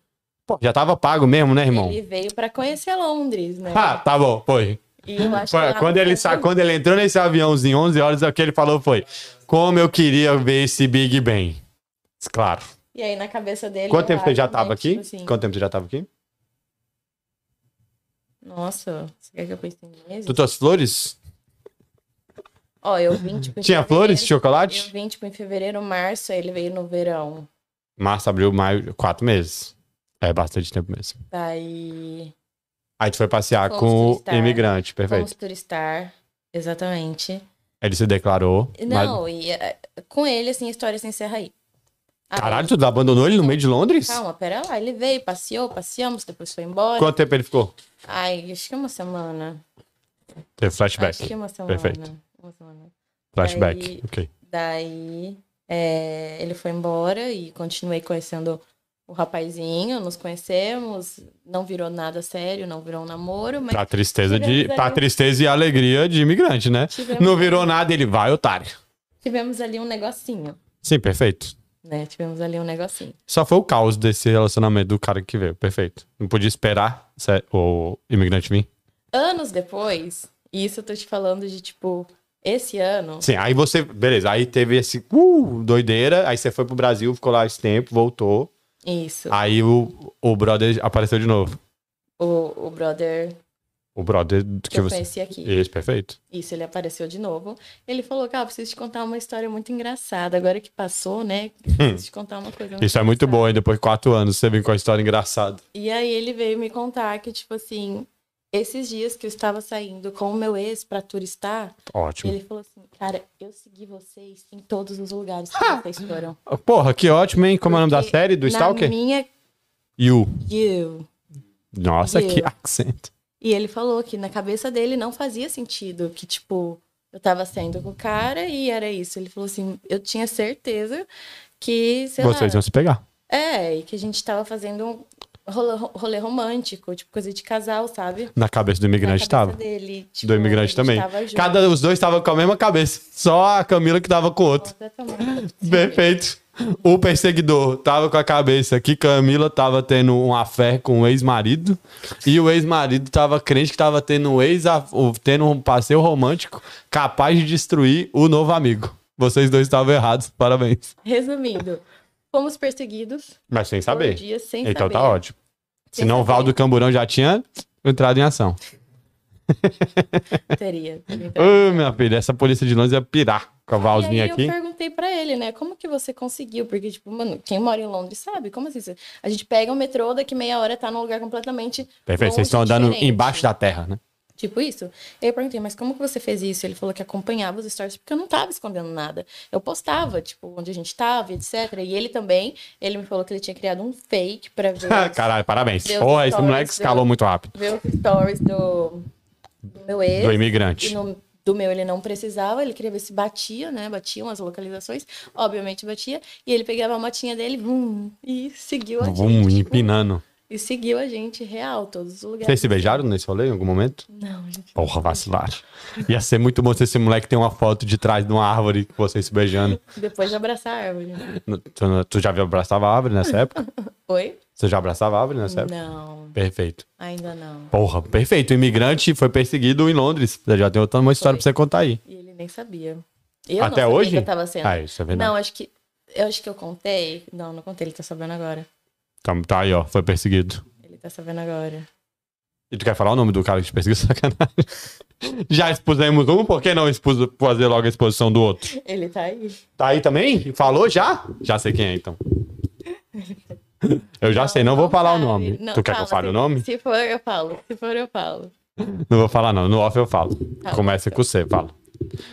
Speaker 1: Pô, já tava pago mesmo, né, irmão?
Speaker 2: Ele veio pra conhecer Londres,
Speaker 1: (laughs)
Speaker 2: né?
Speaker 1: Ah, tá bom, foi.
Speaker 2: E eu acho
Speaker 1: Foi,
Speaker 2: que lá
Speaker 1: Quando,
Speaker 2: no
Speaker 1: ele
Speaker 2: fundo-
Speaker 1: sa... Quando ele entrou nesse aviãozinho, 11 horas, o que ele falou foi: Como eu queria ver esse Big Ben. Claro.
Speaker 2: E aí na cabeça dele.
Speaker 1: Quanto
Speaker 2: eu
Speaker 1: tempo você já
Speaker 2: acho, né,
Speaker 1: tava aqui?
Speaker 2: que, tipo assim,
Speaker 1: Quanto tempo você já tava aqui?
Speaker 2: Nossa, você quer que eu pense em meses?
Speaker 1: Tu trouxe flores?
Speaker 2: Ó, eu vim tipo. em
Speaker 1: Tinha um flores,
Speaker 2: fevereiro- Eu
Speaker 1: chocolate?
Speaker 2: vim tipo em fevereiro, março, aí ele veio no verão.
Speaker 1: Março, abril, maio, quatro meses. É bastante tempo mesmo.
Speaker 2: Daí.
Speaker 1: Aí tu foi passear
Speaker 2: Fomos
Speaker 1: com o
Speaker 2: turistar.
Speaker 1: imigrante, perfeito.
Speaker 2: Vamos turistar. Exatamente.
Speaker 1: Ele se declarou.
Speaker 2: Não, e eh, com ele, assim, a história se encerra aí. Aí,
Speaker 1: Mas... Caralho, tu abandonou ele no meio de Londres?
Speaker 2: Calma, pera lá. Ele veio, passeou, passeamos, depois foi embora.
Speaker 1: Quanto tempo ele ficou?
Speaker 2: Ai, acho que uma semana.
Speaker 1: Teve
Speaker 2: Acho que um
Speaker 1: flashback.
Speaker 2: uma semana.
Speaker 1: Perfeito.
Speaker 2: Uma semana.
Speaker 1: Flashback.
Speaker 2: Aí-
Speaker 1: Ok.
Speaker 2: Daí é, ele foi embora e continuei conhecendo o rapazinho, nos conhecemos, não virou nada sério, não virou um namoro, mas
Speaker 1: Pra Tá tristeza, de,
Speaker 2: Tivemos
Speaker 1: pra
Speaker 2: ali-
Speaker 1: tristeza e alegria de imigrante, né?
Speaker 2: tivemos,
Speaker 1: Não virou nada, ele vai, otário.
Speaker 2: tivemos ali um negocinho,
Speaker 1: Sim, perfeito.
Speaker 2: né? Tivemos ali um negocinho.
Speaker 1: Só foi o caos desse relacionamento do cara que veio, perfeito. Não podia esperar sé- o imigrante vir.
Speaker 2: Anos depois, e isso eu tô te falando de tipo, esse ano,
Speaker 1: Sim, aí você, beleza, aí teve esse uh, doideira, aí você foi pro Brasil, ficou lá esse tempo, voltou.
Speaker 2: isso,
Speaker 1: Aí o, o brother apareceu de novo.
Speaker 2: o, o brother
Speaker 1: O brother que,
Speaker 2: que eu
Speaker 1: você.
Speaker 2: conheci aqui.
Speaker 1: Isso, perfeito.
Speaker 2: Isso, ele apareceu de novo. Ele falou, cara, preciso te contar uma história muito engraçada. Agora que passou, né? Preciso te contar uma coisa.
Speaker 1: Isso é muito
Speaker 2: engraçada."
Speaker 1: bom, hein? Depois de quatro anos, você vem com a história engraçada.
Speaker 2: E aí ele veio me contar que, tipo assim, esses dias que eu estava saindo com o meu ex pra turistar,
Speaker 1: Ótimo.
Speaker 2: ele falou assim, cara, eu segui vocês em todos os lugares que vocês foram.
Speaker 1: Porra, que ótimo, hein? Como é o nome da
Speaker 2: Porque
Speaker 1: série? Do
Speaker 2: Na
Speaker 1: Stalker?
Speaker 2: minha
Speaker 1: You.
Speaker 2: you.
Speaker 1: Nossa, que
Speaker 2: You.
Speaker 1: accent.
Speaker 2: E ele falou que na cabeça dele não fazia sentido, que, tipo, eu tava saindo com o cara e era isso. Ele falou assim, eu tinha certeza que, sei lá,
Speaker 1: Vocês vão se pegar.
Speaker 2: É, e que a gente tava fazendo um- rolê, rolê romântico, tipo coisa de casal, sabe?
Speaker 1: Na cabeça do
Speaker 2: Na
Speaker 1: imigrante
Speaker 2: cabeça
Speaker 1: tava.
Speaker 2: dele, tipo,
Speaker 1: do imigrante
Speaker 2: a gente
Speaker 1: também.
Speaker 2: tava junto,
Speaker 1: Cada, um, os dois estavam com a mesma cabeça. Só a Camila que tava com o outro.
Speaker 2: completamente.
Speaker 1: Perfeito. O perseguidor tava com a cabeça que Camila tava tendo um afé com o ex-marido. E o ex-marido tava crente que tava tendo um, ex tendo um passeio romântico capaz de destruir o novo amigo. Vocês dois estavam errados, parabéns.
Speaker 2: Resumindo, fomos perseguidos
Speaker 1: Mas sem
Speaker 2: por dias sem
Speaker 1: Então
Speaker 2: saber.
Speaker 1: tá ótimo.
Speaker 2: Sem
Speaker 1: Senão o
Speaker 2: saber.
Speaker 1: Valdo Camburão já tinha entrado em ação.
Speaker 2: Teria. teria entrado.
Speaker 1: Ô, minha filha, essa polícia de Londres ia pirar com a
Speaker 2: e
Speaker 1: Valzinha
Speaker 2: aí
Speaker 1: aqui.
Speaker 2: eu perguntei pra ele, né, como que você conseguiu? Porque, tipo, mano, quem mora em Londres sabe, como assim? você- A gente pega um metrô, daqui meia hora tá num lugar completamente
Speaker 1: Perfeito,
Speaker 2: longe,
Speaker 1: vocês estão andando
Speaker 2: diferente.
Speaker 1: embaixo da terra, né?
Speaker 2: Tipo isso. Eu perguntei, mas como que você fez isso? Ele falou que acompanhava os stories, porque eu não tava escondendo nada. Eu postava, tipo, onde a gente tava, etc. E ele também, ele me falou que ele tinha criado um fake
Speaker 1: (laughs)
Speaker 2: pra ver, os-
Speaker 1: Caralho, parabéns.
Speaker 2: Deus,
Speaker 1: Pô, esse
Speaker 2: Deus,
Speaker 1: moleque escalou
Speaker 2: Deus.
Speaker 1: muito rápido.
Speaker 2: ver os stories do, do meu ex.
Speaker 1: Do
Speaker 2: E
Speaker 1: imigrante.
Speaker 2: no- do meu ele não precisava, ele queria ver se batia, né? Batiam as localizações, obviamente batia. E ele pegava a motinha dele vum, e seguiu a
Speaker 1: Vum,
Speaker 2: gente.
Speaker 1: empinando.
Speaker 2: E seguiu a gente real, todos os lugares.
Speaker 1: Vocês se beijaram nesse rolê em algum momento?
Speaker 2: Não, gente.
Speaker 1: Porra, vacilaram. Ia ser muito bom se esse moleque tem uma foto de trás de uma árvore com vocês se beijando.
Speaker 2: Depois de abraçar a árvore. né?
Speaker 1: Tu, tu já abraçava a árvore nessa época?
Speaker 2: Oi?
Speaker 1: Você já abraçava a árvore nessa época?
Speaker 2: Não,
Speaker 1: Perfeito.
Speaker 2: ainda não.
Speaker 1: Porra, perfeito. O imigrante foi perseguido em Londres. Você já tem outra uma história pra você contar aí.
Speaker 2: E ele nem sabia. Eu não
Speaker 1: Até
Speaker 2: sabia
Speaker 1: hoje?
Speaker 2: que eu tava sendo.
Speaker 1: Ah, isso é verdade.
Speaker 2: não, acho que. Eu acho que eu contei. Não, não contei, ele tá sabendo agora.
Speaker 1: Então, tá aí, ó. Foi perseguido.
Speaker 2: Ele tá sabendo agora.
Speaker 1: E tu quer falar o nome do cara que te perseguiu? (laughs) Sacanagem. Já expusemos um, por que não expus, fazer logo a exposição do outro?
Speaker 2: Ele tá aí.
Speaker 1: Tá aí também? Falou já? Já sei quem é, então. Eu já Ah, sei, não, vou falar
Speaker 2: sabe.
Speaker 1: o nome.
Speaker 2: Não,
Speaker 1: tu quer
Speaker 2: fala,
Speaker 1: que eu fale
Speaker 2: se-
Speaker 1: o nome?
Speaker 2: Se for, eu falo. Se for, eu falo.
Speaker 1: Não vou falar, não. No off eu falo.
Speaker 2: Tá.
Speaker 1: Começa com C, fala.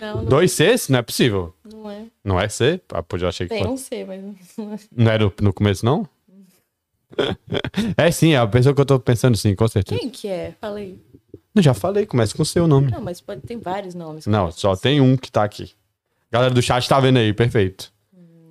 Speaker 2: Não, não,
Speaker 1: Dois Cs? Não é possível.
Speaker 2: não é.
Speaker 1: Não é C? Ah, pô, já achei que
Speaker 2: Tem
Speaker 1: foi.
Speaker 2: um C, mas não é.
Speaker 1: Não era no começo, não? É sim, é a pessoa que eu tô pensando sim, com certeza.
Speaker 2: Quem que é? Falei.
Speaker 1: Eu já falei, começa com C o nome.
Speaker 2: Não, mas pode, tem vários nomes.
Speaker 1: Não, só tem um que tá aqui. Galera do chat tá vendo aí, perfeito.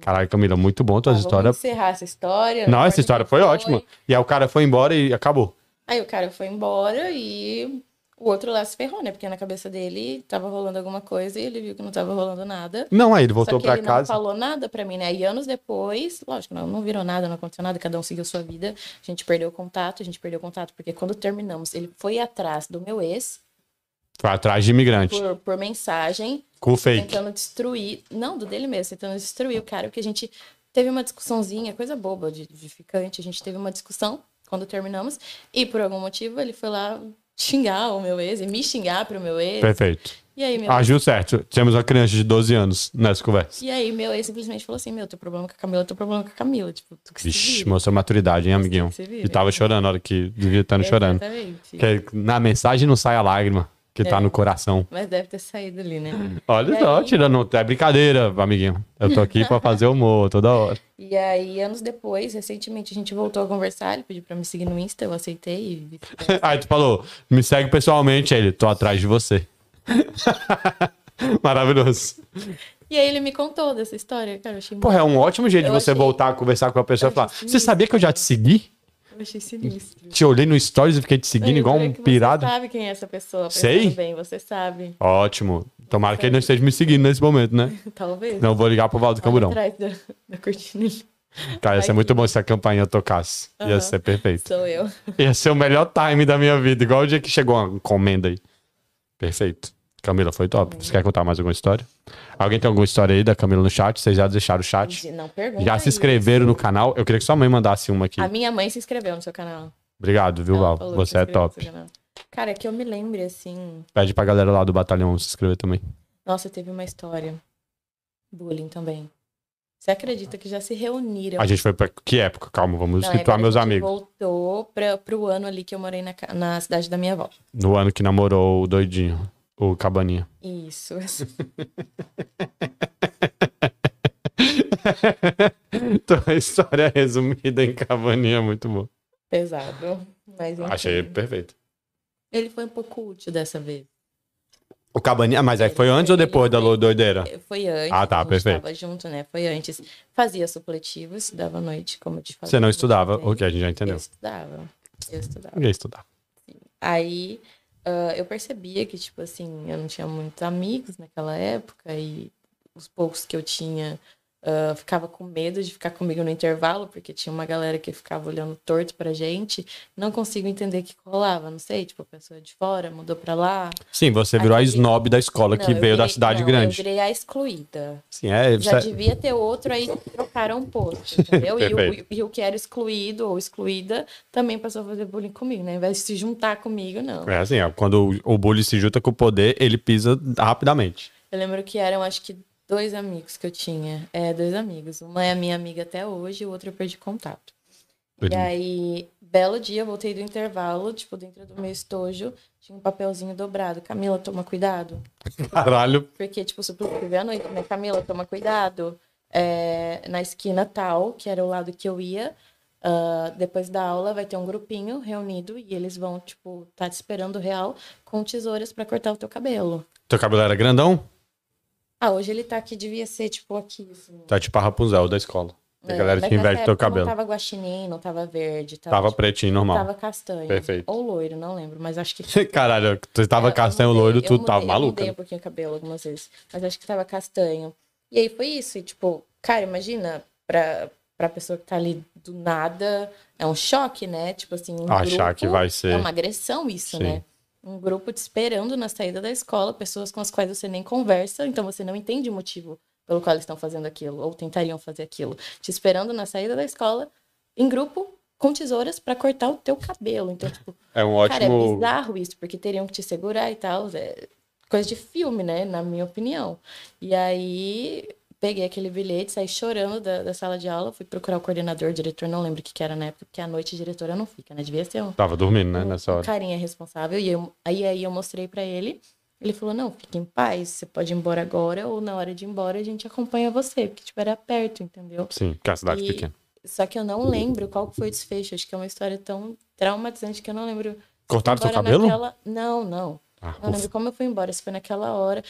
Speaker 1: Caralho, Camila, muito bom tuas
Speaker 2: Ah,
Speaker 1: histórias.
Speaker 2: Vamos encerrar essa história.
Speaker 1: Não,
Speaker 2: importa
Speaker 1: essa história
Speaker 2: quem
Speaker 1: foi ótima. E aí o cara foi embora e acabou.
Speaker 2: Aí o cara foi embora e o outro lá se ferrou, né? Porque na cabeça dele tava rolando alguma coisa e ele viu que não tava rolando nada.
Speaker 1: Não, aí ele voltou
Speaker 2: Só que
Speaker 1: pra
Speaker 2: ele
Speaker 1: casa.
Speaker 2: não falou nada pra mim, né? E anos depois, lógico, não, não virou nada, não aconteceu nada, cada um seguiu sua vida. A gente perdeu o contato, a gente perdeu o contato, porque quando terminamos, ele foi atrás do meu ex
Speaker 1: Foi atrás de imigrante.
Speaker 2: por, por mensagem,
Speaker 1: Com o fake.
Speaker 2: tentando destruir. Não, do dele mesmo, tentando destruir o cara, porque a gente teve uma discussãozinha, coisa boba de, de ficante. A gente teve uma discussão quando terminamos, e por algum motivo ele foi lá xingar o meu ex e me xingar pro meu ex.
Speaker 1: Perfeito.
Speaker 2: E aí, meu
Speaker 1: Agiu certo. Temos uma criança de 12 anos nessa conversa.
Speaker 2: E aí, meu ex simplesmente falou assim: Meu, teu problema com a Camila, teu problema com a Camila. Tipo, tu que se
Speaker 1: Vixe,
Speaker 2: vira.
Speaker 1: mostrou maturidade, hein, amiguinho?
Speaker 2: se vira.
Speaker 1: E tava chorando na hora que devia estar chorando.
Speaker 2: Exatamente.
Speaker 1: Que é na mensagem não sai a lágrima que tá
Speaker 2: É.
Speaker 1: no coração.
Speaker 2: Mas deve ter saído ali, né?
Speaker 1: Olha
Speaker 2: E
Speaker 1: só,
Speaker 2: aí?
Speaker 1: tirando. É brincadeira, amiguinho. Eu tô aqui pra fazer humor toda hora.
Speaker 2: E aí, anos depois, recentemente, a gente voltou a conversar. Ele pediu pra me seguir no Insta, eu aceitei. e vice-versa.
Speaker 1: (laughs) Aí tu falou, me segue pessoalmente. Aí ele, tô atrás de você. (laughs) Maravilhoso.
Speaker 2: E aí, ele me contou dessa história. Cara, eu achei, muito-
Speaker 1: Porra, é um ótimo jeito
Speaker 2: Eu
Speaker 1: de você
Speaker 2: achei-
Speaker 1: voltar a conversar com a pessoa e
Speaker 2: Eu
Speaker 1: falar:
Speaker 2: achei
Speaker 1: Você sabia que eu já te segui?
Speaker 2: eu achei sinistro.
Speaker 1: Te olhei no stories e fiquei te seguindo igual
Speaker 2: Eu juro
Speaker 1: um
Speaker 2: que
Speaker 1: pirado.
Speaker 2: Você sabe quem é essa pessoa. pensando
Speaker 1: Sei.
Speaker 2: bem, você sabe. (laughs)
Speaker 1: Ótimo. Tomara que ele não esteja me seguindo nesse momento, né?
Speaker 2: Talvez.
Speaker 1: Não vou ligar pro Valdo Camburão.
Speaker 2: Atrás da, da cortina (laughs)
Speaker 1: Cara, ia ser
Speaker 2: Vai
Speaker 1: muito bom se a campainha tocasse. Ia
Speaker 2: Aham.
Speaker 1: ser perfeito.
Speaker 2: sou eu.
Speaker 1: Ia ser o melhor time da minha vida. Igual o dia que chegou uma encomenda aí. Perfeito. Camila, foi top. Você quer contar mais alguma história? Alguém tem alguma história aí da Camila no chat? Vocês já deixaram o chat?
Speaker 2: Não pergunta.
Speaker 1: Já se
Speaker 2: isso.
Speaker 1: inscreveram no canal? Eu queria que sua mãe mandasse uma aqui.
Speaker 2: A minha mãe se inscreveu no seu canal.
Speaker 1: Obrigado, viu,
Speaker 2: Ela
Speaker 1: Val?
Speaker 2: falou que se
Speaker 1: Você é
Speaker 2: inscreveu né? no
Speaker 1: top.
Speaker 2: seu canal. Cara, é que eu me lembre, assim.
Speaker 1: Pede pra galera lá do batalhão se inscrever também.
Speaker 2: Nossa, teve uma história. Bullying também. Você acredita que já se reuniram?
Speaker 1: A gente foi pra que época? Calma, vamos
Speaker 2: Não, é
Speaker 1: situar
Speaker 2: agora
Speaker 1: meus
Speaker 2: a gente
Speaker 1: amigos.
Speaker 2: Voltou pra, pro ano ali que eu morei na, ca- na cidade da minha avó.
Speaker 1: No ano que namorou o doidinho, o cabaninha. (laughs)
Speaker 2: Isso. (laughs)
Speaker 1: então a história resumida em cabaninha é muito boa.
Speaker 2: Pesado. Mas enfim.
Speaker 1: Achei perfeito.
Speaker 2: Ele foi um pouco útil dessa vez.
Speaker 1: O Cabaninha, ah, mas aí foi antes ou depois da lo- doideira?
Speaker 2: Eh, Foi antes.
Speaker 1: Ah, tá,
Speaker 2: a gente
Speaker 1: perfeito.
Speaker 2: Tava junto, né? Foi antes. Fazia supletivo, estudava à noite, como eu te falei.
Speaker 1: Você não estudava,
Speaker 2: Também.
Speaker 1: ok, a gente já entendeu.
Speaker 2: Eu estudava. Eu estudava.
Speaker 1: Ninguém estudava.
Speaker 2: Aí ah, eu percebia que, tipo assim, eu não tinha muitos amigos naquela época e os poucos que eu tinha ah, ficava com medo de ficar comigo no intervalo, porque tinha uma galera que ficava olhando torto pra gente. Não consigo entender o que rolava, não sei, tipo, a pessoa de fora mudou pra lá.
Speaker 1: Sim, você virou a
Speaker 2: Aí-
Speaker 1: snob da escola
Speaker 2: Não,
Speaker 1: que
Speaker 2: eu
Speaker 1: veio da
Speaker 2: virei-
Speaker 1: cidade
Speaker 2: não, Eu
Speaker 1: grande.
Speaker 2: virei a excluída.
Speaker 1: Sim, é.
Speaker 2: Já
Speaker 1: cê-
Speaker 2: devia ter outro, aí trocaram um posto, entendeu? e, o,
Speaker 1: Perfeito.
Speaker 2: e o que era excluído ou excluída também passou a fazer bullying comigo, né? Ao invés de se juntar comigo, não.
Speaker 1: É assim, ó, quando o o bully se junta com o poder, ele pisa
Speaker 2: (laughs)
Speaker 1: rapidamente.
Speaker 2: Eu lembro que eram, acho que, dois amigos que eu tinha. É, dois amigos. Uma é a minha amiga até hoje, o outro eu perdi contato. E aí, belo dia, eu voltei do intervalo, tipo, dentro do meu estojo, tinha um papelzinho dobrado. Camila, toma cuidado.
Speaker 1: Caralho,
Speaker 2: Porque, tipo, se eu tiver à noite, né? Camila, toma cuidado. É, na esquina tal, que era o lado que eu ia, ah, depois da aula vai ter um grupinho reunido e eles vão, tipo, tá te esperando real com tesouras pra cortar o teu cabelo.
Speaker 1: teu cabelo era grandão?
Speaker 2: Ah, hoje ele tá aqui, devia ser, tipo, aqui, assim.
Speaker 1: Tá tipo a Rapunzel da escola. A
Speaker 2: É,
Speaker 1: galera
Speaker 2: mas
Speaker 1: que
Speaker 2: nessa
Speaker 1: inveja teu
Speaker 2: época
Speaker 1: cabelo.
Speaker 2: Não
Speaker 1: Tava,
Speaker 2: tava guaxinim, não tava verde, tava, tipo,
Speaker 1: pretinho, normal.
Speaker 2: tava castanho.
Speaker 1: Perfeito.
Speaker 2: Ou loiro, não lembro, mas acho que.
Speaker 1: (laughs) Caralho, tu tava
Speaker 2: É, Eu- eu
Speaker 1: castanho
Speaker 2: mudei-
Speaker 1: loiro,
Speaker 2: eu
Speaker 1: tu tava
Speaker 2: mudei- Eu
Speaker 1: maluca.
Speaker 2: mudei um pouquinho o cabelo algumas vezes, mas acho que tava castanho. E aí foi isso, e tipo, cara, imagina, pra, pra pessoa que tá ali do nada, é um choque, né? Tipo assim, um
Speaker 1: Achar
Speaker 2: grupo-
Speaker 1: que vai ser.
Speaker 2: É uma agressão isso,
Speaker 1: Sim.
Speaker 2: né? Um grupo te esperando na saída da escola, pessoas com as quais você nem conversa, então você não entende o motivo pelo qual eles estão fazendo aquilo, ou tentariam fazer aquilo. Te esperando na saída da escola, em grupo, com tesouras pra cortar o teu cabelo. Então, tipo,
Speaker 1: É um
Speaker 2: Cara, é
Speaker 1: ótimo.
Speaker 2: bizarro isso, porque teriam que te segurar e tal. É coisa de filme, né? Na minha opinião. E aí peguei aquele bilhete, saí chorando da, da sala de aula, fui procurar o coordenador, o diretor, não lembro o que, que era na época, porque à noite a diretora não fica, né? Devia ser um,
Speaker 1: Tava dormindo, né,
Speaker 2: um-
Speaker 1: nessa
Speaker 2: um
Speaker 1: hora.
Speaker 2: carinha responsável. E eu- aí, aí eu mostrei pra ele. Ele falou, não, fique em paz, você pode ir embora agora, ou na hora de ir embora a gente acompanha você, porque tipo, era perto, entendeu?
Speaker 1: Sim, porque é a cidade
Speaker 2: E-
Speaker 1: pequena.
Speaker 2: Só que eu não lembro qual que foi o desfecho, acho que é uma história tão traumatizante que eu não lembro
Speaker 1: Cortaram teu
Speaker 2: embora
Speaker 1: cabelo?
Speaker 2: naquela- Não, não.
Speaker 1: Ah,
Speaker 2: Não
Speaker 1: ufa.
Speaker 2: lembro como eu fui embora. Se foi naquela hora.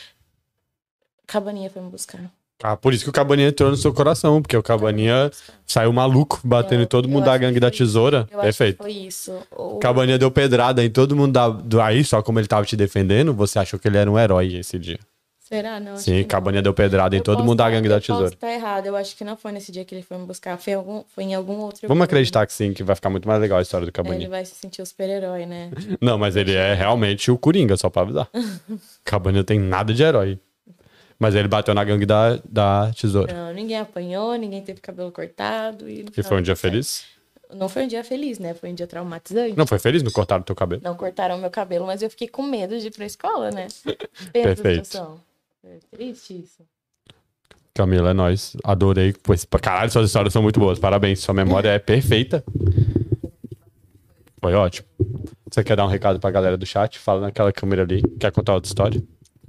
Speaker 2: Cabaninha foi me buscar.
Speaker 1: Ah, por isso que o Cabaninha entrou no seu coração, porque o Cabaninha saiu maluco, batendo
Speaker 2: Eu-
Speaker 1: em todo
Speaker 2: eu
Speaker 1: mundo da
Speaker 2: acho que
Speaker 1: gangue da
Speaker 2: foi-
Speaker 1: tesoura.
Speaker 2: Eu
Speaker 1: Perfeito.
Speaker 2: acho que foi isso. Ou...
Speaker 1: Cabaninha deu pedrada em todo mundo da, do aí, só como ele tava te defendendo, você achou que ele era um herói esse dia.
Speaker 2: Será? Não. acho que
Speaker 1: Sim,
Speaker 2: não.
Speaker 1: Cabaninha deu pedrada em
Speaker 2: Eu
Speaker 1: todo
Speaker 2: posso
Speaker 1: mundo da
Speaker 2: tá-
Speaker 1: gangue da
Speaker 2: eu posso
Speaker 1: tesoura.
Speaker 2: tá errado. Eu acho que não foi nesse dia que ele foi me buscar. Foi, em algum, foi em algum outro.
Speaker 1: Vamos
Speaker 2: grupo.
Speaker 1: acreditar que sim, que vai ficar muito mais legal a história do
Speaker 2: É, Ele
Speaker 1: Cabaninha.
Speaker 2: vai se sentir o
Speaker 1: (laughs)
Speaker 2: super-herói, né?
Speaker 1: Não, mas ele é realmente o Coringa, só pra
Speaker 2: (laughs)
Speaker 1: avisar. Cabaninha tem nada de herói. Mas ele bateu na gangue da, da tesoura.
Speaker 2: Não, ninguém apanhou, ninguém teve cabelo cortado. E, no
Speaker 1: E
Speaker 2: final
Speaker 1: foi um dia
Speaker 2: tudo certo.
Speaker 1: feliz?
Speaker 2: Não foi um dia feliz, né? Foi um dia traumatizante.
Speaker 1: Não foi feliz? Não cortaram teu cabelo?
Speaker 2: Não cortaram meu cabelo, mas eu fiquei com medo de ir pra escola,
Speaker 1: (laughs)
Speaker 2: né? Pensa a
Speaker 1: Perfeito.
Speaker 2: situação. É triste isso.
Speaker 1: Camila, é nóis. Adorei. Pois, pra caralho, suas histórias são muito boas. Parabéns, sua memória é perfeita. Foi ótimo. Você quer dar um recado pra galera do chat? Fala naquela câmera ali. Quer contar outra história?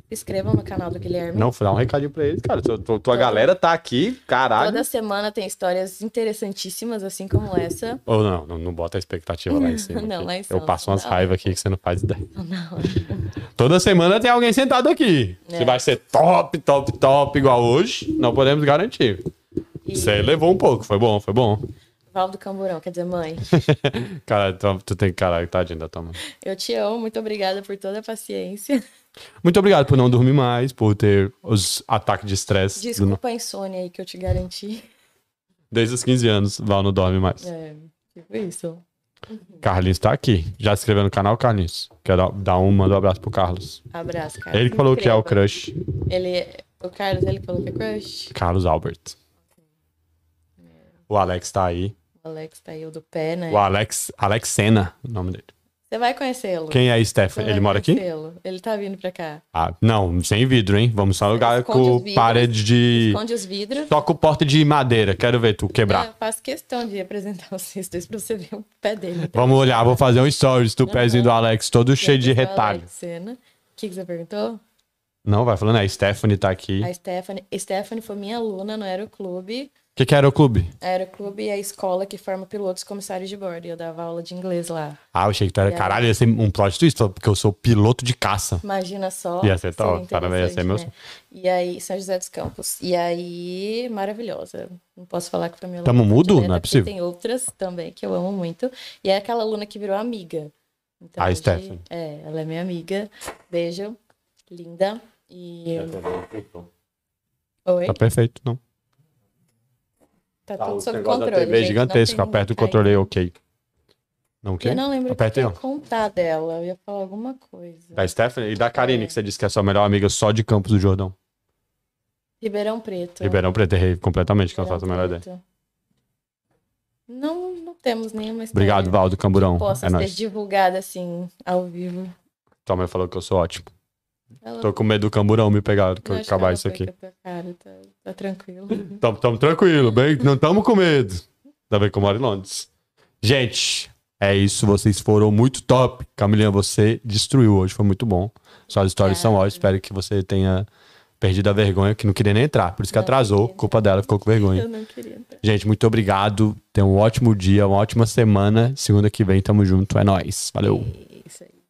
Speaker 2: Se inscrevam no canal do Guilherme.
Speaker 1: Não, dá um recadinho pra eles, cara. Tua, tua- tua galera tá aqui, caralho.
Speaker 2: Toda semana tem histórias interessantíssimas, assim como essa.
Speaker 1: Ou não, não, não bota a expectativa lá em cima.
Speaker 2: (laughs) Não, lá em
Speaker 1: Eu
Speaker 2: cima.
Speaker 1: passo umas
Speaker 2: Não.
Speaker 1: raivas aqui que você não faz ideia.
Speaker 2: (laughs) Não,
Speaker 1: Toda semana tem alguém sentado aqui.
Speaker 2: É.
Speaker 1: Se vai ser top, top, top igual hoje, não podemos garantir.
Speaker 2: e
Speaker 1: Você levou um pouco, foi bom, foi bom.
Speaker 2: Valdo Camburão, quer
Speaker 1: (laughs)
Speaker 2: dizer, mãe,
Speaker 1: Cara, tá tu, tu tem que. Caralho, tadinho da tua mãe.
Speaker 2: eu te amo, muito obrigada por toda a paciência.
Speaker 1: Muito obrigado por não dormir mais, por ter os ataques de estresse do-
Speaker 2: Desculpa a insônia aí que eu te garanti.
Speaker 1: desde os 15 anos. Val não dorme mais.
Speaker 2: É, tipo isso.
Speaker 1: Carlinhos tá aqui. Já se inscreveu no canal, Carlinhos? Quer dar, dar um, manda um abraço pro Carlos.
Speaker 2: Abraço, cara.
Speaker 1: Ele que falou que é o
Speaker 2: Incrível.
Speaker 1: crush.
Speaker 2: Ele, é, o Carlos, ele falou que é crush.
Speaker 1: Carlos Albert. O Alex tá aí.
Speaker 2: O Alex tá aí, o do pé, né?
Speaker 1: O Alex, Alex Senna, o nome dele.
Speaker 2: Você vai conhecê-lo.
Speaker 1: Quem é Stefan?
Speaker 2: Você
Speaker 1: Ele
Speaker 2: vai
Speaker 1: mora aqui?
Speaker 2: conhecê-lo. Ele tá vindo pra cá.
Speaker 1: Ah, não, sem vidro, hein? Vamos só lugar
Speaker 2: Esconde os
Speaker 1: com
Speaker 2: vidros.
Speaker 1: parede de.
Speaker 2: Esconde os É. vidros.
Speaker 1: Só com porta de madeira. Quero ver tu quebrar.
Speaker 2: Eu faço questão de apresentar (laughs) vocês dois pra você ver o pé dele.
Speaker 1: Vamos olhar, vou fazer um stories do pezinho do Alex, todo cheio de
Speaker 2: Apresentar o
Speaker 1: retalho.
Speaker 2: Alex, né? O que que você perguntou?
Speaker 1: Não, vai falando, a Stephanie tá aqui.
Speaker 2: A Stephanie, Stephanie foi minha aluna no Aeroclube.
Speaker 1: que, é, que era o clube?
Speaker 2: Aeroclube é a escola que forma pilotos comissários de bordo. E eu dava aula de inglês lá.
Speaker 1: Ah, eu achei que tu
Speaker 2: É.
Speaker 1: era. Caralho, ia ser um plot twist, porque eu sou piloto de caça.
Speaker 2: Imagina só.
Speaker 1: Ia ser top,
Speaker 2: interessante, né?
Speaker 1: parabéns, ia ser meu sonho.
Speaker 2: E aí, São José dos Campos. E aí, maravilhosa. Não posso falar que foi minha
Speaker 1: Tamo
Speaker 2: aluna
Speaker 1: mudo?
Speaker 2: predileta,
Speaker 1: Não é
Speaker 2: porque
Speaker 1: possível.
Speaker 2: Tem outras também que eu amo muito. E é aquela aluna que virou amiga. Então,
Speaker 1: A
Speaker 2: hoje-
Speaker 1: Ah, Stephanie.
Speaker 2: É, ela é minha amiga. Beijo. Linda. E.
Speaker 1: um
Speaker 2: Oi?
Speaker 1: Tá perfeito, não.
Speaker 2: Tá
Speaker 1: Tá,
Speaker 2: tudo
Speaker 1: o
Speaker 2: sob
Speaker 1: negócio da
Speaker 2: controle.
Speaker 1: TV é
Speaker 2: gente, não
Speaker 1: gigantesco.
Speaker 2: tem-
Speaker 1: Aperta o
Speaker 2: Ai,
Speaker 1: controle aí, ok. Não o quê?
Speaker 2: Eu não lembro o que
Speaker 1: Aperta
Speaker 2: eu
Speaker 1: aí,
Speaker 2: ia
Speaker 1: ó.
Speaker 2: contar dela. Eu ia falar alguma coisa.
Speaker 1: Da Stephanie e da Karine, que você disse que é a sua melhor amiga só de Campos do Jordão.
Speaker 2: Ribeirão Preto.
Speaker 1: Ribeirão Preto, errei completamente, que eu
Speaker 2: Ribeirão
Speaker 1: faço a melhor ideia.
Speaker 2: Preto. Não, não temos nenhuma história
Speaker 1: Obrigado, Valdo Camburão.
Speaker 2: que possa
Speaker 1: É
Speaker 2: ser
Speaker 1: nóis.
Speaker 2: divulgada assim, ao vivo.
Speaker 1: Tua mãe falou que eu sou ótimo.
Speaker 2: Ela-
Speaker 1: Tô com medo do camburão me pegar, que
Speaker 2: eu
Speaker 1: eu
Speaker 2: acho que
Speaker 1: acabar
Speaker 2: ela
Speaker 1: isso
Speaker 2: foi
Speaker 1: aqui.
Speaker 2: com a tua cara, tá, tá tranquilo.
Speaker 1: Tamo, tamo tranquilo, bem? Não tamo com medo. Ainda bem que eu moro em Londres. Gente, é isso. Vocês foram muito top. Camilinha, você destruiu hoje. Foi muito bom. Suas histórias são ótimas. Espero que você tenha perdido a vergonha, que não queria nem entrar. Por isso que
Speaker 2: Não,
Speaker 1: atrasou.
Speaker 2: querida.
Speaker 1: Culpa dela, ficou com vergonha.
Speaker 2: (laughs) eu não queria entrar.
Speaker 1: Gente, muito obrigado. Tenha um ótimo dia, uma ótima semana. Segunda que vem, tamo junto. É nóis. Valeu.
Speaker 2: É Isso aí.